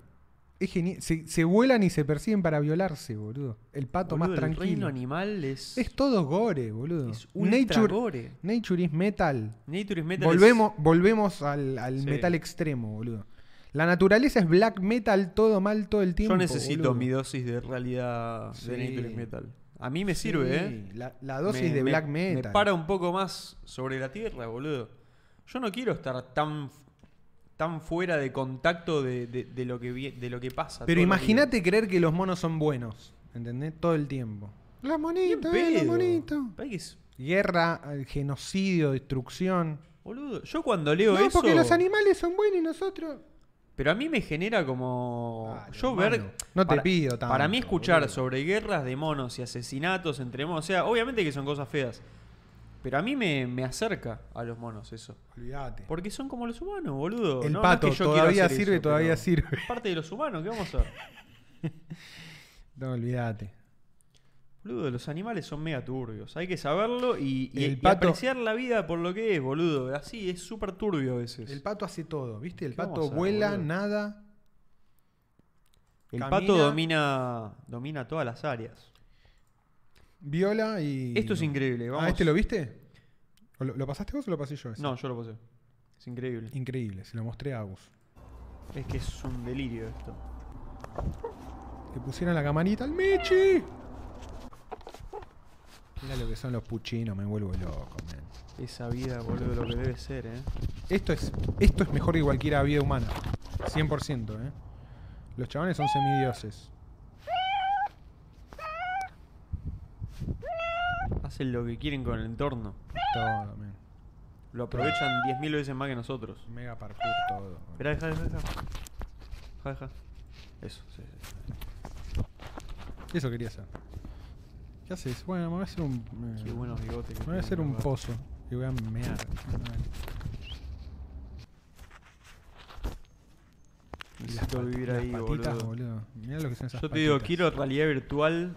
[SPEAKER 1] Es genial. Se, se vuelan y se persiguen para violarse, boludo. El pato
[SPEAKER 9] Boludo,
[SPEAKER 1] más
[SPEAKER 9] El reino
[SPEAKER 1] tranquilo.
[SPEAKER 9] animal es.
[SPEAKER 1] Es todo gore, boludo.
[SPEAKER 9] es ultra
[SPEAKER 1] Nature,
[SPEAKER 9] gore.
[SPEAKER 1] nature is metal.
[SPEAKER 2] Nature is metal.
[SPEAKER 1] Volvemos, volvemos al, al
[SPEAKER 2] Sí.
[SPEAKER 1] metal extremo, boludo. La naturaleza es black metal, todo mal todo el
[SPEAKER 2] es-
[SPEAKER 1] tiempo.
[SPEAKER 2] Yo necesito
[SPEAKER 1] boludo.
[SPEAKER 2] mi dosis de realidad
[SPEAKER 1] Sí.
[SPEAKER 2] de Nature is metal. A mí me sirve, ¿eh?
[SPEAKER 1] Sí, La, la dosis
[SPEAKER 2] Me-
[SPEAKER 1] de
[SPEAKER 2] me-
[SPEAKER 1] black metal.
[SPEAKER 2] Me para un poco más sobre la tierra, boludo. Yo no quiero estar tan tan fuera de contacto de, de- de lo, que, vi- de lo que pasa.
[SPEAKER 1] Pero
[SPEAKER 2] todo lo que
[SPEAKER 1] imagínate creer que los monos son buenos, ¿entendés? Todo el tiempo. Los
[SPEAKER 2] vive.
[SPEAKER 1] monitos,
[SPEAKER 2] Bien
[SPEAKER 1] eh, los
[SPEAKER 2] pedo.
[SPEAKER 1] monitos.
[SPEAKER 2] Pará que es-
[SPEAKER 1] Guerra, eh, genocidio, destrucción.
[SPEAKER 2] Boludo, yo cuando leo
[SPEAKER 1] no,
[SPEAKER 2] eso.
[SPEAKER 1] porque los animales son buenos y nosotros.
[SPEAKER 2] Pero a mí me genera como.
[SPEAKER 1] Dale,
[SPEAKER 2] yo
[SPEAKER 1] hermano,
[SPEAKER 2] ver.
[SPEAKER 1] no te
[SPEAKER 2] para-
[SPEAKER 1] pido tanto,
[SPEAKER 2] Para mí, escuchar
[SPEAKER 1] boludo.
[SPEAKER 2] sobre guerras de monos y asesinatos entre monos. O sea, obviamente que son cosas feas. Pero a mí me, me acerca a los monos eso.
[SPEAKER 1] Olvídate.
[SPEAKER 2] Porque son como los humanos, boludo.
[SPEAKER 1] El
[SPEAKER 2] No- no es
[SPEAKER 1] pato
[SPEAKER 2] que yo quiero
[SPEAKER 1] todavía
[SPEAKER 2] hacer
[SPEAKER 1] sirve,
[SPEAKER 2] eso,
[SPEAKER 1] todavía
[SPEAKER 2] pero
[SPEAKER 1] sirve. [LAUGHS]
[SPEAKER 2] es Parte de los humanos, ¿qué vamos a hacer?
[SPEAKER 1] No, olvídate.
[SPEAKER 2] Boludo, los animales son mega turbios. Hay que saberlo y, y-
[SPEAKER 1] El
[SPEAKER 2] y
[SPEAKER 1] pato-
[SPEAKER 2] apreciar la vida por lo que es, boludo. Así, es súper turbio a veces.
[SPEAKER 1] El pato hace todo, ¿viste? El
[SPEAKER 2] ¿Qué
[SPEAKER 1] pato
[SPEAKER 2] vamos a hacer,
[SPEAKER 1] vuela,
[SPEAKER 2] boludo?
[SPEAKER 1] nada.
[SPEAKER 2] El
[SPEAKER 1] camina,
[SPEAKER 2] pato domina, domina todas las áreas.
[SPEAKER 1] Viola y.
[SPEAKER 2] Esto es increíble. Vamos.
[SPEAKER 1] Ah, ¿este lo viste? ¿O ¿Lo, lo pasaste vos o lo pasé yo? ese?
[SPEAKER 2] No, yo lo poseo. Es increíble.
[SPEAKER 1] Increíble, se lo mostré a Agus.
[SPEAKER 2] Es que es un delirio esto.
[SPEAKER 1] Le pusieron la camarita al Michi. Mira lo que son los puchinos, me vuelvo loco, man.
[SPEAKER 2] Esa vida, boludo, lo que debe ser, ¿eh?
[SPEAKER 1] Esto es, esto es mejor que cualquier vida humana. 100%, ¿eh? Los chavales son semidioses.
[SPEAKER 2] Hacen lo que quieren con el entorno.
[SPEAKER 1] Todo, man.
[SPEAKER 2] Lo aprovechan 10.000 veces más que nosotros.
[SPEAKER 1] Mega parkour todo. man.
[SPEAKER 2] Esperá, dejá, dejá, dejá. Dejá, dejá. Eso, sí, sí.
[SPEAKER 1] Eso quería hacer. ¿Qué haces? Bueno, me voy a hacer un. eh,
[SPEAKER 2] Qué buenos bigotes. que
[SPEAKER 1] me voy a
[SPEAKER 2] tienen,
[SPEAKER 1] hacer un
[SPEAKER 2] ¿verdad?
[SPEAKER 1] pozo. Y voy a mear.
[SPEAKER 2] Necesito vivir ahí,
[SPEAKER 1] Las patitas,
[SPEAKER 2] boludo.
[SPEAKER 1] boludo. Mirá lo que son esas
[SPEAKER 2] Yo te digo,
[SPEAKER 1] patitas.
[SPEAKER 2] quiero realidad virtual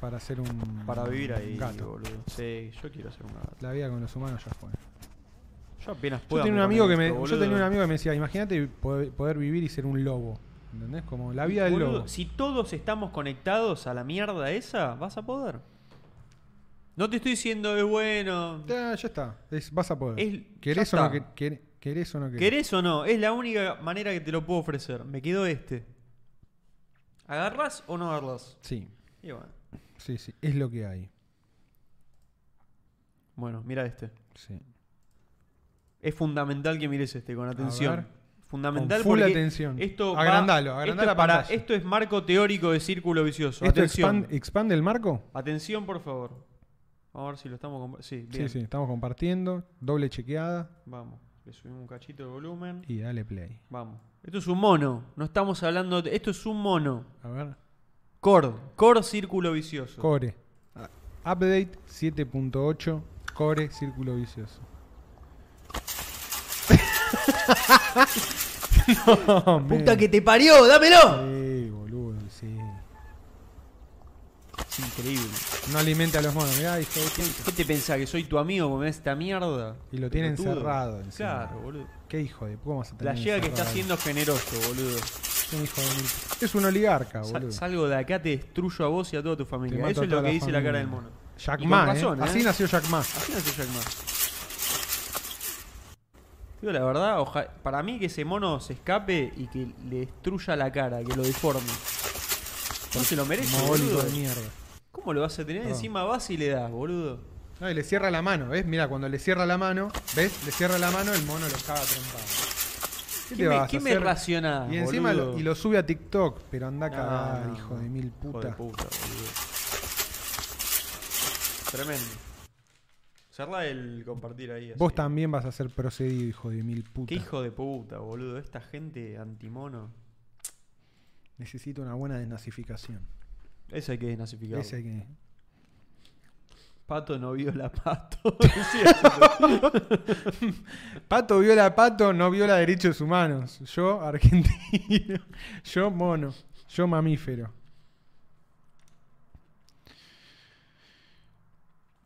[SPEAKER 1] Para hacer un.
[SPEAKER 2] para vivir
[SPEAKER 1] un
[SPEAKER 2] ahí,
[SPEAKER 1] gato.
[SPEAKER 2] boludo. Sí, yo quiero ser un gato.
[SPEAKER 1] La vida con los humanos ya fue.
[SPEAKER 2] Yo apenas
[SPEAKER 1] Yo
[SPEAKER 2] puedo.
[SPEAKER 1] tenía, un amigo que me, yo tenía un amigo que me decía, imagínate poder, poder vivir y ser un lobo. ¿Entendés? Como la vida del
[SPEAKER 2] Boludo,
[SPEAKER 1] lobo.
[SPEAKER 2] Si todos estamos conectados a la mierda esa, vas a poder. No te estoy diciendo es bueno.
[SPEAKER 1] Ya, ya está. Es- vas a poder.
[SPEAKER 2] Es-
[SPEAKER 1] ¿Querés,
[SPEAKER 2] ya
[SPEAKER 1] o no, que-
[SPEAKER 2] está.
[SPEAKER 1] quer- ¿Querés o no querés?
[SPEAKER 2] ¿Querés o no? Es la única manera que te lo puedo ofrecer. Me quedo este. ¿Agarras o no agarras?
[SPEAKER 1] Sí,
[SPEAKER 2] Y bueno.
[SPEAKER 1] sí, sí. Es lo que hay.
[SPEAKER 2] Bueno, mira este.
[SPEAKER 1] Sí.
[SPEAKER 2] Es fundamental que mires este con atención.
[SPEAKER 1] ver.
[SPEAKER 2] Fundamental
[SPEAKER 1] Con full
[SPEAKER 2] porque
[SPEAKER 1] atención.
[SPEAKER 2] esto va-
[SPEAKER 1] Agrandalo, agrandá
[SPEAKER 2] esto es
[SPEAKER 1] la
[SPEAKER 2] para-
[SPEAKER 1] pantalla.
[SPEAKER 2] esto es marco teórico de círculo vicioso.
[SPEAKER 1] ¿Esto
[SPEAKER 2] atención.
[SPEAKER 1] expan- expande el marco?
[SPEAKER 2] Atención, por favor. Vamos a ver si lo estamos compa- Sí, bien.
[SPEAKER 1] Sí, sí. Estamos compartiendo. Doble chequeada.
[SPEAKER 2] Vamos. Le subimos un cachito de volumen.
[SPEAKER 1] Y dale play.
[SPEAKER 2] Vamos. Esto es un mono. No estamos hablando de... Esto es un mono.
[SPEAKER 1] A ver.
[SPEAKER 2] Core. Core círculo vicioso.
[SPEAKER 1] Core. Ah, Update 7.8. Core círculo
[SPEAKER 2] [LAUGHS]
[SPEAKER 1] vicioso. [LAUGHS] No,
[SPEAKER 2] ¡Puta
[SPEAKER 1] man.
[SPEAKER 2] que te parió! ¡Dámelo!
[SPEAKER 1] Sí, boludo, sí.
[SPEAKER 2] Es increíble.
[SPEAKER 1] No alimenta a los monos, mirá, hijo de puta.
[SPEAKER 2] ¿Qué te pensás? ¿Que soy tu amigo? porque me das esta mierda?
[SPEAKER 1] Y lo tienen
[SPEAKER 2] Pelotudo.
[SPEAKER 1] cerrado encima.
[SPEAKER 2] Claro, boludo.
[SPEAKER 1] Qué hijo de puta, vamos a tener
[SPEAKER 2] La llega que está
[SPEAKER 1] encerrado?
[SPEAKER 2] siendo generoso, boludo.
[SPEAKER 1] Es un hijo de mil- Es un oligarca,
[SPEAKER 2] Sal-
[SPEAKER 1] boludo.
[SPEAKER 2] salgo de acá, te destruyo a vos y a toda tu
[SPEAKER 1] Te
[SPEAKER 2] familia.
[SPEAKER 1] mato
[SPEAKER 2] Eso
[SPEAKER 1] a
[SPEAKER 2] es
[SPEAKER 1] toda
[SPEAKER 2] lo que dice la
[SPEAKER 1] familia.
[SPEAKER 2] cara del mono.
[SPEAKER 1] Jack
[SPEAKER 2] Y con
[SPEAKER 1] Ma, ¿eh?
[SPEAKER 2] razón, ¿eh?
[SPEAKER 1] Así nació Jack Ma.
[SPEAKER 2] Así nació Jack Ma. Digo, la verdad, oja- para mí que ese mono se escape y que le destruya la cara, que lo deforme. No se lo merece,
[SPEAKER 1] Mogólico
[SPEAKER 2] boludo.
[SPEAKER 1] de mierda.
[SPEAKER 2] ¿Cómo lo vas a tener?
[SPEAKER 1] Perdón.
[SPEAKER 2] Encima vas y le das, boludo.
[SPEAKER 1] No, y le cierra la mano, ¿ves? Mira, cuando le cierra la mano, ¿ves? Le cierra la mano, el mono lo caga trompado. ¿Qué,
[SPEAKER 2] ¿Qué,
[SPEAKER 1] te
[SPEAKER 2] me,
[SPEAKER 1] vas a
[SPEAKER 2] qué me
[SPEAKER 1] hacer?
[SPEAKER 2] racionás,
[SPEAKER 1] Y encima lo,
[SPEAKER 2] boludo?
[SPEAKER 1] y lo sube a TikTok, pero anda a
[SPEAKER 2] No,
[SPEAKER 1] cagar,
[SPEAKER 2] no,
[SPEAKER 1] hijo
[SPEAKER 2] no.
[SPEAKER 1] de mil
[SPEAKER 2] Hijo de
[SPEAKER 1] puta.
[SPEAKER 2] puta, boludo. Tremendo. Cerra el compartir ahí.
[SPEAKER 1] Vos
[SPEAKER 2] así.
[SPEAKER 1] también vas a ser procedido, hijo de mil puta.
[SPEAKER 2] Qué hijo de puta, boludo. Esta gente antimono.
[SPEAKER 1] Necesito una buena desnazificación.
[SPEAKER 2] Ese hay que desnazificar.
[SPEAKER 1] Ese que.
[SPEAKER 2] Pato no viola pato. [LAUGHS] Decía yo.
[SPEAKER 1] Pato viola a pato, no viola derechos humanos. Yo, argentino. [LAUGHS] Yo, mono. Yo, mamífero.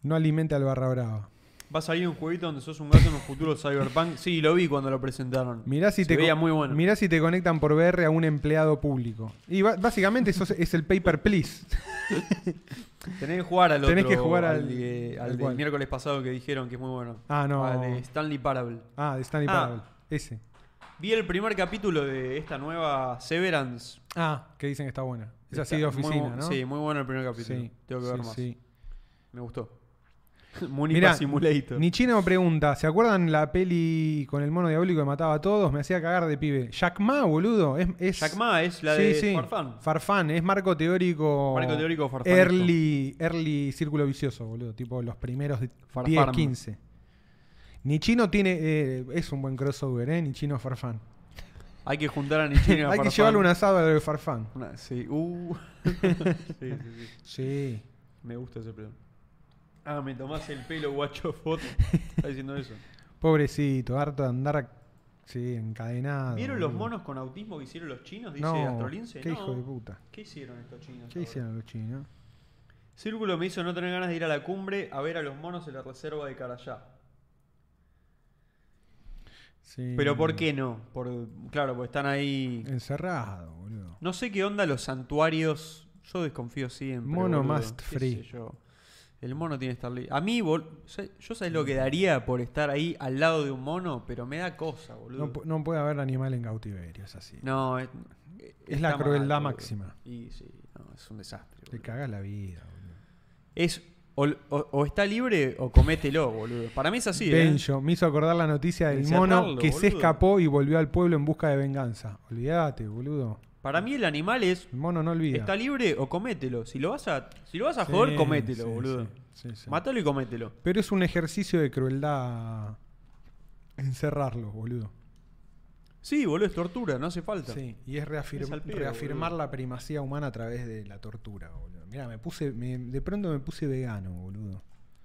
[SPEAKER 1] No alimenta al barra brava.
[SPEAKER 2] Va a salir un jueguito donde sos un gato en un futuro cyberpunk. Sí, lo vi cuando lo presentaron.
[SPEAKER 1] Mirá si,
[SPEAKER 2] Se
[SPEAKER 1] te
[SPEAKER 2] veía
[SPEAKER 1] co-
[SPEAKER 2] muy bueno.
[SPEAKER 1] mirá si te conectan por VR a un empleado público. Y ba- básicamente eso es el paper please.
[SPEAKER 2] Tenés que jugar al otro.
[SPEAKER 1] Tenés que jugar al-
[SPEAKER 2] de-
[SPEAKER 1] al
[SPEAKER 2] al del
[SPEAKER 1] cual.
[SPEAKER 2] miércoles pasado que dijeron que es muy bueno.
[SPEAKER 1] Ah, no.
[SPEAKER 2] Al de Stanley Parable.
[SPEAKER 1] Ah, de Stanley
[SPEAKER 2] Ah.
[SPEAKER 1] Parable. Ese.
[SPEAKER 2] Vi el primer capítulo de esta nueva Severance.
[SPEAKER 1] Ah, que dicen que está buena. Es así de
[SPEAKER 2] Está muy
[SPEAKER 1] oficina,
[SPEAKER 2] bu-
[SPEAKER 1] ¿no?
[SPEAKER 2] Sí, muy bueno el primer capítulo.
[SPEAKER 1] Sí,
[SPEAKER 2] Tengo que ver
[SPEAKER 1] sí,
[SPEAKER 2] más.
[SPEAKER 1] sí.
[SPEAKER 2] Me gustó. [LAUGHS] Munipa
[SPEAKER 1] Mirá,
[SPEAKER 2] Simulator.
[SPEAKER 1] Nichino pregunta, ¿se acuerdan la peli con el mono diabólico que mataba a todos? Me hacía cagar de pibe. Jack Ma, boludo. Es, es-
[SPEAKER 2] Jack Ma es la
[SPEAKER 1] Sí,
[SPEAKER 2] de
[SPEAKER 1] sí.
[SPEAKER 2] Farfán.
[SPEAKER 1] Farfán, es marco teórico.
[SPEAKER 2] Marco teórico farfanesco.
[SPEAKER 1] Early, early círculo vicioso, boludo. Tipo los primeros de
[SPEAKER 2] Farfarm.
[SPEAKER 1] 10, 15. Nichino tiene. eh, es un buen crossover, ¿eh? Nichino Farfán.
[SPEAKER 2] Hay que juntar a Nichino y
[SPEAKER 1] [LAUGHS]
[SPEAKER 2] a
[SPEAKER 1] Hay que
[SPEAKER 2] Farfán.
[SPEAKER 1] llevarle un asado a lo de Farfán.
[SPEAKER 2] Una- sí, uh. [LAUGHS] Sí, sí, sí.
[SPEAKER 1] Sí.
[SPEAKER 2] Me gusta ese plan. Ah, me tomás el pelo, guacho foto. Está
[SPEAKER 1] [LAUGHS]
[SPEAKER 2] diciendo eso.
[SPEAKER 1] Pobrecito, harto de andar. Sí, encadenado.
[SPEAKER 2] ¿Vieron los
[SPEAKER 1] Ah, boludo.
[SPEAKER 2] monos con autismo que hicieron los chinos? Dice
[SPEAKER 1] No,
[SPEAKER 2] Astrolince.
[SPEAKER 1] qué
[SPEAKER 2] No.
[SPEAKER 1] hijo de puta.
[SPEAKER 2] ¿Qué hicieron estos chinos?
[SPEAKER 1] ¿Qué
[SPEAKER 2] ahora?
[SPEAKER 1] hicieron los chinos?
[SPEAKER 2] Círculo me hizo no tener ganas de ir a la cumbre a ver a los monos en la reserva de Carayá.
[SPEAKER 1] Sí.
[SPEAKER 2] Pero ¿por qué no? Por, claro, porque están
[SPEAKER 1] Eh.
[SPEAKER 2] ahí.
[SPEAKER 1] Encerrado, boludo.
[SPEAKER 2] No sé qué onda los santuarios. Yo desconfío siempre.
[SPEAKER 1] Mono
[SPEAKER 2] boludo.
[SPEAKER 1] must
[SPEAKER 2] Qué
[SPEAKER 1] free.
[SPEAKER 2] sé yo. El mono tiene que estar libre. A mí, bol- sé- yo sabés lo que daría por estar ahí al lado de un mono, pero me da cosa, boludo.
[SPEAKER 1] No, pues, pu- no puede haber animal en cautiverio, es así.
[SPEAKER 2] No, es,
[SPEAKER 1] Es la
[SPEAKER 2] está
[SPEAKER 1] crueldad
[SPEAKER 2] boludo.
[SPEAKER 1] máxima.
[SPEAKER 2] Y sí, no, es un desastre.
[SPEAKER 1] Te
[SPEAKER 2] boludo.
[SPEAKER 1] cagas la vida, boludo.
[SPEAKER 2] Es o, o- o está libre o comételo, boludo. Para mí es así, ¿eh?
[SPEAKER 1] Benjo, me hizo acordar la noticia del
[SPEAKER 2] Encerrarlo,
[SPEAKER 1] mono que se
[SPEAKER 2] boludo.
[SPEAKER 1] escapó y volvió al pueblo en busca de venganza. Olvídate, boludo.
[SPEAKER 2] Para mí el animal es
[SPEAKER 1] El mono no olvida.
[SPEAKER 2] está libre o comételo. Si lo vas a si lo vas a
[SPEAKER 1] Sí,
[SPEAKER 2] joder, comételo,
[SPEAKER 1] sí,
[SPEAKER 2] boludo.
[SPEAKER 1] sí, sí, sí.
[SPEAKER 2] Mátalo y comételo.
[SPEAKER 1] Pero es un ejercicio de crueldad encerrarlo, boludo.
[SPEAKER 2] Sí, boludo, es tortura, no hace falta.
[SPEAKER 1] Sí, y es reafir-
[SPEAKER 2] Es al pedo,
[SPEAKER 1] reafirmar
[SPEAKER 2] boludo.
[SPEAKER 1] la primacía humana a través de la tortura, boludo. Mira, me puse, me- de pronto me puse vegano, boludo.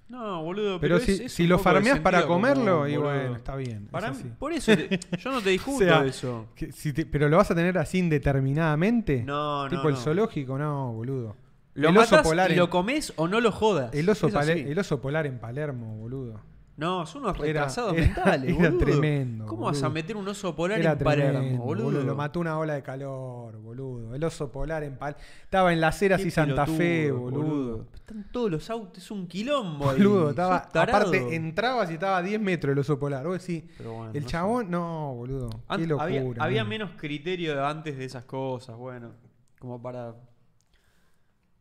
[SPEAKER 2] No, boludo,
[SPEAKER 1] Pero
[SPEAKER 2] pero,
[SPEAKER 1] si-
[SPEAKER 2] es- es
[SPEAKER 1] si
[SPEAKER 2] un
[SPEAKER 1] lo
[SPEAKER 2] poco de
[SPEAKER 1] farmeás para
[SPEAKER 2] sentido común,
[SPEAKER 1] comerlo, y
[SPEAKER 2] boludo.
[SPEAKER 1] bueno, está bien, es
[SPEAKER 2] Para mí-
[SPEAKER 1] así.
[SPEAKER 2] por eso
[SPEAKER 1] [LAUGHS]
[SPEAKER 2] te- yo no te discuto
[SPEAKER 1] O sea,
[SPEAKER 2] eso.
[SPEAKER 1] que si te- pero lo vas a tener así indeterminadamente.
[SPEAKER 2] No, no,
[SPEAKER 1] Tipo el
[SPEAKER 2] no.
[SPEAKER 1] zoológico, no, boludo.
[SPEAKER 2] Lo
[SPEAKER 1] el
[SPEAKER 2] matas y
[SPEAKER 1] en,
[SPEAKER 2] lo comes o no lo jodas.
[SPEAKER 1] el oso
[SPEAKER 2] Es así.
[SPEAKER 1] pale- el oso polar en Palermo, boludo.
[SPEAKER 2] No, son unos
[SPEAKER 1] Era-
[SPEAKER 2] retrasados
[SPEAKER 1] [LAUGHS] era-
[SPEAKER 2] mentales,
[SPEAKER 1] era
[SPEAKER 2] boludo.
[SPEAKER 1] tremendo,
[SPEAKER 2] ¿Cómo
[SPEAKER 1] boludo.
[SPEAKER 2] vas a meter un oso polar
[SPEAKER 1] Era
[SPEAKER 2] en Palermo,
[SPEAKER 1] tremendo,
[SPEAKER 2] boludo?
[SPEAKER 1] Lo mató una ola de calor, boludo. El oso polar en Palermo. Estaba en las
[SPEAKER 2] Qué
[SPEAKER 1] eras y Santa Fe,
[SPEAKER 2] pelotudo,
[SPEAKER 1] boludo.
[SPEAKER 2] Están todos los autos, es un quilombo
[SPEAKER 1] [LAUGHS]
[SPEAKER 2] ahí,
[SPEAKER 1] Boludo,
[SPEAKER 2] sos
[SPEAKER 1] estaba.
[SPEAKER 2] tarado.
[SPEAKER 1] Aparte, entrabas y estaba a 10 metros el oso polar. Vos decís,
[SPEAKER 2] Pero bueno,
[SPEAKER 1] el
[SPEAKER 2] no sé.
[SPEAKER 1] chabón, no, boludo. Qué
[SPEAKER 2] Ant-
[SPEAKER 1] locura.
[SPEAKER 2] había, había
[SPEAKER 1] man.
[SPEAKER 2] menos criterio de antes de esas cosas, bueno. Como para.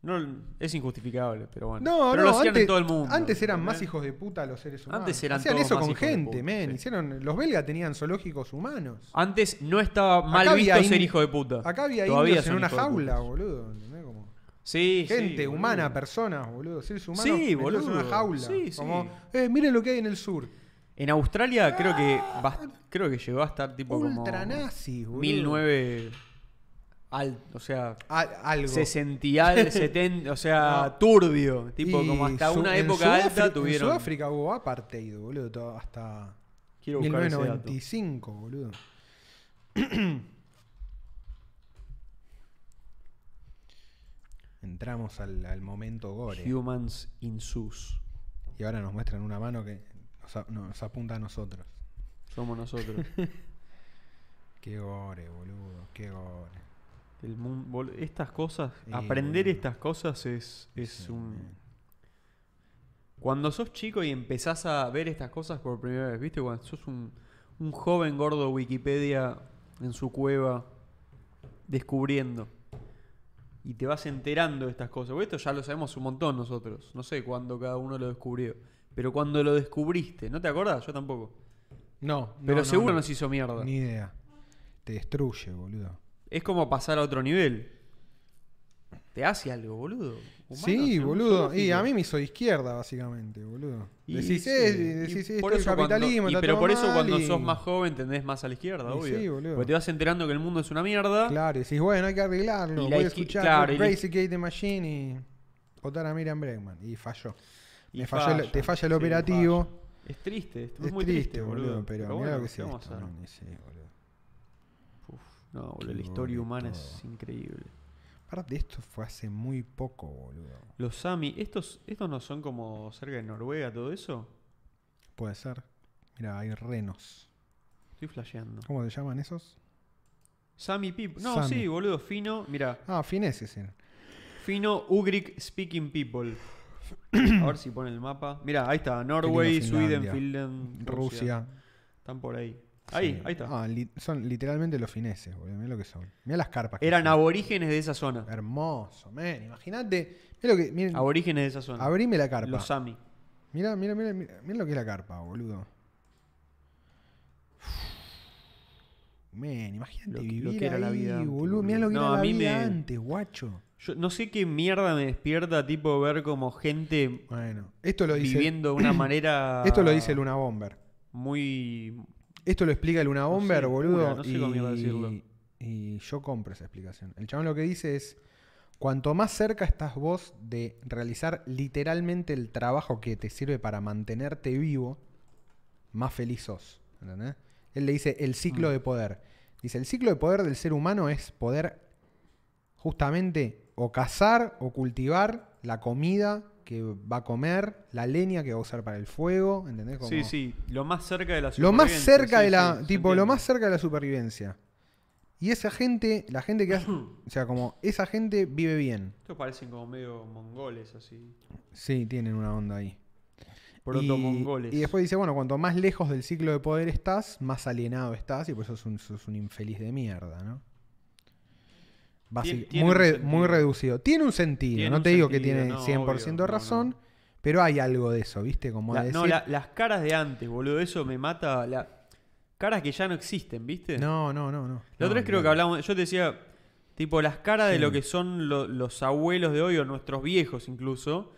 [SPEAKER 2] No, es injustificable, pero bueno.
[SPEAKER 1] No,
[SPEAKER 2] pero
[SPEAKER 1] no,
[SPEAKER 2] lo hacían
[SPEAKER 1] antes,
[SPEAKER 2] en todo el mundo.
[SPEAKER 1] antes eran
[SPEAKER 2] ¿entendés?
[SPEAKER 1] más hijos de puta los seres humanos.
[SPEAKER 2] Antes eran
[SPEAKER 1] Hacían
[SPEAKER 2] todos
[SPEAKER 1] eso
[SPEAKER 2] más
[SPEAKER 1] con
[SPEAKER 2] hijos de
[SPEAKER 1] gente,
[SPEAKER 2] puta,
[SPEAKER 1] men.
[SPEAKER 2] sí.
[SPEAKER 1] Hicieron, los belgas tenían zoológicos humanos.
[SPEAKER 2] Antes no estaba mal
[SPEAKER 1] Acá había
[SPEAKER 2] visto ser
[SPEAKER 1] indi-
[SPEAKER 2] hijo de puta.
[SPEAKER 1] Acá había
[SPEAKER 2] Ah, Todavía
[SPEAKER 1] indios en
[SPEAKER 2] son
[SPEAKER 1] una
[SPEAKER 2] hijos de
[SPEAKER 1] jaula,
[SPEAKER 2] puta.
[SPEAKER 1] boludo. ¿entendés? Como
[SPEAKER 2] Sí, sí,
[SPEAKER 1] gente
[SPEAKER 2] boludo.
[SPEAKER 1] humana, personas, boludo. Seres humanos
[SPEAKER 2] Sí,
[SPEAKER 1] metidos en una
[SPEAKER 2] boludo.
[SPEAKER 1] jaula.
[SPEAKER 2] Sí, sí.
[SPEAKER 1] Como, eh, miren lo que hay en el sur.
[SPEAKER 2] En Australia creo que bast- creo que llegó a estar tipo como
[SPEAKER 1] Ultranazis, Ah, boludo.
[SPEAKER 2] 1009 al, o sea,
[SPEAKER 1] Al- algo.
[SPEAKER 2] 60 al 70, o sea,
[SPEAKER 1] [LAUGHS] No.
[SPEAKER 2] turbio, tipo
[SPEAKER 1] Y
[SPEAKER 2] como hasta
[SPEAKER 1] Su-
[SPEAKER 2] una
[SPEAKER 1] en
[SPEAKER 2] época
[SPEAKER 1] Sudáfrica-
[SPEAKER 2] alta tuvieron.
[SPEAKER 1] En Sudáfrica hubo apartheid, boludo, todo- hasta
[SPEAKER 2] Quiero buscar ese dato.
[SPEAKER 1] 1995, boludo. [CLEARS THROAT] Entramos al, al momento gore.
[SPEAKER 2] Humans in Sus.
[SPEAKER 1] Y ahora nos muestran una mano que nos, a- nos apunta a nosotros. [LAUGHS]
[SPEAKER 2] Somos nosotros.
[SPEAKER 1] Qué gore, boludo, qué gore.
[SPEAKER 2] El mun- bol- estas cosas,
[SPEAKER 1] Sí,
[SPEAKER 2] aprender
[SPEAKER 1] Eh, boludo.
[SPEAKER 2] estas cosas es, es
[SPEAKER 1] Sí,
[SPEAKER 2] un...
[SPEAKER 1] man.
[SPEAKER 2] Cuando sos chico y empezás a ver estas cosas por primera vez, ¿viste? Cuando sos un, un joven gordo Wikipedia en su cueva, descubriendo. Y te vas enterando de estas cosas. Porque esto ya lo sabemos un montón nosotros. No sé cuándo cada uno lo descubrió. Pero cuando lo descubriste, ¿no te acordás? Yo tampoco.
[SPEAKER 1] No,
[SPEAKER 2] Pero
[SPEAKER 1] no, no,
[SPEAKER 2] seguro
[SPEAKER 1] no.
[SPEAKER 2] nos hizo mierda.
[SPEAKER 1] Ni idea. Te destruye, boludo.
[SPEAKER 2] Es como pasar a otro nivel. Te hace algo, boludo. Humanos
[SPEAKER 1] sí,
[SPEAKER 2] en un
[SPEAKER 1] boludo. Y
[SPEAKER 2] zoológico.
[SPEAKER 1] a mí me hizo de izquierda, básicamente, boludo.
[SPEAKER 2] Y
[SPEAKER 1] decís,
[SPEAKER 2] sí,
[SPEAKER 1] eh,
[SPEAKER 2] y
[SPEAKER 1] decís, eh,
[SPEAKER 2] por
[SPEAKER 1] esto es
[SPEAKER 2] eso
[SPEAKER 1] el
[SPEAKER 2] cuando-
[SPEAKER 1] capitalismo,
[SPEAKER 2] y
[SPEAKER 1] está
[SPEAKER 2] pero
[SPEAKER 1] todo
[SPEAKER 2] por eso
[SPEAKER 1] mal,
[SPEAKER 2] cuando
[SPEAKER 1] y-
[SPEAKER 2] sos más joven tendés más a la izquierda,
[SPEAKER 1] Y
[SPEAKER 2] obvio.
[SPEAKER 1] sí, boludo.
[SPEAKER 2] Porque te vas enterando que el mundo es una mierda.
[SPEAKER 1] Claro, y decís, bueno, hay que arreglarlo.
[SPEAKER 2] Y la
[SPEAKER 1] Voy a
[SPEAKER 2] izquier-
[SPEAKER 1] escuchar
[SPEAKER 2] claro, y la-
[SPEAKER 1] Crazy Kate the Machine y votar a Miriam Bregman. Y falló.
[SPEAKER 2] y
[SPEAKER 1] Me falló el- te falla el
[SPEAKER 2] sí,
[SPEAKER 1] operativo.
[SPEAKER 2] falla. Es triste, es,
[SPEAKER 1] es
[SPEAKER 2] muy
[SPEAKER 1] triste, boludo, pero, mirá
[SPEAKER 2] bueno,
[SPEAKER 1] lo que es
[SPEAKER 2] ¿qué vamos
[SPEAKER 1] esto,
[SPEAKER 2] a hacer?
[SPEAKER 1] man, y sí, boludo.
[SPEAKER 2] No, boludo,
[SPEAKER 1] Qué
[SPEAKER 2] la historia
[SPEAKER 1] boludo
[SPEAKER 2] humana
[SPEAKER 1] todo.
[SPEAKER 2] es increíble.
[SPEAKER 1] Aparte, esto fue hace muy poco, boludo.
[SPEAKER 2] Los Sami, estos, estos no son como cerca de Noruega, todo eso.
[SPEAKER 1] Puede ser. Mira, hay renos.
[SPEAKER 2] Estoy flasheando.
[SPEAKER 1] ¿Cómo se llaman esos?
[SPEAKER 2] Sami people. No,
[SPEAKER 1] Sami.
[SPEAKER 2] sí, boludo, fino. Mira,
[SPEAKER 1] Ah, fineses eran.
[SPEAKER 2] Fino Ugric
[SPEAKER 1] [CLEARS THROAT]
[SPEAKER 2] Speaking People. A ver si pone el mapa. Mira, ahí está. Norway,
[SPEAKER 1] Qué lindo
[SPEAKER 2] Sweden,
[SPEAKER 1] Finlandia.
[SPEAKER 2] Finland, Rusia.
[SPEAKER 1] Rusia.
[SPEAKER 2] Están por ahí. Ahí,
[SPEAKER 1] Sí.
[SPEAKER 2] ahí está.
[SPEAKER 1] Ah, li- son literalmente los fineses, boludo. Mirá lo que son. Mirá las carpas. que
[SPEAKER 2] Eran
[SPEAKER 1] son.
[SPEAKER 2] aborígenes de esa zona.
[SPEAKER 1] Eh, Hermoso, men. Imagínate. Mirá lo que. Miren,
[SPEAKER 2] Aborígenes de esa zona.
[SPEAKER 1] abrime la carpa.
[SPEAKER 2] Los Sami.
[SPEAKER 1] Mira, mira, mira, mira lo que es la carpa, boludo. Men, imagínate
[SPEAKER 2] Lo que-
[SPEAKER 1] vivir
[SPEAKER 2] lo que era
[SPEAKER 1] ahí,
[SPEAKER 2] la vida antes,
[SPEAKER 1] boludo. Mira lo que
[SPEAKER 2] boludo.
[SPEAKER 1] era
[SPEAKER 2] No,
[SPEAKER 1] la
[SPEAKER 2] a mí
[SPEAKER 1] vida
[SPEAKER 2] me-
[SPEAKER 1] antes, guacho.
[SPEAKER 2] Yo no sé qué mierda me despierta, tipo, ver como gente
[SPEAKER 1] Bueno, esto lo dice [CLEARS THROAT]
[SPEAKER 2] viviendo de una manera.
[SPEAKER 1] esto lo dice Luna Bomber.
[SPEAKER 2] Muy.
[SPEAKER 1] Esto lo explica Luna
[SPEAKER 2] sé,
[SPEAKER 1] Bomber,
[SPEAKER 2] pura,
[SPEAKER 1] boludo.
[SPEAKER 2] no sé cómo iba a decirlo.
[SPEAKER 1] y, y yo compro esa explicación. El chabón lo que dice es, cuanto más cerca estás vos de realizar literalmente el trabajo que te sirve para mantenerte vivo, más feliz sos. ¿entendés? Él le dice el
[SPEAKER 2] Mm.
[SPEAKER 1] ciclo de poder. Dice, el ciclo de poder del ser humano es poder justamente o cazar o cultivar la comida que va a comer, la leña que va a usar para el fuego, ¿entendés? Como-
[SPEAKER 2] Sí, sí. Lo más cerca de la
[SPEAKER 1] lo más
[SPEAKER 2] supervivencia,
[SPEAKER 1] cerca
[SPEAKER 2] sí,
[SPEAKER 1] de la
[SPEAKER 2] sí, se
[SPEAKER 1] tipo lo
[SPEAKER 2] entiende.
[SPEAKER 1] más cerca de la supervivencia y esa gente la gente que hace o sea como esa gente vive bien
[SPEAKER 2] Estos parecen como medio mongoles, así.
[SPEAKER 1] sí tienen una onda ahí
[SPEAKER 2] Protomongoles.
[SPEAKER 1] y, y después dice bueno cuanto más lejos del ciclo de poder estás más alienado estás y por eso sos un, sos un infeliz de mierda no Basi-
[SPEAKER 2] Tien- tiene
[SPEAKER 1] muy,
[SPEAKER 2] un
[SPEAKER 1] re-
[SPEAKER 2] sentido.
[SPEAKER 1] muy reducido tiene un sentido
[SPEAKER 2] Tiene
[SPEAKER 1] no
[SPEAKER 2] un
[SPEAKER 1] te digo que
[SPEAKER 2] sentido,
[SPEAKER 1] tiene
[SPEAKER 2] no,
[SPEAKER 1] 100%
[SPEAKER 2] obvio, no,
[SPEAKER 1] razón
[SPEAKER 2] no.
[SPEAKER 1] pero hay algo de eso viste como
[SPEAKER 2] La-
[SPEAKER 1] de
[SPEAKER 2] no,
[SPEAKER 1] decir-
[SPEAKER 2] la- las caras de antes, boludo, eso me mata. La... Caras que ya no existen, ¿viste?
[SPEAKER 1] no no no no
[SPEAKER 2] La otra vez
[SPEAKER 1] No,
[SPEAKER 2] creo que
[SPEAKER 1] no.
[SPEAKER 2] hablamos, yo te decía, tipo, las caras de
[SPEAKER 1] Sí.
[SPEAKER 2] lo que son lo- los abuelos de hoy o nuestros viejos incluso.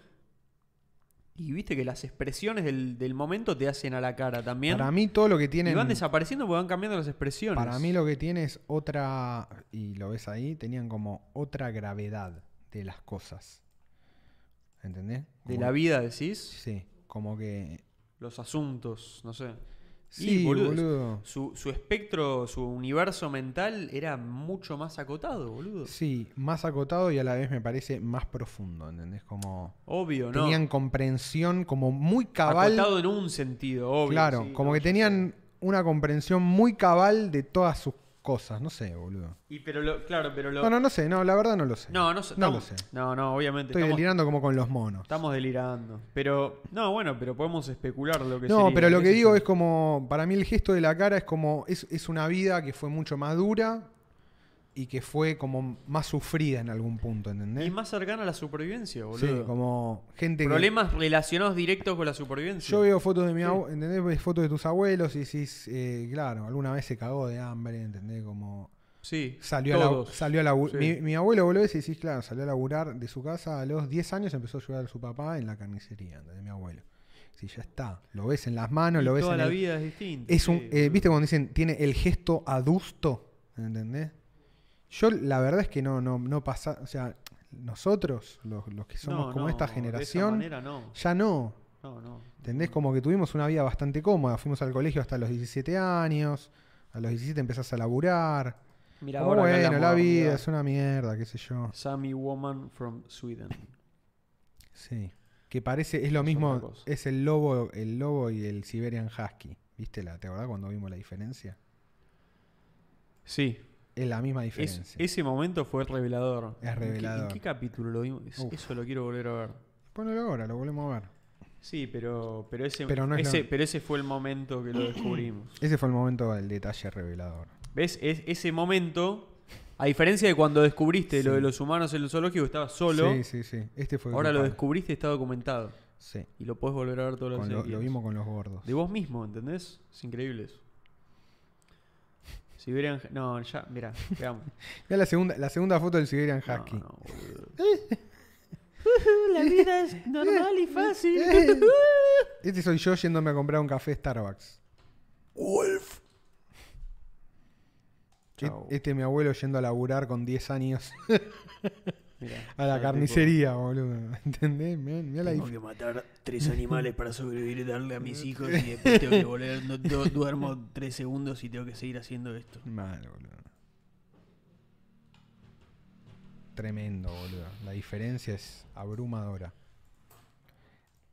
[SPEAKER 2] Y viste que las expresiones del, del momento te hacen a la cara también.
[SPEAKER 1] para mí todo lo que
[SPEAKER 2] y
[SPEAKER 1] tienen
[SPEAKER 2] van desapareciendo porque van cambiando las expresiones.
[SPEAKER 1] Para mí lo que tiene es otra, y lo ves ahí, tenían como otra gravedad de las cosas. ¿Entendés?
[SPEAKER 2] De
[SPEAKER 1] Como-
[SPEAKER 2] la vida, decís.
[SPEAKER 1] Sí, como que...
[SPEAKER 2] Los asuntos, no sé.
[SPEAKER 1] Sí,
[SPEAKER 2] Y,
[SPEAKER 1] boludo.
[SPEAKER 2] boludo, Su, su espectro, su universo mental era mucho más acotado, boludo.
[SPEAKER 1] Sí, más acotado y a la vez me parece más profundo, ¿entendés? Como...
[SPEAKER 2] Obvio, ¿no?
[SPEAKER 1] Tenían comprensión como muy cabal.
[SPEAKER 2] Acotado en un sentido, obvio.
[SPEAKER 1] claro,
[SPEAKER 2] sí,
[SPEAKER 1] como
[SPEAKER 2] no,
[SPEAKER 1] que
[SPEAKER 2] yo
[SPEAKER 1] tenían una comprensión muy cabal de todas sus cosas. No sé, boludo.
[SPEAKER 2] sé. Y pero lo, claro, pero lo.
[SPEAKER 1] No, no, no sé, no, la verdad no lo sé.
[SPEAKER 2] No, no, sé,
[SPEAKER 1] No
[SPEAKER 2] estamos-
[SPEAKER 1] lo sé.
[SPEAKER 2] No, no, obviamente.
[SPEAKER 1] Estoy
[SPEAKER 2] estamos,
[SPEAKER 1] delirando como con los monos.
[SPEAKER 2] estamos delirando. Pero, no, bueno, pero podemos especular lo que
[SPEAKER 1] No,
[SPEAKER 2] sería,
[SPEAKER 1] pero lo
[SPEAKER 2] qué
[SPEAKER 1] que
[SPEAKER 2] sé
[SPEAKER 1] digo
[SPEAKER 2] yo.
[SPEAKER 1] es como, para mí el gesto de la cara es como, es, es una vida que fue mucho más dura y que fue como más sufrida en algún punto, ¿entendés?
[SPEAKER 2] Y más cercana a la supervivencia,
[SPEAKER 1] ¿eh? Sí,
[SPEAKER 2] boludo.
[SPEAKER 1] como gente que-
[SPEAKER 2] Problemas relacionados directos con la supervivencia.
[SPEAKER 1] Yo veo fotos de mi abuelo, ¿entendés? Ves fotos de tus abuelos y decís, eh, claro, alguna vez se cagó de hambre, ¿entendés? Como
[SPEAKER 2] Sí,
[SPEAKER 1] salió a, la,
[SPEAKER 2] todos.
[SPEAKER 1] salió a laburar.
[SPEAKER 2] Sí.
[SPEAKER 1] Mi, mi abuelo, volvés y decís, claro, salió a laburar de su casa a los 10 años, empezó a ayudar a su papá en la carnicería, ¿entendés? Mi abuelo. Sí, ya está. Lo ves en las manos,
[SPEAKER 2] Y
[SPEAKER 1] lo ves
[SPEAKER 2] toda
[SPEAKER 1] en
[SPEAKER 2] la
[SPEAKER 1] el-
[SPEAKER 2] vida es distinta.
[SPEAKER 1] Es un,
[SPEAKER 2] sí,
[SPEAKER 1] eh,
[SPEAKER 2] boludo.
[SPEAKER 1] ¿Viste cuando dicen tiene el gesto adusto? ¿Entendés? Yo la verdad es que no, no, no pasa. O sea, nosotros, los, los que somos
[SPEAKER 2] No,
[SPEAKER 1] como
[SPEAKER 2] no,
[SPEAKER 1] esta
[SPEAKER 2] de esa
[SPEAKER 1] generación,
[SPEAKER 2] manera no.
[SPEAKER 1] ya no.
[SPEAKER 2] No, no.
[SPEAKER 1] ¿Entendés? Como que tuvimos una vida bastante cómoda. Fuimos al colegio hasta los 17 años. A los 17 empezás a laburar.
[SPEAKER 2] Mira,
[SPEAKER 1] Como,
[SPEAKER 2] ahora que
[SPEAKER 1] bueno,
[SPEAKER 2] hablamos,
[SPEAKER 1] la vida
[SPEAKER 2] mirá.
[SPEAKER 1] es una mierda, qué sé yo.
[SPEAKER 2] Sammy Woman from Sweden.
[SPEAKER 1] Sí. Que parece, es lo
[SPEAKER 2] Es otra
[SPEAKER 1] mismo,
[SPEAKER 2] cosa.
[SPEAKER 1] es el lobo, el lobo y el Siberian Husky. ¿Viste la, te acordás cuando vimos la diferencia?
[SPEAKER 2] Sí.
[SPEAKER 1] Es la misma
[SPEAKER 2] es-
[SPEAKER 1] diferencia.
[SPEAKER 2] ese momento fue
[SPEAKER 1] Es
[SPEAKER 2] revelador. ¿En qué- ¿En
[SPEAKER 1] revelador.
[SPEAKER 2] qué, capítulo lo vimos? Es-
[SPEAKER 1] Uf.
[SPEAKER 2] Eso lo quiero volver a ver.
[SPEAKER 1] Ponelo ahora, lo volvemos a ver.
[SPEAKER 2] Sí, pero, pero, ese,
[SPEAKER 1] Pero no es
[SPEAKER 2] ese,
[SPEAKER 1] la-
[SPEAKER 2] pero ese fue el momento que lo descubrimos.
[SPEAKER 1] Ese fue el momento del detalle revelador.
[SPEAKER 2] ¿Ves? Es, ese momento, a diferencia de cuando descubriste lo
[SPEAKER 1] Sí.
[SPEAKER 2] de los humanos en el zoológico, estaba solo.
[SPEAKER 1] Sí, sí, sí. Este fue
[SPEAKER 2] ahora lo
[SPEAKER 1] grupal.
[SPEAKER 2] descubriste, está documentado.
[SPEAKER 1] Sí.
[SPEAKER 2] Y lo puedes volver a ver todos los
[SPEAKER 1] Con lo, lo
[SPEAKER 2] días.
[SPEAKER 1] vimos con los gordos.
[SPEAKER 2] De vos mismo, ¿entendés? Es increíble eso. Si hubieran. No, ya, mirá,
[SPEAKER 1] [LAUGHS]
[SPEAKER 2] veamos.
[SPEAKER 1] Mirá la segunda, la segunda foto del Siberian Husky.
[SPEAKER 2] No, no, boludo. La vida es normal y fácil.
[SPEAKER 1] Eh. Este soy yo yéndome a comprar un café Starbucks. E-
[SPEAKER 2] Chau.
[SPEAKER 1] Este es mi abuelo yendo a laburar con 10 años
[SPEAKER 2] [LAUGHS] Mirá,
[SPEAKER 1] a la
[SPEAKER 2] ya,
[SPEAKER 1] carnicería, boludo. ¿Entendés? Mirá, mirá la
[SPEAKER 7] Tengo
[SPEAKER 1] dif-
[SPEAKER 7] que matar tres animales para sobrevivir, darle a
[SPEAKER 1] [LAUGHS]
[SPEAKER 7] mis hijos y después tengo que volver. No, du- duermo tres segundos y tengo que seguir haciendo esto.
[SPEAKER 1] Mal, boludo. Tremendo, boludo. La diferencia es abrumadora.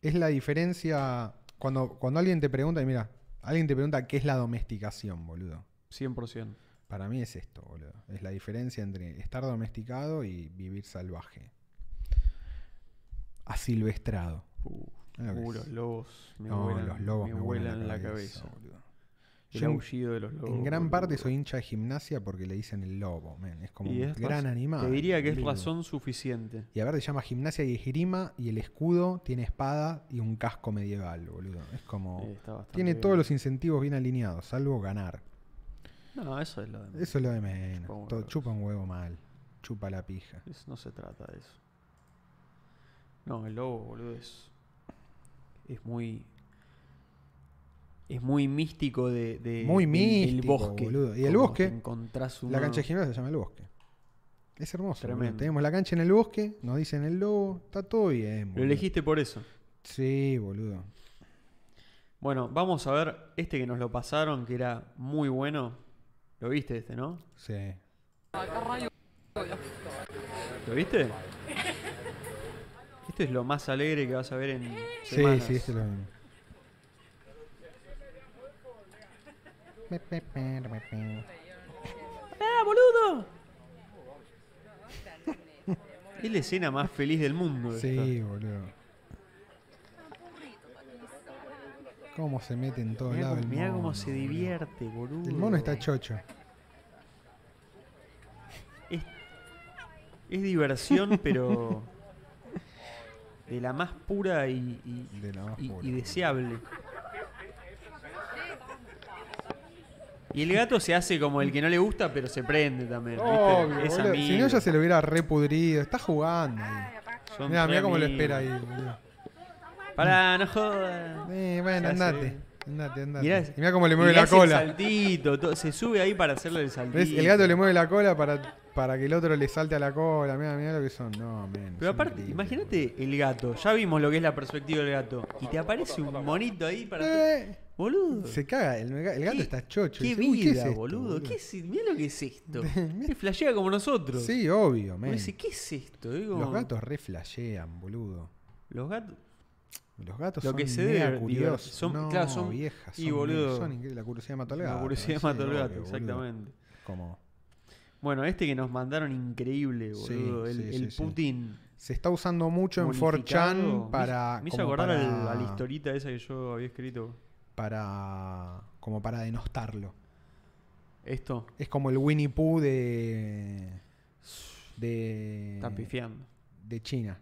[SPEAKER 1] Es la diferencia. Cuando, cuando alguien te pregunta, y mira, alguien te pregunta qué es la domesticación, boludo.
[SPEAKER 2] tipo, 100%.
[SPEAKER 1] Para mí es esto, boludo. Es la diferencia entre estar domesticado y vivir salvaje. Asilvestrado.
[SPEAKER 2] Uh,
[SPEAKER 1] Mirá lo que
[SPEAKER 2] uh,
[SPEAKER 1] es.
[SPEAKER 2] los lobos. Me
[SPEAKER 1] No,
[SPEAKER 2] vuelan-
[SPEAKER 1] los lobos
[SPEAKER 2] me
[SPEAKER 1] me
[SPEAKER 2] vuelan
[SPEAKER 1] vuelan
[SPEAKER 2] la
[SPEAKER 1] cabeza,
[SPEAKER 2] cabeza.
[SPEAKER 1] boludo.
[SPEAKER 2] El
[SPEAKER 1] Yo en-
[SPEAKER 2] aullido de los lobos.
[SPEAKER 1] En gran
[SPEAKER 2] Oh, boludo.
[SPEAKER 1] parte soy hincha de gimnasia porque le dicen el lobo, man. Es como
[SPEAKER 2] Y
[SPEAKER 1] un
[SPEAKER 2] es
[SPEAKER 1] gran
[SPEAKER 2] raz-
[SPEAKER 1] animal.
[SPEAKER 2] Te diría que es
[SPEAKER 1] boludo.
[SPEAKER 2] razón suficiente.
[SPEAKER 1] Y a ver, se llama gimnasia y esgrima y el escudo tiene espada y un casco medieval, boludo. Es como...
[SPEAKER 2] Eh, está bastante
[SPEAKER 1] Oh. tiene
[SPEAKER 2] bien.
[SPEAKER 1] todos los incentivos bien alineados, salvo ganar.
[SPEAKER 2] No, eso es lo de
[SPEAKER 1] Eso es lo de
[SPEAKER 2] Chupa
[SPEAKER 1] menos.
[SPEAKER 2] un
[SPEAKER 1] Todo-
[SPEAKER 2] huevo.
[SPEAKER 1] chupa un huevo mal. Chupa la pija.
[SPEAKER 2] Es- no se trata de eso. No, el lobo, boludo, es. Es muy. Es muy místico de. de-
[SPEAKER 1] Muy
[SPEAKER 2] del- del
[SPEAKER 1] místico,
[SPEAKER 2] bosque.
[SPEAKER 1] boludo. Y el
[SPEAKER 2] Como
[SPEAKER 1] bosque,
[SPEAKER 2] te encontrás
[SPEAKER 1] La
[SPEAKER 2] uno-
[SPEAKER 1] cancha de gimnasia se llama el bosque. Es hermoso. boludo.
[SPEAKER 2] Tremendo.
[SPEAKER 1] Tenemos la cancha en el bosque, nos dicen el lobo, está todo bien.
[SPEAKER 2] Lo
[SPEAKER 1] boludo.
[SPEAKER 2] elegiste por eso.
[SPEAKER 1] Sí, boludo.
[SPEAKER 2] Bueno, vamos a ver este que nos lo pasaron, que era muy bueno. ¿Lo viste este, no?
[SPEAKER 1] Sí.
[SPEAKER 2] ¿Lo viste? Esto es lo más alegre que vas a ver en.
[SPEAKER 1] Sí,
[SPEAKER 2] semanas.
[SPEAKER 1] sí, este es lo mismo.
[SPEAKER 2] Es la escena más feliz del mundo.
[SPEAKER 1] Sí, boludo. Cómo se mete en todo
[SPEAKER 2] Mirá,
[SPEAKER 1] lado
[SPEAKER 2] cómo-
[SPEAKER 1] el mono.
[SPEAKER 2] mirá cómo se
[SPEAKER 1] boludo.
[SPEAKER 2] divierte, boludo.
[SPEAKER 1] El mono está chocho.
[SPEAKER 2] Es
[SPEAKER 1] [LAUGHS]
[SPEAKER 2] diversión, pero. de la más pura y, y-
[SPEAKER 1] De la más
[SPEAKER 2] y-
[SPEAKER 1] pura.
[SPEAKER 2] y deseable. Y el gato se hace como el que no le gusta, pero se prende también. ¿viste?
[SPEAKER 1] Obvio,
[SPEAKER 2] es
[SPEAKER 1] boludo. Si no,
[SPEAKER 2] amigo.
[SPEAKER 1] ya se lo hubiera repudrido. Está jugando.
[SPEAKER 2] Son
[SPEAKER 1] Mira,
[SPEAKER 2] re
[SPEAKER 1] mira cómo lo
[SPEAKER 2] amigos.
[SPEAKER 1] espera ahí, boludo.
[SPEAKER 2] Pará, no jodas.
[SPEAKER 1] Eh, bueno,
[SPEAKER 2] Ya sé.
[SPEAKER 1] andate. Andate, andate.
[SPEAKER 2] Mirá,
[SPEAKER 1] y mira cómo le mueve
[SPEAKER 2] y
[SPEAKER 1] la
[SPEAKER 2] hace el
[SPEAKER 1] cola.
[SPEAKER 2] saltito, todo- se sube ahí para hacerle el saltito.
[SPEAKER 1] ¿Ves? El gato le mueve la cola para, para que el otro le salte a la cola. Mira, mira lo que son. No, men.
[SPEAKER 2] Pero
[SPEAKER 1] son
[SPEAKER 2] aparte,
[SPEAKER 1] increíbles.
[SPEAKER 2] imagínate el gato. Ya vimos lo que es la perspectiva del gato. Y te aparece un monito ahí para.
[SPEAKER 1] Eh,
[SPEAKER 2] Boludo.
[SPEAKER 1] se caga. El, el gato
[SPEAKER 2] ¿Qué-
[SPEAKER 1] está chocho.
[SPEAKER 2] Qué
[SPEAKER 1] Dice,
[SPEAKER 2] vida,
[SPEAKER 1] "Uy, ¿qué es esto,
[SPEAKER 2] boludo. ¿Qué es, mirá lo que
[SPEAKER 1] [LAUGHS]
[SPEAKER 2] es esto. Te flashea como nosotros.
[SPEAKER 1] Sí, obvio,
[SPEAKER 2] Uno
[SPEAKER 1] men.
[SPEAKER 2] dice, ¿qué es esto? Digo,
[SPEAKER 1] Los gatos re flashean, boludo.
[SPEAKER 2] Los gatos.
[SPEAKER 1] Los gatos
[SPEAKER 2] Lo
[SPEAKER 1] son
[SPEAKER 2] que se
[SPEAKER 1] mega
[SPEAKER 2] debe divertir.
[SPEAKER 1] curiosos.
[SPEAKER 2] Son-
[SPEAKER 1] no,
[SPEAKER 2] claro, son-
[SPEAKER 1] viejas.
[SPEAKER 2] y,
[SPEAKER 1] son-
[SPEAKER 2] boludo,
[SPEAKER 1] son increíbles. la curiosidad mató al gato. eh,
[SPEAKER 2] La curiosidad
[SPEAKER 1] sí,
[SPEAKER 2] mató al
[SPEAKER 1] obvio,
[SPEAKER 2] gato,
[SPEAKER 1] boludo.
[SPEAKER 2] exactamente.
[SPEAKER 1] Como,
[SPEAKER 2] Bueno, este que nos mandaron increíble,
[SPEAKER 1] Sí,
[SPEAKER 2] boludo. el
[SPEAKER 1] sí,
[SPEAKER 2] el
[SPEAKER 1] sí, sí.
[SPEAKER 2] Putin.
[SPEAKER 1] se está usando mucho en
[SPEAKER 2] modificado.
[SPEAKER 1] 4chan para.
[SPEAKER 2] Me, hizo
[SPEAKER 1] como
[SPEAKER 2] acordar al-
[SPEAKER 1] para-
[SPEAKER 2] a la historita esa que yo había escrito.
[SPEAKER 1] para como para denostarlo.
[SPEAKER 2] Esto
[SPEAKER 1] Es como el Winnie Pooh de de
[SPEAKER 2] está pifiando.
[SPEAKER 1] de China.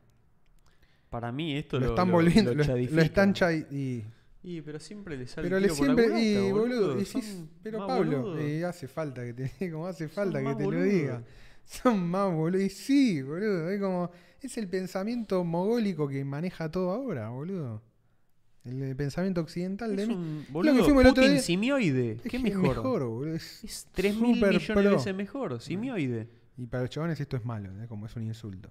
[SPEAKER 2] Para mí esto
[SPEAKER 1] Lo,
[SPEAKER 2] lo,
[SPEAKER 1] están
[SPEAKER 2] lo-
[SPEAKER 1] volviendo,
[SPEAKER 2] lo
[SPEAKER 1] lo, lo
[SPEAKER 2] chadifica.
[SPEAKER 1] están chai- y-
[SPEAKER 2] Y pero siempre le sale
[SPEAKER 1] pero
[SPEAKER 2] el
[SPEAKER 1] le
[SPEAKER 2] tiro por la
[SPEAKER 1] siempre
[SPEAKER 2] culata,
[SPEAKER 1] y boludo, y
[SPEAKER 2] Son
[SPEAKER 1] sí, pero
[SPEAKER 2] más
[SPEAKER 1] Pablo,
[SPEAKER 2] boludos.
[SPEAKER 1] eh, hace falta que te [LAUGHS] como hace falta que
[SPEAKER 2] más
[SPEAKER 1] te lo
[SPEAKER 2] boludos.
[SPEAKER 1] diga. Son más boludo y sí, boludo, es como es el pensamiento mogólico que maneja todo ahora, boludo. El, eh, pensamiento occidental de
[SPEAKER 2] Es
[SPEAKER 1] mí.
[SPEAKER 2] un
[SPEAKER 1] Lo que
[SPEAKER 2] boludo
[SPEAKER 1] fuimos el otro
[SPEAKER 2] Putin
[SPEAKER 1] día.
[SPEAKER 2] simioide.
[SPEAKER 1] Es
[SPEAKER 2] ¿Qué
[SPEAKER 1] que
[SPEAKER 2] mejor?
[SPEAKER 1] boludo, es
[SPEAKER 2] Es 3 mil
[SPEAKER 1] super
[SPEAKER 2] millones de
[SPEAKER 1] pro.
[SPEAKER 2] veces mejor, simioide.
[SPEAKER 1] Y para los chabones esto es malo, ¿eh? como es un insulto.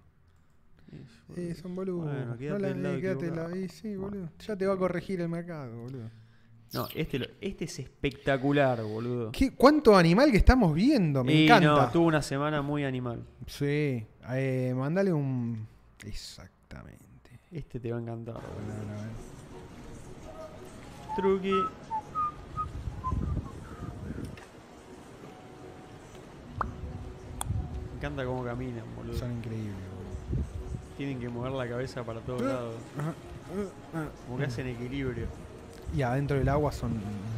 [SPEAKER 1] Eh, son boludos.
[SPEAKER 2] Bueno,
[SPEAKER 1] No
[SPEAKER 2] quédate
[SPEAKER 1] la-
[SPEAKER 2] del lado
[SPEAKER 1] eh, quédate
[SPEAKER 2] equivocado. Ah.
[SPEAKER 1] la- y sí,
[SPEAKER 2] Bueno.
[SPEAKER 1] boludo. Ya te va a corregir el mercado, boludo.
[SPEAKER 2] No, este, lo- este es espectacular, boludo.
[SPEAKER 1] ¿Qué, ¿Cuánto animal que estamos viendo? Me
[SPEAKER 2] Ah. Y
[SPEAKER 1] encanta.
[SPEAKER 2] No, tuvo una semana muy animal.
[SPEAKER 1] Sí. Eh, mandale un. Exactamente.
[SPEAKER 2] Este te va a encantar,
[SPEAKER 1] A
[SPEAKER 2] boludo.
[SPEAKER 1] ver, a ver.
[SPEAKER 2] Truqui. Me encanta cómo caminan, boludo.
[SPEAKER 1] Son increíbles, boludo.
[SPEAKER 2] Tienen que mover la cabeza para todos
[SPEAKER 1] Ah,
[SPEAKER 2] lados. Como que hacen equilibrio.
[SPEAKER 1] Y adentro del agua son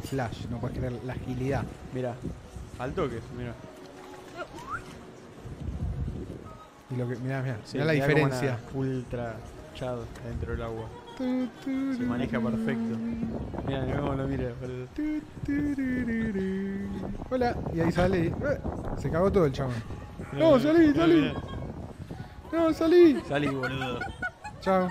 [SPEAKER 1] flash, no puedes creer la agilidad.
[SPEAKER 2] Mirá, al toque, mirá.
[SPEAKER 1] Y lo que, mirá, mirá,
[SPEAKER 2] Sí,
[SPEAKER 1] mirá la
[SPEAKER 2] mirá como una
[SPEAKER 1] diferencia.
[SPEAKER 2] Ultra chad dentro del agua.
[SPEAKER 1] Tu, tu,
[SPEAKER 2] Se maneja perfecto. Mira, mirá cómo lo mira. boludo.
[SPEAKER 1] tu, tu, ru, ru, ru. Hola, y ahí sale. y- eh, Se cagó todo el chabón. No, salí, salí. No, salí.
[SPEAKER 2] Salí, boludo.
[SPEAKER 1] Chao.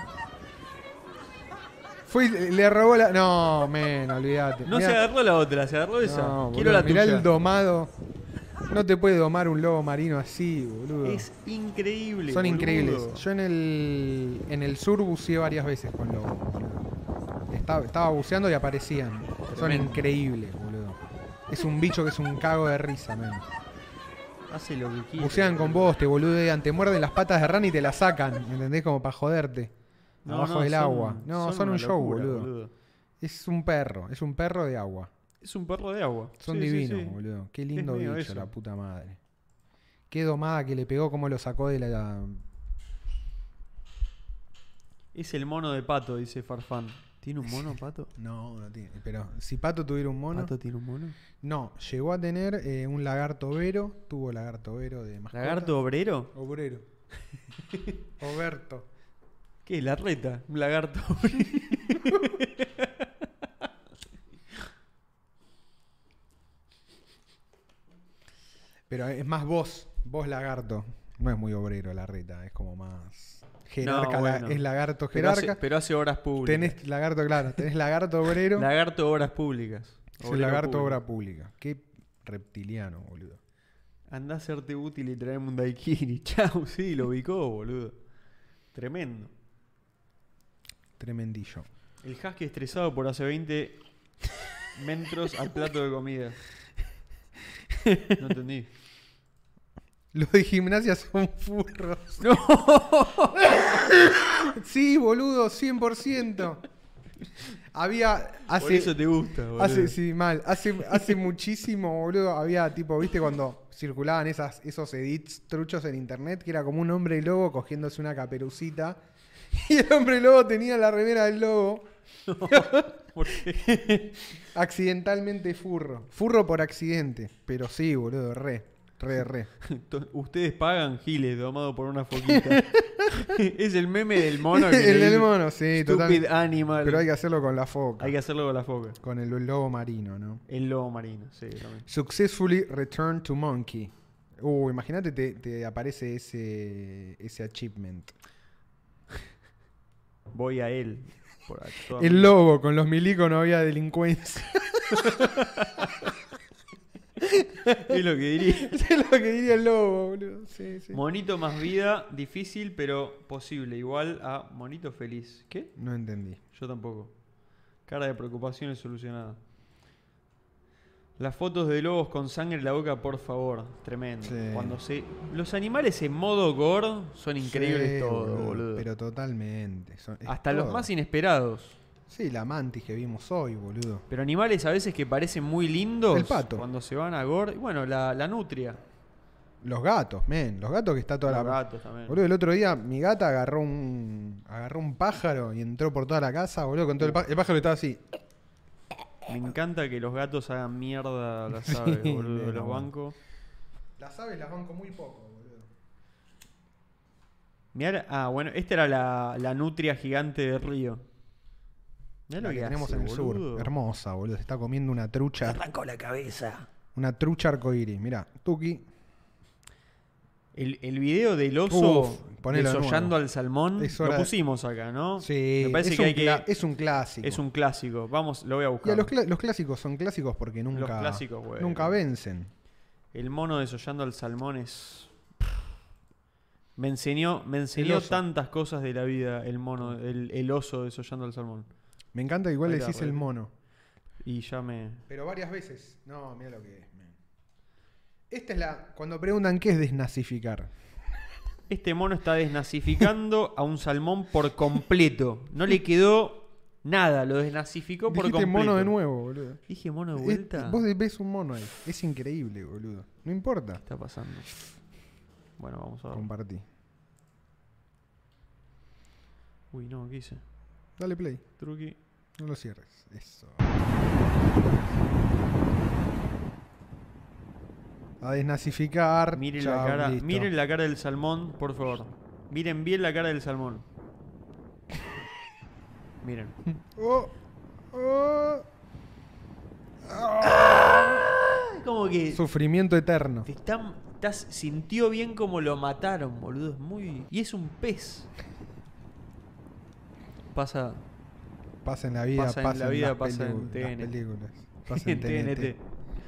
[SPEAKER 1] Fui, le robó la. No, men, olvídate.
[SPEAKER 2] No
[SPEAKER 1] Mirá-
[SPEAKER 2] se agarró la otra, se agarró esa.
[SPEAKER 1] No,
[SPEAKER 2] Quiero
[SPEAKER 1] boludo,
[SPEAKER 2] la
[SPEAKER 1] mirá
[SPEAKER 2] tuya.
[SPEAKER 1] el domado. No te puede domar un lobo marino así, boludo.
[SPEAKER 2] Es increíble.
[SPEAKER 1] Son
[SPEAKER 2] boludo.
[SPEAKER 1] increíbles. Yo en el, en el sur buceé varias veces con lobos. boludo. Estaba, estaba buceando y aparecían. Son
[SPEAKER 2] Tremendo.
[SPEAKER 1] increíbles, boludo. Es un bicho que es un cago de risa, men.
[SPEAKER 2] Hace lo que quiere.
[SPEAKER 1] Bucean con vos, te boludean, te muerden las patas de rana y te las sacan, ¿entendés? Como para joderte.
[SPEAKER 2] No,
[SPEAKER 1] abajo
[SPEAKER 2] no,
[SPEAKER 1] del
[SPEAKER 2] son-
[SPEAKER 1] agua. No, son, un
[SPEAKER 2] una
[SPEAKER 1] show,
[SPEAKER 2] locura,
[SPEAKER 1] boludo. Es un perro, es un perro de agua.
[SPEAKER 2] Es un perro de agua.
[SPEAKER 1] Son
[SPEAKER 2] Sí, sí,
[SPEAKER 1] divinos,
[SPEAKER 2] sí.
[SPEAKER 1] boludo. Qué lindo
[SPEAKER 2] medio
[SPEAKER 1] bicho,
[SPEAKER 2] eso.
[SPEAKER 1] la puta madre. Qué domada que le pegó, cómo lo sacó de la.
[SPEAKER 2] Es el mono de pato, dice Farfán. ¿Tiene un mono, Pato?
[SPEAKER 1] No, no tiene. Pero si Pato tuviera un mono.
[SPEAKER 2] ¿Pato tiene un mono?
[SPEAKER 1] No, llegó a tener eh, un lagarto overo. Tuvo lagarto overo de mascota.
[SPEAKER 2] ¿Lagarto obrero?
[SPEAKER 1] Obrero. [LAUGHS] Oberto.
[SPEAKER 2] ¿Qué? ¿La reta?
[SPEAKER 1] [LAUGHS]
[SPEAKER 2] Un lagarto
[SPEAKER 1] Pero es más vos, vos lagarto. No es muy obrero la reta, es como más. Jerarca, la-
[SPEAKER 2] bueno.
[SPEAKER 1] es lagarto
[SPEAKER 2] Pero hace,
[SPEAKER 1] jerarca.
[SPEAKER 2] pero hace obras públicas.
[SPEAKER 1] tenés lagarto, claro, tenés lagarto obrero.
[SPEAKER 2] [LAUGHS] Lagarto obras públicas.
[SPEAKER 1] es el
[SPEAKER 2] Obrero
[SPEAKER 1] lagarto
[SPEAKER 2] público.
[SPEAKER 1] obra pública. Qué reptiliano, boludo.
[SPEAKER 2] Andá a hacerte útil y traerme un daiquiri. [LAUGHS] Chau, sí, lo ubicó, boludo. Tremendo.
[SPEAKER 1] Tremendillo.
[SPEAKER 2] El husky estresado por hace 20 metros al plato de comida. No entendí.
[SPEAKER 1] Los de gimnasia son furros. [LAUGHS] sí, boludo, 100%. Había [LAUGHS] hace
[SPEAKER 2] por eso te gusta, boludo.
[SPEAKER 1] Hace, sí, mal. Hace, hace muchísimo, boludo. Había tipo, viste, cuando circulaban esas, esos edits truchos en internet, que era como un hombre lobo cogiéndose una caperucita. [LAUGHS] Y el hombre lobo tenía la remera del lobo.
[SPEAKER 2] ¿Por qué?
[SPEAKER 1] Accidentalmente furro. Furro por accidente. Pero sí, boludo, re. Re, re.
[SPEAKER 2] To- Ustedes pagan giles domado por una foquita. [LAUGHS] es el meme del mono. Que
[SPEAKER 1] [LAUGHS]
[SPEAKER 2] le
[SPEAKER 1] el del
[SPEAKER 2] dice,
[SPEAKER 1] mono, sí,
[SPEAKER 2] Stupid
[SPEAKER 1] total.
[SPEAKER 2] animal.
[SPEAKER 1] Pero hay que hacerlo con la foca.
[SPEAKER 2] Hay que hacerlo con la foca.
[SPEAKER 1] Con el lobo marino, ¿no?
[SPEAKER 2] El lobo marino, sí, también.
[SPEAKER 1] Successfully return to monkey. Uh, imagínate, te, te aparece ese, ese achievement.
[SPEAKER 2] Voy a él. Por a- toda mi-
[SPEAKER 1] El lobo con los milicos no había delincuencia. [LAUGHS]
[SPEAKER 2] Es lo que diría.
[SPEAKER 1] es lo que diría el lobo, boludo. Sí, sí.
[SPEAKER 2] Monito más vida, difícil pero posible. Igual a monito feliz. ¿Qué?
[SPEAKER 1] No entendí.
[SPEAKER 2] Yo tampoco. Cara de preocupación es solucionada. Las fotos de lobos con sangre en la boca, por favor. Tremendo.
[SPEAKER 1] Sí.
[SPEAKER 2] Cuando se. Los animales en modo gore son increíbles
[SPEAKER 1] Sí,
[SPEAKER 2] todo, boludo.
[SPEAKER 1] Pero totalmente. Son- es
[SPEAKER 2] Hasta los
[SPEAKER 1] todo.
[SPEAKER 2] más inesperados.
[SPEAKER 1] Sí, la mantis que vimos hoy, boludo.
[SPEAKER 2] Pero animales a veces que parecen muy lindos.
[SPEAKER 1] El pato.
[SPEAKER 2] Cuando se van a gore. y Bueno, la, la nutria.
[SPEAKER 1] Los gatos, men. Los gatos que está toda
[SPEAKER 2] Los
[SPEAKER 1] la.
[SPEAKER 2] gatos también.
[SPEAKER 1] Boludo, el otro día mi gata agarró un. agarró un pájaro y entró por toda la casa, boludo, con todo el pájaro. El pájaro estaba así.
[SPEAKER 2] Me encanta que los gatos hagan mierda
[SPEAKER 1] [LAUGHS]
[SPEAKER 2] a las aves,
[SPEAKER 1] Sí,
[SPEAKER 2] boludo.
[SPEAKER 1] de la
[SPEAKER 2] los
[SPEAKER 1] mano.
[SPEAKER 2] bancos.
[SPEAKER 1] Las aves las banco muy poco, boludo.
[SPEAKER 2] Mirá la- ah, bueno, esta era la, la nutria gigante del río. Mirá
[SPEAKER 1] La
[SPEAKER 2] lo
[SPEAKER 1] que
[SPEAKER 2] que
[SPEAKER 1] tenemos
[SPEAKER 2] hace,
[SPEAKER 1] en el
[SPEAKER 2] boludo.
[SPEAKER 1] sur. Hermosa, boludo. Se está comiendo una trucha.
[SPEAKER 10] Arrancó la cabeza.
[SPEAKER 1] Una trucha arcoíris. Mirá, Tuki.
[SPEAKER 2] El, el video del oso
[SPEAKER 1] Uf, ponelo de nuevo.
[SPEAKER 2] desollando al salmón
[SPEAKER 1] Es
[SPEAKER 2] lo
[SPEAKER 1] hora de-
[SPEAKER 2] pusimos acá, ¿no?
[SPEAKER 1] Sí,
[SPEAKER 2] Me parece
[SPEAKER 1] es,
[SPEAKER 2] que
[SPEAKER 1] un
[SPEAKER 2] hay que.
[SPEAKER 1] cla- es un clásico.
[SPEAKER 2] Es un clásico. Vamos, lo voy a
[SPEAKER 1] Y a
[SPEAKER 2] buscar.
[SPEAKER 1] los, cla- los clásicos son clásicos porque nunca,
[SPEAKER 2] clásicos, güey.
[SPEAKER 1] nunca vencen.
[SPEAKER 2] El mono desollando al salmón es. Me enseñó, me enseñó
[SPEAKER 1] oso.
[SPEAKER 2] tantas cosas de la vida el mono, el, el oso desollando al salmón.
[SPEAKER 1] Me encanta que igual le
[SPEAKER 2] Ahí está,
[SPEAKER 1] decís el
[SPEAKER 2] güey.
[SPEAKER 1] mono.
[SPEAKER 2] Y ya me.
[SPEAKER 1] Pero varias veces. No, mira lo que es. man. Esta es la. Cuando preguntan qué es desnazificar.
[SPEAKER 2] Este mono está desnazificando a un salmón por completo. No le quedó nada, lo desnazificó por
[SPEAKER 1] Dijiste
[SPEAKER 2] completo.
[SPEAKER 1] mono de nuevo, boludo.
[SPEAKER 2] Dije mono de
[SPEAKER 1] Es-
[SPEAKER 2] vuelta.
[SPEAKER 1] vos ves un mono ahí. Es increíble, boludo. No importa.
[SPEAKER 2] ¿Qué está pasando? Bueno, vamos a ver.
[SPEAKER 1] Compartí.
[SPEAKER 2] Uy, no, ¿qué hice?
[SPEAKER 1] Dale play.
[SPEAKER 2] Truqui.
[SPEAKER 1] No lo cierres. Eso. A desnazificar.
[SPEAKER 2] Miren
[SPEAKER 1] Ah, Chao,
[SPEAKER 2] la cara,
[SPEAKER 1] listo.
[SPEAKER 2] miren la cara del salmón, por favor. Miren bien la cara del salmón. Miren.
[SPEAKER 1] Oh, oh.
[SPEAKER 2] Como que
[SPEAKER 1] Sufrimiento eterno.
[SPEAKER 2] te están- estás- sintió bien como lo mataron, boludo. Es muy y es un pez. Pasa
[SPEAKER 1] Pasa en la vida,
[SPEAKER 2] Pasa
[SPEAKER 1] pasa,
[SPEAKER 2] en la vida,
[SPEAKER 1] las
[SPEAKER 2] pasa en
[SPEAKER 1] peligu- las
[SPEAKER 2] TN.
[SPEAKER 1] películas. Pasa en
[SPEAKER 2] [LAUGHS] En
[SPEAKER 1] TNT.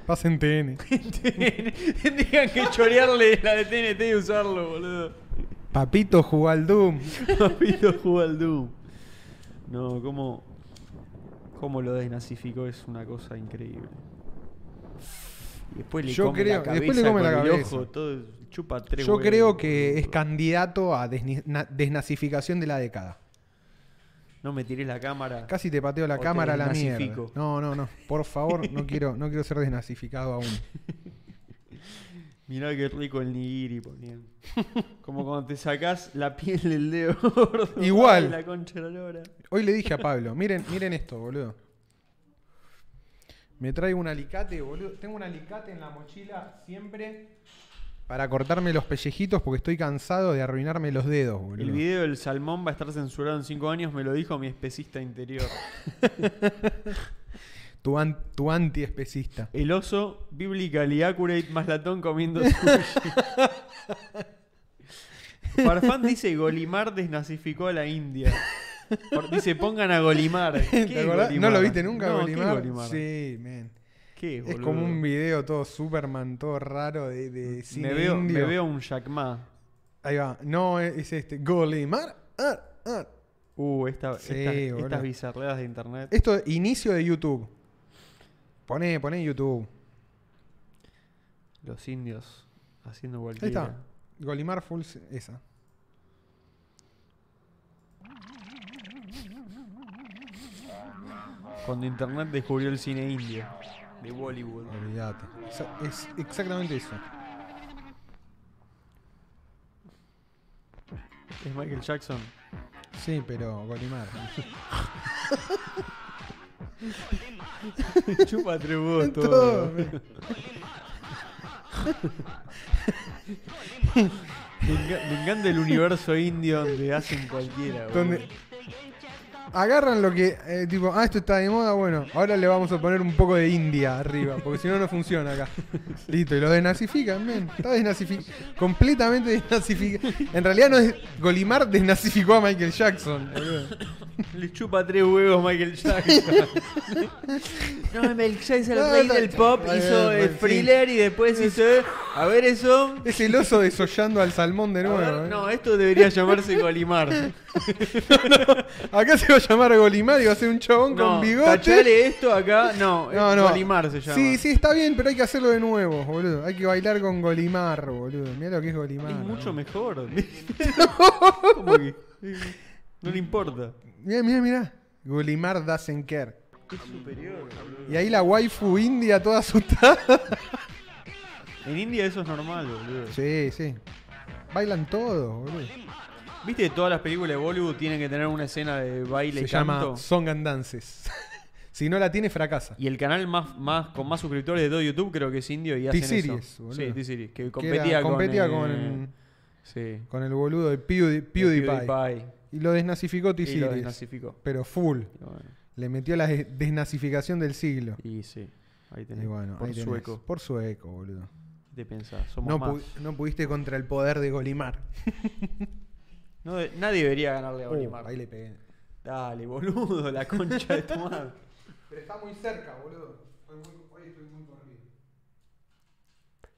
[SPEAKER 1] Pasa en TN.
[SPEAKER 2] [LAUGHS] Tendrían que chorearle la de TNT y usarlo, [LAUGHS] boludo.
[SPEAKER 1] Papito jugó al Doom.
[SPEAKER 2] Papito jugó al Doom. No, cómo, cómo lo desnazificó es una cosa increíble. Y después le
[SPEAKER 1] Yo
[SPEAKER 2] come
[SPEAKER 1] creo-
[SPEAKER 2] la cabeza,
[SPEAKER 1] después le come
[SPEAKER 2] con
[SPEAKER 1] la
[SPEAKER 2] el
[SPEAKER 1] cabeza.
[SPEAKER 2] ojo, todo chupa [LAUGHS] tres
[SPEAKER 1] Yo
[SPEAKER 2] huevos,
[SPEAKER 1] creo que es
[SPEAKER 2] boludo.
[SPEAKER 1] candidato a desni- na- desnazificación de la década.
[SPEAKER 2] No me tiré la cámara.
[SPEAKER 1] Casi te pateo
[SPEAKER 2] O
[SPEAKER 1] la
[SPEAKER 2] te
[SPEAKER 1] cámara a la mierda.
[SPEAKER 2] desnazifico. [LAUGHS]
[SPEAKER 1] No, no, no. Por favor, no quiero, no quiero ser desnazificado aún.
[SPEAKER 2] Mirá qué rico el nigiri [LAUGHS] ponían. Como cuando te sacás la piel del dedo gordo.
[SPEAKER 1] Igual.
[SPEAKER 2] Ay, La concha de la lora.
[SPEAKER 1] Hoy le dije a Pablo, miren, miren esto, boludo. Me traigo un alicate, boludo. Tengo un alicate en la mochila siempre para cortarme los pellejitos porque estoy cansado de arruinarme los dedos, boludo.
[SPEAKER 2] El video del salmón va a estar censurado en 5 años, me lo dijo mi especista interior.
[SPEAKER 1] Tu, an- tu antiespecista.
[SPEAKER 2] El oso, Biblical Accurate más latón comiendo sushi. Farfán dice Golimar desnazificó a la India. Por- dice pongan a Golimar. ¿Qué
[SPEAKER 1] ¿Te
[SPEAKER 2] es
[SPEAKER 1] acordás? ¿No
[SPEAKER 2] Golimar?
[SPEAKER 1] lo viste nunca,
[SPEAKER 2] No, ¿qué es
[SPEAKER 1] Golimar?
[SPEAKER 2] Golimar?
[SPEAKER 1] Sí, man.
[SPEAKER 2] ¿Qué es,
[SPEAKER 1] Es
[SPEAKER 2] boludo?
[SPEAKER 1] como un video todo Superman, todo raro de, de cine
[SPEAKER 2] me veo, me
[SPEAKER 1] indio.
[SPEAKER 2] veo un Jackma.
[SPEAKER 1] Ahí va. No, es, es este. Golimar. Ah, ah.
[SPEAKER 2] Uh, esta,
[SPEAKER 1] Sí,
[SPEAKER 2] estas,
[SPEAKER 1] boludo.
[SPEAKER 2] estas bizarreadas de internet.
[SPEAKER 1] Esto es inicio de YouTube. Poné, poné YouTube.
[SPEAKER 2] Los indios haciendo
[SPEAKER 1] Ahí
[SPEAKER 2] cualquiera.
[SPEAKER 1] está. Golimar Full se- esa.
[SPEAKER 2] Cuando internet descubrió el cine indio. De Bollywood.
[SPEAKER 1] Olvídate. Esa- Es exactamente eso.
[SPEAKER 2] Es Michael Jackson.
[SPEAKER 1] Sí, pero Golimar. [LAUGHS]
[SPEAKER 2] Chupa tributo.
[SPEAKER 1] Todo.
[SPEAKER 2] Me, enga- me encanta el universo indio donde hacen cualquiera. boludo.
[SPEAKER 1] Donde agarran lo que, eh, tipo, ah, esto está de moda, bueno, ahora le vamos a poner un poco de India arriba, porque si no, no funciona
[SPEAKER 2] [LAUGHS]
[SPEAKER 1] acá. Listo, y lo desnazifican, men. Está desnazificado. Completamente desnazificado. En realidad no es. Golimar desnazificó a Michael Jackson. boludo.
[SPEAKER 2] Le chupa tres huevos Michael [LAUGHS] Jackson.
[SPEAKER 9] No, Michael Jackson,
[SPEAKER 1] No,
[SPEAKER 9] el rey
[SPEAKER 1] no,
[SPEAKER 9] del pop,
[SPEAKER 1] está
[SPEAKER 9] hizo
[SPEAKER 2] eh,
[SPEAKER 1] bien,
[SPEAKER 9] el
[SPEAKER 1] sí.
[SPEAKER 9] thriller y después hizo. A ver, eso.
[SPEAKER 1] Es el oso desollando al salmón de
[SPEAKER 2] A
[SPEAKER 1] nuevo.
[SPEAKER 2] ver,
[SPEAKER 1] eh.
[SPEAKER 2] no, esto debería llamarse Golimar.
[SPEAKER 1] Acá se va a llamar Golimar y va a ser un chabón
[SPEAKER 2] No,
[SPEAKER 1] con bigote.
[SPEAKER 2] tachale esto acá. No,
[SPEAKER 1] No,
[SPEAKER 2] es
[SPEAKER 1] no.
[SPEAKER 2] Eh, Golimar se llama.
[SPEAKER 1] Sí, sí, está bien, pero hay que hacerlo de nuevo, boludo. Hay que bailar con Golimar, boludo. Mira lo que es Golimar.
[SPEAKER 2] Es mucho
[SPEAKER 1] ¿no?
[SPEAKER 2] [LAUGHS] mejor. Como que, eh, no le importa.
[SPEAKER 1] Mirá, mirá, mirá. Golimar doesn't care. Y ahí la waifu india toda asustada. [LAUGHS]
[SPEAKER 2] En India eso es normal, boludo.
[SPEAKER 1] Sí, sí. Bailan todos, boludo.
[SPEAKER 2] ¿Viste que todas las películas de Bollywood tienen que tener una escena de baile
[SPEAKER 1] Se
[SPEAKER 2] y canto?
[SPEAKER 1] llama Song and Dances. [LAUGHS] si no la tiene, fracasa.
[SPEAKER 2] Y el canal más, más con más suscriptores de todo YouTube creo que es indio y hacen
[SPEAKER 1] T-Series,
[SPEAKER 2] eso.
[SPEAKER 1] boludo.
[SPEAKER 2] Sí, T-Series, que
[SPEAKER 1] Que era-
[SPEAKER 2] competía, con,
[SPEAKER 1] competía
[SPEAKER 2] eh,
[SPEAKER 1] con,
[SPEAKER 2] sí,
[SPEAKER 1] con el boludo de Pewdie- PewDiePie.
[SPEAKER 2] PewDiePie.
[SPEAKER 1] Y lo desnazificó
[SPEAKER 2] Y lo
[SPEAKER 1] T-Series.
[SPEAKER 2] desnazificó.
[SPEAKER 1] Pero full.
[SPEAKER 2] Y bueno,
[SPEAKER 1] Le metió la des- desnazificación del siglo.
[SPEAKER 2] y sí, ahí
[SPEAKER 1] Y
[SPEAKER 2] tenés.
[SPEAKER 1] bueno,
[SPEAKER 2] por
[SPEAKER 1] ahí tenés.
[SPEAKER 2] sueco.
[SPEAKER 1] Por sueco, boludo.
[SPEAKER 2] ¿Qué te pensás? Somos
[SPEAKER 1] No,
[SPEAKER 2] más.
[SPEAKER 1] pu- no pudiste contra el poder de Golimar.
[SPEAKER 2] No de- nadie debería ganarle a
[SPEAKER 1] Uh,
[SPEAKER 2] Olimar.
[SPEAKER 1] ahí le pegué.
[SPEAKER 2] Dale, boludo, la concha de tu
[SPEAKER 1] [LAUGHS]
[SPEAKER 2] madre.
[SPEAKER 1] Pero está muy cerca, boludo. Hoy, estoy muy corrido.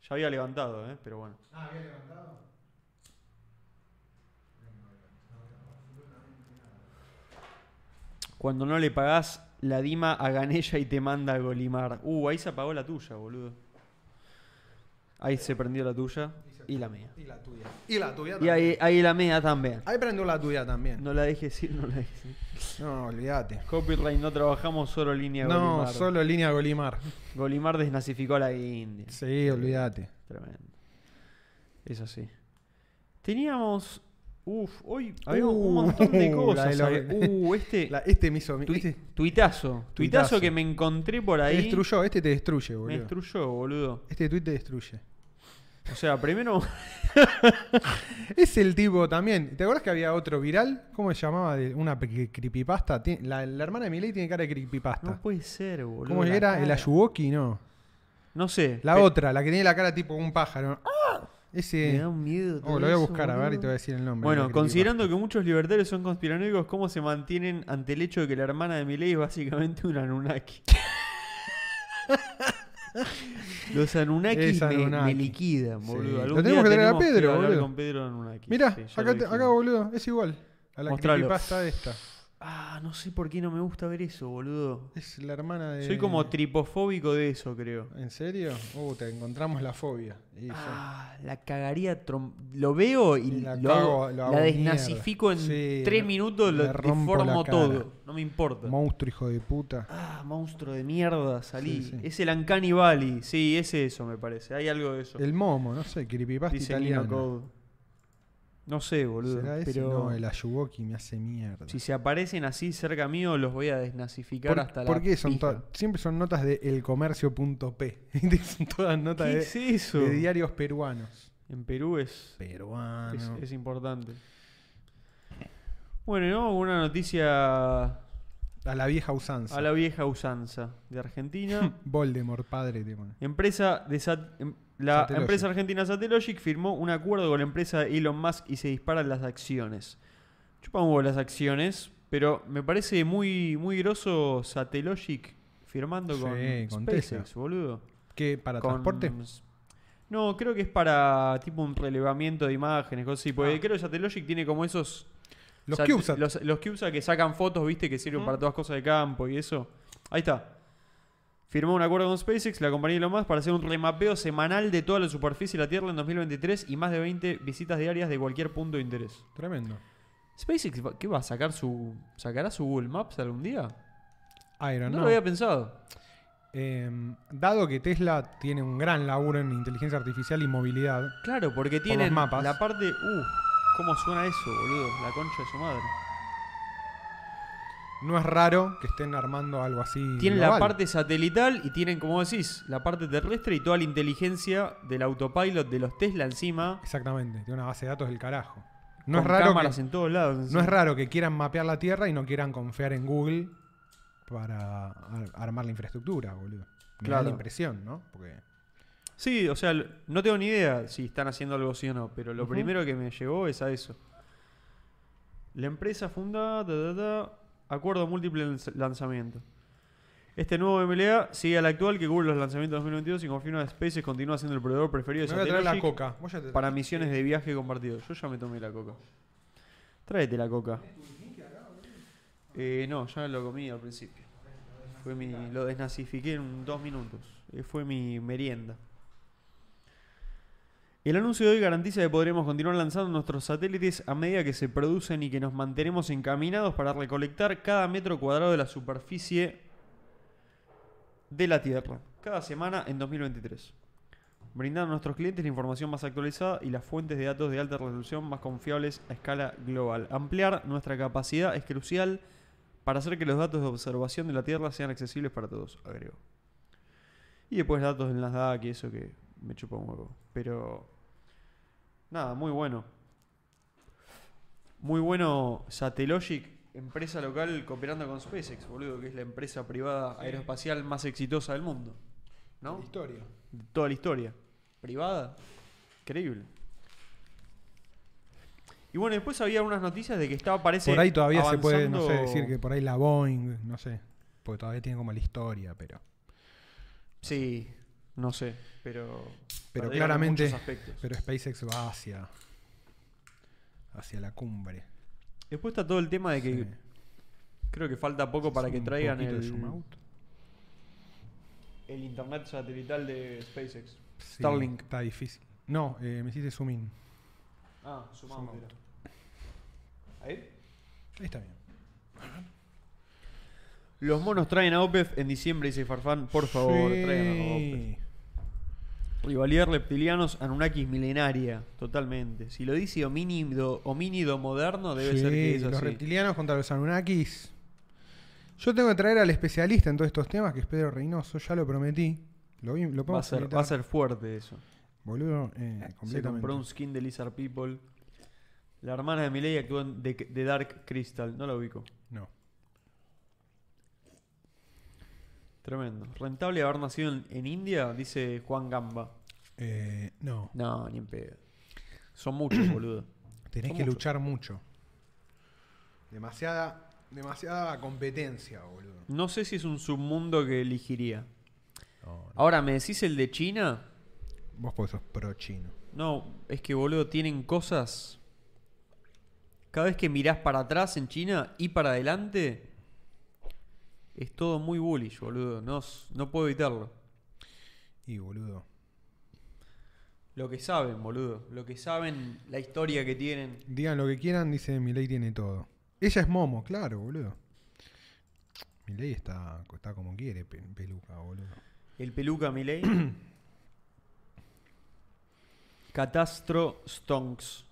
[SPEAKER 2] Ya había levantado, eh, pero bueno.
[SPEAKER 1] Ah, había levantado.
[SPEAKER 2] Cuando no le pagás la Dima a Ganella y te manda a Golimar. Uh, ahí se apagó la tuya, boludo. Ahí se prendió la tuya y la mía.
[SPEAKER 1] Y la tuya. Y la tuya
[SPEAKER 2] Y
[SPEAKER 1] también.
[SPEAKER 2] ahí, ahí la mía también.
[SPEAKER 1] Ahí prendió la tuya también. No,
[SPEAKER 2] No la dejes ir, no la dejes ir.
[SPEAKER 1] olvídate.
[SPEAKER 2] Copyright, no trabajamos solo línea
[SPEAKER 1] No,
[SPEAKER 2] Golimar.
[SPEAKER 1] solo línea Golimar.
[SPEAKER 2] Golimar desnazificó a la India.
[SPEAKER 1] Sí, olvídate.
[SPEAKER 2] Tremendo. Es así. Teníamos. Uf, hoy había un
[SPEAKER 1] Uh,
[SPEAKER 2] montón
[SPEAKER 1] [LAUGHS]
[SPEAKER 2] de
[SPEAKER 1] la de
[SPEAKER 2] cosas.
[SPEAKER 1] la-
[SPEAKER 2] había- uh, este.
[SPEAKER 1] La- este me hizo.
[SPEAKER 2] tui-
[SPEAKER 1] este
[SPEAKER 2] tuitazo, tuitazo.
[SPEAKER 1] Tuitazo.
[SPEAKER 2] que me encontré por
[SPEAKER 1] te
[SPEAKER 2] ahí.
[SPEAKER 1] destruyó, este te destruye,
[SPEAKER 2] me
[SPEAKER 1] boludo.
[SPEAKER 2] destruyó, boludo.
[SPEAKER 1] Este tweet te destruye.
[SPEAKER 2] O sea, primero. [LAUGHS]
[SPEAKER 1] Es el tipo también. ¿Te acuerdas que había otro viral? ¿Cómo se llamaba? De una pe- creepypasta. Tiene- La, la hermana de Miley tiene cara de creepypasta.
[SPEAKER 2] No puede ser, boludo.
[SPEAKER 1] ¿Cómo
[SPEAKER 2] la
[SPEAKER 1] era? ¿El
[SPEAKER 2] cara.
[SPEAKER 1] Ayuwoki? No.
[SPEAKER 2] No sé.
[SPEAKER 1] La
[SPEAKER 2] pe-
[SPEAKER 1] otra, la que tiene la cara tipo un pájaro. ¡Ah!
[SPEAKER 2] Me da
[SPEAKER 1] Ese.
[SPEAKER 2] un miedo. todo
[SPEAKER 1] Oh, lo voy a
[SPEAKER 2] eso,
[SPEAKER 1] buscar a ver y
[SPEAKER 2] boludo.
[SPEAKER 1] te voy a decir el nombre.
[SPEAKER 2] Bueno,
[SPEAKER 1] Porque-
[SPEAKER 2] considerando que muchos libertarios son conspiranoicos, ¿cómo se mantienen ante el hecho de que la hermana de Milei es básicamente un Anunnaki?
[SPEAKER 1] [LAUGHS]
[SPEAKER 2] Los Anunnaki,
[SPEAKER 1] Es
[SPEAKER 2] me- Me,
[SPEAKER 1] Anunnaki.
[SPEAKER 2] liquidan,
[SPEAKER 1] Sí.
[SPEAKER 2] boludo.
[SPEAKER 1] Lo
[SPEAKER 2] Algún
[SPEAKER 1] tenemos
[SPEAKER 2] día
[SPEAKER 1] que traer a Pedro,
[SPEAKER 2] hablar
[SPEAKER 1] boludo.
[SPEAKER 2] con Pedro Anunnaki.
[SPEAKER 1] Mirá,
[SPEAKER 2] Sí, ya lo
[SPEAKER 1] acá, te- acá,
[SPEAKER 2] dijimos.
[SPEAKER 1] boludo, es igual a la
[SPEAKER 2] Mostralo.
[SPEAKER 1] creepypasta esta.
[SPEAKER 2] Ah, Ah, no sé por qué no me gusta ver eso, boludo.
[SPEAKER 1] Es la hermana de.
[SPEAKER 2] Soy como tripofóbico de eso, creo.
[SPEAKER 1] ¿En serio? Uh, te encontramos la fobia. Y yo-
[SPEAKER 2] Ah, la cagaría. trom- Lo veo y
[SPEAKER 1] La
[SPEAKER 2] la,
[SPEAKER 1] cago, lo
[SPEAKER 2] la,
[SPEAKER 1] hago
[SPEAKER 2] desnazifico en
[SPEAKER 1] mierda. Sí,
[SPEAKER 2] tres
[SPEAKER 1] le-
[SPEAKER 2] minutos, lo
[SPEAKER 1] le rompo la
[SPEAKER 2] deformo
[SPEAKER 1] cara.
[SPEAKER 2] todo. No me importa.
[SPEAKER 1] Monstruo, hijo de puta.
[SPEAKER 2] ah, monstruo de mierda, salí.
[SPEAKER 1] Sí, sí.
[SPEAKER 2] Es el Uncanny Valley. Sí, es eso, me parece. Hay algo de eso.
[SPEAKER 1] El momo, no sé, creepypasta
[SPEAKER 2] Dice
[SPEAKER 1] italiana.
[SPEAKER 2] Nino Code. No sé, boludo.
[SPEAKER 1] ¿Será ese?
[SPEAKER 2] Pero
[SPEAKER 1] No, el Ayuboki me hace mierda.
[SPEAKER 2] si se aparecen así cerca mío, los voy a desnazificar
[SPEAKER 1] ¿Por,
[SPEAKER 2] hasta
[SPEAKER 1] por
[SPEAKER 2] la.
[SPEAKER 1] qué son
[SPEAKER 2] pija.
[SPEAKER 1] todas? Siempre son notas de elcomercio.p. [LAUGHS] son todas notas
[SPEAKER 2] ¿Qué
[SPEAKER 1] de,
[SPEAKER 2] es eso?
[SPEAKER 1] de diarios peruanos.
[SPEAKER 2] En Perú es, es,
[SPEAKER 1] Peruano.
[SPEAKER 2] es importante. Bueno, ¿no? Una noticia
[SPEAKER 1] A la vieja usanza.
[SPEAKER 2] a la vieja usanza
[SPEAKER 1] [LAUGHS]
[SPEAKER 2] de Argentina.
[SPEAKER 1] Voldemort, padre, te pone.
[SPEAKER 2] empresa de Sat- em- la
[SPEAKER 1] Satellogic.
[SPEAKER 2] empresa argentina Satellogic firmó un acuerdo con la empresa Elon Musk y se disparan las acciones. Chupan huevo las acciones, pero me parece muy, muy groso Satellogic firmando
[SPEAKER 1] Sí,
[SPEAKER 2] con,
[SPEAKER 1] con
[SPEAKER 2] SpaceX,
[SPEAKER 1] Tesla.
[SPEAKER 2] boludo.
[SPEAKER 1] ¿Qué? ¿Para
[SPEAKER 2] Con-
[SPEAKER 1] transporte?
[SPEAKER 2] No, creo que es para tipo un relevamiento de imágenes, cosas así. Porque creo que Satellogic tiene como esos
[SPEAKER 1] Ah. Los Ah.
[SPEAKER 2] Sat-
[SPEAKER 1] CubeSat.
[SPEAKER 2] Los, los CubeSat que sacan fotos, viste, que sirven para todas cosas de campo y eso. Ahí está. Firmó un acuerdo con SpaceX, la compañía Elon Musk, para hacer un remapeo semanal de toda la superficie de la Tierra en 2023 y más de 20 visitas diarias de cualquier punto de interés.
[SPEAKER 1] Tremendo.
[SPEAKER 2] ¿SpaceX va- qué va a sacar su. ¿Sacará su Google Maps algún día?
[SPEAKER 1] Iron,
[SPEAKER 2] No,
[SPEAKER 1] no.
[SPEAKER 2] lo había pensado.
[SPEAKER 1] Eh, dado que Tesla tiene un gran laburo en inteligencia artificial y movilidad,
[SPEAKER 2] Claro, porque tienen
[SPEAKER 1] los mapas.
[SPEAKER 2] la parte. Uh, ¿cómo suena eso, boludo? La concha de su madre.
[SPEAKER 1] no es raro que estén armando algo así.
[SPEAKER 2] Tienen la
[SPEAKER 1] global.
[SPEAKER 2] parte satelital y tienen, como decís, la parte terrestre y toda la inteligencia del autopilot de los Tesla encima.
[SPEAKER 1] Exactamente, tiene una base de datos del carajo. No es,
[SPEAKER 2] con
[SPEAKER 1] raro
[SPEAKER 2] cámaras
[SPEAKER 1] que,
[SPEAKER 2] en todos lados.
[SPEAKER 1] no es raro que quieran mapear la Tierra y no quieran confiar en Google para ar- armar la infraestructura, boludo. Me da
[SPEAKER 2] Claro.
[SPEAKER 1] la impresión, ¿no? Porque
[SPEAKER 2] Sí, o sea, l- no tengo ni idea si están haciendo algo sí o no, pero lo primero que me llegó es a eso. La empresa funda ta, ta, ta, acuerdo múltiple lanz- lanzamiento. Este nuevo MLA sigue al actual que cubre los lanzamientos 2022 y confirma que SpaceX continúa siendo el proveedor preferido
[SPEAKER 1] me
[SPEAKER 2] de
[SPEAKER 1] voy a traer la
[SPEAKER 2] Satellogic
[SPEAKER 1] coca. Vos ya te-
[SPEAKER 2] para misiones de viaje compartido. Yo ya me tomé la coca. Tráete la coca. Eh, no, ya lo comí al principio. Fue mi, lo desnazifiqué en dos minutos. Eh, fue mi merienda. El anuncio de hoy garantiza que podremos continuar lanzando nuestros satélites a medida que se producen y que nos mantenemos encaminados para recolectar cada metro cuadrado de la superficie de la Tierra, cada semana en 2023 brindar a nuestros clientes la información más actualizada y las fuentes de datos de alta resolución más confiables a escala global. Ampliar nuestra capacidad es crucial para hacer que los datos de observación de la Tierra sean accesibles para todos, agregó. Y después datos en las DAC y eso que me chupa un huevo. Pero nada, muy bueno. Muy bueno Satellogic, empresa local cooperando con SpaceX, boludo, que es la empresa privada aeroespacial más exitosa del mundo. ¿No?
[SPEAKER 1] Historia.
[SPEAKER 2] de toda la historia. Privada. Increíble. Y bueno, después había unas noticias de que estaba, parece.
[SPEAKER 1] Por ahí todavía se puede, no sé,
[SPEAKER 2] avanzando-
[SPEAKER 1] decir que por ahí la Boeing, no sé. Porque todavía tiene como la historia, pero.
[SPEAKER 2] Sí, no sé, pero.
[SPEAKER 1] Pero
[SPEAKER 2] perdieron en
[SPEAKER 1] claramente-
[SPEAKER 2] muchos aspectos.
[SPEAKER 1] Pero SpaceX va hacia. hacia la cumbre.
[SPEAKER 2] Después está todo el tema de que.
[SPEAKER 1] Sí.
[SPEAKER 2] Creo que falta poco para que
[SPEAKER 1] Un
[SPEAKER 2] traigan
[SPEAKER 1] poquito de zoom
[SPEAKER 2] el,
[SPEAKER 1] out.
[SPEAKER 2] el internet satelital de SpaceX.
[SPEAKER 1] Sí,
[SPEAKER 2] Starlink.
[SPEAKER 1] Está difícil. No, eh, me hiciste zoom in.
[SPEAKER 2] Ah, sumado.
[SPEAKER 1] Zoom out.
[SPEAKER 2] mira. Ahí.
[SPEAKER 1] Ahí está bien.
[SPEAKER 2] Los monos traen a OPEF en diciembre, dice Farfán. Por favor,
[SPEAKER 1] Sí.
[SPEAKER 2] traigan a OPEF. Rivalidad reptilianos Anunnakis milenaria, totalmente. Si lo dice homínido, homínido moderno, debe
[SPEAKER 1] Sí,
[SPEAKER 2] ser que es
[SPEAKER 1] los
[SPEAKER 2] así.
[SPEAKER 1] reptilianos contra los Anunnakis. Yo tengo que traer al especialista en todos estos temas, que es Pedro Reynoso, ya lo prometí. Lo, vi- lo
[SPEAKER 2] Va a,
[SPEAKER 1] podemos
[SPEAKER 2] ser,
[SPEAKER 1] invitar.
[SPEAKER 2] va a ser fuerte eso.
[SPEAKER 1] Boludo, eh,
[SPEAKER 2] Se
[SPEAKER 1] Ah, completamente.
[SPEAKER 2] compró un skin de Lizard People. La hermana de Miley actuó en The, The Dark Crystal, no la ubico.
[SPEAKER 1] No.
[SPEAKER 2] Tremendo. Rentable haber nacido en, en India, dice Juan Gamba.
[SPEAKER 1] Eh, no.
[SPEAKER 2] No, ni en pedo.
[SPEAKER 1] [COUGHS]
[SPEAKER 2] Son muchos, boludo.
[SPEAKER 1] Tenés
[SPEAKER 2] Son
[SPEAKER 1] que
[SPEAKER 2] muchos.
[SPEAKER 1] luchar mucho. Demasiada, demasiada competencia, boludo.
[SPEAKER 2] No sé si es un submundo que elegiría. Ahora, ¿me decís el de China?
[SPEAKER 1] Vos porque sos pro chino.
[SPEAKER 2] No, es que boludo, tienen cosas Cada vez que mirás para atrás en China y para adelante, es todo muy bullish, boludo. No, s- no puedo evitarlo.
[SPEAKER 1] Y boludo.
[SPEAKER 2] Lo que saben, boludo. Lo que saben, la historia que tienen.
[SPEAKER 1] Digan lo que quieran, dice Milei tiene todo. Ella es Momo, claro, boludo. Milei está, está como quiere, pe- peluca, boludo.
[SPEAKER 2] El peluca Milei. [CLEARS THROAT] Catastro Stonks.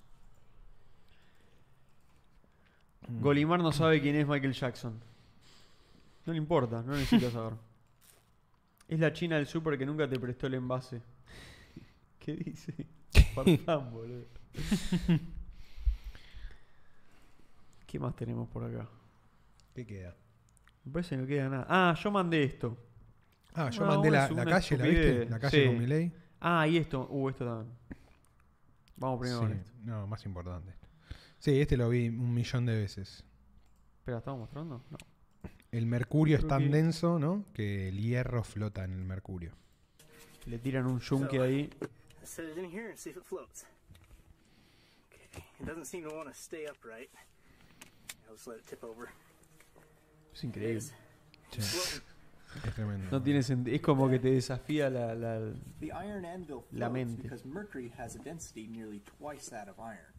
[SPEAKER 2] Golimar no sabe quién es Michael Jackson. No le importa, no [LAUGHS] necesita saber. Es la china del super que nunca te prestó el envase. [LAUGHS] ¿Qué [LAUGHS] dice? Farfán, boludo. ¿Qué más tenemos por acá?
[SPEAKER 1] ¿Qué queda?
[SPEAKER 2] Me parece que no queda nada. Ah, yo mandé esto.
[SPEAKER 1] Ah, yo
[SPEAKER 2] Una
[SPEAKER 1] mandé
[SPEAKER 2] hora
[SPEAKER 1] la,
[SPEAKER 2] es
[SPEAKER 1] la
[SPEAKER 2] una
[SPEAKER 1] calle, ¿la
[SPEAKER 2] estupidez.
[SPEAKER 1] viste? La calle
[SPEAKER 2] Sí.
[SPEAKER 1] con Milei.
[SPEAKER 2] Ah, y esto. Uh, esto también. Vamos primero con
[SPEAKER 1] Sí,
[SPEAKER 2] esto.
[SPEAKER 1] no, más importante. Sí, este lo vi un millón de veces.
[SPEAKER 2] Espera, ¿estamos mostrando? No.
[SPEAKER 1] El mercurio es
[SPEAKER 2] Creo
[SPEAKER 1] tan
[SPEAKER 2] que-
[SPEAKER 1] denso, ¿no? Que el hierro flota en el mercurio.
[SPEAKER 2] Le tiran un yunque ahí.
[SPEAKER 11] Set it in here and see if it floats. Okay. It doesn't seem to want to stay upright. I'll just let it tip over.
[SPEAKER 2] Es increíble.
[SPEAKER 1] Sí. es tremendo.
[SPEAKER 2] No tiene sentido. Es como que te desafía la. la-
[SPEAKER 9] The iron anvil
[SPEAKER 2] La
[SPEAKER 9] floats
[SPEAKER 2] mente.
[SPEAKER 9] because mercury has a density nearly twice that of iron.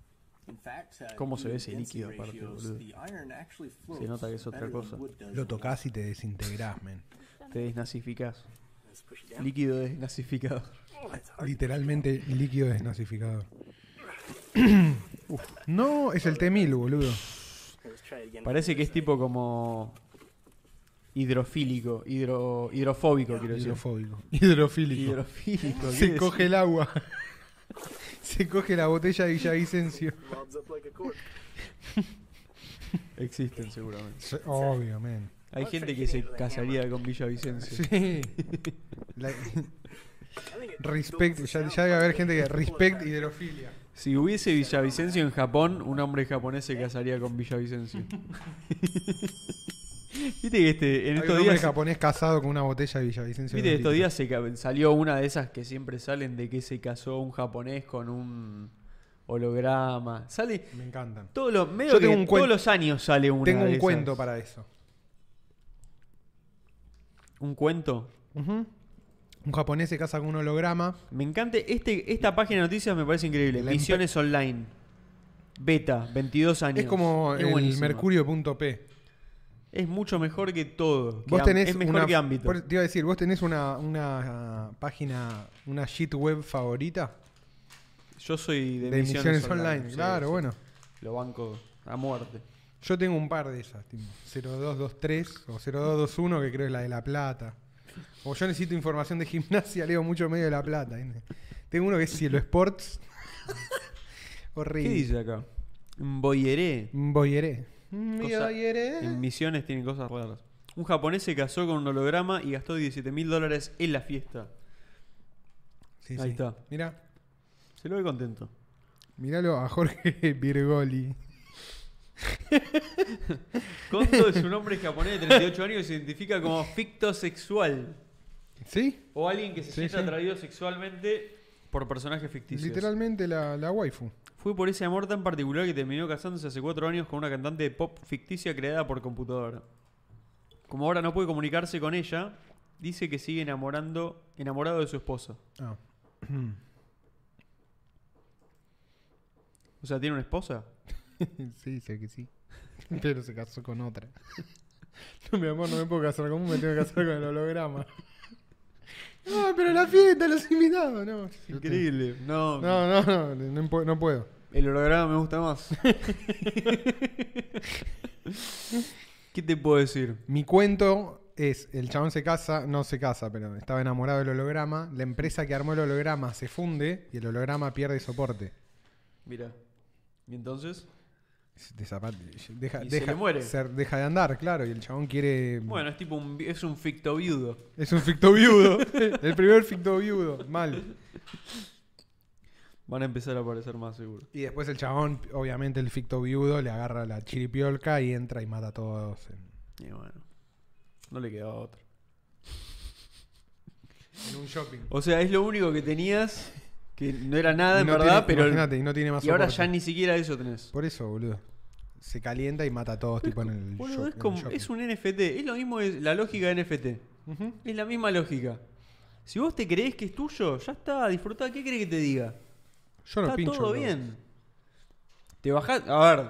[SPEAKER 9] In fact, uh,
[SPEAKER 2] ¿Cómo se ve
[SPEAKER 9] using
[SPEAKER 2] ese
[SPEAKER 9] density
[SPEAKER 2] líquido aparte,
[SPEAKER 9] ratios,
[SPEAKER 2] boludo?
[SPEAKER 9] the iron actually
[SPEAKER 2] Se nota que es
[SPEAKER 9] floats
[SPEAKER 2] otra
[SPEAKER 9] better than
[SPEAKER 2] cosa.
[SPEAKER 9] wood does
[SPEAKER 1] Lo
[SPEAKER 9] in water.
[SPEAKER 1] tocas y te desintegrás, men.
[SPEAKER 2] Te desnazificás.
[SPEAKER 11] Let's push it down.
[SPEAKER 2] Líquido desnazificado.
[SPEAKER 11] Oh, that's hard.
[SPEAKER 1] Literalmente líquido desnazificado. [COUGHS] Uf. No, es el T-1000, boludo.
[SPEAKER 11] Okay, Let's try it again.
[SPEAKER 2] Parece que es tipo como. Hidrofílico. Hidro, hidrofóbico, quiero decir.
[SPEAKER 1] Hidrofóbico. Hidrofílico. [LAUGHS]
[SPEAKER 2] Hidrofílico. ¿qué
[SPEAKER 1] Se
[SPEAKER 2] decís?
[SPEAKER 1] coge el
[SPEAKER 2] [LAUGHS]
[SPEAKER 1] agua. Se coge la botella de Villavicencio.
[SPEAKER 11] Lobs up like a cork.
[SPEAKER 2] Existen seguramente.
[SPEAKER 1] Se- Obvio, men.
[SPEAKER 2] Hay gente que se casaría con Villavicencio.
[SPEAKER 1] Sí.
[SPEAKER 2] [LAUGHS]
[SPEAKER 1] La-
[SPEAKER 11] I think it
[SPEAKER 1] respect.
[SPEAKER 11] dopes
[SPEAKER 1] Ya,
[SPEAKER 11] us
[SPEAKER 1] ya
[SPEAKER 11] out.
[SPEAKER 1] debe haber gente que. Respect hidrofilia.
[SPEAKER 2] Si hubiese Villavicencio en Japón, un hombre japonés se casaría con Villavicencio.
[SPEAKER 1] [LAUGHS]
[SPEAKER 2] Viste que este, en
[SPEAKER 1] Hay un
[SPEAKER 2] estos
[SPEAKER 1] hombre
[SPEAKER 2] días,
[SPEAKER 1] japonés casado con una botella de Villavicencio.
[SPEAKER 2] viste que estos
[SPEAKER 1] bendita.
[SPEAKER 2] días se ca- salió una de esas que siempre salen de que se casó un japonés con un holograma. Sale
[SPEAKER 1] Me encantan.
[SPEAKER 2] todos los, medio
[SPEAKER 1] Yo
[SPEAKER 2] que
[SPEAKER 1] tengo un cuen-
[SPEAKER 2] todos los años sale una.
[SPEAKER 1] Tengo
[SPEAKER 2] de
[SPEAKER 1] un
[SPEAKER 2] esas.
[SPEAKER 1] cuento para eso.
[SPEAKER 2] un cuento.
[SPEAKER 1] Un japonés se casa con un holograma.
[SPEAKER 2] Me encanta este, esta página de noticias, me parece increíble.
[SPEAKER 1] La
[SPEAKER 2] Misiones online. Beta, 22 años.
[SPEAKER 1] Es como
[SPEAKER 2] Es
[SPEAKER 1] el
[SPEAKER 2] buenísima.
[SPEAKER 1] mercurio.p.
[SPEAKER 2] Es mucho mejor que todo. que
[SPEAKER 1] Vos
[SPEAKER 2] am-
[SPEAKER 1] tenés
[SPEAKER 2] es mejor
[SPEAKER 1] una,
[SPEAKER 2] que ámbito.
[SPEAKER 1] por- te iba a decir, vos tenés una, una ah, página, una sheet web favorita
[SPEAKER 2] Yo soy de,
[SPEAKER 1] de emisiones online. claro,
[SPEAKER 2] sí,
[SPEAKER 1] bueno.
[SPEAKER 2] sí. Lo banco a muerte.
[SPEAKER 1] Yo tengo un par de esas, tipo 0223 o 0221, que creo es la de La Plata. O yo necesito información de gimnasia, [LAUGHS] leo mucho medio de La Plata. ¿viste? Tengo uno que es Cielo
[SPEAKER 2] [LAUGHS]
[SPEAKER 1] Sports.
[SPEAKER 2] ¿Qué
[SPEAKER 1] Horrible.
[SPEAKER 2] dice acá? Boyeré.
[SPEAKER 1] Boyeré.
[SPEAKER 2] Cosa-
[SPEAKER 1] Boyeré.
[SPEAKER 2] En misiones tienen cosas raras. Un japonés se casó con un holograma y gastó 17 mil dólares en la fiesta.
[SPEAKER 1] Sí,
[SPEAKER 2] Ahí
[SPEAKER 1] sí.
[SPEAKER 2] está.
[SPEAKER 1] Mirá,
[SPEAKER 2] Se lo ve contento.
[SPEAKER 1] míralo a Jorge [LAUGHS] Virgoli.
[SPEAKER 2] Kondo es un hombre japonés de 38 años que se identifica como fictosexual.
[SPEAKER 1] ¿Sí?
[SPEAKER 2] O alguien que se
[SPEAKER 1] Sí,
[SPEAKER 2] siente
[SPEAKER 1] sí.
[SPEAKER 2] atraído sexualmente por personajes ficticios.
[SPEAKER 1] Literalmente la, la waifu.
[SPEAKER 2] Fue por ese amor tan particular que terminó casándose hace cuatro años con una cantante de pop ficticia creada por computadora. Como ahora no puede comunicarse con ella, dice que sigue enamorando, enamorado de su esposa.
[SPEAKER 1] Ah.
[SPEAKER 2] O sea, ¿tiene una esposa?
[SPEAKER 1] Sí, sé que sí. [LAUGHS] Pero se casó con otra. [LAUGHS] No, mi amor, no me puedo casar con uno, me tengo que casar con el [LAUGHS] holograma. No, pero la fiesta, los invitados, no.
[SPEAKER 2] Increíble. No,
[SPEAKER 1] No, no, no, no, empu- no puedo.
[SPEAKER 2] el holograma me gusta más.
[SPEAKER 1] [LAUGHS]
[SPEAKER 2] ¿Qué te puedo decir?
[SPEAKER 1] Mi cuento es, el chabón se casa, no se casa, pero estaba enamorado del holograma, la empresa que armó el holograma se funde y el holograma pierde soporte.
[SPEAKER 2] Mira. ¿Y entonces?
[SPEAKER 1] Desapa- Deja,
[SPEAKER 2] Y se
[SPEAKER 1] deja,
[SPEAKER 2] le muere.
[SPEAKER 1] ser- deja de andar, claro, y el chabón quiere...
[SPEAKER 2] Bueno, es tipo un, vi- es un ficto viudo.
[SPEAKER 1] Es un ficto
[SPEAKER 2] [LAUGHS]
[SPEAKER 1] viudo. el primer ficto viudo, mal.
[SPEAKER 2] Van a empezar a aparecer más seguro.
[SPEAKER 1] Y después el chabón, obviamente el ficto viudo, le agarra la chiripiolca y entra y mata a todos. En,
[SPEAKER 2] Y bueno. No le quedaba otra.
[SPEAKER 1] en un shopping.
[SPEAKER 2] O sea, es lo único que tenías, que no era nada en
[SPEAKER 1] No [LAUGHS] tiene-
[SPEAKER 2] verdad, pero.
[SPEAKER 1] Imagínate, y no tiene más
[SPEAKER 2] y ahora
[SPEAKER 1] soporte.
[SPEAKER 2] ya ni siquiera eso tenés.
[SPEAKER 1] Por eso, boludo. se calienta y mata a todos, tipo en el, shop-
[SPEAKER 2] Boludo, es,
[SPEAKER 1] en el
[SPEAKER 2] como-
[SPEAKER 1] shopping.
[SPEAKER 2] es un NFT, es lo mismo, es la lógica de NFT. Es la misma lógica. Si vos te crees que es tuyo, ya está, disfrutá, ¿qué crees que te diga?
[SPEAKER 1] Yo no
[SPEAKER 2] está
[SPEAKER 1] pincho,
[SPEAKER 2] todo
[SPEAKER 1] bro.
[SPEAKER 2] bien. Te bajaste, a ver,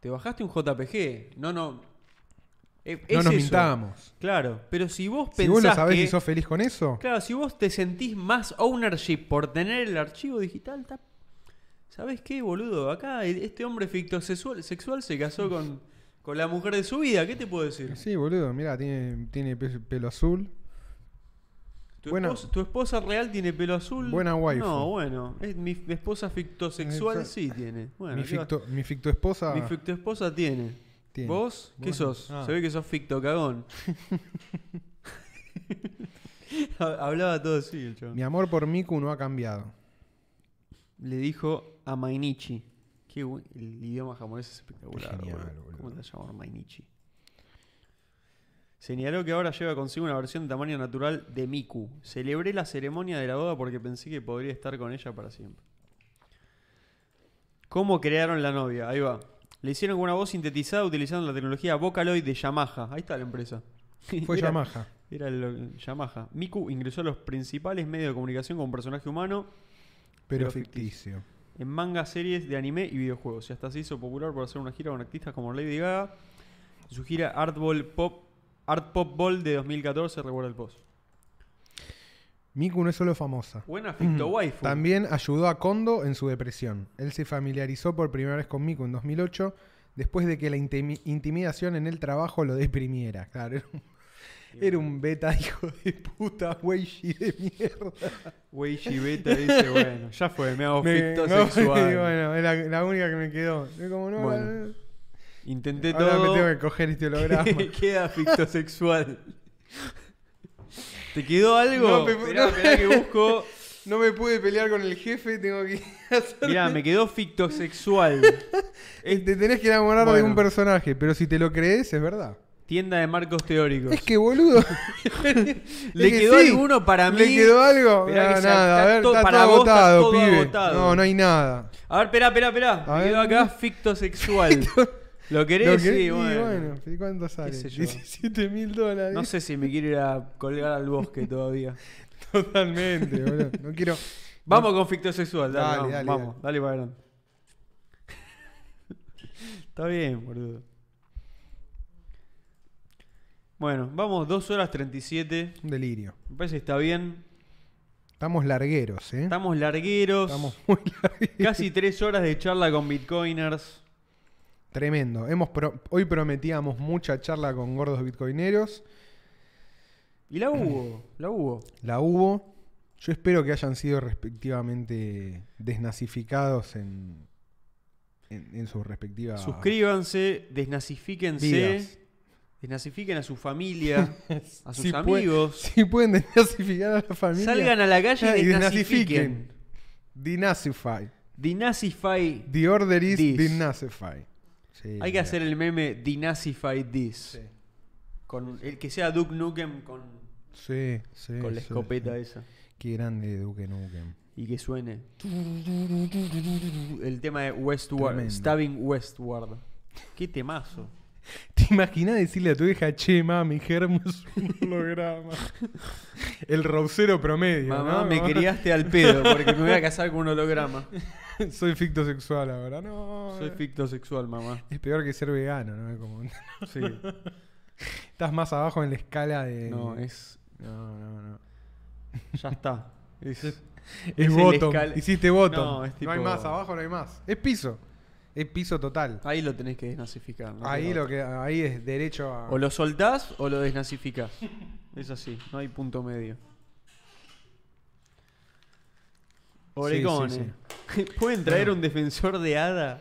[SPEAKER 2] te bajaste un JPG, no, no. Eh, Es-
[SPEAKER 1] No
[SPEAKER 2] es
[SPEAKER 1] nos
[SPEAKER 2] eso.
[SPEAKER 1] mintamos.
[SPEAKER 2] Claro, pero si vos pensás
[SPEAKER 1] Si vos lo sabés
[SPEAKER 2] que-
[SPEAKER 1] y sos feliz con eso,
[SPEAKER 2] Claro, si vos te sentís más ownership por tener el archivo digital, está- ¿sabés qué, boludo? Acá e- este hombre fictosexual sexual se casó con, con la mujer de su vida, ¿qué te puedo decir?
[SPEAKER 1] sí, boludo, mirá, tiene, tiene pe- pelo azul.
[SPEAKER 2] Tu,
[SPEAKER 1] Buena-
[SPEAKER 2] esposa, tu esposa real tiene pelo azul.
[SPEAKER 1] Buena waifu.
[SPEAKER 2] No, bueno, es mi f- esposa fictosexual
[SPEAKER 1] Esa-
[SPEAKER 2] sí tiene. Bueno,
[SPEAKER 1] mi,
[SPEAKER 2] ¿qué va-
[SPEAKER 1] ficto, mi ficto esposa.
[SPEAKER 2] mi fictoesposa tiene.
[SPEAKER 1] Tiene.
[SPEAKER 2] ¿Vos? ¿Qué
[SPEAKER 1] Bueno,
[SPEAKER 2] sos?
[SPEAKER 1] ah.
[SPEAKER 2] Se ve que sos
[SPEAKER 1] [LAUGHS]
[SPEAKER 2] ficto cagón. [LAUGHS] Ha- Hablaba todo así el chabón.
[SPEAKER 1] Mi amor por Miku no ha cambiado.
[SPEAKER 2] le dijo a Mainichi. Qué bu- el idioma japonés es espectacular.
[SPEAKER 1] Genial,
[SPEAKER 2] boludo.
[SPEAKER 1] boludo.
[SPEAKER 2] ¿Cómo te llamas Mainichi? Señaló que ahora lleva consigo una versión de tamaño natural de Miku. Celebré la ceremonia de la boda porque pensé que podría estar con ella para siempre. ¿Cómo crearon la novia? Ahí va. Le hicieron con una voz sintetizada utilizando la tecnología Vocaloid de Yamaha. Ahí está la empresa.
[SPEAKER 1] Fue
[SPEAKER 2] [LAUGHS] Era-
[SPEAKER 1] Yamaha.
[SPEAKER 2] Era lo- Yamaha. Miku ingresó a los principales medios de comunicación como personaje humano
[SPEAKER 1] Pero,
[SPEAKER 2] pero
[SPEAKER 1] ficticio.
[SPEAKER 2] en manga, series de anime y videojuegos. Y hasta se hizo popular por hacer una gira con artistas como Lady Gaga. En Su gira Art Ball Pop, Art Pop Ball de 2014 recuerda el post.
[SPEAKER 1] Miku no es solo famosa.
[SPEAKER 2] Buena ficto waifu.
[SPEAKER 1] Mm, También ayudó a Kondo en su depresión. Él se familiarizó por primera vez con Miku en 2008, después de que la intimi- intimidación en el trabajo lo deprimiera. Claro, era un, era un beta hijo de puta, weishi de mierda.
[SPEAKER 2] Wey Shibeta dice, bueno, ya fue, me
[SPEAKER 1] [LAUGHS]
[SPEAKER 2] hago
[SPEAKER 1] Me-
[SPEAKER 2] ficto
[SPEAKER 1] no,
[SPEAKER 2] sexual.
[SPEAKER 1] y [LAUGHS] bueno, es la, la única que me quedó. Es como, no, eh,
[SPEAKER 2] Bueno, Intenté
[SPEAKER 1] ahora me
[SPEAKER 2] [LAUGHS]
[SPEAKER 1] tengo que
[SPEAKER 2] todo.
[SPEAKER 1] coger este holograma.
[SPEAKER 2] Queda ficto sexual. ¿Te quedó algo?
[SPEAKER 1] No, pe-
[SPEAKER 2] Esperá,
[SPEAKER 1] no.
[SPEAKER 2] esperá que
[SPEAKER 1] [LAUGHS]
[SPEAKER 2] busco.
[SPEAKER 1] No me pude pelear con el jefe, tengo que [LAUGHS] hacer...
[SPEAKER 2] Mirá, me quedó fictosexual.
[SPEAKER 1] Eh, Te tenés que enamorar de
[SPEAKER 2] Bueno.
[SPEAKER 1] un personaje, pero si te lo crees, es verdad.
[SPEAKER 2] Tienda de marcos teóricos.
[SPEAKER 1] Es que, boludo...
[SPEAKER 2] [LAUGHS]
[SPEAKER 1] [LAUGHS]
[SPEAKER 2] ¿Le
[SPEAKER 1] Es que
[SPEAKER 2] quedó
[SPEAKER 1] sí.
[SPEAKER 2] alguno para mí?
[SPEAKER 1] ¿Le quedó algo? No,
[SPEAKER 2] Esperá que sea-
[SPEAKER 1] nada, a
[SPEAKER 2] está
[SPEAKER 1] ver,
[SPEAKER 2] todo-
[SPEAKER 1] está
[SPEAKER 2] para
[SPEAKER 1] todo
[SPEAKER 2] vos está
[SPEAKER 1] agotado,
[SPEAKER 2] todo
[SPEAKER 1] pibe.
[SPEAKER 2] agotado.
[SPEAKER 1] No, no hay nada.
[SPEAKER 2] A ver, esperá, esperá, esperá.
[SPEAKER 1] A
[SPEAKER 2] Me
[SPEAKER 1] ver.
[SPEAKER 2] quedó acá fictosexual. ¿Lo [LAUGHS] querés?
[SPEAKER 1] Lo que-
[SPEAKER 2] sí,
[SPEAKER 1] y
[SPEAKER 2] bueno.
[SPEAKER 1] ¿y ¿Cuánto sale?
[SPEAKER 2] sé yo.
[SPEAKER 1] 17 mil dólares.
[SPEAKER 2] No sé si me quiero ir a colgar al bosque [LAUGHS] todavía.
[SPEAKER 1] [LAUGHS] Totalmente, boludo. No quiero.
[SPEAKER 2] Vamos con fictosexual, dale,
[SPEAKER 1] Dale,
[SPEAKER 2] vamos,
[SPEAKER 1] dale,
[SPEAKER 2] vamos, dale, para adelante. Está bien, boludo. Bueno, vamos 2 horas 37.
[SPEAKER 1] Un delirio.
[SPEAKER 2] Me parece que está bien.
[SPEAKER 1] Estamos largueros, ¿eh?
[SPEAKER 2] Estamos largueros.
[SPEAKER 1] Estamos muy [LAUGHS] largueros.
[SPEAKER 2] Casi 3 horas de charla con bitcoiners.
[SPEAKER 1] Tremendo. Hemos pro- Hoy prometíamos mucha charla con gordos bitcoineros.
[SPEAKER 2] Y la hubo, la hubo.
[SPEAKER 1] La hubo. Yo espero que hayan sido respectivamente desnazificados en, en, en sus
[SPEAKER 2] Ah.
[SPEAKER 1] respectivas.
[SPEAKER 2] Suscríbanse, desnazifíquense,
[SPEAKER 1] vidas.
[SPEAKER 2] desnazifiquen a su [LAUGHS] familia, a sus
[SPEAKER 1] Si pue-
[SPEAKER 2] amigos,
[SPEAKER 1] [LAUGHS] si pueden desnazificar a la familia.
[SPEAKER 2] salgan a la calle y
[SPEAKER 1] Ah, y
[SPEAKER 2] desnazifiquen.
[SPEAKER 1] Denazify.
[SPEAKER 2] Dinazify.
[SPEAKER 1] The order is
[SPEAKER 2] This.
[SPEAKER 1] denazify. Sí,
[SPEAKER 2] Hay que
[SPEAKER 1] mira.
[SPEAKER 2] hacer el meme Dinazify this.
[SPEAKER 1] Sí.
[SPEAKER 2] Con el que sea Duke Nukem con,
[SPEAKER 1] Sí, sí,
[SPEAKER 2] con la
[SPEAKER 1] sí,
[SPEAKER 2] escopeta
[SPEAKER 1] sí.
[SPEAKER 2] esa.
[SPEAKER 1] Qué grande Duque Nukem. [LAUGHS]
[SPEAKER 2] Y que suene. El tema de Westward.
[SPEAKER 1] Tremendo.
[SPEAKER 2] Stabbing Westward. Qué temazo.
[SPEAKER 1] ¿Te imaginas decirle a tu hija, che, mami, Germo es un [LAUGHS] holograma? el rosero promedio.
[SPEAKER 2] Mamá,
[SPEAKER 1] ¿no?
[SPEAKER 2] me criaste al pedo porque me voy a casar con
[SPEAKER 1] [LAUGHS]
[SPEAKER 2] un holograma.
[SPEAKER 1] Soy fictosexual ahora, no.
[SPEAKER 2] Soy fictosexual, mamá.
[SPEAKER 1] es peor que ser vegano, ¿no? Es como- [LAUGHS]
[SPEAKER 2] Sí.
[SPEAKER 1] estás más abajo en la escala de.
[SPEAKER 2] No, es.
[SPEAKER 1] No, no, no.
[SPEAKER 2] Ya está. Es,
[SPEAKER 1] Es
[SPEAKER 2] el
[SPEAKER 1] voto.
[SPEAKER 2] escal-
[SPEAKER 1] Hiciste voto.
[SPEAKER 2] No,
[SPEAKER 1] No,
[SPEAKER 2] es
[SPEAKER 1] hay
[SPEAKER 2] tipo-
[SPEAKER 1] más, abajo no hay más. Es piso. Es piso total.
[SPEAKER 2] Ahí lo tenés que desnazificar. Ah, no
[SPEAKER 1] ahí
[SPEAKER 2] queda
[SPEAKER 1] lo que ahí es derecho a.
[SPEAKER 2] otra. O lo soltás o lo desnazificás. [LAUGHS] Es así, no hay punto medio. Orecones.
[SPEAKER 1] Sí,
[SPEAKER 2] eh. [LAUGHS] ¿Pueden traer un defensor
[SPEAKER 1] [LAUGHS]
[SPEAKER 2] de hada?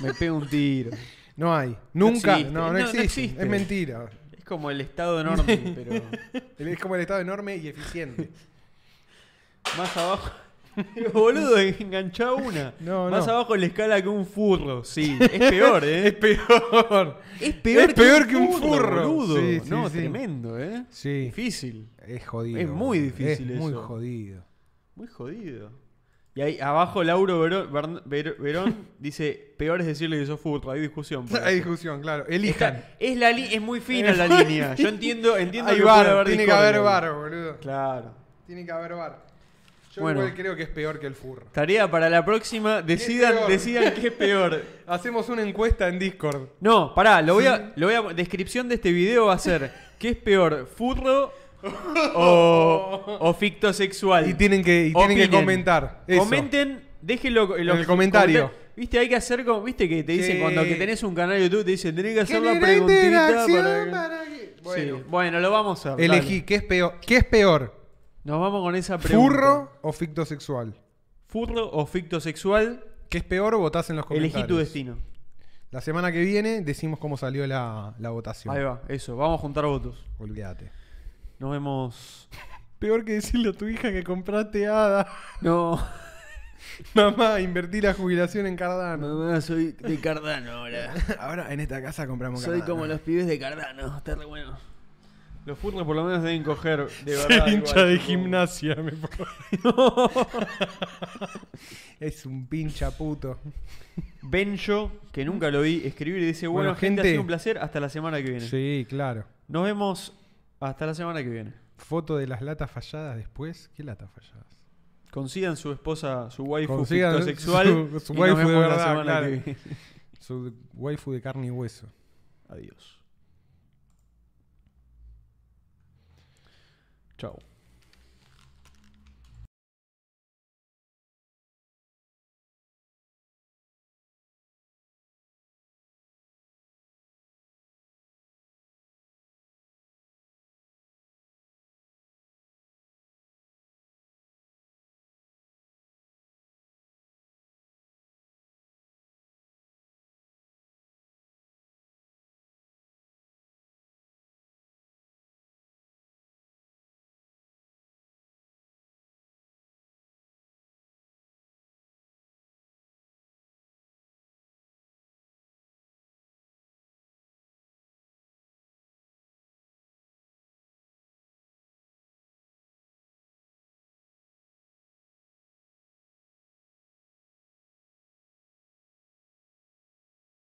[SPEAKER 2] Me pega un tiro.
[SPEAKER 1] No hay. Nunca.
[SPEAKER 2] existe.
[SPEAKER 1] No, no,
[SPEAKER 2] No, no
[SPEAKER 1] existe.
[SPEAKER 2] existe.
[SPEAKER 1] Es mentira.
[SPEAKER 2] Es como el
[SPEAKER 1] [LAUGHS]
[SPEAKER 2] estado enorme, pero
[SPEAKER 1] Es como el Estado enorme y
[SPEAKER 2] [LAUGHS]
[SPEAKER 1] eficiente.
[SPEAKER 2] más abajo. [LAUGHS] Boludo, enganchá una.
[SPEAKER 1] No,
[SPEAKER 2] más
[SPEAKER 1] no.
[SPEAKER 2] abajo en la escala que un furro. Sí, es peor,
[SPEAKER 1] [LAUGHS]
[SPEAKER 2] ¿eh?
[SPEAKER 1] es peor.
[SPEAKER 2] Es peor,
[SPEAKER 1] Es peor que un furro.
[SPEAKER 2] boludo.
[SPEAKER 1] Sí, sí,
[SPEAKER 2] no,
[SPEAKER 1] sí.
[SPEAKER 2] tremendo, ¿eh?
[SPEAKER 1] Sí.
[SPEAKER 2] Difícil.
[SPEAKER 1] Es jodido.
[SPEAKER 2] Es muy
[SPEAKER 1] boludo.
[SPEAKER 2] difícil
[SPEAKER 1] Es muy
[SPEAKER 2] eso.
[SPEAKER 1] jodido.
[SPEAKER 2] Muy jodido. Y ahí abajo Lauro Verón, Bern- Ver- Verón [LAUGHS] dice, peor es decirle que sos furro, hay discusión. por
[SPEAKER 1] [LAUGHS] Hay
[SPEAKER 2] eso.
[SPEAKER 1] discusión, claro. Elijan.
[SPEAKER 2] Está- es, la li- es muy
[SPEAKER 1] [LAUGHS]
[SPEAKER 2] fina la línea. Ah, Yo entiendo, entiendo
[SPEAKER 1] Hay
[SPEAKER 2] que
[SPEAKER 1] bar,
[SPEAKER 2] puede haber
[SPEAKER 1] tiene que
[SPEAKER 2] discordia.
[SPEAKER 1] haber bar, boludo.
[SPEAKER 2] Claro.
[SPEAKER 1] Tiene que haber bar. Yo
[SPEAKER 2] Bueno.
[SPEAKER 1] igual creo que es peor que el furro.
[SPEAKER 2] Tarea para la próxima, decidan,
[SPEAKER 1] peor?
[SPEAKER 2] decidan qué
[SPEAKER 1] [LAUGHS]
[SPEAKER 2] es peor.
[SPEAKER 1] Hacemos una encuesta en Discord.
[SPEAKER 2] No, pará, lo voy a, lo voy a- descripción de este video va a ser ¿qué es peor,
[SPEAKER 1] [LAUGHS]
[SPEAKER 2] furro o, o fictosexual?
[SPEAKER 1] Y tienen que, y tienen que
[SPEAKER 2] Opinen.
[SPEAKER 1] comentar. Eso.
[SPEAKER 2] Comenten, déjenlo
[SPEAKER 1] En el comentario.
[SPEAKER 2] Viste, hay que hacer como, viste que te dicen
[SPEAKER 1] Sí.
[SPEAKER 2] cuando que tenés un canal de YouTube te dicen, tenés que hacer la
[SPEAKER 1] Genera
[SPEAKER 2] preguntita
[SPEAKER 1] interacción
[SPEAKER 2] para
[SPEAKER 1] para que-
[SPEAKER 2] que-".
[SPEAKER 1] Bueno,
[SPEAKER 2] Sí, bueno, lo vamos a hacer. dale.
[SPEAKER 1] elegí qué es peor, qué es peor,
[SPEAKER 2] Nos vamos con esa pregunta.
[SPEAKER 1] furro o fictosexual.
[SPEAKER 2] furro o fictosexual?
[SPEAKER 1] ¿Qué es peor? Votás en los comentarios.
[SPEAKER 2] Elegí tu destino.
[SPEAKER 1] La semana que viene decimos cómo salió la, la votación.
[SPEAKER 2] Ahí va, eso, vamos a juntar votos.
[SPEAKER 1] Olvídate. [LAUGHS]
[SPEAKER 2] Nos vemos.
[SPEAKER 1] Peor que decirle a tu hija que compraste hada. [LAUGHS]
[SPEAKER 2] No.
[SPEAKER 1] Mamá, invertí la jubilación en Cardano.
[SPEAKER 7] Mamá, soy de Cardano ahora.
[SPEAKER 1] Ahora en esta casa compramos
[SPEAKER 7] Soy
[SPEAKER 1] Cardano.
[SPEAKER 7] como
[SPEAKER 1] [LAUGHS]
[SPEAKER 7] los pibes de Cardano, está re bueno.
[SPEAKER 2] Los furros por lo menos deben coger de [LAUGHS] verdad.
[SPEAKER 1] hincha
[SPEAKER 2] igual,
[SPEAKER 1] de
[SPEAKER 2] supongo.
[SPEAKER 1] gimnasia, [LAUGHS] me Es un pincha puto.
[SPEAKER 2] Benjo, que nunca lo vi escribir, y dice, bueno,
[SPEAKER 1] Bueno,
[SPEAKER 2] gente, ha
[SPEAKER 1] gente.
[SPEAKER 2] sido un placer, hasta la semana que viene.
[SPEAKER 1] Sí, claro.
[SPEAKER 2] Nos vemos hasta la semana que viene.
[SPEAKER 1] Foto de las latas falladas después. ¿Qué latas falladas?
[SPEAKER 2] Consigan su esposa, su waifu
[SPEAKER 1] Consigan
[SPEAKER 2] sexual.
[SPEAKER 1] su- su waifu de verdad, claro.
[SPEAKER 2] viene. [LAUGHS]
[SPEAKER 1] Su waifu de carne y hueso.
[SPEAKER 2] Adiós. Chao.